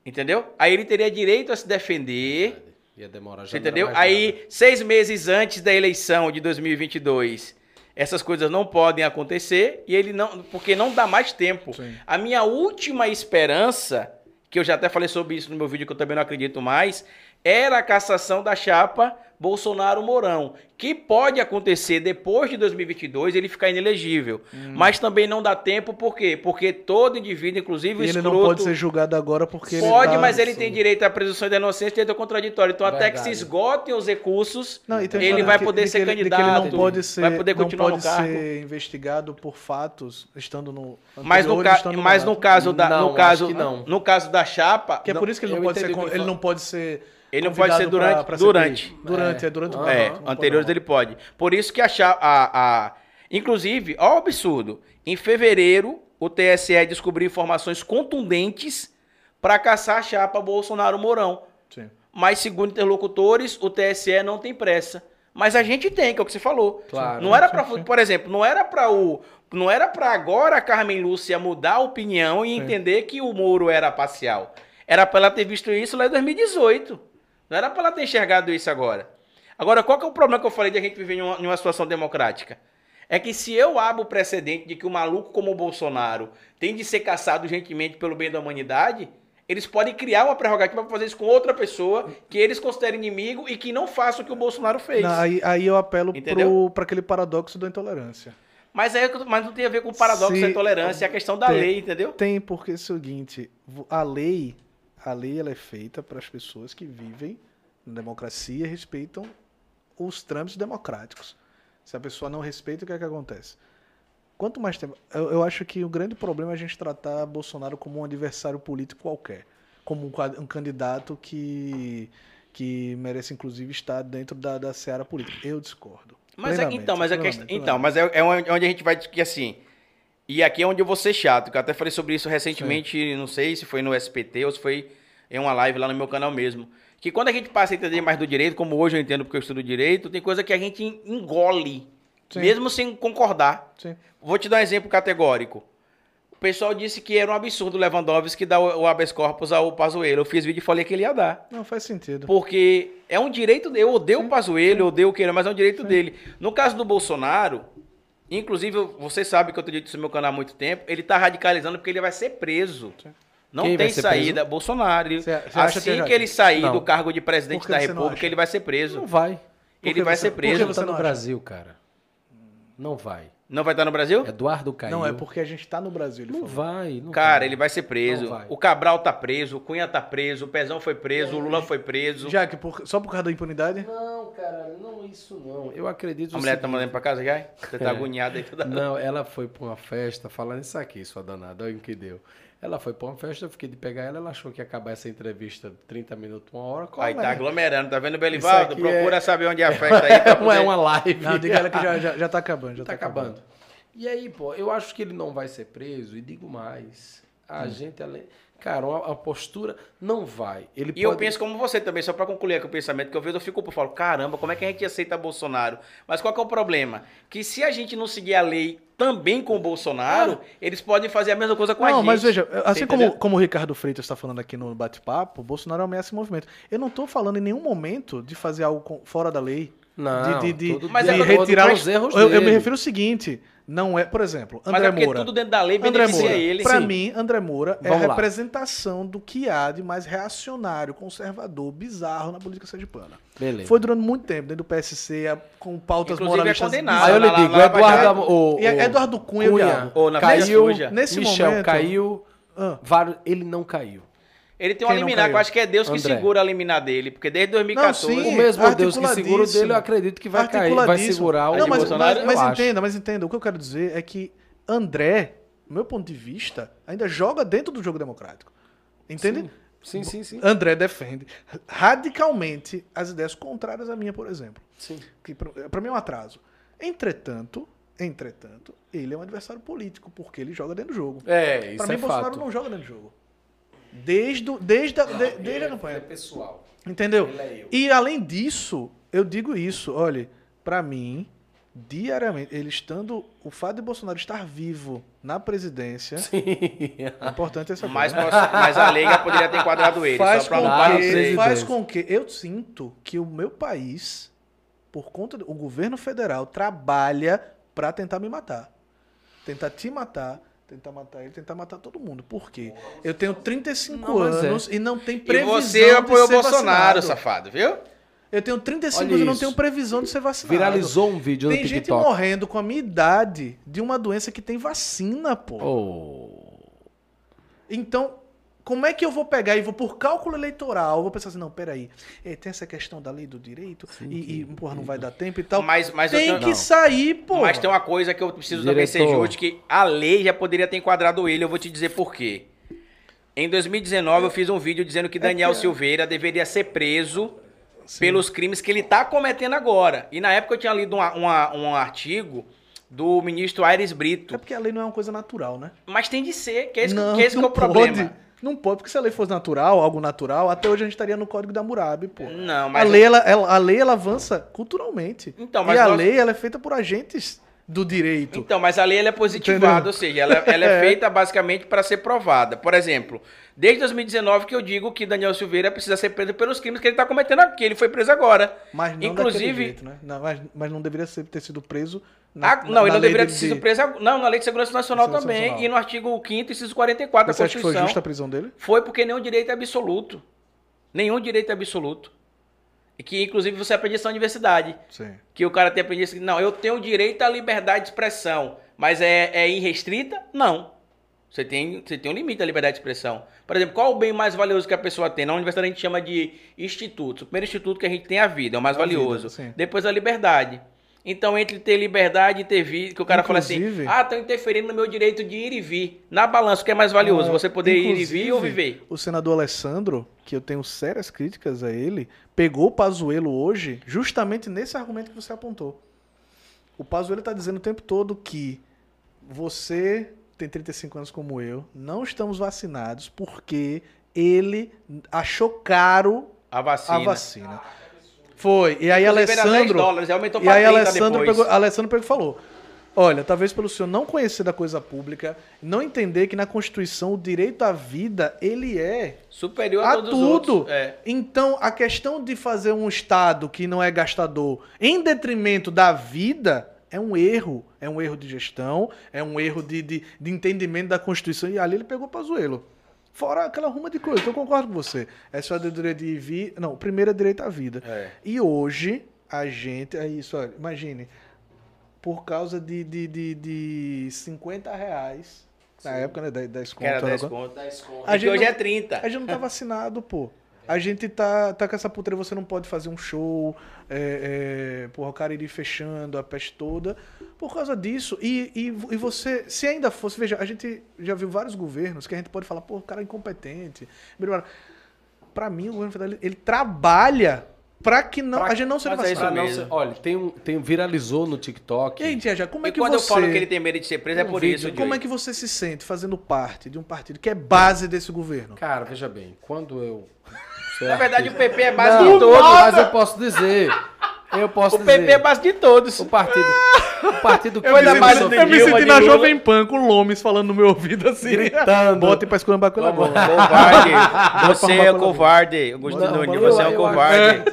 [SPEAKER 1] Entendeu? Aí ele teria direito a se defender.
[SPEAKER 3] Ia demorar
[SPEAKER 1] Você
[SPEAKER 3] já.
[SPEAKER 1] entendeu?
[SPEAKER 3] né?
[SPEAKER 1] Aí, seis meses antes da eleição de 2022, essas coisas não podem acontecer e ele não, porque não dá mais tempo.
[SPEAKER 2] Sim.
[SPEAKER 1] A minha última esperança, que eu já até falei sobre isso no meu vídeo, que eu também não acredito mais, era a cassação da chapa Bolsonaro-Mourão, que pode acontecer depois de 2022 ele ficar inelegível.
[SPEAKER 2] Hum.
[SPEAKER 1] Mas também não dá tempo, por quê? Porque todo indivíduo, inclusive o
[SPEAKER 2] E ele não
[SPEAKER 1] escroto,
[SPEAKER 2] pode ser julgado agora porque ele.
[SPEAKER 1] Pode,
[SPEAKER 2] tá-
[SPEAKER 1] mas ele tem direito à presunção da inocência e direito ao contraditório. Então, até que
[SPEAKER 3] Verdade.
[SPEAKER 1] se esgotem os recursos,
[SPEAKER 2] Não, e tem
[SPEAKER 1] ele
[SPEAKER 2] falando
[SPEAKER 1] vai
[SPEAKER 2] que-
[SPEAKER 1] poder
[SPEAKER 2] de
[SPEAKER 1] ser
[SPEAKER 2] que ele- de que
[SPEAKER 1] candidato,
[SPEAKER 2] ele não pode ser,
[SPEAKER 1] vai poder
[SPEAKER 2] não
[SPEAKER 1] continuar
[SPEAKER 2] pode
[SPEAKER 1] no cargo.
[SPEAKER 2] ser investigado por fatos estando no.
[SPEAKER 1] mas no,
[SPEAKER 2] anteriores,
[SPEAKER 1] ca-
[SPEAKER 2] estando
[SPEAKER 1] mas no
[SPEAKER 2] mandato.
[SPEAKER 1] caso da,
[SPEAKER 3] Não,
[SPEAKER 1] no
[SPEAKER 3] acho
[SPEAKER 1] caso,
[SPEAKER 3] que não.
[SPEAKER 1] no caso da chapa,
[SPEAKER 2] Que é
[SPEAKER 1] não-
[SPEAKER 2] por isso que ele
[SPEAKER 3] eu
[SPEAKER 2] não pode ser.
[SPEAKER 3] entendi o
[SPEAKER 2] con-
[SPEAKER 3] que ele
[SPEAKER 2] Ele
[SPEAKER 3] falou.
[SPEAKER 2] não pode ser.
[SPEAKER 1] ele não pode ser
[SPEAKER 2] convidado
[SPEAKER 1] durante,
[SPEAKER 2] pra- pra ser
[SPEAKER 1] durante.
[SPEAKER 2] político. Durante, é, durante o
[SPEAKER 3] É,
[SPEAKER 1] É,
[SPEAKER 2] mandato, não pode
[SPEAKER 1] anteriores
[SPEAKER 2] não.
[SPEAKER 1] ele pode. Por isso que a chapa, a, a- inclusive, ó o absurdo. Em fevereiro, o TSE descobriu informações contundentes para caçar a chapa Bolsonaro Mourão.
[SPEAKER 2] Sim.
[SPEAKER 1] Mas, segundo interlocutores, o TSE não tem pressa. Mas a gente tem, que é o que você falou.
[SPEAKER 3] Claro.
[SPEAKER 1] Não era para, por exemplo, não era para o, não era para agora a Carmen Lúcia mudar a opinião e entender que o Moro era parcial. Era para ela ter visto isso lá em 2018. Não era para ela ter enxergado isso agora. Agora, qual que é o problema que eu falei de a gente viver em uma, em uma situação democrática? É que se eu abro o precedente de que um maluco como o Bolsonaro tem de ser caçado gentilmente pelo bem da humanidade, eles podem criar uma prerrogativa para fazer isso com outra pessoa que eles considerem inimigo e que não faça o que o Bolsonaro fez.
[SPEAKER 2] Não, aí, aí eu apelo
[SPEAKER 1] Entendeu?
[SPEAKER 2] pro, pra aquele paradoxo da intolerância.
[SPEAKER 1] Mas, aí, mas não tem a ver com o paradoxo
[SPEAKER 2] Se-
[SPEAKER 1] da intolerância, é a questão da
[SPEAKER 2] tem-
[SPEAKER 1] lei, entendeu?
[SPEAKER 2] Tem, porque é o seguinte, vo- a lei, a lei ela é feita para as pessoas que vivem na democracia e respeitam os trâmites democráticos. Se a pessoa não respeita, o que é que acontece? Quanto mais tempo. Eu, eu acho que o grande problema é a gente tratar Bolsonaro como um adversário político qualquer. Como um, quad- um candidato que, que merece, inclusive, estar dentro da, da seara política. Eu discordo.
[SPEAKER 1] Mas é,
[SPEAKER 2] Plenamente,
[SPEAKER 1] então, mas a
[SPEAKER 2] plenamente,
[SPEAKER 1] questão,
[SPEAKER 2] plenamente.
[SPEAKER 1] então, mas é, é onde onde a gente vai discutir assim. E aqui é onde eu vou ser chato, que eu até falei sobre isso recentemente, não sei se foi no SPT ou se foi em uma live lá no meu canal mesmo. Que quando a gente passa a entender mais do direito, como hoje eu entendo porque eu estudo direito, tem coisa que a gente engole,
[SPEAKER 2] Sim.
[SPEAKER 1] mesmo sem concordar.
[SPEAKER 2] Sim.
[SPEAKER 1] Vou te dar um exemplo categórico. O pessoal disse que era um absurdo o Lewandowski dar o o habeas corpus ao Pazuello. Eu fiz vídeo e falei que ele ia dar.
[SPEAKER 2] Não faz sentido.
[SPEAKER 1] Porque é um direito dele. Eu odeio o Pazuello, eu odeio o Queira, mas é um direito dele. No caso do Bolsonaro, inclusive, você sabe que eu tenho dito isso no meu canal há muito tempo, ele tá radicalizando porque ele vai ser preso. Não
[SPEAKER 3] Quem
[SPEAKER 1] tem
[SPEAKER 3] vai ser
[SPEAKER 1] saída. Bolsonaro. Ele-
[SPEAKER 2] Você- você acha
[SPEAKER 1] assim
[SPEAKER 2] que ele
[SPEAKER 1] que,
[SPEAKER 2] já-
[SPEAKER 1] ele sair
[SPEAKER 3] Não.
[SPEAKER 1] do cargo de presidente
[SPEAKER 2] Por que
[SPEAKER 1] da
[SPEAKER 2] você não acha?
[SPEAKER 1] República, ele vai ser preso.
[SPEAKER 3] Não vai.
[SPEAKER 2] que
[SPEAKER 1] Ele vai
[SPEAKER 2] você-
[SPEAKER 1] ser
[SPEAKER 2] por que
[SPEAKER 1] preso.
[SPEAKER 3] Ele
[SPEAKER 2] você
[SPEAKER 3] tá no
[SPEAKER 2] não acha?
[SPEAKER 3] Brasil, cara. Não vai.
[SPEAKER 1] Não vai estar no Brasil?
[SPEAKER 3] Eduardo Caio.
[SPEAKER 2] Não, é porque a gente tá no Brasil. Ele
[SPEAKER 3] Não
[SPEAKER 2] falou.
[SPEAKER 3] vai. não
[SPEAKER 1] Cara,
[SPEAKER 3] vai.
[SPEAKER 1] ele vai ser preso.
[SPEAKER 3] Não vai.
[SPEAKER 1] O Cabral tá preso, o Cunha tá preso, o Pezão foi preso, o Lula foi preso.
[SPEAKER 2] Já que por- só por causa da impunidade?
[SPEAKER 3] Não, cara, não isso não. Eu acredito.
[SPEAKER 1] A mulher tá
[SPEAKER 3] seguinte.
[SPEAKER 1] mandando pra casa já? Você
[SPEAKER 2] É.
[SPEAKER 1] tá agoniada aí toda
[SPEAKER 3] Não, ela foi pra uma festa, falando isso aqui, sua danada, olha o que deu. Ela foi pra uma festa, eu fiquei de pegar ela, ela achou que ia acabar essa entrevista 30 minutos, uma hora, qual
[SPEAKER 1] Aí tá
[SPEAKER 3] é?
[SPEAKER 1] aglomerando, tá vendo, Belivaldo?
[SPEAKER 3] aqui
[SPEAKER 1] Procura saber onde é a festa aí. pra
[SPEAKER 3] Não é
[SPEAKER 1] poder-
[SPEAKER 3] uma live.
[SPEAKER 2] Não, diga ela que já, já, já tá acabando. Já
[SPEAKER 3] tá acabando. E aí, pô, eu acho que ele não vai ser preso, e digo mais, a
[SPEAKER 2] Hum.
[SPEAKER 3] gente, além... Cara, uma- a postura não vai. Ele
[SPEAKER 1] E eu
[SPEAKER 3] pode-
[SPEAKER 1] penso como você também, só pra concluir aqui o pensamento, que eu vejo, eu fico, eu falo, caramba, como é que a gente aceita Bolsonaro? Mas qual que é o problema? Que se a gente não seguir a lei também com o Bolsonaro, eles podem fazer a mesma coisa com a
[SPEAKER 2] Ah. Não,
[SPEAKER 1] gente.
[SPEAKER 2] mas veja, assim como,
[SPEAKER 1] entendeu?
[SPEAKER 2] como o Ricardo Freitas está falando aqui no bate-papo, Bolsonaro ameaça o movimento. Eu não tô falando em nenhum momento de fazer algo com- fora da lei.
[SPEAKER 3] Não,
[SPEAKER 2] de- de-
[SPEAKER 3] tudo
[SPEAKER 1] mas
[SPEAKER 3] bem,
[SPEAKER 1] é
[SPEAKER 2] de
[SPEAKER 1] todo-
[SPEAKER 2] retirar
[SPEAKER 3] mas
[SPEAKER 2] os
[SPEAKER 3] erros
[SPEAKER 2] Eu, eu me
[SPEAKER 3] dele.
[SPEAKER 2] refiro ao seguinte, não é, por exemplo,
[SPEAKER 1] mas é
[SPEAKER 2] André
[SPEAKER 1] porque
[SPEAKER 2] Moura.
[SPEAKER 1] tudo dentro da lei
[SPEAKER 2] André
[SPEAKER 1] beneficia
[SPEAKER 2] Moura,
[SPEAKER 1] ele.
[SPEAKER 2] pra
[SPEAKER 1] Sim.
[SPEAKER 2] mim, André Moura é a
[SPEAKER 3] Vamos lá.
[SPEAKER 2] representação do que há de mais reacionário, conservador, bizarro na política sergipana.
[SPEAKER 3] Beleza.
[SPEAKER 2] Foi durante muito tempo, dentro do PSC, a- com pautas
[SPEAKER 1] Inclusive, é
[SPEAKER 2] moralistas
[SPEAKER 1] condenado.
[SPEAKER 3] Aí eu
[SPEAKER 2] bizarras.
[SPEAKER 1] Lá, lá,
[SPEAKER 3] lhe digo,
[SPEAKER 1] lá, um-"
[SPEAKER 3] Eduardo...
[SPEAKER 2] vai-
[SPEAKER 3] o-
[SPEAKER 2] E é
[SPEAKER 3] o-
[SPEAKER 2] Eduardo Cunha, Cunha.
[SPEAKER 1] Ou na
[SPEAKER 3] caiu,
[SPEAKER 1] Folha Suja.
[SPEAKER 2] Nesse
[SPEAKER 3] Michel
[SPEAKER 2] momento-
[SPEAKER 3] caiu,
[SPEAKER 2] Ah.
[SPEAKER 3] vários- ele não caiu.
[SPEAKER 1] Ele tem um
[SPEAKER 2] Quem não
[SPEAKER 1] liminar, que eu
[SPEAKER 2] caiu?
[SPEAKER 1] acho que é Deus que
[SPEAKER 3] André.
[SPEAKER 1] segura a liminar dele, porque desde 2014...
[SPEAKER 2] Não,
[SPEAKER 3] O
[SPEAKER 2] sim.
[SPEAKER 3] mesmo Deus que segura o dele,
[SPEAKER 2] articuladíssimo.
[SPEAKER 3] eu acredito que vai cair, vai
[SPEAKER 2] Articuladíssimo.
[SPEAKER 3] segurar o
[SPEAKER 2] Não, mas,
[SPEAKER 3] Bolsonaro.
[SPEAKER 2] mas, mas
[SPEAKER 3] eu acho.
[SPEAKER 2] entenda, mas entenda. O que eu quero dizer é que André, do meu ponto de vista, ainda joga dentro do jogo democrático. Entende? Ah.
[SPEAKER 3] Sim, sim, sim.
[SPEAKER 2] André defende radicalmente as ideias contrárias à minha, por exemplo.
[SPEAKER 3] sim.
[SPEAKER 2] Que pra pra mim é um atraso. Entretanto, entretanto, ele é um adversário político, porque ele joga dentro do jogo.
[SPEAKER 3] É,
[SPEAKER 2] pra mim, Bolsonaro não joga dentro do jogo. Desde, o- desde, a, de- desde a campanha.
[SPEAKER 3] pessoal.
[SPEAKER 2] Entendeu?
[SPEAKER 3] Ele é eu.
[SPEAKER 2] E além disso, eu digo isso, olha, pra mim, diariamente, ele estando, o fato de Bolsonaro estar vivo na presidência, é importante essa
[SPEAKER 1] Mas,
[SPEAKER 2] coisa. né?
[SPEAKER 1] mas a lei já poderia ter enquadrado ele,
[SPEAKER 2] faz,
[SPEAKER 1] só pra
[SPEAKER 2] com
[SPEAKER 3] lá na
[SPEAKER 2] que,
[SPEAKER 1] dizer.
[SPEAKER 2] faz
[SPEAKER 3] presidência.
[SPEAKER 2] com que eu sinto que o meu país, por conta do o governo federal trabalha pra tentar me matar. Tentar te matar, tentar matar ele, tentar matar todo mundo. Por quê? Eu tenho 35
[SPEAKER 3] Não, mas é.
[SPEAKER 2] anos e não tem
[SPEAKER 1] E
[SPEAKER 2] previsão
[SPEAKER 1] você apoiou
[SPEAKER 2] de
[SPEAKER 1] o
[SPEAKER 2] ser
[SPEAKER 1] Bolsonaro,
[SPEAKER 2] vacinado.
[SPEAKER 1] safado, viu?
[SPEAKER 2] Eu tenho 35
[SPEAKER 3] Olha
[SPEAKER 2] anos e não
[SPEAKER 3] isso.
[SPEAKER 2] tenho previsão de ser vacinado.
[SPEAKER 3] Viralizou um vídeo
[SPEAKER 2] Tem
[SPEAKER 3] no
[SPEAKER 2] gente
[SPEAKER 3] TikTok.
[SPEAKER 2] morrendo com a minha idade de uma doença que tem vacina, pô.
[SPEAKER 3] Oh.
[SPEAKER 2] Então, como é que eu vou pegar e vou por cálculo eleitoral? Eu vou pensar assim, não, peraí, eh, tem essa questão da lei do direito e, e, porra, não vai dar tempo e tal.
[SPEAKER 1] Mas, mas eu
[SPEAKER 2] Então, tem
[SPEAKER 1] tenho-
[SPEAKER 2] que
[SPEAKER 1] não.
[SPEAKER 2] sair, pô.
[SPEAKER 1] Mas tem uma coisa que eu preciso também ser
[SPEAKER 3] Diretor.
[SPEAKER 1] justo, que a lei já poderia ter enquadrado ele, eu vou te dizer por quê. Em 2019 eu fiz um vídeo dizendo
[SPEAKER 2] É
[SPEAKER 1] que Daniel Silveira deveria ser preso pelos crimes que ele está cometendo agora. E na época eu tinha lido uma- uma- um artigo do ministro Aires
[SPEAKER 2] É
[SPEAKER 1] Brito.
[SPEAKER 2] porque a lei não é uma coisa natural, né?
[SPEAKER 1] Mas tem de ser, que esse,
[SPEAKER 2] não,
[SPEAKER 1] que esse que é o problema.
[SPEAKER 2] Pode. Não pode, porque se a lei fosse natural, algo natural, até hoje a gente estaria no código da Murabi, pô.
[SPEAKER 1] Não,
[SPEAKER 2] A
[SPEAKER 1] mas... é-
[SPEAKER 2] lei, ela, ela- a lei, ela avança culturalmente.
[SPEAKER 1] Então, mas
[SPEAKER 2] e a
[SPEAKER 1] nós-
[SPEAKER 2] lei, ela é feita por agentes do direito.
[SPEAKER 1] Então, mas a lei ela é
[SPEAKER 2] Entendeu?
[SPEAKER 1] positivada, ou seja, ela, ela é feita basicamente para ser provada. Por exemplo, desde 2019 que eu digo que Daniel Silveira precisa ser preso pelos crimes que ele está cometendo aqui. Ele foi preso agora.
[SPEAKER 2] Mas não daquele
[SPEAKER 1] Inclusive-
[SPEAKER 2] jeito, né? Não, mas, mas não deveria ser- ter sido preso
[SPEAKER 1] Ah, não, ele
[SPEAKER 2] na
[SPEAKER 1] não
[SPEAKER 2] lei
[SPEAKER 1] deveria ter
[SPEAKER 2] de-
[SPEAKER 1] sido
[SPEAKER 2] de-
[SPEAKER 1] preso. ag- Não, na Lei de Segurança Nacional
[SPEAKER 2] Segurança
[SPEAKER 1] também.
[SPEAKER 2] Nacional.
[SPEAKER 1] E no artigo 5, inciso 44
[SPEAKER 2] Você
[SPEAKER 1] da
[SPEAKER 2] acha que foi
[SPEAKER 1] Constituição.
[SPEAKER 2] justa a prisão dele?
[SPEAKER 1] Foi porque nenhum direito é absoluto. Nenhum direito é absoluto. E que, inclusive, você aprende isso na universidade.
[SPEAKER 2] Sim.
[SPEAKER 1] Que o cara tem aprendido assim, não, eu tenho direito à liberdade de expressão, mas é, é irrestrita? Não. Você tem, você tem um limite à liberdade de expressão. Por exemplo, qual o bem mais valioso que a pessoa tem? Na universidade a gente chama de institutos. O primeiro instituto que a gente tem é a vida, é o mais
[SPEAKER 2] A vida,
[SPEAKER 1] valioso.
[SPEAKER 2] sim.
[SPEAKER 1] Depois a liberdade. Então, entre ter liberdade e ter vida, que o cara fala
[SPEAKER 2] Inclusive-
[SPEAKER 1] assim, ah, estão interferindo no meu direito de ir e vir. Na balança, o que é mais valioso?
[SPEAKER 2] Ah,
[SPEAKER 1] Você poder ir e
[SPEAKER 2] inclusive,
[SPEAKER 1] vir ou viver?
[SPEAKER 2] O senador Alessandro, que eu tenho sérias críticas a ele, pegou o Pazuello hoje justamente nesse argumento que você apontou. O Pazuello está dizendo o tempo todo que você tem 35 anos como eu, não estamos vacinados porque ele achou caro
[SPEAKER 1] A vacina. Ah,
[SPEAKER 2] a vacina. Foi. E aí
[SPEAKER 1] Inclusive, era 10
[SPEAKER 2] Alessandro,
[SPEAKER 1] dólares, aumentou
[SPEAKER 2] e
[SPEAKER 1] pra
[SPEAKER 2] aí
[SPEAKER 1] 30
[SPEAKER 2] Alessandro
[SPEAKER 1] depois.
[SPEAKER 2] pegou, Alessandro pegou e falou: Olha, talvez pelo senhor não conhecer da coisa pública, não entender que na Constituição o direito à vida ele é.
[SPEAKER 1] Superior a,
[SPEAKER 2] a
[SPEAKER 1] todos os
[SPEAKER 2] tudo.
[SPEAKER 1] outros. É.
[SPEAKER 2] Então, a questão de fazer um Estado que não é gastador em detrimento da vida é um erro. É um erro de gestão, é um erro de, de, de entendimento da Constituição. E ali ele pegou Pazuello. Fora aquela ruma de coisa, então eu concordo com você. É só de direito de vir. Não, primeiro é direito à vida.
[SPEAKER 1] É.
[SPEAKER 2] E hoje a gente. É isso, olha, imagine. Por causa de, de, de, de 50 reais. Na época, né? 10, 10
[SPEAKER 1] Que era
[SPEAKER 2] conto, né,
[SPEAKER 1] 10
[SPEAKER 2] agora.
[SPEAKER 1] conto.
[SPEAKER 2] A
[SPEAKER 1] E que
[SPEAKER 2] gente
[SPEAKER 1] hoje
[SPEAKER 2] não-
[SPEAKER 1] é 30.
[SPEAKER 2] A gente não tá vacinado, pô.
[SPEAKER 1] É.
[SPEAKER 2] A gente tá, tá com essa putreira, você não pode fazer um show, é, é, porra, o Cariri fechando, a peste toda, por causa disso. E, e, e você, se ainda fosse, veja, a gente já viu vários governos que a gente pode falar, pô, o cara é incompetente. Pra mim, o governo federal, ele, ele trabalha pra que não,
[SPEAKER 3] Pra-
[SPEAKER 2] a gente não seja
[SPEAKER 1] mas é isso
[SPEAKER 2] vacinado.
[SPEAKER 3] Pra não
[SPEAKER 1] mesmo.
[SPEAKER 3] ser- olha, tem um, tem, viralizou no TikTok.
[SPEAKER 2] E aí, Tia, já, como é
[SPEAKER 1] E
[SPEAKER 2] que
[SPEAKER 1] quando
[SPEAKER 2] você...
[SPEAKER 1] eu falo que ele tem medo de ser preso, é
[SPEAKER 3] Um
[SPEAKER 1] por
[SPEAKER 3] vídeo,
[SPEAKER 1] isso.
[SPEAKER 2] Como é que você se sente fazendo parte de um partido que é base desse governo?
[SPEAKER 3] Cara, veja bem, quando eu.
[SPEAKER 1] Na verdade, o PP é base
[SPEAKER 3] Não,
[SPEAKER 1] de todos.
[SPEAKER 3] mas eu posso dizer. Eu posso
[SPEAKER 1] O
[SPEAKER 3] dizer.
[SPEAKER 1] PP é base de todos.
[SPEAKER 3] O partido. O partido que
[SPEAKER 1] Eu ainda
[SPEAKER 3] eu
[SPEAKER 1] mais-
[SPEAKER 3] sou-
[SPEAKER 1] eu me senti na Jovem
[SPEAKER 2] Pan com Lomes falando no meu ouvido assim. Gritando. Bota pra escolher com a
[SPEAKER 1] Como-
[SPEAKER 2] bola.
[SPEAKER 1] Covarde. Você é
[SPEAKER 2] Vamos.
[SPEAKER 1] covarde. Augusto
[SPEAKER 2] Vamos.
[SPEAKER 1] Nunes,
[SPEAKER 2] Eu-
[SPEAKER 1] você é um
[SPEAKER 3] eu
[SPEAKER 1] covarde.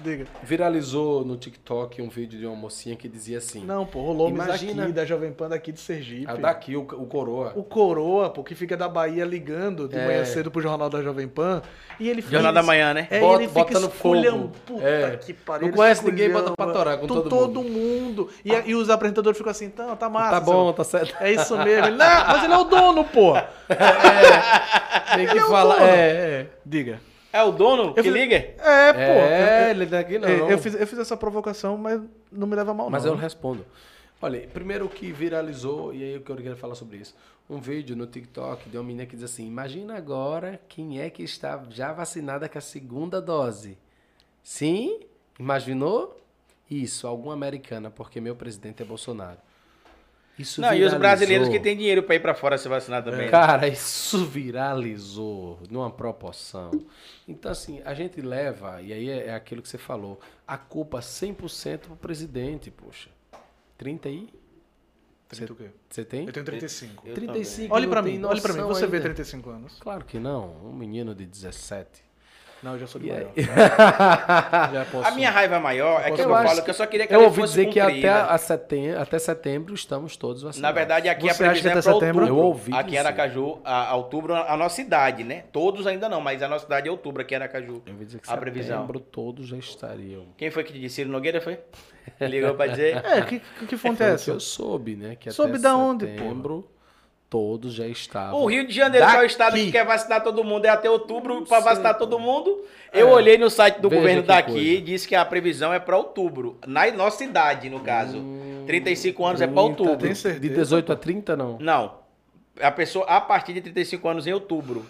[SPEAKER 2] Diga.
[SPEAKER 3] Viralizou no TikTok um vídeo de uma mocinha que dizia assim.
[SPEAKER 2] Não, pô, o Lomes
[SPEAKER 3] Imagina-
[SPEAKER 2] daqui, da Jovem Pan daqui de Sergipe.
[SPEAKER 3] a daqui, o, o coroa.
[SPEAKER 2] O Coroa, pô, que fica da Bahia ligando de
[SPEAKER 3] É.
[SPEAKER 2] manhã cedo pro Jornal da Jovem Pan. E ele fica.
[SPEAKER 1] Jornal da Manhã, né?
[SPEAKER 2] É,
[SPEAKER 3] Bota-
[SPEAKER 2] ele fica
[SPEAKER 3] botando
[SPEAKER 2] esculham-
[SPEAKER 3] fogo.
[SPEAKER 2] Puta
[SPEAKER 3] É.
[SPEAKER 2] que pariu.
[SPEAKER 3] Não
[SPEAKER 2] ele
[SPEAKER 3] conhece ninguém,
[SPEAKER 2] esculhamba.
[SPEAKER 3] bota pra torar com todo
[SPEAKER 2] mundo. E, e os apresentadores ficam assim, então, tá massa.
[SPEAKER 3] tá bom,
[SPEAKER 2] seu-
[SPEAKER 3] tá certo.
[SPEAKER 2] É isso mesmo. Ele, não, mas ele é o dono, pô.
[SPEAKER 3] Tem que
[SPEAKER 2] é um
[SPEAKER 3] falar.
[SPEAKER 2] dono.
[SPEAKER 3] É, é.
[SPEAKER 2] Diga.
[SPEAKER 1] É o dono que
[SPEAKER 2] falei-
[SPEAKER 1] liga?
[SPEAKER 2] É, pô.
[SPEAKER 3] É, ele daqui não.
[SPEAKER 2] É, Eu, fiz, eu fiz essa provocação, mas não me leva a mal,
[SPEAKER 3] Mas
[SPEAKER 2] não.
[SPEAKER 3] eu não respondo. Olha, primeiro que viralizou, e aí eu queria falar sobre isso. Um vídeo no TikTok de uma menina que diz assim: Imagina agora quem é que está já vacinada com a segunda dose. Sim? Imaginou? Isso, alguma americana, porque meu presidente é Bolsonaro. Isso
[SPEAKER 1] Não, e os
[SPEAKER 3] viralizou.
[SPEAKER 1] brasileiros que têm dinheiro pra ir pra fora se vacinar também.
[SPEAKER 3] Cara, isso viralizou numa proporção. Então, assim, a gente leva, e aí é, é aquilo que você falou, a culpa 100% pro presidente, poxa. 30 aí?
[SPEAKER 2] Trinta o quê?
[SPEAKER 3] Você tem?
[SPEAKER 2] Eu tenho 35.
[SPEAKER 1] Eu
[SPEAKER 3] 35.
[SPEAKER 2] Olhe
[SPEAKER 3] não
[SPEAKER 2] pra
[SPEAKER 3] tem
[SPEAKER 2] mim, olhe pra mim.
[SPEAKER 3] noção
[SPEAKER 2] Você vê
[SPEAKER 3] ainda.
[SPEAKER 2] 35 anos.
[SPEAKER 3] Claro que não, um menino de É, 17.
[SPEAKER 2] Não, eu já sou de
[SPEAKER 3] E aí?
[SPEAKER 2] maior.
[SPEAKER 3] Já posso...
[SPEAKER 1] A minha raiva maior é que eu,
[SPEAKER 3] Eu
[SPEAKER 1] falo
[SPEAKER 3] acho-
[SPEAKER 1] que eu só queria que
[SPEAKER 3] Eu
[SPEAKER 1] ela
[SPEAKER 3] ouvi
[SPEAKER 1] fosse
[SPEAKER 3] dizer que até,
[SPEAKER 1] cumprida.
[SPEAKER 3] a setem- até setembro estamos todos vacinados.
[SPEAKER 1] Na verdade, aqui a
[SPEAKER 2] Você acha
[SPEAKER 1] previsão
[SPEAKER 2] que
[SPEAKER 1] é
[SPEAKER 2] até
[SPEAKER 1] para
[SPEAKER 2] setembro?
[SPEAKER 1] outubro.
[SPEAKER 3] Eu ouvi
[SPEAKER 1] aqui em
[SPEAKER 3] dizer.
[SPEAKER 1] Aracaju, a, a outubro, a, a nossa idade, né? Todos ainda não, mas a nossa idade é outubro aqui em Aracaju.
[SPEAKER 3] Eu ouvi dizer que
[SPEAKER 1] a previsão.
[SPEAKER 3] setembro todos já estariam.
[SPEAKER 1] Quem foi que te disse? Ciro Nogueira foi? Ligou pra dizer?
[SPEAKER 2] É, que, que, que fonte é
[SPEAKER 3] Foi o que
[SPEAKER 2] essa?
[SPEAKER 3] eu soube, né? Que
[SPEAKER 2] Soube
[SPEAKER 3] até
[SPEAKER 2] da onde, pô?
[SPEAKER 3] setembro, todos já estavam.
[SPEAKER 1] O Rio de Janeiro, que é o estado
[SPEAKER 3] Ah, Daqui.
[SPEAKER 1] que quer vacinar todo mundo, é até outubro pra
[SPEAKER 3] sei,
[SPEAKER 1] vacinar
[SPEAKER 3] pô. É.
[SPEAKER 1] todo mundo. Eu olhei no site do
[SPEAKER 3] Veja
[SPEAKER 1] governo
[SPEAKER 3] que
[SPEAKER 1] daqui e
[SPEAKER 3] coisa.
[SPEAKER 1] disse que a previsão é pra outubro. Na nossa idade, no caso.
[SPEAKER 3] Hum,
[SPEAKER 1] 35 anos é pra
[SPEAKER 3] 30,
[SPEAKER 1] outubro.
[SPEAKER 2] tem
[SPEAKER 3] De
[SPEAKER 2] certeza?
[SPEAKER 3] 18 a 30, não?
[SPEAKER 1] Não. A pessoa a partir de 35 anos em outubro.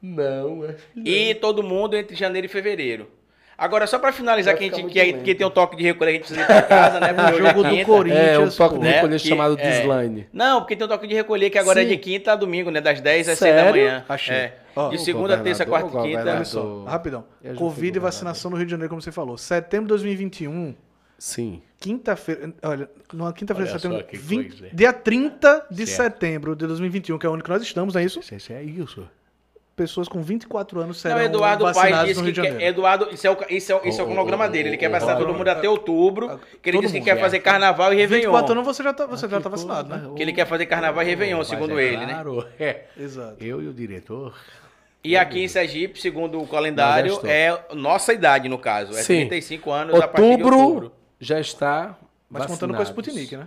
[SPEAKER 3] Não, é.
[SPEAKER 1] E todo mundo entre janeiro e fevereiro. Agora, só pra finalizar,
[SPEAKER 3] Vai
[SPEAKER 1] que, a gente,
[SPEAKER 3] ficar
[SPEAKER 1] que,
[SPEAKER 3] muito
[SPEAKER 1] que tem um toque de recolher, a gente precisa ir pra casa, né?
[SPEAKER 2] É o
[SPEAKER 1] Porque hoje
[SPEAKER 2] jogo do
[SPEAKER 1] quinta.
[SPEAKER 3] É, um
[SPEAKER 2] Corinthians,
[SPEAKER 3] toque
[SPEAKER 2] pô.
[SPEAKER 3] de
[SPEAKER 1] né?
[SPEAKER 3] recolher
[SPEAKER 1] Que-
[SPEAKER 3] chamado
[SPEAKER 1] é.
[SPEAKER 3] Deslane.
[SPEAKER 1] Não, porque tem um toque de recolher que agora é de
[SPEAKER 3] Sim.
[SPEAKER 1] quinta a domingo, né? Das 10 às 6
[SPEAKER 3] Sério?
[SPEAKER 1] da manhã.
[SPEAKER 2] Achei.
[SPEAKER 1] É.
[SPEAKER 2] Ó,
[SPEAKER 1] de
[SPEAKER 3] o
[SPEAKER 1] segunda, terça, quarta
[SPEAKER 3] governador,
[SPEAKER 1] e
[SPEAKER 3] o
[SPEAKER 1] quinta.
[SPEAKER 2] Olha só,
[SPEAKER 3] Governador.
[SPEAKER 2] rapidão.
[SPEAKER 3] Eu já fui
[SPEAKER 2] Covid e
[SPEAKER 3] governador.
[SPEAKER 2] vacinação no Rio de Janeiro, como você falou. Setembro de 2021,
[SPEAKER 3] Sim.
[SPEAKER 2] quinta-feira. Olha, numa quinta-feira de
[SPEAKER 6] Olha só
[SPEAKER 2] setembro.
[SPEAKER 6] que
[SPEAKER 2] 20
[SPEAKER 6] coisa.
[SPEAKER 2] dia 30 de setembro de 2021, que é o ano que nós estamos, não é isso?
[SPEAKER 6] É isso.
[SPEAKER 2] Pessoas com 24 anos serão
[SPEAKER 1] Não, Eduardo
[SPEAKER 2] vacinadas
[SPEAKER 1] Paes disse
[SPEAKER 2] no
[SPEAKER 1] que
[SPEAKER 2] Rio de
[SPEAKER 1] quer,
[SPEAKER 2] Janeiro.
[SPEAKER 1] Eduardo, isso é o, isso é, o- isso é o cronograma dele. Ele quer vacinar todo mundo até outubro. Que ele
[SPEAKER 2] Todo
[SPEAKER 1] disse que
[SPEAKER 2] mundo,
[SPEAKER 1] quer
[SPEAKER 2] é.
[SPEAKER 1] fazer carnaval e Réveillon.
[SPEAKER 2] 24 anos você já tá, você já tá vacinado, né?
[SPEAKER 1] Que ele quer fazer carnaval e Réveillon,
[SPEAKER 3] é
[SPEAKER 1] segundo ele, né?
[SPEAKER 6] Claro, é.
[SPEAKER 2] Exato.
[SPEAKER 6] Eu e o diretor.
[SPEAKER 1] E aqui em Sergipe, segundo o calendário,
[SPEAKER 3] Não, já
[SPEAKER 1] é nossa idade, no caso. É
[SPEAKER 3] Sim.
[SPEAKER 1] 35 anos a partir de
[SPEAKER 3] Outubro,
[SPEAKER 1] outubro.
[SPEAKER 3] já está.
[SPEAKER 2] Mas contando com a
[SPEAKER 3] vacinados.
[SPEAKER 2] Sputnik, né?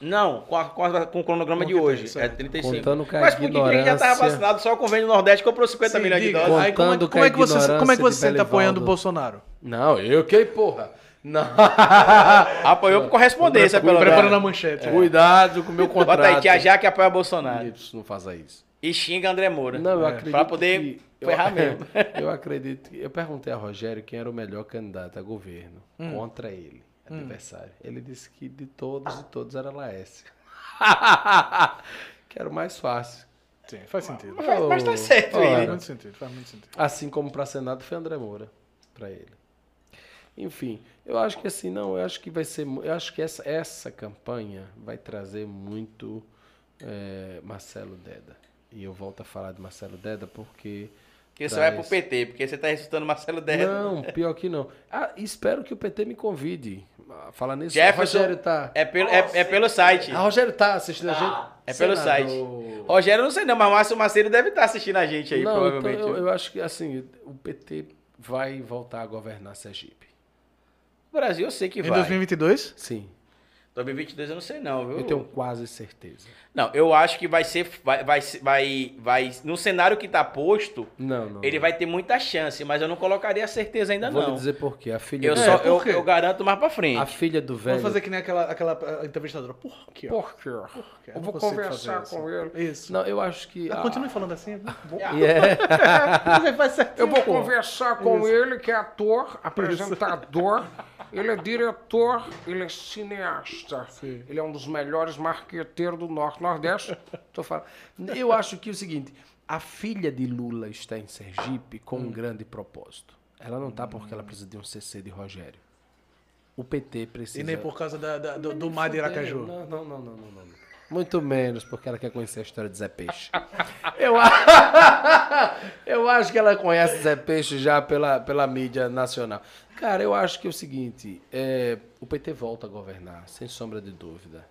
[SPEAKER 1] Não, com, a- com a- com o cronograma
[SPEAKER 2] Com
[SPEAKER 1] de
[SPEAKER 2] que
[SPEAKER 1] hoje.
[SPEAKER 2] tem,
[SPEAKER 1] é
[SPEAKER 2] certo.
[SPEAKER 1] 35.
[SPEAKER 3] Contando com a
[SPEAKER 1] Mas Putin já estava
[SPEAKER 3] ignorância.
[SPEAKER 1] vacinado, só o convênio do Nordeste comprou 50
[SPEAKER 2] Sim,
[SPEAKER 1] milhões de
[SPEAKER 2] diga.
[SPEAKER 1] doses.
[SPEAKER 2] Aí como é,
[SPEAKER 3] Contando com
[SPEAKER 2] como é que
[SPEAKER 3] a
[SPEAKER 2] você, como é que
[SPEAKER 3] ignorância
[SPEAKER 2] você
[SPEAKER 3] de
[SPEAKER 2] senta apoiando
[SPEAKER 3] Belivaldo.
[SPEAKER 2] o Bolsonaro?
[SPEAKER 3] Não, eu que, porra. Não.
[SPEAKER 1] Apoiou por correspondência, pelo
[SPEAKER 2] Preparando a
[SPEAKER 3] é.
[SPEAKER 1] menos.
[SPEAKER 2] manchete. né?
[SPEAKER 3] Cuidado com o meu contrato.
[SPEAKER 1] Bota aí, tia Jaque apoia Bolsonaro.
[SPEAKER 3] Isso, não faça isso.
[SPEAKER 1] E xinga André Moura. É.
[SPEAKER 3] Não, eu acredito
[SPEAKER 1] Pra poder
[SPEAKER 3] que-
[SPEAKER 1] ferrar
[SPEAKER 3] eu,
[SPEAKER 1] mesmo.
[SPEAKER 3] Eu acredito que... Eu perguntei a Rogério quem era o melhor candidato a governo
[SPEAKER 1] Hum.
[SPEAKER 3] contra ele, adversário. Ele disse que de todos, de todos era Laércio. que era o mais fácil.
[SPEAKER 2] Sim, faz sentido.
[SPEAKER 1] Mas faz- mas tá
[SPEAKER 3] Oh,
[SPEAKER 1] certo
[SPEAKER 3] ora.
[SPEAKER 2] Faz
[SPEAKER 1] ele.
[SPEAKER 2] muito sentido, faz muito sentido.
[SPEAKER 3] Assim como para Senado foi André Moura para ele. Enfim, eu acho que assim, não, eu acho que vai ser, mu- eu acho que essa, essa campanha vai trazer muito eh, Marcelo Deda. E eu volto a falar de Marcelo Deda porque
[SPEAKER 1] Porque você
[SPEAKER 3] Traz.
[SPEAKER 1] vai pro PT, porque você tá ressuscitando Marcelo Deda.
[SPEAKER 3] não, pior que não. Ah, espero que o PT me convide. Ah, Falar nisso,
[SPEAKER 1] Jefferson-
[SPEAKER 3] a Rogério tá.
[SPEAKER 1] É pelo, é, é pelo site.
[SPEAKER 3] A Rogério tá assistindo a gente.
[SPEAKER 1] É pelo
[SPEAKER 3] Senador.
[SPEAKER 1] Rogério, eu não sei não, mas Márcio Macedo deve estar assistindo a gente aí,
[SPEAKER 3] Não, então
[SPEAKER 1] provavelmente.
[SPEAKER 3] eu, eu acho que assim, o PT vai voltar a governar Sergipe.
[SPEAKER 1] O Brasil eu sei que
[SPEAKER 2] Em
[SPEAKER 1] vai.
[SPEAKER 2] 2022?
[SPEAKER 3] Sim.
[SPEAKER 1] 2022 eu não sei não, viu?
[SPEAKER 3] Eu tenho quase certeza.
[SPEAKER 1] Não, eu acho que vai ser, vai, vai, ser- vai, vai, no cenário que tá posto,
[SPEAKER 3] Não, não.
[SPEAKER 1] ele vai ter muita chance, mas eu não colocaria certeza ainda
[SPEAKER 3] Vou
[SPEAKER 1] não.
[SPEAKER 3] lhe dizer por quê. A filha,
[SPEAKER 1] Eu
[SPEAKER 3] do...
[SPEAKER 1] só,
[SPEAKER 2] por
[SPEAKER 1] eu,
[SPEAKER 2] quê?
[SPEAKER 1] eu garanto mais pra frente.
[SPEAKER 3] a filha do velho.
[SPEAKER 2] Vamos fazer que nem aquela, aquela ah, entrevistadora. Por quê? ó?
[SPEAKER 3] Por quê?
[SPEAKER 2] Por quê?
[SPEAKER 3] Eu
[SPEAKER 2] não
[SPEAKER 3] vou
[SPEAKER 2] consigo
[SPEAKER 3] conversar
[SPEAKER 2] fazer
[SPEAKER 3] com
[SPEAKER 2] isso. Isso.
[SPEAKER 3] assim. Não, eu acho que.
[SPEAKER 2] Ah,
[SPEAKER 3] a- é-
[SPEAKER 2] continue falando assim.
[SPEAKER 3] Yeah.
[SPEAKER 2] Você faz certinho,
[SPEAKER 7] Eu vou
[SPEAKER 2] pô.
[SPEAKER 7] conversar com
[SPEAKER 2] Isso.
[SPEAKER 7] ele, que é ator, apresentador, ele é diretor, ele é cineasta.
[SPEAKER 2] Sim.
[SPEAKER 7] Ele é um dos melhores marqueteiros do Norte Nordeste.
[SPEAKER 3] Tô falando. Eu acho que é o seguinte, a filha de Lula está em Sergipe com
[SPEAKER 2] Hum.
[SPEAKER 3] um grande propósito. Ela não tá porque ela precisa de um CC de Rogério. O PT precisa.
[SPEAKER 2] E nem por causa da- da- do, do mar de Aracaju.
[SPEAKER 3] Não, não, não, não, não, não. não. Muito menos porque ela quer conhecer a história de Zé Peixe. Eu, a- eu acho que ela conhece Zé Peixe já pela, pela mídia nacional. Cara, eu acho que é o seguinte: é, o PT volta a governar, sem sombra de dúvida.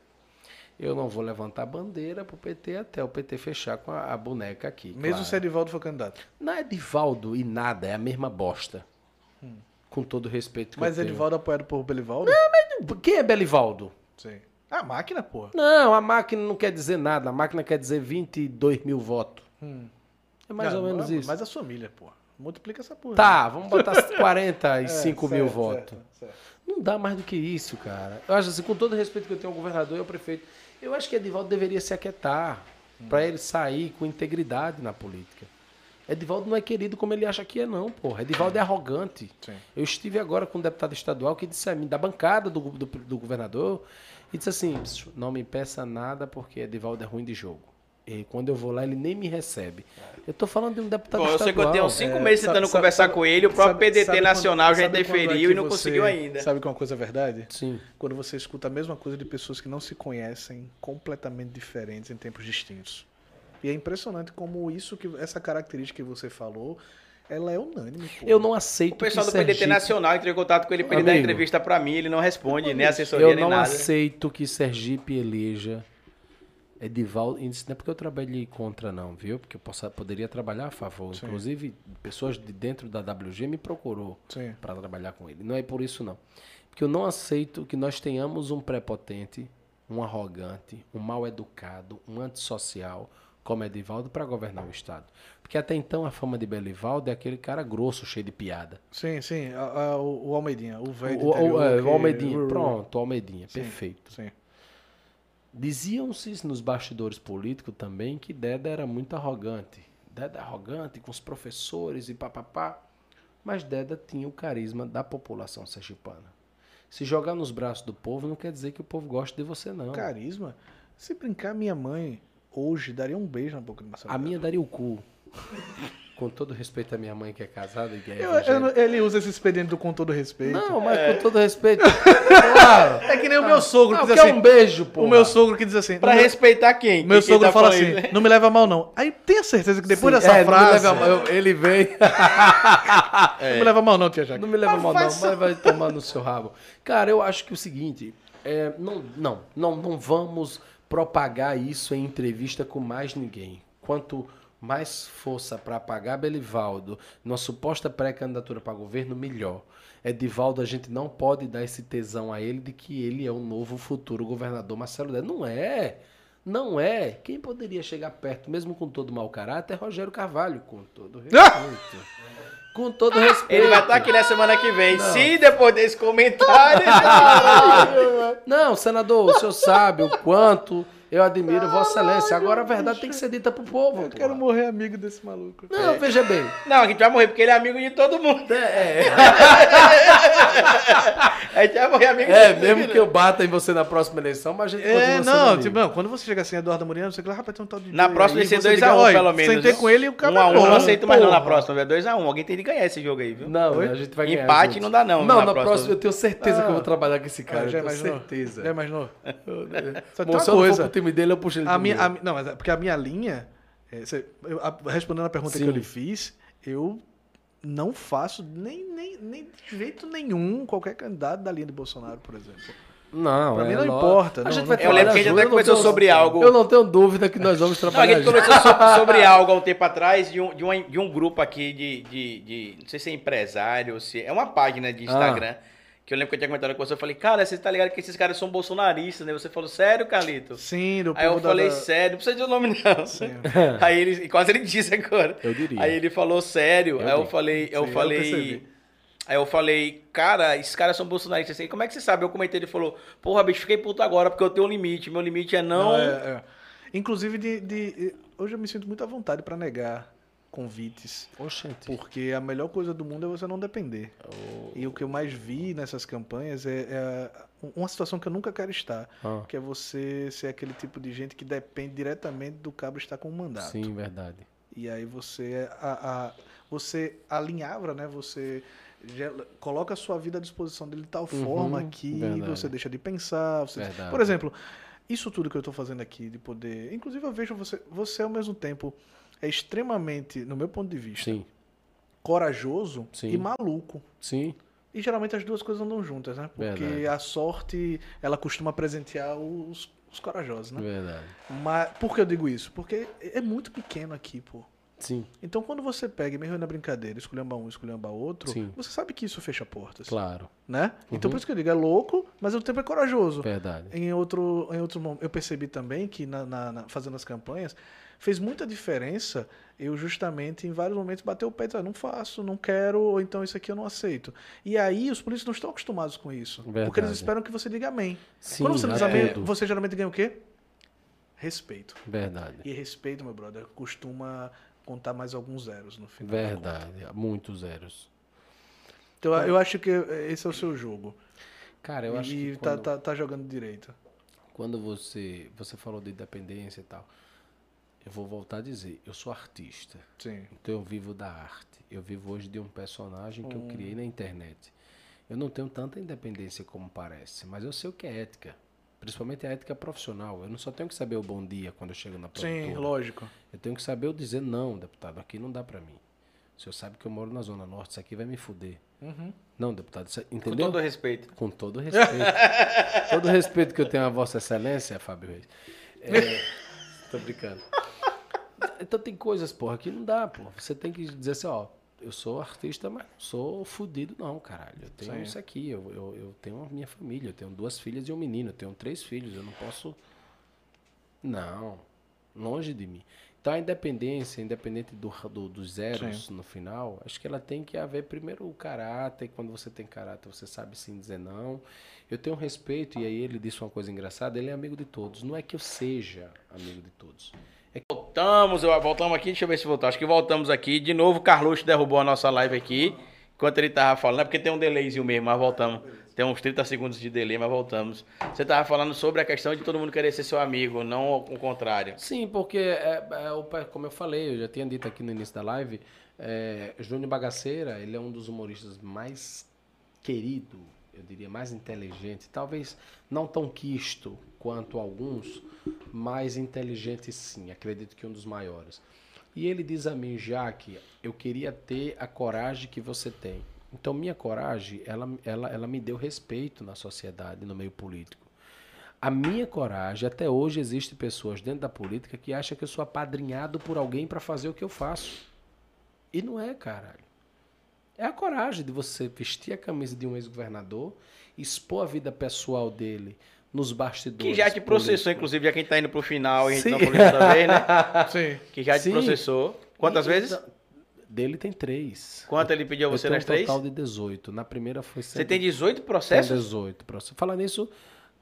[SPEAKER 3] Eu não vou levantar a bandeira pro PT até o PT fechar com a, a boneca aqui.
[SPEAKER 2] Mesmo
[SPEAKER 3] claro.
[SPEAKER 2] se Edivaldo for candidato.
[SPEAKER 3] Não é Edivaldo e nada, é a mesma bosta. Hum. Com todo o respeito que
[SPEAKER 2] Mas
[SPEAKER 3] eu tenho.
[SPEAKER 2] Edivaldo apoiado por Belivaldo?
[SPEAKER 3] Quem é Belivaldo?
[SPEAKER 2] Sim. A máquina, pô.
[SPEAKER 3] Não, a máquina não quer dizer nada. A máquina quer dizer 22 mil votos. É
[SPEAKER 2] Hum.
[SPEAKER 3] mais
[SPEAKER 2] Não,
[SPEAKER 3] ou menos
[SPEAKER 2] não,
[SPEAKER 3] isso.
[SPEAKER 2] Mas a sua milha, pô. Multiplica essa porra.
[SPEAKER 3] Tá, vamos botar 45
[SPEAKER 2] É,
[SPEAKER 3] mil
[SPEAKER 2] certo,
[SPEAKER 3] votos.
[SPEAKER 2] certo, certo.
[SPEAKER 3] Não dá mais do que isso, cara. Eu acho assim, com todo o respeito que eu tenho ao governador e ao prefeito, eu acho que Edivaldo deveria se aquietar pra ele sair com integridade na política. Edivaldo não é querido como ele acha que é, não, porra. Edivaldo é arrogante.
[SPEAKER 2] Sim.
[SPEAKER 3] Eu estive agora com um deputado estadual que disse a mim, da bancada do, do, do governador, e disse assim: "Psiu, não me peça nada porque Edivaldo é ruim de jogo. E quando eu vou lá, ele nem me recebe. Eu tô falando de um deputado
[SPEAKER 1] Bom, eu sei que
[SPEAKER 3] estadual.
[SPEAKER 1] eu tenho uns cinco
[SPEAKER 2] Tá É,
[SPEAKER 1] meses
[SPEAKER 2] sabe-
[SPEAKER 1] tentando
[SPEAKER 2] sabe-
[SPEAKER 1] conversar
[SPEAKER 2] sabe-
[SPEAKER 1] com ele, o próprio
[SPEAKER 2] Sabe-
[SPEAKER 1] PDT
[SPEAKER 2] sabe quando-
[SPEAKER 1] Nacional já
[SPEAKER 2] sabe quando é
[SPEAKER 1] interferiu
[SPEAKER 2] que
[SPEAKER 1] e não
[SPEAKER 2] você-
[SPEAKER 1] conseguiu ainda.
[SPEAKER 2] Sabe que é uma coisa verdade?
[SPEAKER 3] Sim.
[SPEAKER 2] Quando você escuta a mesma coisa de pessoas que não se conhecem, completamente diferentes em tempos distintos. E é impressionante como isso que essa característica que você falou, ela é unânime, pô.
[SPEAKER 3] Eu não
[SPEAKER 1] O
[SPEAKER 3] aceito
[SPEAKER 1] pessoal
[SPEAKER 3] que
[SPEAKER 1] do PDT
[SPEAKER 3] Sergipe-
[SPEAKER 1] Nacional entrou em contato com ele pra ele dar
[SPEAKER 3] Amigo.
[SPEAKER 1] entrevista pra mim, ele não responde, nem assessoria,
[SPEAKER 3] Eu
[SPEAKER 1] nem
[SPEAKER 3] não
[SPEAKER 1] nada.
[SPEAKER 3] aceito que Sergipe eleja Edivaldo. e Isso não é porque eu trabalhei contra, não, viu? Porque eu possa- poderia trabalhar a favor.
[SPEAKER 2] Sim.
[SPEAKER 3] Inclusive, pessoas de dentro da WG me procurou
[SPEAKER 2] Sim.
[SPEAKER 3] para trabalhar com ele. Não é por isso, não. Porque eu não aceito que nós tenhamos um prepotente, um arrogante, um mal educado, um antissocial como Edivaldo para governar o Estado. Porque até então a fama de Belivaldo é aquele cara grosso, cheio de piada.
[SPEAKER 2] Sim, sim. a- a- o, o Almeidinha, o velho do
[SPEAKER 3] O, o-
[SPEAKER 2] interior
[SPEAKER 3] é,
[SPEAKER 2] que-
[SPEAKER 3] o Almeidinha, pronto, o Almeidinha,
[SPEAKER 2] Sim.
[SPEAKER 3] perfeito.
[SPEAKER 2] Sim.
[SPEAKER 3] Diziam-se nos bastidores políticos também que Deda era muito arrogante. Deda é arrogante com os professores e papapá. Mas Deda tinha o carisma da população sergipana. Se jogar nos braços do povo não quer dizer que o povo goste de você, não.
[SPEAKER 2] Carisma. Se brincar, minha mãe hoje daria um beijo na boca do Marcelo.
[SPEAKER 3] a minha daria o cu. com todo respeito à minha mãe que é casada e que é
[SPEAKER 2] Eu- eu não-
[SPEAKER 3] evangélica.
[SPEAKER 2] ele usa esse expediente do com todo respeito.
[SPEAKER 3] Não, mas com todo respeito. Claro.
[SPEAKER 2] É que nem o meu sogro
[SPEAKER 3] Ah,
[SPEAKER 2] que
[SPEAKER 3] quer
[SPEAKER 2] diz assim.
[SPEAKER 3] um beijo, pô.
[SPEAKER 2] o meu sogro que diz assim.
[SPEAKER 1] Pra
[SPEAKER 2] "Não,
[SPEAKER 1] respeitar quem?
[SPEAKER 2] Meu
[SPEAKER 1] Quem
[SPEAKER 2] sogro
[SPEAKER 1] tá
[SPEAKER 2] fala
[SPEAKER 1] falando
[SPEAKER 2] assim,
[SPEAKER 1] isso?
[SPEAKER 2] não me leva a mal não. Aí tenho certeza que depois
[SPEAKER 3] Sim,
[SPEAKER 2] dessa
[SPEAKER 3] é, não me
[SPEAKER 2] frase,
[SPEAKER 3] leva a mão. Eu- ele vem.
[SPEAKER 2] não me leva a mal não, tia Jaque.
[SPEAKER 3] Não me
[SPEAKER 1] Tá
[SPEAKER 3] leva mal, não,
[SPEAKER 2] faz
[SPEAKER 3] mas vai tomar no seu rabo. Cara, eu acho que é o seguinte, é, não, não, não, não vamos propagar isso em entrevista com mais ninguém. Quanto mais força para apagar Belivaldo, numa suposta pré-candidatura para governo, melhor. Edivaldo, a gente não pode dar esse tesão a ele de que ele é o novo futuro governador Marcelo Dé. Não é. Não é. Quem poderia chegar perto, mesmo com todo mau caráter, é Rogério Carvalho, com todo respeito. Com todo respeito.
[SPEAKER 1] Ele vai estar aqui na semana que vem.
[SPEAKER 3] Não.
[SPEAKER 1] Se depois desse comentário. tá
[SPEAKER 3] Não, senador, o senhor sabe o quanto eu admiro Vossa Excelência. Agora a verdade tem que ser dita pro povo.
[SPEAKER 2] Eu
[SPEAKER 3] porra.
[SPEAKER 2] quero morrer amigo desse maluco.
[SPEAKER 3] Não, veja bem.
[SPEAKER 1] Não, a gente vai morrer porque ele é amigo de todo mundo.
[SPEAKER 3] É,
[SPEAKER 1] A gente vai morrer amigo
[SPEAKER 3] é,
[SPEAKER 1] de todo
[SPEAKER 3] mesmo
[SPEAKER 1] mundo.
[SPEAKER 3] que eu bata em você na próxima eleição, mas a gente continua
[SPEAKER 2] É,
[SPEAKER 3] sendo
[SPEAKER 2] não,
[SPEAKER 3] amigo.
[SPEAKER 2] tipo, não, quando você chega assim, Eduardo Muriano, você fala, rapaz, tem um tal de.
[SPEAKER 1] Na
[SPEAKER 2] Júlio
[SPEAKER 1] próxima
[SPEAKER 2] aí,
[SPEAKER 1] vai ser
[SPEAKER 2] você
[SPEAKER 1] 2x1,
[SPEAKER 2] diga,
[SPEAKER 3] é um,
[SPEAKER 2] "Olha,
[SPEAKER 1] pelo menos.
[SPEAKER 2] Sentei com ele e o cara.
[SPEAKER 1] 1 a 1
[SPEAKER 2] bom,
[SPEAKER 1] não aceito mais não na
[SPEAKER 2] porra."
[SPEAKER 1] próxima. É 2x1. Alguém tem de ganhar esse jogo aí, viu?
[SPEAKER 3] Não, a gente vai ganhar.
[SPEAKER 1] Empate
[SPEAKER 3] juntos.
[SPEAKER 1] não dá não,
[SPEAKER 3] Não,
[SPEAKER 1] na
[SPEAKER 3] na,
[SPEAKER 1] próxima.
[SPEAKER 3] próxima. eu tenho certeza que eu vou trabalhar com esse cara.
[SPEAKER 2] Ah,
[SPEAKER 3] eu
[SPEAKER 2] já
[SPEAKER 3] tenho
[SPEAKER 2] imaginou?
[SPEAKER 3] certeza.
[SPEAKER 2] Já imaginou? Só tem
[SPEAKER 3] Bom,
[SPEAKER 2] uma
[SPEAKER 3] se eu não for
[SPEAKER 2] coisa.
[SPEAKER 3] pro time dele, eu puxo ele
[SPEAKER 2] A
[SPEAKER 3] pro
[SPEAKER 2] minha,
[SPEAKER 3] meu.
[SPEAKER 2] a mi- não, mas é porque a minha linha, é, cê- eu, a- respondendo a pergunta
[SPEAKER 3] Sim.
[SPEAKER 2] que eu lhe fiz, eu não faço nem, nem, nem de jeito nenhum qualquer candidato da linha do Bolsonaro, por exemplo.
[SPEAKER 3] Não,
[SPEAKER 2] Pra
[SPEAKER 3] é
[SPEAKER 2] mim não
[SPEAKER 3] lógico.
[SPEAKER 2] importa,
[SPEAKER 3] A
[SPEAKER 2] não,
[SPEAKER 3] gente
[SPEAKER 2] não
[SPEAKER 3] vai
[SPEAKER 2] tem.
[SPEAKER 1] Eu lembro que a gente
[SPEAKER 3] trabalhar
[SPEAKER 1] até
[SPEAKER 3] junto, eu não
[SPEAKER 1] conversou
[SPEAKER 3] tenho-
[SPEAKER 1] sobre algo.
[SPEAKER 3] Eu não tenho dúvida que nós vamos
[SPEAKER 1] Não, a
[SPEAKER 3] trabalhar
[SPEAKER 1] gente
[SPEAKER 3] juntos.
[SPEAKER 1] conversou sobre, sobre algo há um tempo atrás de um, de um, de um grupo aqui de, de, de- Não sei se é empresário ou se. É uma página
[SPEAKER 3] Ah.
[SPEAKER 1] de Instagram. Que eu lembro que eu tinha comentado com você. Eu falei, cara, você tá ligado que esses caras são bolsonaristas, né? Você falou, sério, Carlito?
[SPEAKER 2] Sim, do
[SPEAKER 1] Aí eu
[SPEAKER 2] povo da-
[SPEAKER 1] falei,
[SPEAKER 2] da-
[SPEAKER 1] sério, não precisa de um nome, não. Aí ele. e Quase ele disse agora.
[SPEAKER 3] Eu diria.
[SPEAKER 1] Aí ele falou, sério.
[SPEAKER 3] Eu
[SPEAKER 1] aí eu
[SPEAKER 3] digo.
[SPEAKER 1] falei, eu
[SPEAKER 2] Sim, eu
[SPEAKER 1] falei.
[SPEAKER 2] percebi.
[SPEAKER 1] aí eu falei, cara, esses caras são bolsonaristas. Assim, como é que você sabe? Eu comentei, ele falou, porra, bicho, fiquei puto agora, porque eu tenho um limite. Meu limite é não.
[SPEAKER 2] Não, é- é. Inclusive, de, de- hoje eu me sinto muito à vontade pra negar convites.
[SPEAKER 3] Oxente.
[SPEAKER 2] Porque a melhor coisa do mundo é você não depender. E o que eu mais vi nessas campanhas é, é uma situação que eu nunca quero estar,
[SPEAKER 3] Ah.
[SPEAKER 2] que é você ser aquele tipo de gente que depende diretamente do cabo estar com o mandato.
[SPEAKER 3] Sim, verdade.
[SPEAKER 2] E aí você é a, a- você alinhavra, né? Você gela- coloca a sua vida à disposição dele de tal forma que
[SPEAKER 3] Uhum. verdade.
[SPEAKER 2] você deixa de pensar. você-
[SPEAKER 3] Verdade.
[SPEAKER 2] Por exemplo, isso tudo que eu estou fazendo aqui de poder, inclusive eu vejo você, você ao mesmo tempo é extremamente, no meu ponto de vista,
[SPEAKER 3] Sim,
[SPEAKER 2] corajoso
[SPEAKER 3] Sim.
[SPEAKER 2] e maluco.
[SPEAKER 3] sim.
[SPEAKER 2] E geralmente as duas coisas andam juntas, né? Porque
[SPEAKER 3] Verdade.
[SPEAKER 2] a sorte, ela costuma presentear os, os corajosos, né?
[SPEAKER 3] Verdade.
[SPEAKER 2] Mas por que eu digo isso? Porque é muito pequeno aqui, pô.
[SPEAKER 3] Sim,
[SPEAKER 2] Então quando você pega, e mesmo na brincadeira, esculhamba um, esculhamba outro,
[SPEAKER 3] Sim.
[SPEAKER 2] você sabe que isso fecha portas,
[SPEAKER 3] claro.
[SPEAKER 2] né? Então
[SPEAKER 3] Uhum.
[SPEAKER 2] por isso que eu digo, é louco, mas ao tempo é corajoso.
[SPEAKER 3] Verdade.
[SPEAKER 2] Em outro, em outro momento, eu percebi também que na, na- na- fazendo as campanhas fez muita diferença eu justamente em vários momentos bater o pé e dizer, "Ah, não faço, não quero, ou então isso aqui eu não aceito. E aí os políticos não estão acostumados com isso, porque eles
[SPEAKER 3] Verdade.
[SPEAKER 2] esperam que você diga amém.
[SPEAKER 3] Sim, é.
[SPEAKER 2] Quando você não diz
[SPEAKER 3] a
[SPEAKER 2] amém,
[SPEAKER 3] tudo.
[SPEAKER 2] você geralmente ganha o quê? Respeito.
[SPEAKER 3] Verdade.
[SPEAKER 2] E respeito, meu brother, costuma contar mais alguns zeros no final. da conta.
[SPEAKER 3] Verdade. Muitos zeros.
[SPEAKER 2] Então eu acho que esse é o seu jogo.
[SPEAKER 3] Cara, eu acho
[SPEAKER 2] e
[SPEAKER 3] que
[SPEAKER 2] tá,
[SPEAKER 3] quando,
[SPEAKER 2] tá- tá jogando direito.
[SPEAKER 3] quando você, você falou de independência e tal, eu vou voltar a dizer, eu sou artista.
[SPEAKER 2] Sim.
[SPEAKER 3] Então eu vivo da arte. Eu vivo hoje de um personagem que eu
[SPEAKER 2] Hum.
[SPEAKER 3] criei na internet. Eu não tenho tanta independência como parece, mas eu sei o que é ética. Principalmente a ética profissional. Eu não só tenho que saber o bom dia quando eu chego na produtora.
[SPEAKER 2] Sim, lógico.
[SPEAKER 3] Eu tenho que saber eu dizer não, deputado, aqui não dá pra mim. O senhor sabe que eu moro na Zona Norte, isso aqui vai me fuder. Não, deputado, isso-
[SPEAKER 1] Uhum.
[SPEAKER 3] é,
[SPEAKER 1] Com
[SPEAKER 3] entendeu?
[SPEAKER 1] todo respeito.
[SPEAKER 3] Com todo respeito. todo respeito que eu tenho a Vossa Excelência, Fábio Reis. É, tô brincando. Então tem coisas, porra, que não dá, porra. Você tem que dizer assim, ó, eu sou artista, mas não sou fudido, não, caralho. Eu tenho
[SPEAKER 2] Sim.
[SPEAKER 3] isso aqui, eu, eu, eu tenho a minha família, eu tenho duas filhas e um menino, eu tenho três filhos, eu não posso. Não, longe de mim. Então a independência, independente do, do- dos zeros no final, acho que ela tem que haver primeiro o caráter. Quando você tem caráter, você sabe sim dizer não. Eu tenho respeito, e aí ele disse uma coisa engraçada, ele é amigo de todos. Não é que eu seja amigo de todos.
[SPEAKER 1] Voltamos, eu- voltamos aqui, deixa eu ver se voltou. Acho que voltamos aqui. De novo, o Carluxo derrubou a nossa live aqui. Enquanto ele tava falando, é porque tem um delayzinho mesmo, mas voltamos. Tem uns 30 segundos de delay, mas voltamos. Você tava falando sobre a questão de todo mundo querer ser seu amigo, não o contrário.
[SPEAKER 3] Sim, porque, é, é, o pa- como eu falei, eu já tinha dito aqui no início da live, é, Júnior Bagaceira, ele é um dos humoristas mais querido, eu diria, mais inteligente, talvez não tão quisto quanto alguns, mas inteligente sim, acredito que um dos maiores. E ele diz a mim, Jaque, eu queria ter a coragem que você tem. Então, minha coragem, ela, ela, ela me deu respeito na sociedade, no meio político. A minha coragem, até hoje, existe pessoas dentro da política que acham que eu sou apadrinhado por alguém para fazer o que eu faço. E não é, caralho. É a coragem de você vestir a camisa de um ex-governador, expor a vida pessoal dele nos bastidores.
[SPEAKER 1] Que já te processou,
[SPEAKER 3] políticos.
[SPEAKER 1] inclusive, já quem tá indo pro final e a gente
[SPEAKER 3] Sim. Ah,
[SPEAKER 1] não falou isso outra vez, né?
[SPEAKER 2] Sim.
[SPEAKER 1] Que já te
[SPEAKER 3] Sim.
[SPEAKER 1] processou. Quantas
[SPEAKER 3] E-
[SPEAKER 1] vezes?
[SPEAKER 3] então, Dele tem três.
[SPEAKER 1] Quanto ele pediu a você
[SPEAKER 3] eu tenho
[SPEAKER 1] nas
[SPEAKER 3] um
[SPEAKER 1] três?
[SPEAKER 3] total de 18. Na primeira foi
[SPEAKER 1] Você tem 18
[SPEAKER 3] São
[SPEAKER 1] processos?
[SPEAKER 3] 18 processos. Falar nisso,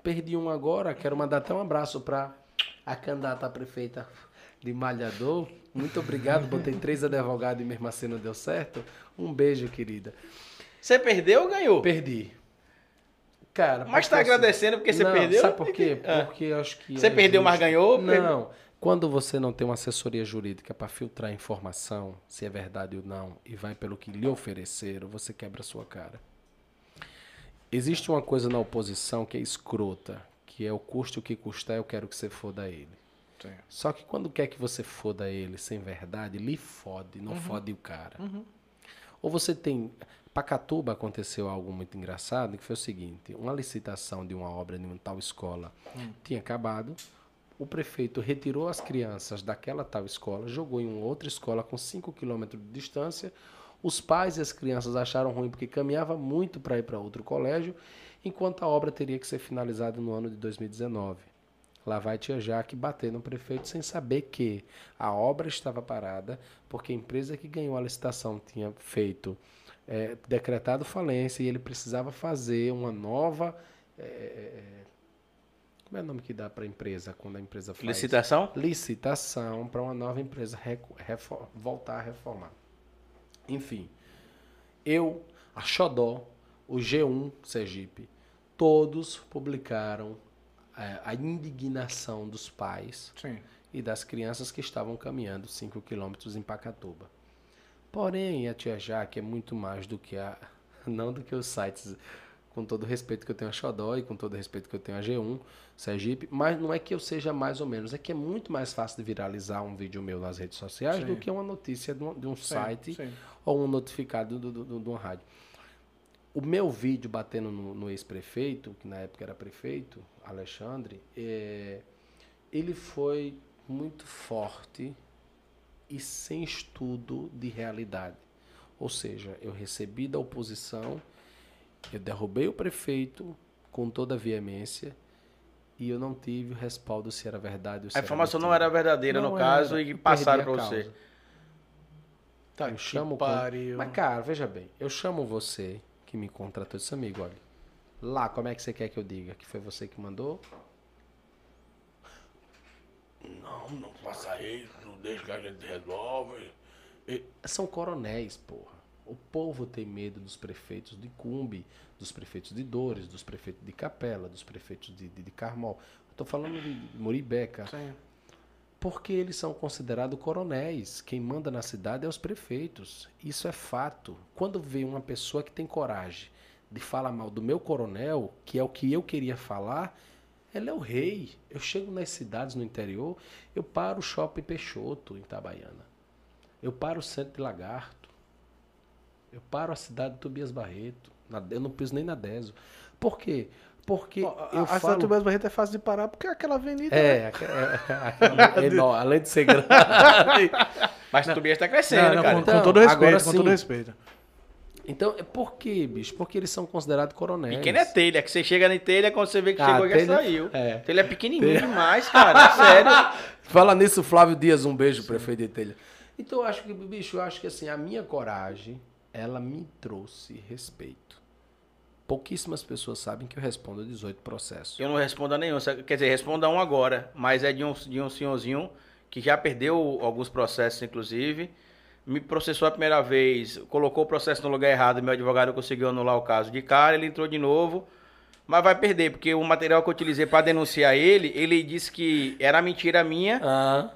[SPEAKER 3] perdi um agora. Quero mandar até um abraço para a candidata à prefeita de Malhador. Muito obrigado. Botei três advogados e mesmo assim não deu certo. Um beijo, querida.
[SPEAKER 1] Você perdeu ou ganhou?
[SPEAKER 3] Perdi. Cara,
[SPEAKER 1] Mas tá
[SPEAKER 3] porque assim-
[SPEAKER 1] agradecendo porque você
[SPEAKER 3] Não,
[SPEAKER 1] perdeu?
[SPEAKER 3] Sabe por quê?
[SPEAKER 1] Ah.
[SPEAKER 3] Porque eu acho que.
[SPEAKER 1] Você
[SPEAKER 3] é
[SPEAKER 1] perdeu, mas
[SPEAKER 3] justo.
[SPEAKER 1] ganhou?
[SPEAKER 3] Não. Quando você não tem uma assessoria jurídica para filtrar informação, se é verdade ou não, e vai pelo que lhe ofereceram, você quebra a sua cara. Existe uma coisa na oposição que é escrota, que é o custo que custar, eu quero que você foda ele.
[SPEAKER 2] Sim.
[SPEAKER 3] Só que quando quer que você foda ele sem verdade, lhe fode, não
[SPEAKER 1] Uhum.
[SPEAKER 3] fode o cara. Ou você tem. Pacatuba aconteceu algo muito engraçado, que foi o seguinte: uma licitação de uma obra de uma tal escola tinha acabado. O prefeito retirou as crianças daquela tal escola, jogou em uma outra escola com 5 quilômetros de distância. Os pais e as crianças acharam ruim porque caminhava muito para ir para outro colégio, enquanto a obra teria que ser finalizada no ano de 2019. Lá vai Tia Jaque bater no prefeito sem saber que a obra estava parada porque a empresa que ganhou a licitação tinha feito, eh, decretado falência e ele precisava fazer uma nova. eh, eh, eh, como é o nome que dá para a empresa quando a empresa faz?
[SPEAKER 1] Licitação?
[SPEAKER 3] licitação para uma nova empresa recu- refor- voltar a reformar. Enfim, eu, a Xodó, o G1 Sergipe, todos publicaram eh, a indignação dos pais
[SPEAKER 2] Sim.
[SPEAKER 3] e das crianças que estavam caminhando 5 quilômetros em Pacatuba. Porém, a Tia Jaque é muito mais do que a. Não do que os sites, com todo o respeito que eu tenho a Xodó e com todo o respeito que eu tenho a G1, Sergipe, mas não é que eu seja mais ou menos, é que é muito mais fácil de viralizar um vídeo meu nas redes sociais
[SPEAKER 2] Sim.
[SPEAKER 3] do que uma notícia de um, de um
[SPEAKER 2] Sim,
[SPEAKER 3] site
[SPEAKER 2] sim.
[SPEAKER 3] ou um notificado do- do- do- de uma rádio. O meu vídeo batendo no, no ex-prefeito, que na época era prefeito, Alexandre, é, ele foi muito forte e sem estudo de realidade. Ou seja, eu recebi da oposição, eu derrubei o prefeito com toda a veemência e eu não tive o respaldo se era verdade ou se
[SPEAKER 1] A
[SPEAKER 3] era
[SPEAKER 1] informação não
[SPEAKER 3] mentira.
[SPEAKER 1] era verdadeira
[SPEAKER 3] Não
[SPEAKER 1] no
[SPEAKER 3] era,
[SPEAKER 1] caso
[SPEAKER 3] eu
[SPEAKER 1] e
[SPEAKER 3] perdi
[SPEAKER 1] passaram
[SPEAKER 3] a
[SPEAKER 1] pra
[SPEAKER 3] causa.
[SPEAKER 1] você.
[SPEAKER 2] Tá
[SPEAKER 3] eu
[SPEAKER 2] que
[SPEAKER 3] chamo o con-
[SPEAKER 2] pariu.
[SPEAKER 3] Mas, cara, veja bem, eu chamo você que me contratou disse, amigo, olha. Lá, como é que você quer que eu diga? Que foi você que mandou?
[SPEAKER 6] Não, não faça isso, deixa que a gente resolve.
[SPEAKER 3] São coronéis, porra. O povo tem medo dos prefeitos de Cumbi, dos prefeitos de Dores, dos prefeitos de Capela, dos prefeitos de, de, de Carmol. Eu tô falando de Muribeca.
[SPEAKER 2] Sim.
[SPEAKER 3] Porque eles são considerados coronéis. Quem manda na cidade é os prefeitos. Isso é fato. Quando vê uma pessoa que tem coragem de falar mal do meu coronel, que é o que eu queria falar, ele é o rei. Eu chego nas cidades no interior, eu paro o shopping Peixoto, em Itabaiana. Eu paro o centro de Lagarto. Eu paro a cidade de Tobias Barreto. Na- Eu não piso nem na Deso. Por quê? Porque
[SPEAKER 2] Ó, a-
[SPEAKER 3] eu
[SPEAKER 2] a
[SPEAKER 3] falo...
[SPEAKER 2] cidade do Belo Barreto é fácil de parar porque é aquela avenida. né?
[SPEAKER 3] É, aque- é, aquela- enó- além de ser grande.
[SPEAKER 1] Mas o Tobias tá crescendo,
[SPEAKER 2] Não, não,
[SPEAKER 1] cara.
[SPEAKER 2] com,
[SPEAKER 3] Então,
[SPEAKER 2] com todo respeito,
[SPEAKER 3] agora
[SPEAKER 2] com todo
[SPEAKER 3] sim.
[SPEAKER 2] respeito.
[SPEAKER 3] Então, é por quê, bicho? Porque eles são considerados coronéis.
[SPEAKER 1] Pequeno é telha, que você chega na telha, quando você vê que
[SPEAKER 3] Ah,
[SPEAKER 1] chegou, já
[SPEAKER 3] telha-
[SPEAKER 1] saiu.
[SPEAKER 3] é.
[SPEAKER 1] Telha é pequenininho demais, cara, sério.
[SPEAKER 3] Fala nisso, Flávio Dias, um beijo, prefeito de Telha. Então, eu acho que, bicho, eu acho que assim, a minha coragem, ela me trouxe respeito. Pouquíssimas pessoas sabem que eu respondo 18 processos.
[SPEAKER 1] Eu não respondo a nenhum, sabe? quer dizer, respondo a um agora, mas é de um, de um senhorzinho que já perdeu alguns processos, inclusive. Me processou a primeira vez, colocou o processo no lugar errado, meu advogado conseguiu anular o caso de cara, ele entrou de novo, mas vai perder, porque o material que eu utilizei para denunciar ele, ele disse que era mentira minha
[SPEAKER 3] Ah,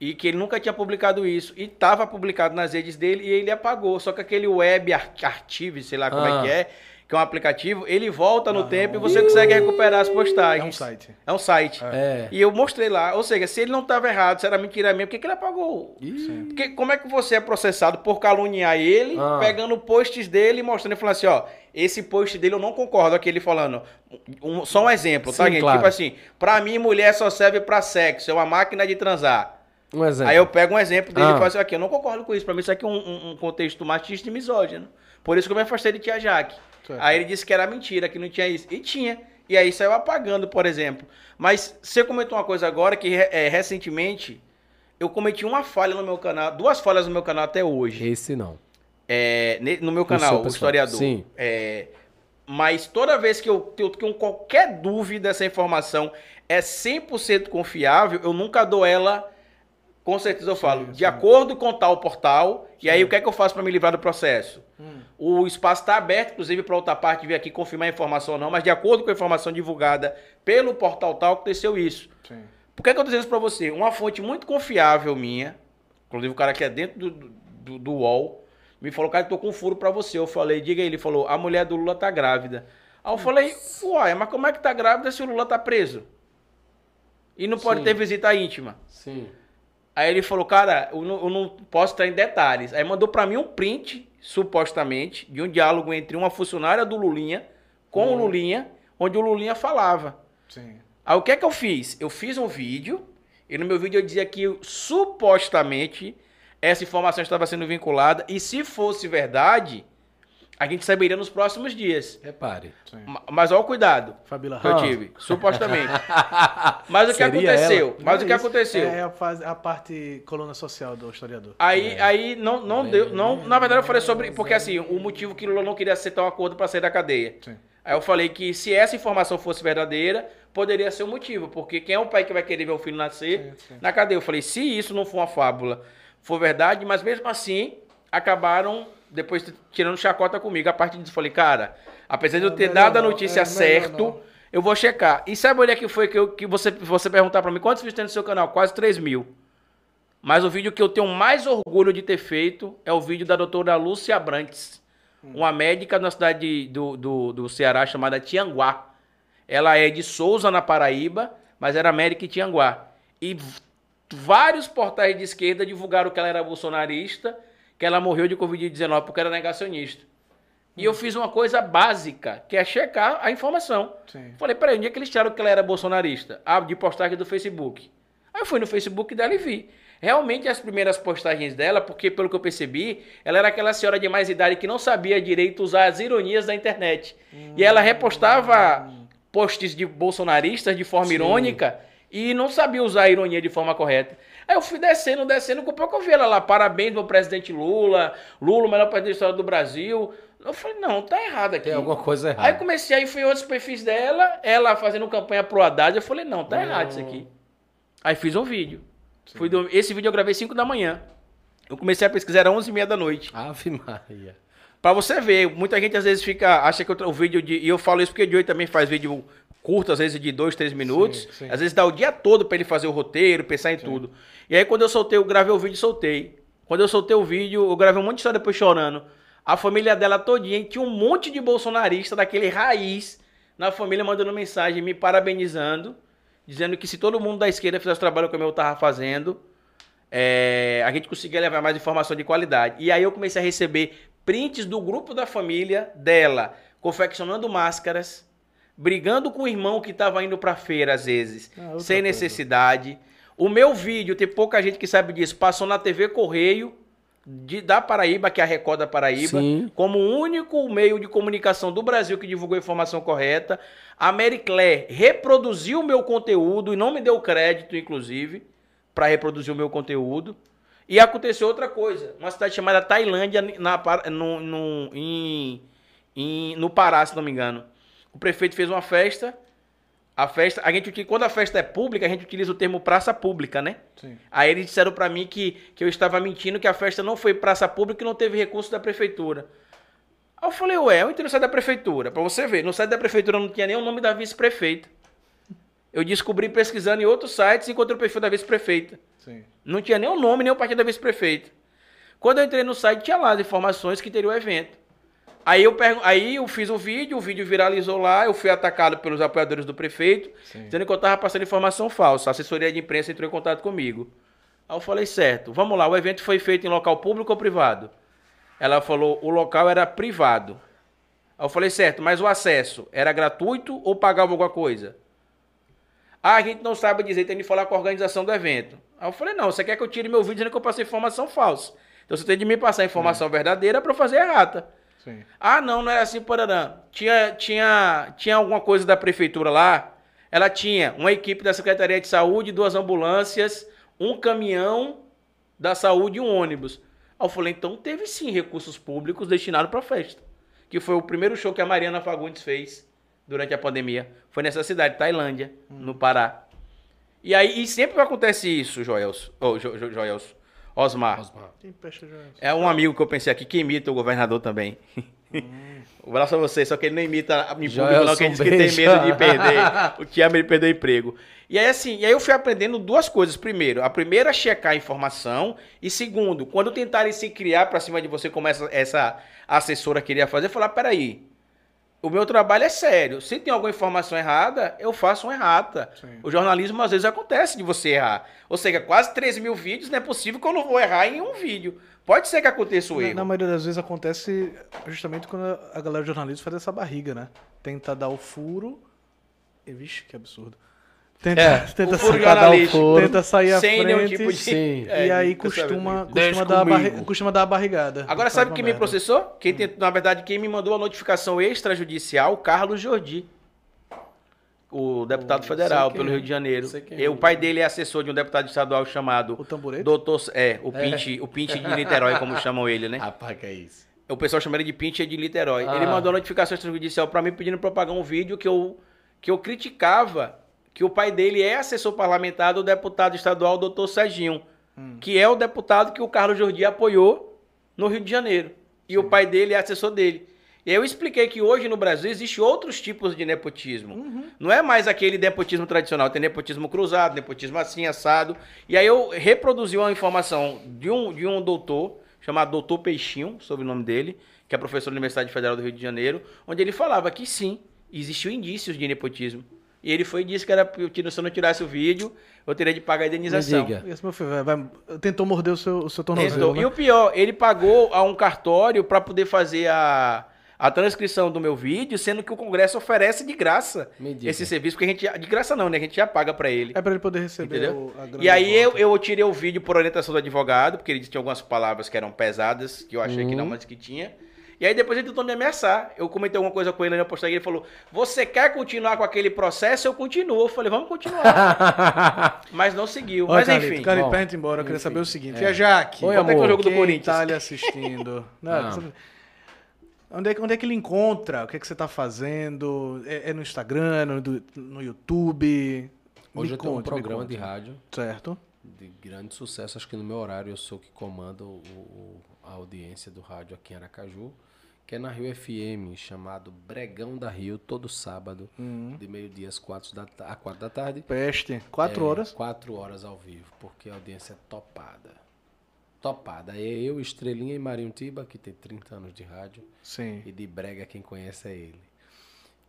[SPEAKER 1] e que ele nunca tinha publicado isso. E estava publicado nas redes dele e ele apagou. Só que aquele web ar- archive, sei lá como
[SPEAKER 3] Ah.
[SPEAKER 1] é que é, que é um aplicativo, ele volta no tempo e você consegue recuperar as
[SPEAKER 2] É
[SPEAKER 1] postagens.
[SPEAKER 2] um site.
[SPEAKER 1] É um site.
[SPEAKER 3] é.
[SPEAKER 1] E eu mostrei lá, ou seja, se ele não estava errado, se era mentira minha, por que, que ele apagou?
[SPEAKER 3] Ih,
[SPEAKER 1] Porque como é que você é processado por caluniar ele,
[SPEAKER 3] Ah.
[SPEAKER 1] pegando posts dele e mostrando e falando assim, ó, esse post dele eu não concordo, aquele falando. Um- só um exemplo, tá,
[SPEAKER 3] Sim,
[SPEAKER 1] gente?
[SPEAKER 3] claro.
[SPEAKER 1] Tipo assim, pra mim mulher só serve pra sexo, é uma máquina de transar.
[SPEAKER 3] um exemplo.
[SPEAKER 1] Aí eu pego um exemplo dele
[SPEAKER 3] Ah.
[SPEAKER 1] e falo assim, aqui, eu não concordo com isso, pra mim isso aqui é um, um- um contexto machista e misógino. Por isso que eu me afastei de Tia Jaque.
[SPEAKER 2] Certo.
[SPEAKER 1] Aí ele disse que era mentira, que não tinha isso. E tinha. E aí saiu apagando, por exemplo. Mas você comentou uma coisa agora que re- é, recentemente Eu cometi uma falha no meu canal, duas falhas no meu canal até hoje.
[SPEAKER 3] Esse não.
[SPEAKER 1] É, ne- no meu
[SPEAKER 3] seu
[SPEAKER 1] canal, o
[SPEAKER 3] pessoal.
[SPEAKER 1] historiador.
[SPEAKER 3] Sim.
[SPEAKER 1] É, mas toda vez que eu tenho tenho qualquer dúvida, essa informação é 100% confiável, eu nunca dou ela. Com certeza eu falo, de acordo com tal portal, e aí o que é que eu faço para me livrar do processo?
[SPEAKER 2] Hum,
[SPEAKER 1] O espaço está aberto, inclusive, para outra parte vir aqui confirmar a informação ou não, mas de acordo com a informação divulgada pelo portal tal, aconteceu isso.
[SPEAKER 2] Sim.
[SPEAKER 1] Por que, que eu tô dizendo isso pra você? Uma fonte muito confiável minha, inclusive o cara que é dentro do, do, do UOL, me falou, cara, eu tô com um furo pra você. Eu falei, diga aí, ele falou, a mulher do Lula tá grávida. Aí eu falei, uai, mas como é que tá grávida se o Lula tá preso? E não pode
[SPEAKER 3] Sim.
[SPEAKER 1] ter visita íntima.
[SPEAKER 3] Sim.
[SPEAKER 1] Aí ele falou, cara, eu não, eu não posso entrar em detalhes. Aí mandou pra mim um print, supostamente, de um diálogo entre uma funcionária do Lulinha com o Lulinha, onde o Lulinha falava.
[SPEAKER 2] Sim.
[SPEAKER 1] Aí o que é que eu fiz? Eu fiz um vídeo e no meu vídeo eu dizia que supostamente essa informação estava sendo vinculada e se fosse verdade, a gente saberia nos próximos dias.
[SPEAKER 3] Repare.
[SPEAKER 2] Sim.
[SPEAKER 1] Ma- Mas olha o cuidado
[SPEAKER 2] Fabíola
[SPEAKER 1] que eu
[SPEAKER 2] Ramos.
[SPEAKER 1] tive, supostamente. Mas o que
[SPEAKER 3] Seria
[SPEAKER 1] aconteceu?
[SPEAKER 2] Não
[SPEAKER 1] Mas
[SPEAKER 2] é
[SPEAKER 1] o que
[SPEAKER 2] isso.
[SPEAKER 1] aconteceu?
[SPEAKER 2] É a, fase- a parte coluna social do historiador.
[SPEAKER 1] Aí, aí não, não deu, não, na verdade eu falei sobre, porque assim, o motivo que Lula não queria aceitar um acordo para sair da cadeia.
[SPEAKER 2] Sim.
[SPEAKER 1] Aí eu falei que se essa informação fosse verdadeira, poderia ser o motivo, porque quem é o pai que vai querer ver o filho nascer
[SPEAKER 2] Sim, sim.
[SPEAKER 1] na cadeia? Eu falei, se isso não for uma fábula, for verdade, mas mesmo assim, acabaram depois t- tirando chacota comigo. A partir disso, eu falei, cara, apesar de eu
[SPEAKER 2] É,
[SPEAKER 1] ter
[SPEAKER 2] melhor
[SPEAKER 1] dado a
[SPEAKER 2] não,
[SPEAKER 1] notícia
[SPEAKER 2] é, melhor
[SPEAKER 1] certo,
[SPEAKER 2] não.
[SPEAKER 1] eu vou checar. E sabe onde é que foi que, eu- que você, você perguntar pra mim, quantos vídeos tem no seu canal? Quase 3 mil. Mas o vídeo que eu tenho mais orgulho de ter feito é o vídeo da doutora Lúcia Brantes,
[SPEAKER 2] Hum.
[SPEAKER 1] uma médica na cidade de- do, do, do Ceará chamada Tianguá. Ela é de Souza, na Paraíba, mas era médica em Tianguá. E v- vários portais de esquerda divulgaram que ela era bolsonarista, que ela morreu de Covid-19 porque era negacionista. E eu fiz uma coisa básica, que é checar a informação.
[SPEAKER 2] Sim.
[SPEAKER 1] Falei, peraí, onde é que eles tiraram que ela era bolsonarista? Ah, de postagem do Facebook. Aí eu fui no Facebook dela e vi. Realmente as primeiras postagens dela, porque pelo que eu percebi, ela era aquela senhora de mais idade que não sabia direito usar as ironias da internet. E ela repostava posts de bolsonaristas de forma irônica e não sabia usar a ironia de forma correta. Aí eu fui descendo, descendo, com pouco eu vi ela lá, parabéns ao presidente Lula, Lula, o melhor presidente da história do Brasil. Eu falei, não, tá errado aqui.
[SPEAKER 3] Tem alguma coisa
[SPEAKER 1] Aí
[SPEAKER 3] errada.
[SPEAKER 1] comecei a fui em outros perfis dela, ela fazendo campanha pro Haddad. Eu falei, não, tá errado isso aqui. Aí fiz um vídeo. Fui dormir- Esse vídeo eu gravei 5 da manhã. Eu comecei a pesquisar, era 11 h 30 da noite.
[SPEAKER 3] Ave Maria.
[SPEAKER 1] Pra você ver, muita gente às vezes fica, acha que eu tra- o vídeo de. E eu falo isso porque o Joey também faz vídeo curto, às vezes de dois, três minutos.
[SPEAKER 2] sim.
[SPEAKER 1] Às vezes dá o dia todo pra ele fazer o roteiro, pensar em tudo. E aí quando eu soltei, eu gravei o vídeo e soltei. Quando eu soltei o vídeo, eu gravei um monte de história depois chorando. A família dela todinha tinha um monte de bolsonarista daquele raiz na família mandando mensagem, me parabenizando, dizendo que se todo mundo da esquerda fizesse o trabalho como eu tava fazendo, é, a gente conseguia levar mais informação de qualidade. E aí eu comecei a receber prints do grupo da família dela, confeccionando máscaras, brigando com o irmão que estava indo pra feira às vezes,
[SPEAKER 2] Ah, outra
[SPEAKER 1] sem
[SPEAKER 2] coisa.
[SPEAKER 1] necessidade. O meu vídeo, tem pouca gente que sabe disso, passou na TV Correio de- da Paraíba, que é a Record da Paraíba,
[SPEAKER 3] Sim.
[SPEAKER 1] como o único meio de comunicação do Brasil que divulgou a informação correta. A Mary Claire reproduziu o meu conteúdo e não me deu crédito, inclusive, para reproduzir o meu conteúdo. E aconteceu outra coisa. Uma cidade chamada Tailândia, na, Par- no, no- em- em- no Pará, se não me engano. O prefeito fez uma festa. A festa, a gente, uti- quando a festa é pública, a gente utiliza o termo praça pública, né?
[SPEAKER 2] Sim.
[SPEAKER 1] Aí eles disseram pra mim que, que eu estava mentindo, que a festa não foi praça pública e não teve recurso da prefeitura. Aí eu falei, ué, eu entrei no site da prefeitura, pra você ver. No site da prefeitura não tinha nem o nome da vice-prefeita. Eu descobri pesquisando em outros sites e encontrei o perfil da vice-prefeita.
[SPEAKER 2] Sim.
[SPEAKER 1] Não tinha nem o nome, nem o partido da vice-prefeita. Quando eu entrei no site, tinha lá as informações que teria o evento. Aí eu, pergun- aí eu fiz um vídeo, o vídeo viralizou lá, eu fui atacado pelos apoiadores do prefeito, dizendo que eu estava passando informação falsa. A assessoria de imprensa entrou em contato comigo. Aí eu falei, certo, vamos lá, o evento foi feito em local público ou privado? Ela falou, o local era privado. Aí eu falei, certo, mas o acesso era gratuito ou pagava alguma coisa? Ah, a gente não sabe dizer, tem de falar com a organização do evento. Aí eu falei, não, você quer que eu tire meu vídeo dizendo que eu passei informação falsa. Então você tem de me passar a informação verdadeira para fazer errata.
[SPEAKER 2] Sim.
[SPEAKER 1] Ah, não, não era assim, porarã. Tinha, tinha, tinha alguma coisa da prefeitura lá. Ela tinha uma equipe da Secretaria de Saúde, duas ambulâncias, um caminhão da saúde e um ônibus. Aí eu falei, então teve sim recursos públicos destinados para festa. Que foi o primeiro show que a Mariana Fagundes fez durante a pandemia. Foi nessa cidade, Tailândia, no Pará. E aí, e sempre acontece isso, Joelso. Oh, Jo- Jo- Joelso. Osmar.
[SPEAKER 3] Osmar.
[SPEAKER 2] Quem peste Joelso?
[SPEAKER 1] É um amigo que eu pensei aqui que imita o governador também. Um abraço a você, só que ele não imita em público, não, que ele diz
[SPEAKER 3] Joelson,
[SPEAKER 1] que tem
[SPEAKER 3] beijo.
[SPEAKER 1] medo de perder, o que ama ele perder o emprego. E aí, assim, e aí eu fui aprendendo duas coisas. Primeiro, a primeira é checar a informação. E segundo, quando tentarem se criar pra cima de você, como essa, essa assessora queria fazer, falar: peraí, o meu trabalho é sério. Se tem alguma informação errada, eu faço uma errata.
[SPEAKER 2] Sim.
[SPEAKER 1] O jornalismo às vezes acontece de você errar. Ou seja, quase 3 mil vídeos, não é possível que eu não vou errar em um vídeo. Pode ser que aconteça o
[SPEAKER 2] Na,
[SPEAKER 1] erro.
[SPEAKER 2] na maioria das vezes acontece justamente quando a galera de jornalismo faz essa barriga, né? Tenta dar o furo. E, vixe, que absurdo. Tenta, tenta,
[SPEAKER 1] É, o furo
[SPEAKER 2] sa-
[SPEAKER 1] jornalístico.
[SPEAKER 2] tenta sair à
[SPEAKER 1] Sem nenhum
[SPEAKER 2] frente.
[SPEAKER 1] tipo de-
[SPEAKER 3] Sim.
[SPEAKER 1] É,
[SPEAKER 2] e aí
[SPEAKER 1] tá sabendo
[SPEAKER 2] costuma,
[SPEAKER 1] disso.
[SPEAKER 6] Deixa
[SPEAKER 2] costuma, dar a barri-
[SPEAKER 6] comigo.
[SPEAKER 2] costuma dar a barrigada.
[SPEAKER 1] Agora,
[SPEAKER 2] Faz
[SPEAKER 1] sabe
[SPEAKER 2] uma
[SPEAKER 1] quem me
[SPEAKER 2] merda.
[SPEAKER 1] processou?
[SPEAKER 3] Hum.
[SPEAKER 1] Quem tent- na verdade, quem me mandou a notificação extrajudicial, o Carlos Jordi. O deputado
[SPEAKER 3] sei
[SPEAKER 1] federal
[SPEAKER 3] quem
[SPEAKER 1] pelo
[SPEAKER 3] é.
[SPEAKER 1] Rio de Janeiro.
[SPEAKER 3] Sei quem
[SPEAKER 1] E
[SPEAKER 3] é.
[SPEAKER 1] o pai dele é assessor de um deputado estadual chamado
[SPEAKER 2] O tamborete?
[SPEAKER 1] Doutor. É, o Pinte, o Pinte de Niterói, como chamam ele, né?
[SPEAKER 3] Apaga é isso.
[SPEAKER 1] O pessoal chama ele de Pinche de Niterói.
[SPEAKER 3] Ah.
[SPEAKER 1] Ele mandou uma notificação extrajudicial pra mim pedindo pra eu pagar um vídeo que eu, que eu criticava que o pai dele é assessor parlamentar do deputado estadual doutor Serginho,
[SPEAKER 2] Hum.
[SPEAKER 1] que é o deputado que o Carlos Jordi apoiou no Rio de Janeiro. E o pai dele é assessor dele. E aí eu expliquei que hoje no Brasil existe outros tipos de nepotismo.
[SPEAKER 2] Uhum.
[SPEAKER 1] Não é mais aquele nepotismo tradicional, tem nepotismo cruzado, nepotismo assim, assado. E aí eu reproduzi uma informação de um, de um doutor, chamado Doutor Peixinho, sobrenome dele, que é professor da Universidade Federal do Rio de Janeiro, onde ele falava que sim, existiam indícios de nepotismo. E ele foi e disse que era, que se eu não tirasse o vídeo, eu teria de pagar a indenização.
[SPEAKER 3] diga.
[SPEAKER 2] Esse meu filho vai- vai- tentou morder o seu, o seu tornozelo.
[SPEAKER 1] Tentou.
[SPEAKER 2] né?
[SPEAKER 1] E o pior, ele pagou a um cartório para poder fazer a, a transcrição do meu vídeo, sendo que o Congresso oferece de graça
[SPEAKER 3] Me diga.
[SPEAKER 1] esse serviço, porque a gente. já- De graça não, né? A gente já paga para ele.
[SPEAKER 2] É pra ele poder receber
[SPEAKER 1] Entendeu?
[SPEAKER 2] o, a grana.
[SPEAKER 1] E aí
[SPEAKER 2] de volta.
[SPEAKER 1] eu, eu tirei o vídeo por orientação do advogado, porque ele disse que tinha algumas palavras que eram pesadas, que eu achei que
[SPEAKER 2] Uhum.
[SPEAKER 1] não, mas que tinha. E aí depois ele tentou me ameaçar. Eu comentei alguma coisa com ele na postagem, ele falou: "Você quer continuar com aquele processo? Eu continuo". Eu falei: "Vamos continuar". mas não seguiu.
[SPEAKER 2] Olha,
[SPEAKER 1] mas
[SPEAKER 2] Carlito,
[SPEAKER 1] enfim.
[SPEAKER 2] Carlito,
[SPEAKER 3] Bom,
[SPEAKER 2] pra gente ir embora, eu queria
[SPEAKER 3] enfim,
[SPEAKER 2] saber o seguinte.
[SPEAKER 3] é.
[SPEAKER 2] Viajar E a Jaque?
[SPEAKER 3] Oi,
[SPEAKER 1] Quanto é que é o
[SPEAKER 3] amor,
[SPEAKER 1] jogo do
[SPEAKER 2] Quem
[SPEAKER 1] Corinthians?
[SPEAKER 2] tá ali assistindo. Não,
[SPEAKER 3] Ah.
[SPEAKER 2] sabe- Onde é, que- onde é que ele encontra? O que é que você tá fazendo? É, é no Instagram, no, do- no YouTube? Me
[SPEAKER 3] Hoje eu tenho um
[SPEAKER 2] conte, me
[SPEAKER 3] programa
[SPEAKER 2] conte.
[SPEAKER 3] de rádio
[SPEAKER 2] Certo.
[SPEAKER 3] de grande sucesso. Acho que no meu horário eu sou que comando o- o- a audiência do rádio aqui em Aracaju, que é na Rio FM, chamado Bregão da Rio, todo sábado, de meio-dia às quatro da, ta- à quatro da tarde.
[SPEAKER 2] Peste. Quatro
[SPEAKER 3] É,
[SPEAKER 2] horas.
[SPEAKER 3] Quatro horas ao vivo, porque a audiência é topada. Topada. É eu, Estrelinha e Marinho Tiba, que tem 30 anos de rádio.
[SPEAKER 2] Sim.
[SPEAKER 3] E de brega quem conhece é ele.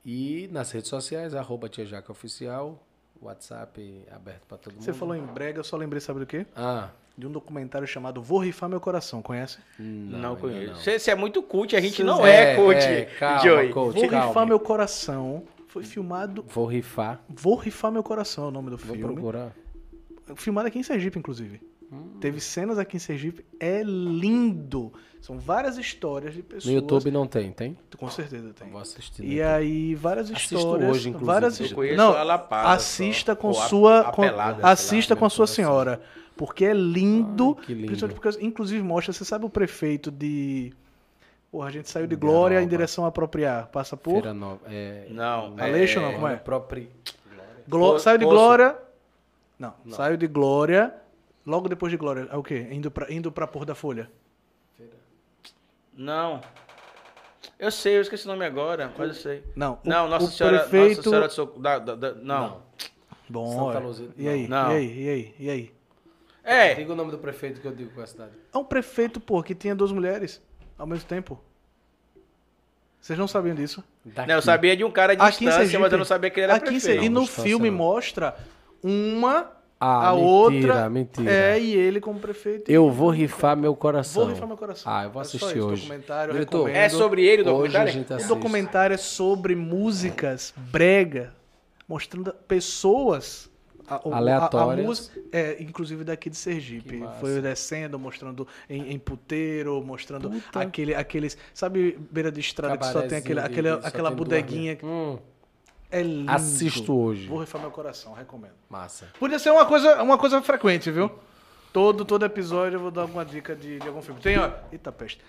[SPEAKER 3] E nas redes sociais, arroba Tia Jaque Oficial, WhatsApp aberto pra todo mundo.
[SPEAKER 2] Você falou em brega, eu só lembrei, sabe do quê?
[SPEAKER 3] Ah,
[SPEAKER 2] De um documentário chamado Vou Rifar Meu Coração, conhece?
[SPEAKER 3] não,
[SPEAKER 1] Não,
[SPEAKER 3] ainda
[SPEAKER 1] conheço.
[SPEAKER 3] não.
[SPEAKER 1] Você, você é muito cult, a gente
[SPEAKER 2] Você-
[SPEAKER 1] não é,
[SPEAKER 3] É,
[SPEAKER 1] cult,
[SPEAKER 3] é, calma,
[SPEAKER 1] Joey.
[SPEAKER 3] cult. Pô,
[SPEAKER 2] Vou
[SPEAKER 3] calma.
[SPEAKER 2] Rifar Meu Coração foi filmado...
[SPEAKER 3] Vou rifar,
[SPEAKER 2] Vou Rifar Meu Coração é o nome do
[SPEAKER 3] vou
[SPEAKER 2] filme.
[SPEAKER 3] procurar.
[SPEAKER 2] filmado aqui em Sergipe, inclusive.
[SPEAKER 1] Hum.
[SPEAKER 2] Teve cenas aqui em Sergipe, é lindo. São várias histórias de pessoas.
[SPEAKER 3] No YouTube não tem, tem?
[SPEAKER 2] Com certeza tem.
[SPEAKER 3] Vou assistir. no
[SPEAKER 2] E
[SPEAKER 3] YouTube.
[SPEAKER 2] aí, várias
[SPEAKER 3] Assisto
[SPEAKER 2] histórias.
[SPEAKER 3] hoje, inclusive.
[SPEAKER 2] várias
[SPEAKER 3] Eu
[SPEAKER 1] Eu conheço
[SPEAKER 2] Não,
[SPEAKER 1] a lapada.
[SPEAKER 2] assista
[SPEAKER 1] só.
[SPEAKER 2] com
[SPEAKER 1] Ou a-
[SPEAKER 2] sua.
[SPEAKER 1] a
[SPEAKER 2] com-
[SPEAKER 1] pelada, sei lá.
[SPEAKER 2] assista
[SPEAKER 3] meu
[SPEAKER 2] com a sua
[SPEAKER 3] coração.
[SPEAKER 2] senhora. Porque é lindo.
[SPEAKER 3] Ai, que lindo.
[SPEAKER 2] Principalmente porque, inclusive, mostra. Você sabe o prefeito de. Porra, a gente saiu de
[SPEAKER 3] Minha
[SPEAKER 2] Glória em
[SPEAKER 3] alma.
[SPEAKER 2] direção a apropriar. Passa por.
[SPEAKER 3] Feira Nova. É,
[SPEAKER 1] Não,
[SPEAKER 2] Aleixo não, como é?
[SPEAKER 3] Próprio...
[SPEAKER 2] Glo-
[SPEAKER 1] Po-
[SPEAKER 2] saiu de
[SPEAKER 1] Poço.
[SPEAKER 2] Glória. Não, saiu de Glória. Logo depois de Glória, é o quê? Indo pra, indo pra Porra da Folha.
[SPEAKER 1] Não. Eu sei, eu esqueci o nome agora, mas eu sei.
[SPEAKER 2] Não, o-
[SPEAKER 1] Não, Nossa
[SPEAKER 2] o
[SPEAKER 1] Senhora.
[SPEAKER 2] prefeito-
[SPEAKER 1] Nossa Senhora do Socorro- da- da- da- não.
[SPEAKER 2] Bom,
[SPEAKER 3] Santa
[SPEAKER 2] olha.
[SPEAKER 3] Luzia-
[SPEAKER 2] E aí?
[SPEAKER 1] não.
[SPEAKER 2] E aí? E aí? E aí?
[SPEAKER 1] É,
[SPEAKER 3] Diga o nome do prefeito que eu digo com a cidade.
[SPEAKER 2] É um prefeito, pô, que tinha duas mulheres ao mesmo tempo. Vocês não sabiam disso?
[SPEAKER 1] né, eu sabia de um cara de
[SPEAKER 2] Aqui em
[SPEAKER 1] distância,
[SPEAKER 2] Sergipe.
[SPEAKER 1] mas eu não sabia que ele era
[SPEAKER 2] Aqui em
[SPEAKER 1] prefeito.
[SPEAKER 2] Sergipe. E
[SPEAKER 3] Não,
[SPEAKER 2] no
[SPEAKER 3] distância
[SPEAKER 2] filme
[SPEAKER 3] não.
[SPEAKER 2] mostra uma,
[SPEAKER 3] Ah,
[SPEAKER 2] a
[SPEAKER 3] mentira,
[SPEAKER 2] outra.
[SPEAKER 3] mentira.
[SPEAKER 2] É, e ele como prefeito.
[SPEAKER 3] Eu vou rifar meu coração.
[SPEAKER 2] Vou rifar meu coração.
[SPEAKER 3] Ah, eu vou
[SPEAKER 2] É só
[SPEAKER 3] assistir
[SPEAKER 2] esse
[SPEAKER 3] hoje.
[SPEAKER 2] documentário, eu
[SPEAKER 3] Diretor,
[SPEAKER 2] recomendo.
[SPEAKER 1] É sobre ele o
[SPEAKER 3] Hoje a
[SPEAKER 1] documentário?
[SPEAKER 3] gente
[SPEAKER 2] O Um
[SPEAKER 3] assiste.
[SPEAKER 2] documentário é sobre músicas brega, mostrando pessoas a- o- a- a
[SPEAKER 3] Aleatórias.
[SPEAKER 2] música- é, inclusive daqui de Sergipe. Foi descendo, mostrando em, em puteiro, mostrando aquele, aqueles. Sabe, beira de estrada que só tem aquele,
[SPEAKER 3] Cabarezinho de-
[SPEAKER 2] aquela,
[SPEAKER 3] só
[SPEAKER 2] aquela
[SPEAKER 3] tem duas
[SPEAKER 2] bodeguinha
[SPEAKER 3] mesas. Hum,
[SPEAKER 2] É lindo.
[SPEAKER 3] Assisto hoje.
[SPEAKER 2] Vou rifar meu coração, recomendo.
[SPEAKER 3] Massa.
[SPEAKER 2] Podia ser uma coisa, uma coisa frequente, viu? Todo, todo episódio eu vou dar alguma dica de, de algum filme. Tem, ó. Eita peste.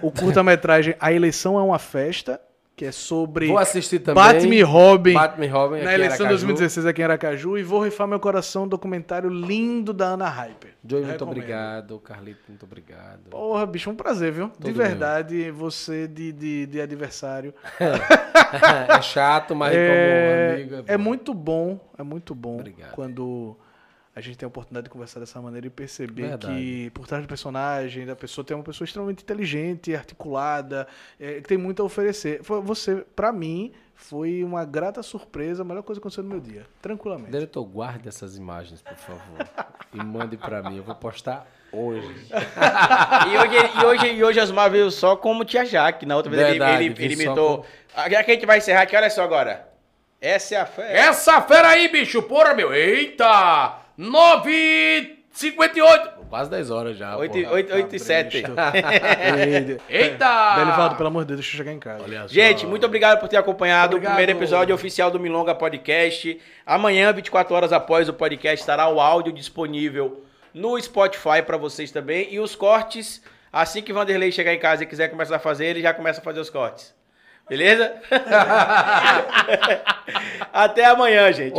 [SPEAKER 2] O curta-metragem A Eleição é uma Festa, que é sobre
[SPEAKER 3] Vou assistir também.
[SPEAKER 2] Batman e Robin
[SPEAKER 3] Batman e Robin.
[SPEAKER 2] na
[SPEAKER 3] aqui em
[SPEAKER 2] eleição de
[SPEAKER 3] Aracaju.
[SPEAKER 2] 2016 aqui em Aracaju. E vou rifar meu coração, um documentário lindo da Ana Hyper.
[SPEAKER 3] Joey, muito
[SPEAKER 2] Recomendo.
[SPEAKER 3] obrigado. Carlito, muito obrigado.
[SPEAKER 2] Porra, bicho, é um prazer, viu? de
[SPEAKER 3] meu.
[SPEAKER 2] verdade, você de, de, de adversário.
[SPEAKER 3] é chato, mas
[SPEAKER 2] é,
[SPEAKER 3] como um amigo.
[SPEAKER 2] é
[SPEAKER 3] bom.
[SPEAKER 2] muito bom, é muito bom
[SPEAKER 3] Obrigado.
[SPEAKER 2] quando a gente tem a oportunidade de conversar dessa maneira e perceber
[SPEAKER 3] Verdade.
[SPEAKER 2] que por trás do personagem, da pessoa, tem uma pessoa extremamente inteligente, articulada, é, que tem muito a oferecer. Foi- Você, pra mim, foi uma grata surpresa, a melhor coisa que aconteceu no meu dia, tranquilamente.
[SPEAKER 3] Diretor, guarde essas imagens, por favor. e mande pra mim. Eu vou postar hoje.
[SPEAKER 1] E hoje, e hoje, e hoje Asmar veio só como Tia Jaque. Na outra vez ele-
[SPEAKER 3] Verdade,
[SPEAKER 1] ele, ele
[SPEAKER 3] vi só
[SPEAKER 1] imitou. Já que a gente vai encerrar aqui, olha só agora. Essa é a fé.
[SPEAKER 6] Essa fera aí, bicho, porra, meu. Eita! 9h58.
[SPEAKER 3] Quase 10 horas já.
[SPEAKER 1] 8
[SPEAKER 3] Ah, porra. tá
[SPEAKER 1] e 7.
[SPEAKER 6] Eita!
[SPEAKER 2] Tá Belivaldo, pelo amor de Deus, deixa eu chegar em casa.
[SPEAKER 3] Olha só.
[SPEAKER 1] Gente, muito obrigado por ter acompanhado
[SPEAKER 3] Obrigado.
[SPEAKER 1] o primeiro episódio oficial do Milonga Podcast. Amanhã, 24 horas após o podcast, estará o áudio disponível no Spotify para vocês também. E os cortes, assim que Vanderlei chegar em casa e quiser começar a fazer, ele já começa a fazer os cortes. Beleza? Até amanhã, gente.